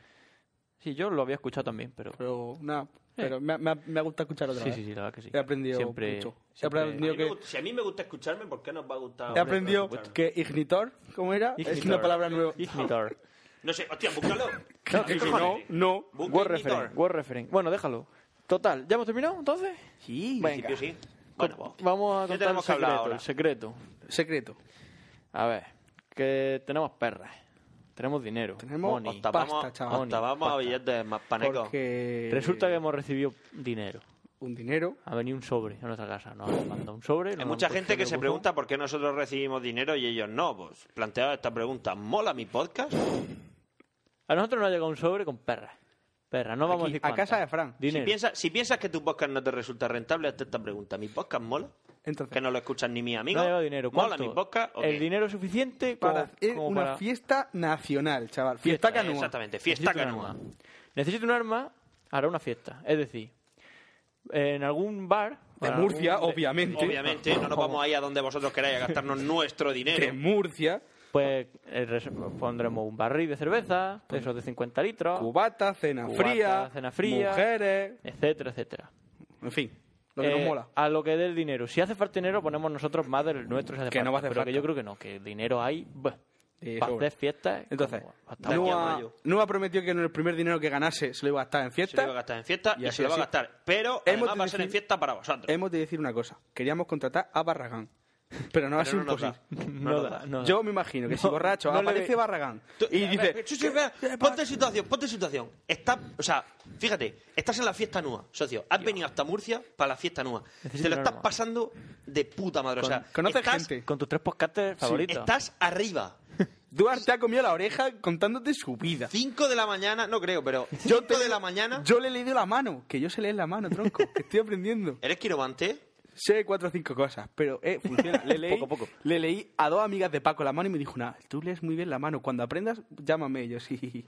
Speaker 6: Sí, yo lo había escuchado también, pero...
Speaker 5: Pero nada, pero me, ha- me ha- me ha gustado escuchar otra
Speaker 6: Sí,
Speaker 5: vez.
Speaker 6: sí, sí, la verdad que sí.
Speaker 5: He aprendido
Speaker 6: Siempre-
Speaker 5: mucho.
Speaker 6: siempre-
Speaker 5: He
Speaker 7: A
Speaker 5: aprendido
Speaker 7: mí me
Speaker 5: que,
Speaker 7: gust- si a mí me gusta escucharme, ¿por qué nos va a gustar?
Speaker 5: he
Speaker 7: hombre, pues,
Speaker 5: aprendido
Speaker 7: escucharme?
Speaker 5: que ignitor, ¿cómo era? Es una
Speaker 6: Ignitor.
Speaker 5: palabra nueva.
Speaker 6: Ignitor.
Speaker 7: No sé, hostia, búscalo.
Speaker 6: Claro,
Speaker 7: ¿Qué
Speaker 6: sí, sí, no,
Speaker 7: cojones?
Speaker 5: no.
Speaker 7: Busca
Speaker 6: Word
Speaker 7: Ignitor.
Speaker 6: reference, Word reference. Bueno, déjalo. Total, ¿ya hemos terminado entonces?
Speaker 5: Sí.
Speaker 7: En
Speaker 6: Venga.
Speaker 7: principio sí. Bueno, pues, vos.
Speaker 6: Vamos a
Speaker 7: ¿Qué
Speaker 6: contar el
Speaker 7: tenemos que hablar
Speaker 6: secreto,
Speaker 7: ahora?
Speaker 6: el secreto.
Speaker 5: Secreto.
Speaker 6: A ver, que tenemos perras, tenemos dinero,
Speaker 5: Tenemos
Speaker 6: money.
Speaker 5: hasta-
Speaker 7: Tapamos,
Speaker 5: Pasta, chaval.
Speaker 7: hasta vamos a
Speaker 6: Pasta.
Speaker 7: billetes más panecos.
Speaker 5: Porque
Speaker 6: Resulta que hemos recibido dinero.
Speaker 5: un dinero.
Speaker 6: Ha venido un sobre a nuestra casa, nos han mandado un sobre. nos
Speaker 7: Hay
Speaker 6: han
Speaker 7: mucha
Speaker 6: puesto
Speaker 7: gente
Speaker 6: en
Speaker 7: que
Speaker 6: el
Speaker 7: se
Speaker 6: buzón.
Speaker 7: pregunta por qué nosotros recibimos dinero y ellos no. Pues planteaba esta pregunta. ¿Mola mi podcast?
Speaker 6: A nosotros nos ha llegado un sobre con perras. Perras, no vamos a
Speaker 5: Aquí,
Speaker 6: decir
Speaker 5: a
Speaker 6: cuántas.
Speaker 5: casa de Fran.
Speaker 7: Si
Speaker 6: Dinero.
Speaker 7: piensas, si piensas que tu podcast no te resulta rentable, hazte esta pregunta. ¿Mi podcast mola?
Speaker 5: Entonces,
Speaker 7: Que no lo escuchan ni mis
Speaker 6: No
Speaker 7: amigos.
Speaker 6: ha llegado dinero.
Speaker 7: ¿Mola
Speaker 6: ¿Cuánto?
Speaker 7: mi podcast? ¿O qué?
Speaker 6: El dinero suficiente como-
Speaker 5: para hacer
Speaker 6: como
Speaker 5: una
Speaker 6: para-
Speaker 5: fiesta nacional, chaval. Fiesta,
Speaker 7: Eh,
Speaker 5: canua.
Speaker 7: Exactamente, fiesta
Speaker 6: Necesito un
Speaker 7: canua.
Speaker 6: arma. Necesito un arma, hará una fiesta. Es decir, en algún bar.
Speaker 5: De
Speaker 6: para
Speaker 5: Murcia,
Speaker 6: algún-
Speaker 5: obviamente.
Speaker 7: Obviamente, no nos vamos ahí a donde vosotros queráis a gastarnos nuestro
Speaker 5: De
Speaker 7: dinero.
Speaker 5: Murcia.
Speaker 6: Pues eh, res- pondremos un barril de cerveza, de esos de 50 litros,
Speaker 5: Cubata, cena
Speaker 6: Cubata,
Speaker 5: fría.
Speaker 6: cena fría.
Speaker 5: Mujeres.
Speaker 6: etcétera, etcétera.
Speaker 5: En fin, lo que nos
Speaker 6: Eh,
Speaker 5: mola.
Speaker 6: A lo que dé el dinero. Si hace falta dinero, ponemos nosotros más del nuestro. Si hace
Speaker 5: Que no
Speaker 6: falta,
Speaker 5: va a hacer
Speaker 6: pero que
Speaker 5: falta.
Speaker 6: yo creo que no, que dinero hay. bah,
Speaker 5: Eh,
Speaker 6: para
Speaker 5: sobre.
Speaker 6: hacer fiestas.
Speaker 5: Entonces,
Speaker 6: como hasta
Speaker 7: aquí a
Speaker 5: Nua,
Speaker 7: mayo.
Speaker 5: Nua prometió que en el primer dinero que ganase se lo iba a gastar en
Speaker 7: Se lo
Speaker 5: fiesta.
Speaker 7: va a gastar en fiesta
Speaker 5: Y
Speaker 7: y,
Speaker 5: así,
Speaker 7: se lo va a
Speaker 5: así.
Speaker 7: gastar. Pero
Speaker 5: Hemos
Speaker 7: además
Speaker 5: de
Speaker 7: va a ser en
Speaker 5: decir-
Speaker 7: fiesta para vosotros.
Speaker 5: Hemos de decir una cosa. Queríamos contratar a Barragán. Pero no va a
Speaker 7: Pero
Speaker 5: ser
Speaker 7: no nos da.
Speaker 5: imposible.
Speaker 6: No
Speaker 7: nos
Speaker 6: da,
Speaker 7: da.
Speaker 6: no da.
Speaker 5: Yo me imagino que si
Speaker 6: No,
Speaker 5: borracho
Speaker 6: no le
Speaker 5: aparece
Speaker 6: ve-
Speaker 5: Barragán
Speaker 7: Tú-
Speaker 5: y
Speaker 7: a
Speaker 5: dice...
Speaker 7: ver, Chuchi, espera, ponte en situación, ponte en situación. Está, o sea, fíjate, estás en la fiesta nua, socio. Has venido hasta Murcia para la fiesta nua.
Speaker 6: Necesito
Speaker 7: Te lo
Speaker 6: un
Speaker 7: estás
Speaker 6: arma.
Speaker 7: pasando de puta madre. o sea,
Speaker 5: conoces
Speaker 7: estás,
Speaker 5: gente.
Speaker 6: Con tus tres podcasters favoritos.
Speaker 7: Estás arriba.
Speaker 5: Duarte ha comido la oreja contándote su vida.
Speaker 7: 5 de la mañana, no creo, pero 5 de la mañana.
Speaker 5: Yo le he leído la mano. Que yo sé leer la mano, tronco. Que estoy aprendiendo.
Speaker 7: ¿Eres quiromante?
Speaker 5: Sé cuatro o cinco cosas, pero eh, funciona. Le leí,
Speaker 6: Poco a poco.
Speaker 5: le leí a dos amigas de Paco la mano y me dijo, nada, tú lees muy bien la mano. Cuando aprendas, llámame. Y yo, sí.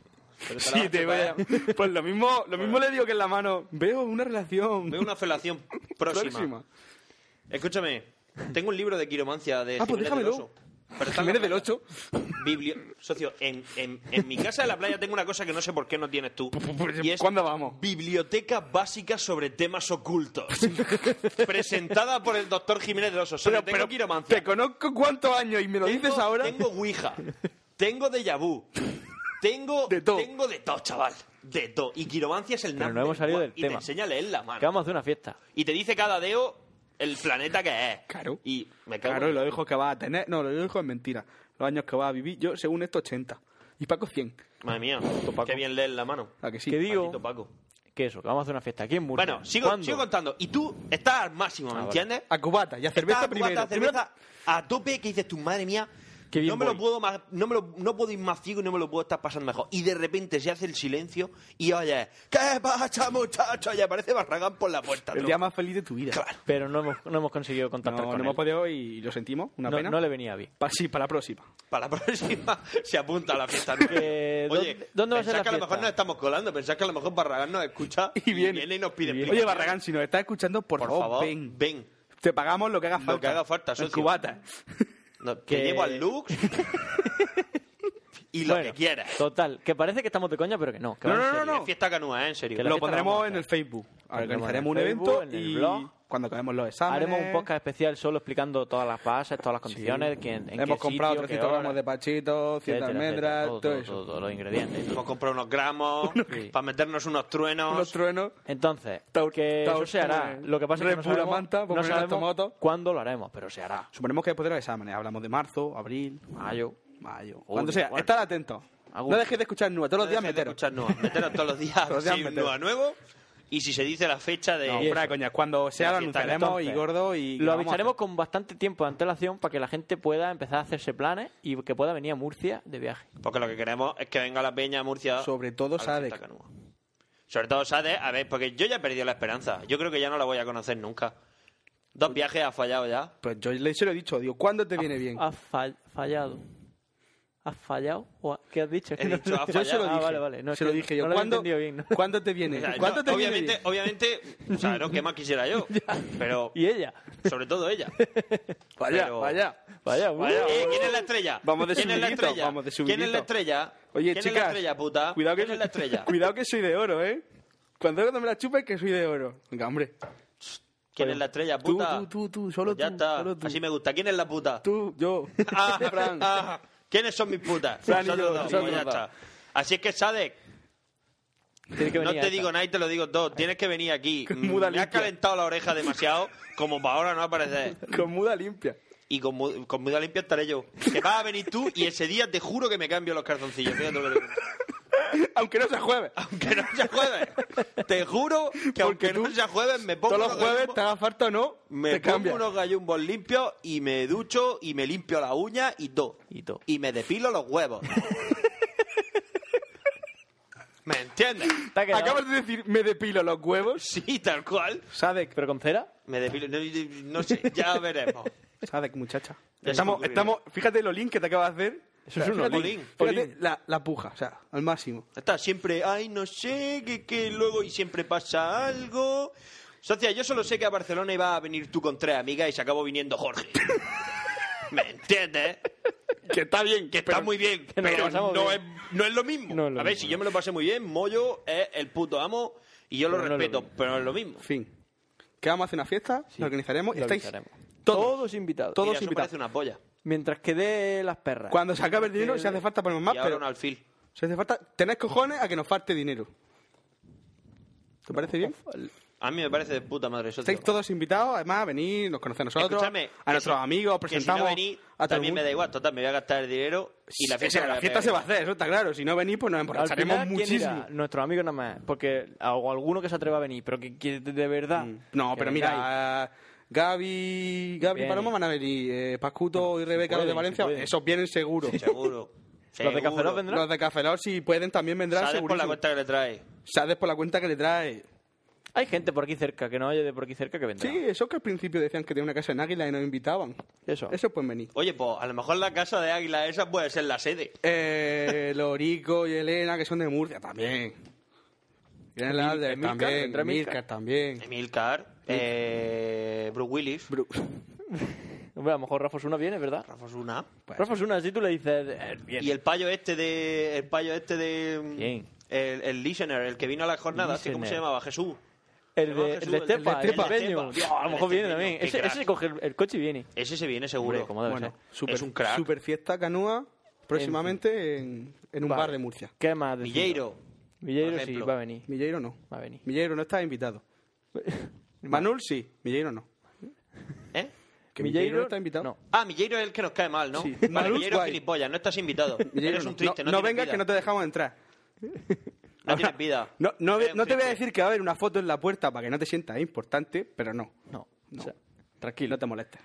Speaker 7: Pero te la vas
Speaker 5: Sí,
Speaker 7: a
Speaker 5: te voy a...
Speaker 7: chupar. ¿eh?
Speaker 5: Pues lo mismo, lo mismo le digo que en la mano. Veo una relación
Speaker 7: Veo una felación próxima.
Speaker 5: próxima.
Speaker 7: Escúchame, tengo un libro de quiromancia de
Speaker 5: Ah, pues
Speaker 7: Jiménez
Speaker 5: déjamelo.
Speaker 7: del Oso. Pero está en la
Speaker 5: Jiménez del
Speaker 7: playa.
Speaker 5: 8.
Speaker 7: Biblio- Socio, en, en- en mi casa de la playa tengo una cosa que no sé por qué no tienes tú. Y es
Speaker 5: ¿Cuándo vamos?
Speaker 7: Biblioteca básica sobre temas ocultos. presentada por el doctor Jiménez de Oso. Pero, tengo quiromancia.
Speaker 5: te conozco cuántos años y me lo
Speaker 7: Tengo-
Speaker 5: dices ahora.
Speaker 7: Tengo Ouija. Tengo de vu. Tengo
Speaker 5: De todo.
Speaker 7: Tengo de todo, chaval. De todo. Y quiromancia es el
Speaker 6: Pero no
Speaker 7: number
Speaker 6: hemos salido
Speaker 7: one.
Speaker 6: del
Speaker 7: Y te
Speaker 6: tema.
Speaker 7: enseña a leer la mano.
Speaker 6: Que vamos a hacer una fiesta.
Speaker 7: Y te dice cada deo el planeta que es.
Speaker 5: Claro.
Speaker 7: Y me cago
Speaker 5: Claro,
Speaker 7: en-
Speaker 5: y los hijos que vas a tener. No, los hijos es mentira. Los años que vas a vivir. Yo, según esto, 80. Y Paco 100.
Speaker 7: Madre mía,
Speaker 6: Paco.
Speaker 7: qué bien leer la mano.
Speaker 5: ¿A que sí?
Speaker 6: Que digo-
Speaker 7: Maldito Paco.
Speaker 6: Que eso, que vamos a hacer una fiesta aquí en Murcia.
Speaker 7: Bueno, sigo,
Speaker 6: ¿Cuándo?
Speaker 7: sigo contando. Y tú estás al máximo, ¿me
Speaker 6: Ah, vale.
Speaker 7: entiendes?
Speaker 5: A cubata y a cerveza
Speaker 7: Estás a tu
Speaker 5: primero.
Speaker 7: bata, cerveza a tope que dices tú, madre mía,
Speaker 6: Qué bien
Speaker 7: no me lo
Speaker 6: voy.
Speaker 7: puedo más, no me lo- no puedo ir más ciego y no me lo puedo estar pasando mejor. Y de repente se hace el silencio y oye, ¿qué pasa, muchacho? Y aparece Barragán por la puerta.
Speaker 5: El
Speaker 7: tronco.
Speaker 5: día más feliz de tu vida.
Speaker 7: Claro.
Speaker 6: Pero no hemos, no hemos conseguido contactar
Speaker 5: No,
Speaker 6: con
Speaker 5: no
Speaker 6: él.
Speaker 5: hemos podido y lo sentimos. Una
Speaker 6: No-
Speaker 5: pena.
Speaker 6: no le venía bien.
Speaker 5: Pa- sí, para la próxima.
Speaker 7: Para la próxima se apunta a la fiesta.
Speaker 6: Que,
Speaker 7: Oye,
Speaker 6: ¿dónde- dónde va a
Speaker 7: pensad
Speaker 6: ser la
Speaker 7: que a lo mejor
Speaker 6: fiesta?
Speaker 7: nos estamos colando, pensás que a lo mejor Barragán nos escucha
Speaker 5: Y viene.
Speaker 7: y, nos pide
Speaker 5: Oye,
Speaker 7: explicaciones.
Speaker 5: Barragán, si nos estás escuchando, por,
Speaker 6: oh,
Speaker 7: por favor,
Speaker 5: ven.
Speaker 7: ven.
Speaker 5: Te pagamos lo que haga
Speaker 7: Lo
Speaker 5: falta.
Speaker 7: que haga falta,
Speaker 5: En
Speaker 7: socio.
Speaker 5: cubata.
Speaker 7: No,
Speaker 6: Que-
Speaker 7: que llevo al Lux y lo
Speaker 6: Bueno,
Speaker 7: que quieras.
Speaker 6: Total, que parece que estamos de coña, pero que no. Que
Speaker 5: No,
Speaker 6: va en
Speaker 5: no, no,
Speaker 6: serio.
Speaker 5: no.
Speaker 7: Es fiesta canúa, ¿eh? en serio.
Speaker 6: Que la
Speaker 5: Lo
Speaker 6: fiesta vamos
Speaker 5: pondremos
Speaker 6: a
Speaker 5: en
Speaker 6: hacer.
Speaker 5: el Facebook. Organizaremos un
Speaker 6: en el
Speaker 5: evento
Speaker 6: Facebook, en el
Speaker 5: y
Speaker 6: blog.
Speaker 5: cuando acabemos los exámenes.
Speaker 6: Haremos un podcast especial solo explicando todas las bases, todas las condiciones, quién, en
Speaker 5: Hemos
Speaker 6: qué
Speaker 5: comprado
Speaker 6: sitio, qué
Speaker 5: 300
Speaker 6: hora,
Speaker 5: gramos de pachito, 100
Speaker 6: etcétera,
Speaker 5: almendras,
Speaker 6: etcétera,
Speaker 5: todo, eso.
Speaker 6: Todos los ingredientes. y todo.
Speaker 7: Hemos comprado unos gramos
Speaker 6: Sí.
Speaker 7: para meternos unos truenos.
Speaker 5: Los truenos.
Speaker 6: Entonces,
Speaker 5: Taur-
Speaker 6: que
Speaker 5: taur-
Speaker 6: eso se hará.
Speaker 5: ¿cómo es?
Speaker 6: Lo que pasa es
Speaker 5: Red
Speaker 6: que no
Speaker 5: Bull a
Speaker 6: sabemos,
Speaker 5: manta, por
Speaker 6: no
Speaker 5: poner las
Speaker 6: sabemos
Speaker 5: tomatos.
Speaker 6: cuándo lo haremos, pero se hará.
Speaker 5: Suponemos que después de los exámenes. Hablamos de marzo, abril,
Speaker 6: Mayo.
Speaker 5: mayo.
Speaker 6: Uy,
Speaker 5: Cuando sea,
Speaker 6: bueno.
Speaker 5: estad atentos.
Speaker 6: Algún-
Speaker 5: No dejéis de escuchar Nua, todos los días
Speaker 7: Dejes de
Speaker 5: meteros.
Speaker 7: escuchar Nua. Meteros todos los días.
Speaker 5: Todos los días
Speaker 7: sí, un
Speaker 5: meteros.
Speaker 7: Nua nuevo. Y si se dice la fecha de...
Speaker 5: No,
Speaker 6: Y
Speaker 5: fuera
Speaker 6: eso.
Speaker 5: coña, cuando sea lo
Speaker 7: La fiesta,
Speaker 5: anunciaremos y
Speaker 6: Entonces,
Speaker 5: gordo y...
Speaker 6: Lo
Speaker 5: vamos a
Speaker 6: avisaremos con bastante tiempo de antelación para que la gente pueda empezar a hacerse planes y que pueda venir a Murcia de viaje.
Speaker 7: Porque lo que queremos es que venga la peña a Murcia.
Speaker 5: hacer. Sobre todo
Speaker 7: a la
Speaker 5: Sadek.
Speaker 7: fiesta canúa. Sobre todo Sade, a ver, porque yo ya he perdido la esperanza. Yo creo que ya no la voy a conocer nunca. Dos viajes ha fallado ya.
Speaker 5: Pues yo le- se lo he dicho, digo, ¿cuándo
Speaker 7: Ah,
Speaker 5: te viene bien?
Speaker 6: Has fall- fallado. ¿Has fallado? ¿O ha- ¿Qué has dicho?
Speaker 7: He dicho, has
Speaker 6: Yo se
Speaker 7: fallado.
Speaker 6: lo
Speaker 7: Ah,
Speaker 6: dije.
Speaker 7: vale, vale. No,
Speaker 6: es
Speaker 5: se lo
Speaker 6: que
Speaker 5: dije yo.
Speaker 6: no lo he
Speaker 5: ¿Cuándo,
Speaker 6: entendido bien, ¿no?
Speaker 5: ¿cuándo te viene?
Speaker 7: O sea,
Speaker 5: ¿Cuándo
Speaker 7: yo,
Speaker 5: te viene
Speaker 7: obviamente,
Speaker 5: bien?
Speaker 7: obviamente, o sea, no, ¿qué más quisiera yo? Pero,
Speaker 6: Y ella.
Speaker 7: sobre todo ella.
Speaker 5: Vaya,
Speaker 7: Pero-
Speaker 5: vaya.
Speaker 6: Vaya,
Speaker 7: Vaya,
Speaker 6: uh.
Speaker 7: eh, ¿Quién es la estrella?
Speaker 5: Vamos de
Speaker 7: ¿Quién es la
Speaker 5: subidito,
Speaker 7: estrella?
Speaker 5: vamos de
Speaker 7: ¿Quién es
Speaker 5: subidito.
Speaker 7: la estrella?
Speaker 5: Oye,
Speaker 7: ¿Quién es
Speaker 5: chicas,
Speaker 7: la estrella, puta?
Speaker 5: Cuidado que
Speaker 7: ¿Quién es la estrella?
Speaker 5: Cuidado que soy de oro, ¿eh? Cuando cuando me la chupes que soy de oro. Venga, hombre.
Speaker 7: ¿Quién es la estrella,
Speaker 5: Tú,
Speaker 7: puta?
Speaker 5: tú, tú, tú, solo
Speaker 7: Pues ya
Speaker 5: tú,
Speaker 7: está,
Speaker 5: solo tú.
Speaker 7: así me gusta. ¿Quién es la puta?
Speaker 5: Tú, yo.
Speaker 7: Ah,
Speaker 5: Fran.
Speaker 7: ah, ¿Quiénes son mis putas?
Speaker 5: Fran y yo,
Speaker 7: Nosotros dos, pues
Speaker 5: nosotros
Speaker 7: ya
Speaker 5: dos.
Speaker 7: está. Así es que, Sadek,
Speaker 6: Tiene que
Speaker 7: no
Speaker 6: venir
Speaker 7: te
Speaker 6: esta.
Speaker 7: digo nada y te lo digo todo. Tienes que venir aquí. Mm,
Speaker 5: muda
Speaker 7: Me has
Speaker 5: limpia.
Speaker 7: calentado la oreja demasiado como para ahora no aparecer.
Speaker 5: Con muda limpia.
Speaker 7: Y con, mu- con muda limpia estaré yo. Que vas a venir tú y ese día te juro que me cambio los calzoncillos. Fíjate lo que te digo.
Speaker 5: Aunque no sea jueves.
Speaker 7: Aunque no sea jueves. Te juro que
Speaker 5: Porque
Speaker 7: aunque
Speaker 5: tú,
Speaker 7: no sea jueves, me pongo
Speaker 5: Todos los jueves,
Speaker 7: gallumbos-
Speaker 5: te haga falta o no,
Speaker 7: me
Speaker 5: te
Speaker 7: pongo
Speaker 5: cambia.
Speaker 7: unos gallumbos limpios y me ducho y me limpio la uña y todo.
Speaker 6: Y todo.
Speaker 7: Y me depilo los huevos. ¿Me entiendes?
Speaker 6: Te ha quedado-
Speaker 5: Acabas de decir, me depilo los huevos.
Speaker 7: Sí, tal cual.
Speaker 5: Sadek,
Speaker 6: ¿Pero con cera?
Speaker 7: Me depilo. No, no sé, ya veremos.
Speaker 5: Sadek, muchacha.
Speaker 7: Ya
Speaker 5: Estamos,
Speaker 7: está.
Speaker 5: estamos, fíjate lo link que te acabas de hacer.
Speaker 6: Eso es un
Speaker 5: fíjate-
Speaker 7: olín.
Speaker 5: Fíjate
Speaker 6: Olín.
Speaker 5: la, la puja, o sea, al máximo.
Speaker 7: Está siempre, ay, no sé, que, que luego y siempre pasa algo. Socia, yo solo sé que a Barcelona iba a venir tú con tres amigas y se acabó viniendo Jorge. ¿Me entiendes?
Speaker 5: Que está bien,
Speaker 7: Que está
Speaker 5: pero-
Speaker 7: muy bien,
Speaker 6: nos
Speaker 7: pero
Speaker 6: pasamos
Speaker 7: no es,
Speaker 6: bien.
Speaker 7: no es lo mismo.
Speaker 6: No es lo
Speaker 7: a ver,
Speaker 6: mismo,
Speaker 7: si yo me lo pasé muy bien, Moyo es el puto amo y yo lo
Speaker 6: Pero no es lo
Speaker 7: respeto,
Speaker 6: mismo.
Speaker 7: pero no es lo mismo.
Speaker 5: Fin. Que vamos a hacer una fiesta, la organizaremos y
Speaker 6: lo
Speaker 5: estáis
Speaker 6: organizaremos.
Speaker 5: todos.
Speaker 6: Todos invitados.
Speaker 5: Todos
Speaker 7: Mira, eso
Speaker 5: invitados.
Speaker 7: parece una polla.
Speaker 6: Mientras que dé las perras.
Speaker 5: Cuando se acabe el dinero, si hace falta ponemos más,
Speaker 7: y ahora
Speaker 5: pero
Speaker 7: un alfil.
Speaker 5: si hace falta, tenéis cojones a que nos falte dinero. ¿Te parece bien?
Speaker 7: A mí me parece de puta madre eso.
Speaker 5: Estáis todos invitados, además, a venir, nos conocen a nosotros,
Speaker 7: Escúchame,
Speaker 5: a
Speaker 7: que
Speaker 5: nuestros
Speaker 7: si-
Speaker 5: amigos,
Speaker 7: que si no
Speaker 5: presentamos
Speaker 7: venís,
Speaker 5: a todo el
Speaker 7: también me
Speaker 5: mundo.
Speaker 7: da igual, total, me voy a gastar el dinero y la fiesta,
Speaker 5: Esa,
Speaker 7: me
Speaker 5: la
Speaker 7: la
Speaker 5: fiesta
Speaker 7: pego
Speaker 5: se
Speaker 7: yo.
Speaker 5: va a hacer, eso está claro. Si no venís, pues nos
Speaker 6: Al
Speaker 5: emborracharemos
Speaker 6: final, ¿quién irá?
Speaker 5: muchísimo.
Speaker 6: Nuestros amigos nada más. Porque o alguno que se atreva a venir, pero que, que de verdad.
Speaker 5: Mm. No,
Speaker 6: que
Speaker 5: pero
Speaker 6: vengáis.
Speaker 5: mira, eh. Gaby, Gaby y
Speaker 6: Vienen.
Speaker 5: Paloma van a venir. eh, Pascuto y Rebeca, los de
Speaker 6: pueden,
Speaker 5: Valencia,
Speaker 6: si pueden.
Speaker 5: esos vienen seguro.
Speaker 7: Seguro.
Speaker 6: ¿Los de Cafeló vendrán?
Speaker 5: Los de Cafelor, si pueden, también vendrán
Speaker 7: Sabes
Speaker 5: seguro.
Speaker 7: por la cuenta que le trae.
Speaker 5: Sades por la cuenta que le trae.
Speaker 6: Hay gente por aquí cerca que no haya de por aquí cerca que vendrá.
Speaker 5: Sí, eso que al principio decían que tenía una casa en Águila y nos invitaban.
Speaker 6: Eso.
Speaker 5: Eso pueden venir.
Speaker 7: Oye, pues a lo mejor la casa de Águila esa puede ser la sede.
Speaker 5: Eh, Lorico y Elena, que son de Murcia, también. Tienen la
Speaker 6: Emil-
Speaker 5: Alder
Speaker 6: Emilcar,
Speaker 5: también.
Speaker 6: vendrá Emilcar.
Speaker 5: Emilcar también.
Speaker 7: Emilcar, eh, Bruce Willis,
Speaker 5: Bru-
Speaker 6: Hombre, a lo mejor Rafa Osuna viene, ¿verdad?
Speaker 7: Rafa Osuna.
Speaker 5: Pues,
Speaker 6: Rafa Osuna, si tú le dices. eh, viene.
Speaker 7: Y el payo este de. El payo este de.
Speaker 6: ¿Quién?
Speaker 7: El, el listener, el que vino a la jornada, ¿este ¿cómo se
Speaker 6: Listener.
Speaker 7: llamaba? Jesús.
Speaker 6: El de, el
Speaker 7: Jesús,
Speaker 6: de
Speaker 7: el de
Speaker 6: Estepa, el de
Speaker 7: Estepa.
Speaker 6: Peño. Oh,
Speaker 7: Estepa.
Speaker 6: A lo mejor
Speaker 7: El de
Speaker 6: viene
Speaker 7: Peño,
Speaker 6: también.
Speaker 7: qué
Speaker 6: Ese,
Speaker 7: crack.
Speaker 6: ese coge el, el coche y viene.
Speaker 7: Ese se viene seguro.
Speaker 6: Hombre, ¿cómo debe
Speaker 5: Bueno,
Speaker 6: ser?
Speaker 5: super,
Speaker 7: es un crack.
Speaker 5: super fiesta canoa próximamente en, en un
Speaker 6: Vale.
Speaker 5: bar de Murcia.
Speaker 6: ¿Qué más? decir?
Speaker 7: Milleiro.
Speaker 6: Milleiro
Speaker 7: por
Speaker 6: sí,
Speaker 7: ejemplo.
Speaker 6: va a venir.
Speaker 5: Milleiro no.
Speaker 6: Va a venir.
Speaker 5: Milleiro no está invitado. Manul sí, Milleiro no.
Speaker 7: ¿Eh?
Speaker 5: Que Milleiro no está invitado.
Speaker 6: No.
Speaker 7: Ah, Milleiro es el que nos cae mal, ¿no?
Speaker 5: Sí.
Speaker 7: Vale,
Speaker 5: Maluz,
Speaker 7: Milleiro es
Speaker 5: guay.
Speaker 7: gilipollas, no estás invitado.
Speaker 5: Milleiro
Speaker 7: Eres
Speaker 5: no.
Speaker 7: un triste, no,
Speaker 5: No, no
Speaker 7: tienes
Speaker 5: vengas
Speaker 7: vida.
Speaker 5: que no te dejamos entrar.
Speaker 7: No
Speaker 5: Ahora,
Speaker 7: tienes vida.
Speaker 5: No, no,
Speaker 7: Eres un
Speaker 5: no te voy a
Speaker 7: triste.
Speaker 5: decir que va a haber una foto en la puerta para que no te sientas importante, pero no.
Speaker 6: No.
Speaker 5: No.
Speaker 6: O sea,
Speaker 5: Tranquilo. No te molestes.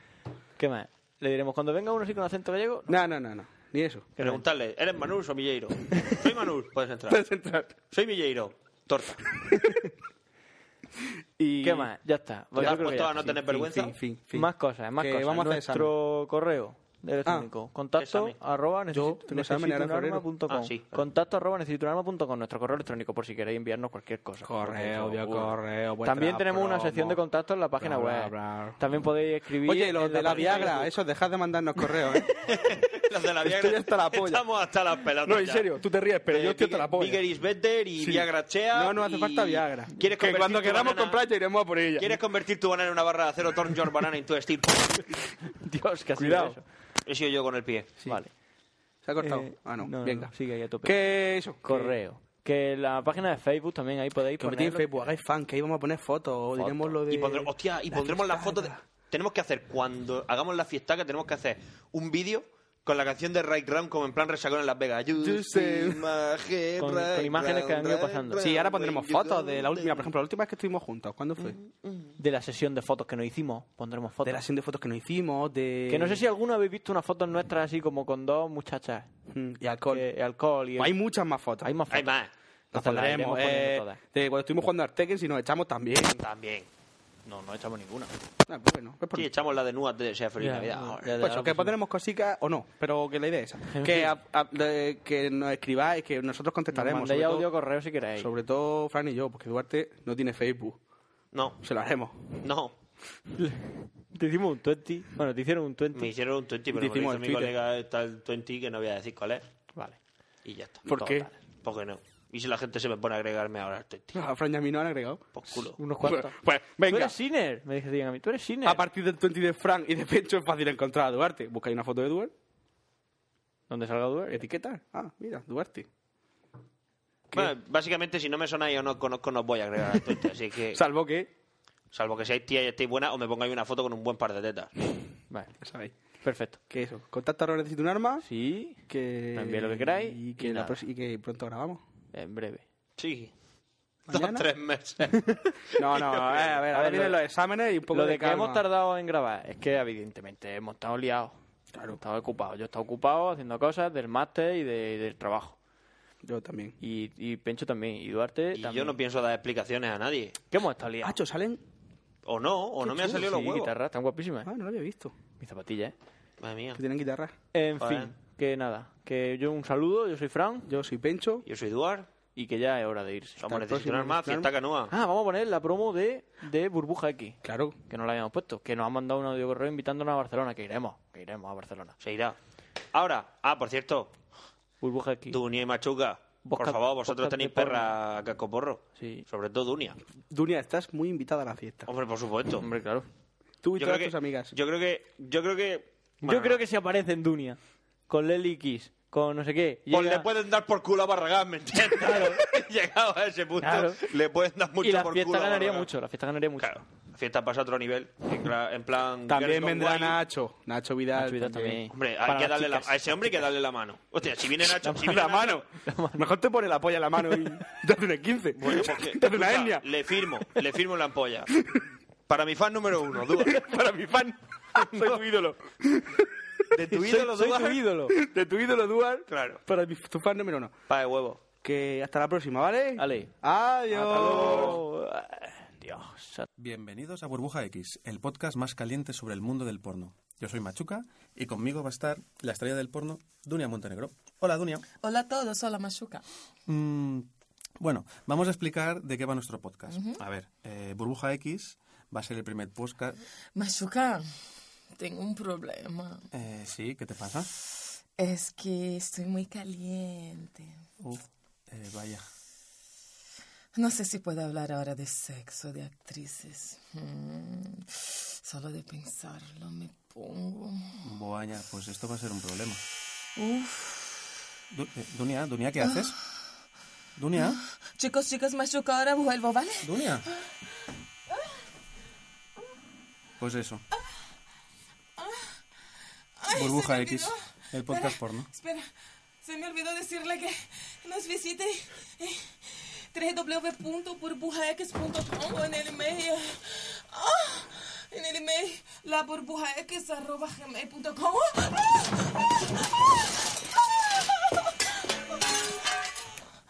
Speaker 6: ¿Qué más? Le diremos, cuando venga uno así con acento gallego,
Speaker 5: No, no, no, no. Ni eso.
Speaker 7: Preguntarle, ¿eres Manús o Milleiro? Soy Manús, puedes entrar.
Speaker 5: Puedes entrar.
Speaker 7: Soy Milleiro. Torta.
Speaker 5: Y... pues
Speaker 6: ¿Qué más? Ya está. Yo
Speaker 7: ¿Te has
Speaker 6: creo que
Speaker 7: puesto
Speaker 6: ya
Speaker 7: a no
Speaker 6: está, sí.
Speaker 7: tener vergüenza?
Speaker 5: Fin, fin, fin.
Speaker 6: Más cosas, más
Speaker 5: Que
Speaker 6: cosas.
Speaker 5: vamos a hacer Ah,
Speaker 6: Nuestro correo electrónico. contacto
Speaker 7: examen.
Speaker 6: arroba necesito,
Speaker 5: tengo examen ahora en febrero.
Speaker 7: Ah,
Speaker 6: necesitounarma.com.
Speaker 7: sí.
Speaker 6: Contacto arroba necesitounarma.com. Nuestro correo electrónico por si queréis enviarnos cualquier cosa.
Speaker 5: Correo,
Speaker 6: Vuestro
Speaker 5: Dios,
Speaker 6: culo.
Speaker 5: correo, vuestra
Speaker 6: También tenemos una
Speaker 5: promo.
Speaker 6: sección de contacto en la página
Speaker 5: Bla,
Speaker 6: web.
Speaker 5: bla, bla.
Speaker 6: También podéis escribir.
Speaker 5: Oye, los
Speaker 6: en
Speaker 5: de la
Speaker 6: página de
Speaker 5: Viagra,
Speaker 6: Facebook.
Speaker 5: eso, dejad de mandarnos correos, ¿eh?
Speaker 7: Los de la Viagra.
Speaker 5: Estoy hasta la polla.
Speaker 7: Estamos hasta las pelotas.
Speaker 5: No, en
Speaker 7: ya.
Speaker 5: serio, tú te ríes, pero
Speaker 7: Eh,
Speaker 5: yo estoy hasta
Speaker 7: Bigger-
Speaker 5: la polla.
Speaker 7: Bigger is better y
Speaker 5: Sí.
Speaker 7: Viagra chea.
Speaker 5: No, no hace
Speaker 7: y-
Speaker 5: falta Viagra.
Speaker 7: ¿Quieres
Speaker 5: que
Speaker 7: convertir
Speaker 5: cuando
Speaker 7: tu
Speaker 5: queramos
Speaker 7: banana-
Speaker 5: comprar ya iremos a por ella.
Speaker 7: ¿Quieres convertir tu banana en una barra de acero? Turn your banana into steel.
Speaker 6: Dios, que ha sido
Speaker 5: Cuidado.
Speaker 6: eso.
Speaker 7: He sido yo con el pie.
Speaker 6: Vale.
Speaker 5: ¿Se ha cortado?
Speaker 6: Eh,
Speaker 5: ah, no.
Speaker 6: no,
Speaker 5: Venga.
Speaker 6: no, sigue ahí a tope.
Speaker 5: Que eso. que-
Speaker 6: Correo. Que la página de Facebook también ahí podéis
Speaker 5: Que metí en
Speaker 6: ponerlo.
Speaker 5: Facebook, hagáis fan, que ahí vamos a poner fotos, o diremos lo de...
Speaker 7: Y pondremos, hostia, y pondremos las fotos. de- Tenemos que hacer, cuando hagamos la fiesta, que tenemos que hacer un vídeo con la canción de Right Round como en plan resacón en Las Vegas. You
Speaker 5: You
Speaker 7: see
Speaker 5: see.
Speaker 7: my head
Speaker 6: Con-
Speaker 7: right
Speaker 6: con imágenes que han ido
Speaker 7: round,
Speaker 6: pasando.
Speaker 7: right
Speaker 5: Sí, ahora
Speaker 7: round,
Speaker 5: pondremos
Speaker 7: when you
Speaker 5: fotos
Speaker 7: go
Speaker 5: de la última. Mira,
Speaker 7: down.
Speaker 5: por ejemplo, la última vez que estuvimos juntos, ¿cuándo fue?
Speaker 6: De la sesión de fotos que nos hicimos, pondremos fotos.
Speaker 5: De la sesión de fotos que nos hicimos, de...
Speaker 6: Que no sé si alguno habéis visto unas fotos nuestras así como con dos muchachas.
Speaker 5: Mm, Y alcohol. Pues
Speaker 6: Eh, alcohol y...
Speaker 5: Hay muchas más fotos.
Speaker 6: Hay más fotos.
Speaker 7: Hay más.
Speaker 5: Las
Speaker 6: Entonces las
Speaker 5: pondremos,
Speaker 6: iremos poniendo
Speaker 5: eh,
Speaker 6: todas.
Speaker 5: de cuando estuvimos jugando al Tekken, si nos echamos también. Ah, pues
Speaker 7: También.
Speaker 6: No, no echamos ninguna.
Speaker 5: bueno,
Speaker 7: Sí, echamos la de Nuat de Sea Feliz
Speaker 6: Ya,
Speaker 7: Navidad.
Speaker 6: ya,
Speaker 7: Ahora.
Speaker 6: ya,
Speaker 5: Pues eso, que después tenemos cositas o no, pero que la idea es esa. Que, a- a- de- que nos escribáis, que nosotros contestaremos.
Speaker 6: Mandéis
Speaker 5: sobre todo-
Speaker 6: audio correo si queréis.
Speaker 5: Sobre todo Fran y yo, porque Duarte no tiene Facebook.
Speaker 7: No.
Speaker 5: Se lo haremos.
Speaker 7: No.
Speaker 6: Te hicimos un 20. Bueno, te hicieron un 20.
Speaker 7: Me hicieron un 20, pero me lo
Speaker 5: Hicimos
Speaker 7: hizo
Speaker 5: el
Speaker 7: mi
Speaker 5: Twitter.
Speaker 7: colega está el 20 que no voy a decir cuál es.
Speaker 6: Vale.
Speaker 7: Y ya está.
Speaker 5: ¿Por
Speaker 7: Total.
Speaker 5: qué?
Speaker 7: Porque no. Y si la gente se me pone a agregarme ahora al 20,
Speaker 5: A Fran y a mí no han agregado.
Speaker 7: por culo.
Speaker 6: Unos cuantos.
Speaker 5: Pues, venga.
Speaker 6: Tú eres Sinner, me dijeron a mí. Tú eres Sinner.
Speaker 5: A partir del 20 de Frank y de Pecho es fácil encontrar a Duarte. Buscáis una foto de Duarte,
Speaker 6: Donde salga Duarte.
Speaker 5: etiquetar. Ah, mira, Duarte.
Speaker 7: Bueno, básicamente, si no me sonáis o no os conozco, no os voy a agregar al 20. Así que,
Speaker 5: Salvo que.
Speaker 7: salvo que seáis tías y estéis buenas, o me pongáis una foto con un buen par de tetas.
Speaker 6: Vale,
Speaker 5: Ya sabéis.
Speaker 6: perfecto.
Speaker 5: Que eso. Contacta ahora necesito un arma.
Speaker 6: Sí,
Speaker 5: Que.
Speaker 6: Me enviáis lo que queráis
Speaker 5: Y
Speaker 6: y
Speaker 5: que, la
Speaker 6: nada.
Speaker 5: prox- y que pronto grabamos.
Speaker 6: en breve.
Speaker 7: Sí.
Speaker 5: ¿Mañana?
Speaker 7: Dos, tres meses.
Speaker 5: No, no, a ver, a ver, ahora
Speaker 6: ver,
Speaker 5: vienen
Speaker 6: lo-
Speaker 5: los exámenes y un poco
Speaker 6: Lo de que
Speaker 5: calma.
Speaker 6: hemos tardado en grabar es que, evidentemente, hemos estado liados.
Speaker 5: Claro.
Speaker 6: Hemos estado ocupados. Yo he estado ocupado haciendo cosas del máster y de- del trabajo.
Speaker 5: Yo también.
Speaker 6: Y, y Pencho también. Y Duarte
Speaker 7: Y
Speaker 6: también.
Speaker 7: yo no pienso dar explicaciones a nadie.
Speaker 6: ¿Qué hemos estado liados?
Speaker 5: Hacho, salen.
Speaker 6: Eh.
Speaker 7: O no, o Pues no me han
Speaker 6: Sí,
Speaker 7: salido los
Speaker 6: Ah, sí,
Speaker 7: huevos.
Speaker 6: guitarras están guapísimas.
Speaker 5: Ah,
Speaker 6: ¿eh?
Speaker 5: no lo había visto.
Speaker 6: Mis zapatillas, ¿eh?
Speaker 7: Madre mía.
Speaker 5: Que tienen guitarra.
Speaker 6: En
Speaker 7: Joder.
Speaker 6: fin, que nada. Que yo un saludo, yo soy Fran
Speaker 5: Yo soy Pencho.
Speaker 7: Yo soy Duarte.
Speaker 6: y que ya es hora de irse.
Speaker 7: Somos
Speaker 5: el
Speaker 7: necesito una
Speaker 5: próximo
Speaker 7: más, fiesta canoa.
Speaker 6: Ah, vamos a poner la promo de, de Burbuja X,
Speaker 5: Claro.
Speaker 6: que no la habíamos puesto, que nos han mandado un audio correo invitándonos a Barcelona, que iremos, que iremos a Barcelona.
Speaker 7: Se irá. Ahora, ah, por cierto,
Speaker 6: Burbuja X.
Speaker 7: Dunia y Machuca. Por
Speaker 6: Bosca-
Speaker 7: favor, vosotros
Speaker 6: bosca
Speaker 7: tenéis
Speaker 6: de porno.
Speaker 7: perra a cascoporro.
Speaker 6: Sí.
Speaker 7: Sobre todo Dunia.
Speaker 5: Dunia, estás muy invitada a la fiesta.
Speaker 7: Hombre, por supuesto.
Speaker 6: Hombre, claro.
Speaker 5: Tú y
Speaker 7: yo
Speaker 5: todas
Speaker 7: creo que,
Speaker 5: tus amigas.
Speaker 7: Yo creo que. Yo creo que.
Speaker 6: Yo creo que si aparece en Dunia, con Lely Kiss, con no sé qué,
Speaker 7: Pues le
Speaker 6: llega-
Speaker 7: pueden dar por culo a Barragán, ¿me entiendes? Llegado a ese punto,
Speaker 6: Claro.
Speaker 7: le pueden dar mucho
Speaker 6: y la
Speaker 7: por
Speaker 6: fiesta
Speaker 7: culo a
Speaker 6: ganaría
Speaker 7: Barragán.
Speaker 6: mucho, la fiesta ganaría mucho.
Speaker 7: Claro. La fiesta pasa a otro nivel. En, cla- en plan. girls
Speaker 5: También
Speaker 7: gone
Speaker 5: vendrá
Speaker 7: wild.
Speaker 5: Nacho. Nacho Vidal.
Speaker 6: Nacho Vidal también.
Speaker 7: Hombre, hay
Speaker 6: Para
Speaker 7: que
Speaker 6: las
Speaker 7: darle la-
Speaker 6: chicas,
Speaker 7: a ese hombre hay que darle la mano. Hostia, si viene Nacho, si viene
Speaker 5: La mano. Mejor te pone la polla en la mano y te hace una 15.
Speaker 7: Bueno, porque-
Speaker 5: te hace una
Speaker 7: escucha,
Speaker 5: etnia.
Speaker 7: Le firmo, le firmo la ampolla. Para mi fan número uno, Duda.
Speaker 5: Para mi fan. Soy tu ídolo.
Speaker 7: De tu
Speaker 6: Soy-
Speaker 7: ídolo,
Speaker 6: soy
Speaker 7: Duda.
Speaker 6: tu ídolo.
Speaker 5: De tu ídolo, Duar.
Speaker 7: Claro.
Speaker 5: Para mi, tu fan número uno.
Speaker 7: Pa' de huevo.
Speaker 5: Que hasta la próxima, ¿vale?
Speaker 6: Vale.
Speaker 5: Adiós.
Speaker 6: Hasta luego. Dios.
Speaker 9: Bienvenidos a Burbuja X, el podcast más caliente sobre el mundo del porno. Yo soy Machuca y conmigo va a estar la estrella del porno, Dunia Montenegro. Hola, Dunia.
Speaker 10: Hola a todos, hola Machuca.
Speaker 9: Mm, bueno, vamos a explicar de qué va nuestro podcast. A ver, eh, Burbuja X va a ser el primer podcast.
Speaker 10: Machuca, tengo un problema.
Speaker 9: Eh, sí, ¿qué te pasa?
Speaker 10: Es que estoy muy caliente.
Speaker 9: Uh, eh, vaya.
Speaker 10: No sé si puedo hablar ahora de sexo, de actrices. Mm, Solo de pensarlo me pongo.
Speaker 9: Vaya, pues esto va a ser un problema.
Speaker 10: Uf.
Speaker 9: Du- eh, Dunia, Dunia, ¿qué haces? Dunia,
Speaker 10: Chicos, chicas, Machuca, ahora vuelvo, ¿vale?
Speaker 9: Dunia. Pues eso.
Speaker 10: Ay,
Speaker 9: Burbuja
Speaker 10: se me
Speaker 9: X,
Speaker 10: olvidó.
Speaker 9: el podcast
Speaker 10: Espera,
Speaker 9: porno.
Speaker 10: Espera, se me olvidó decirle que nos visite eh, www.burbujax.com en el email. Ah, en el email la Ah,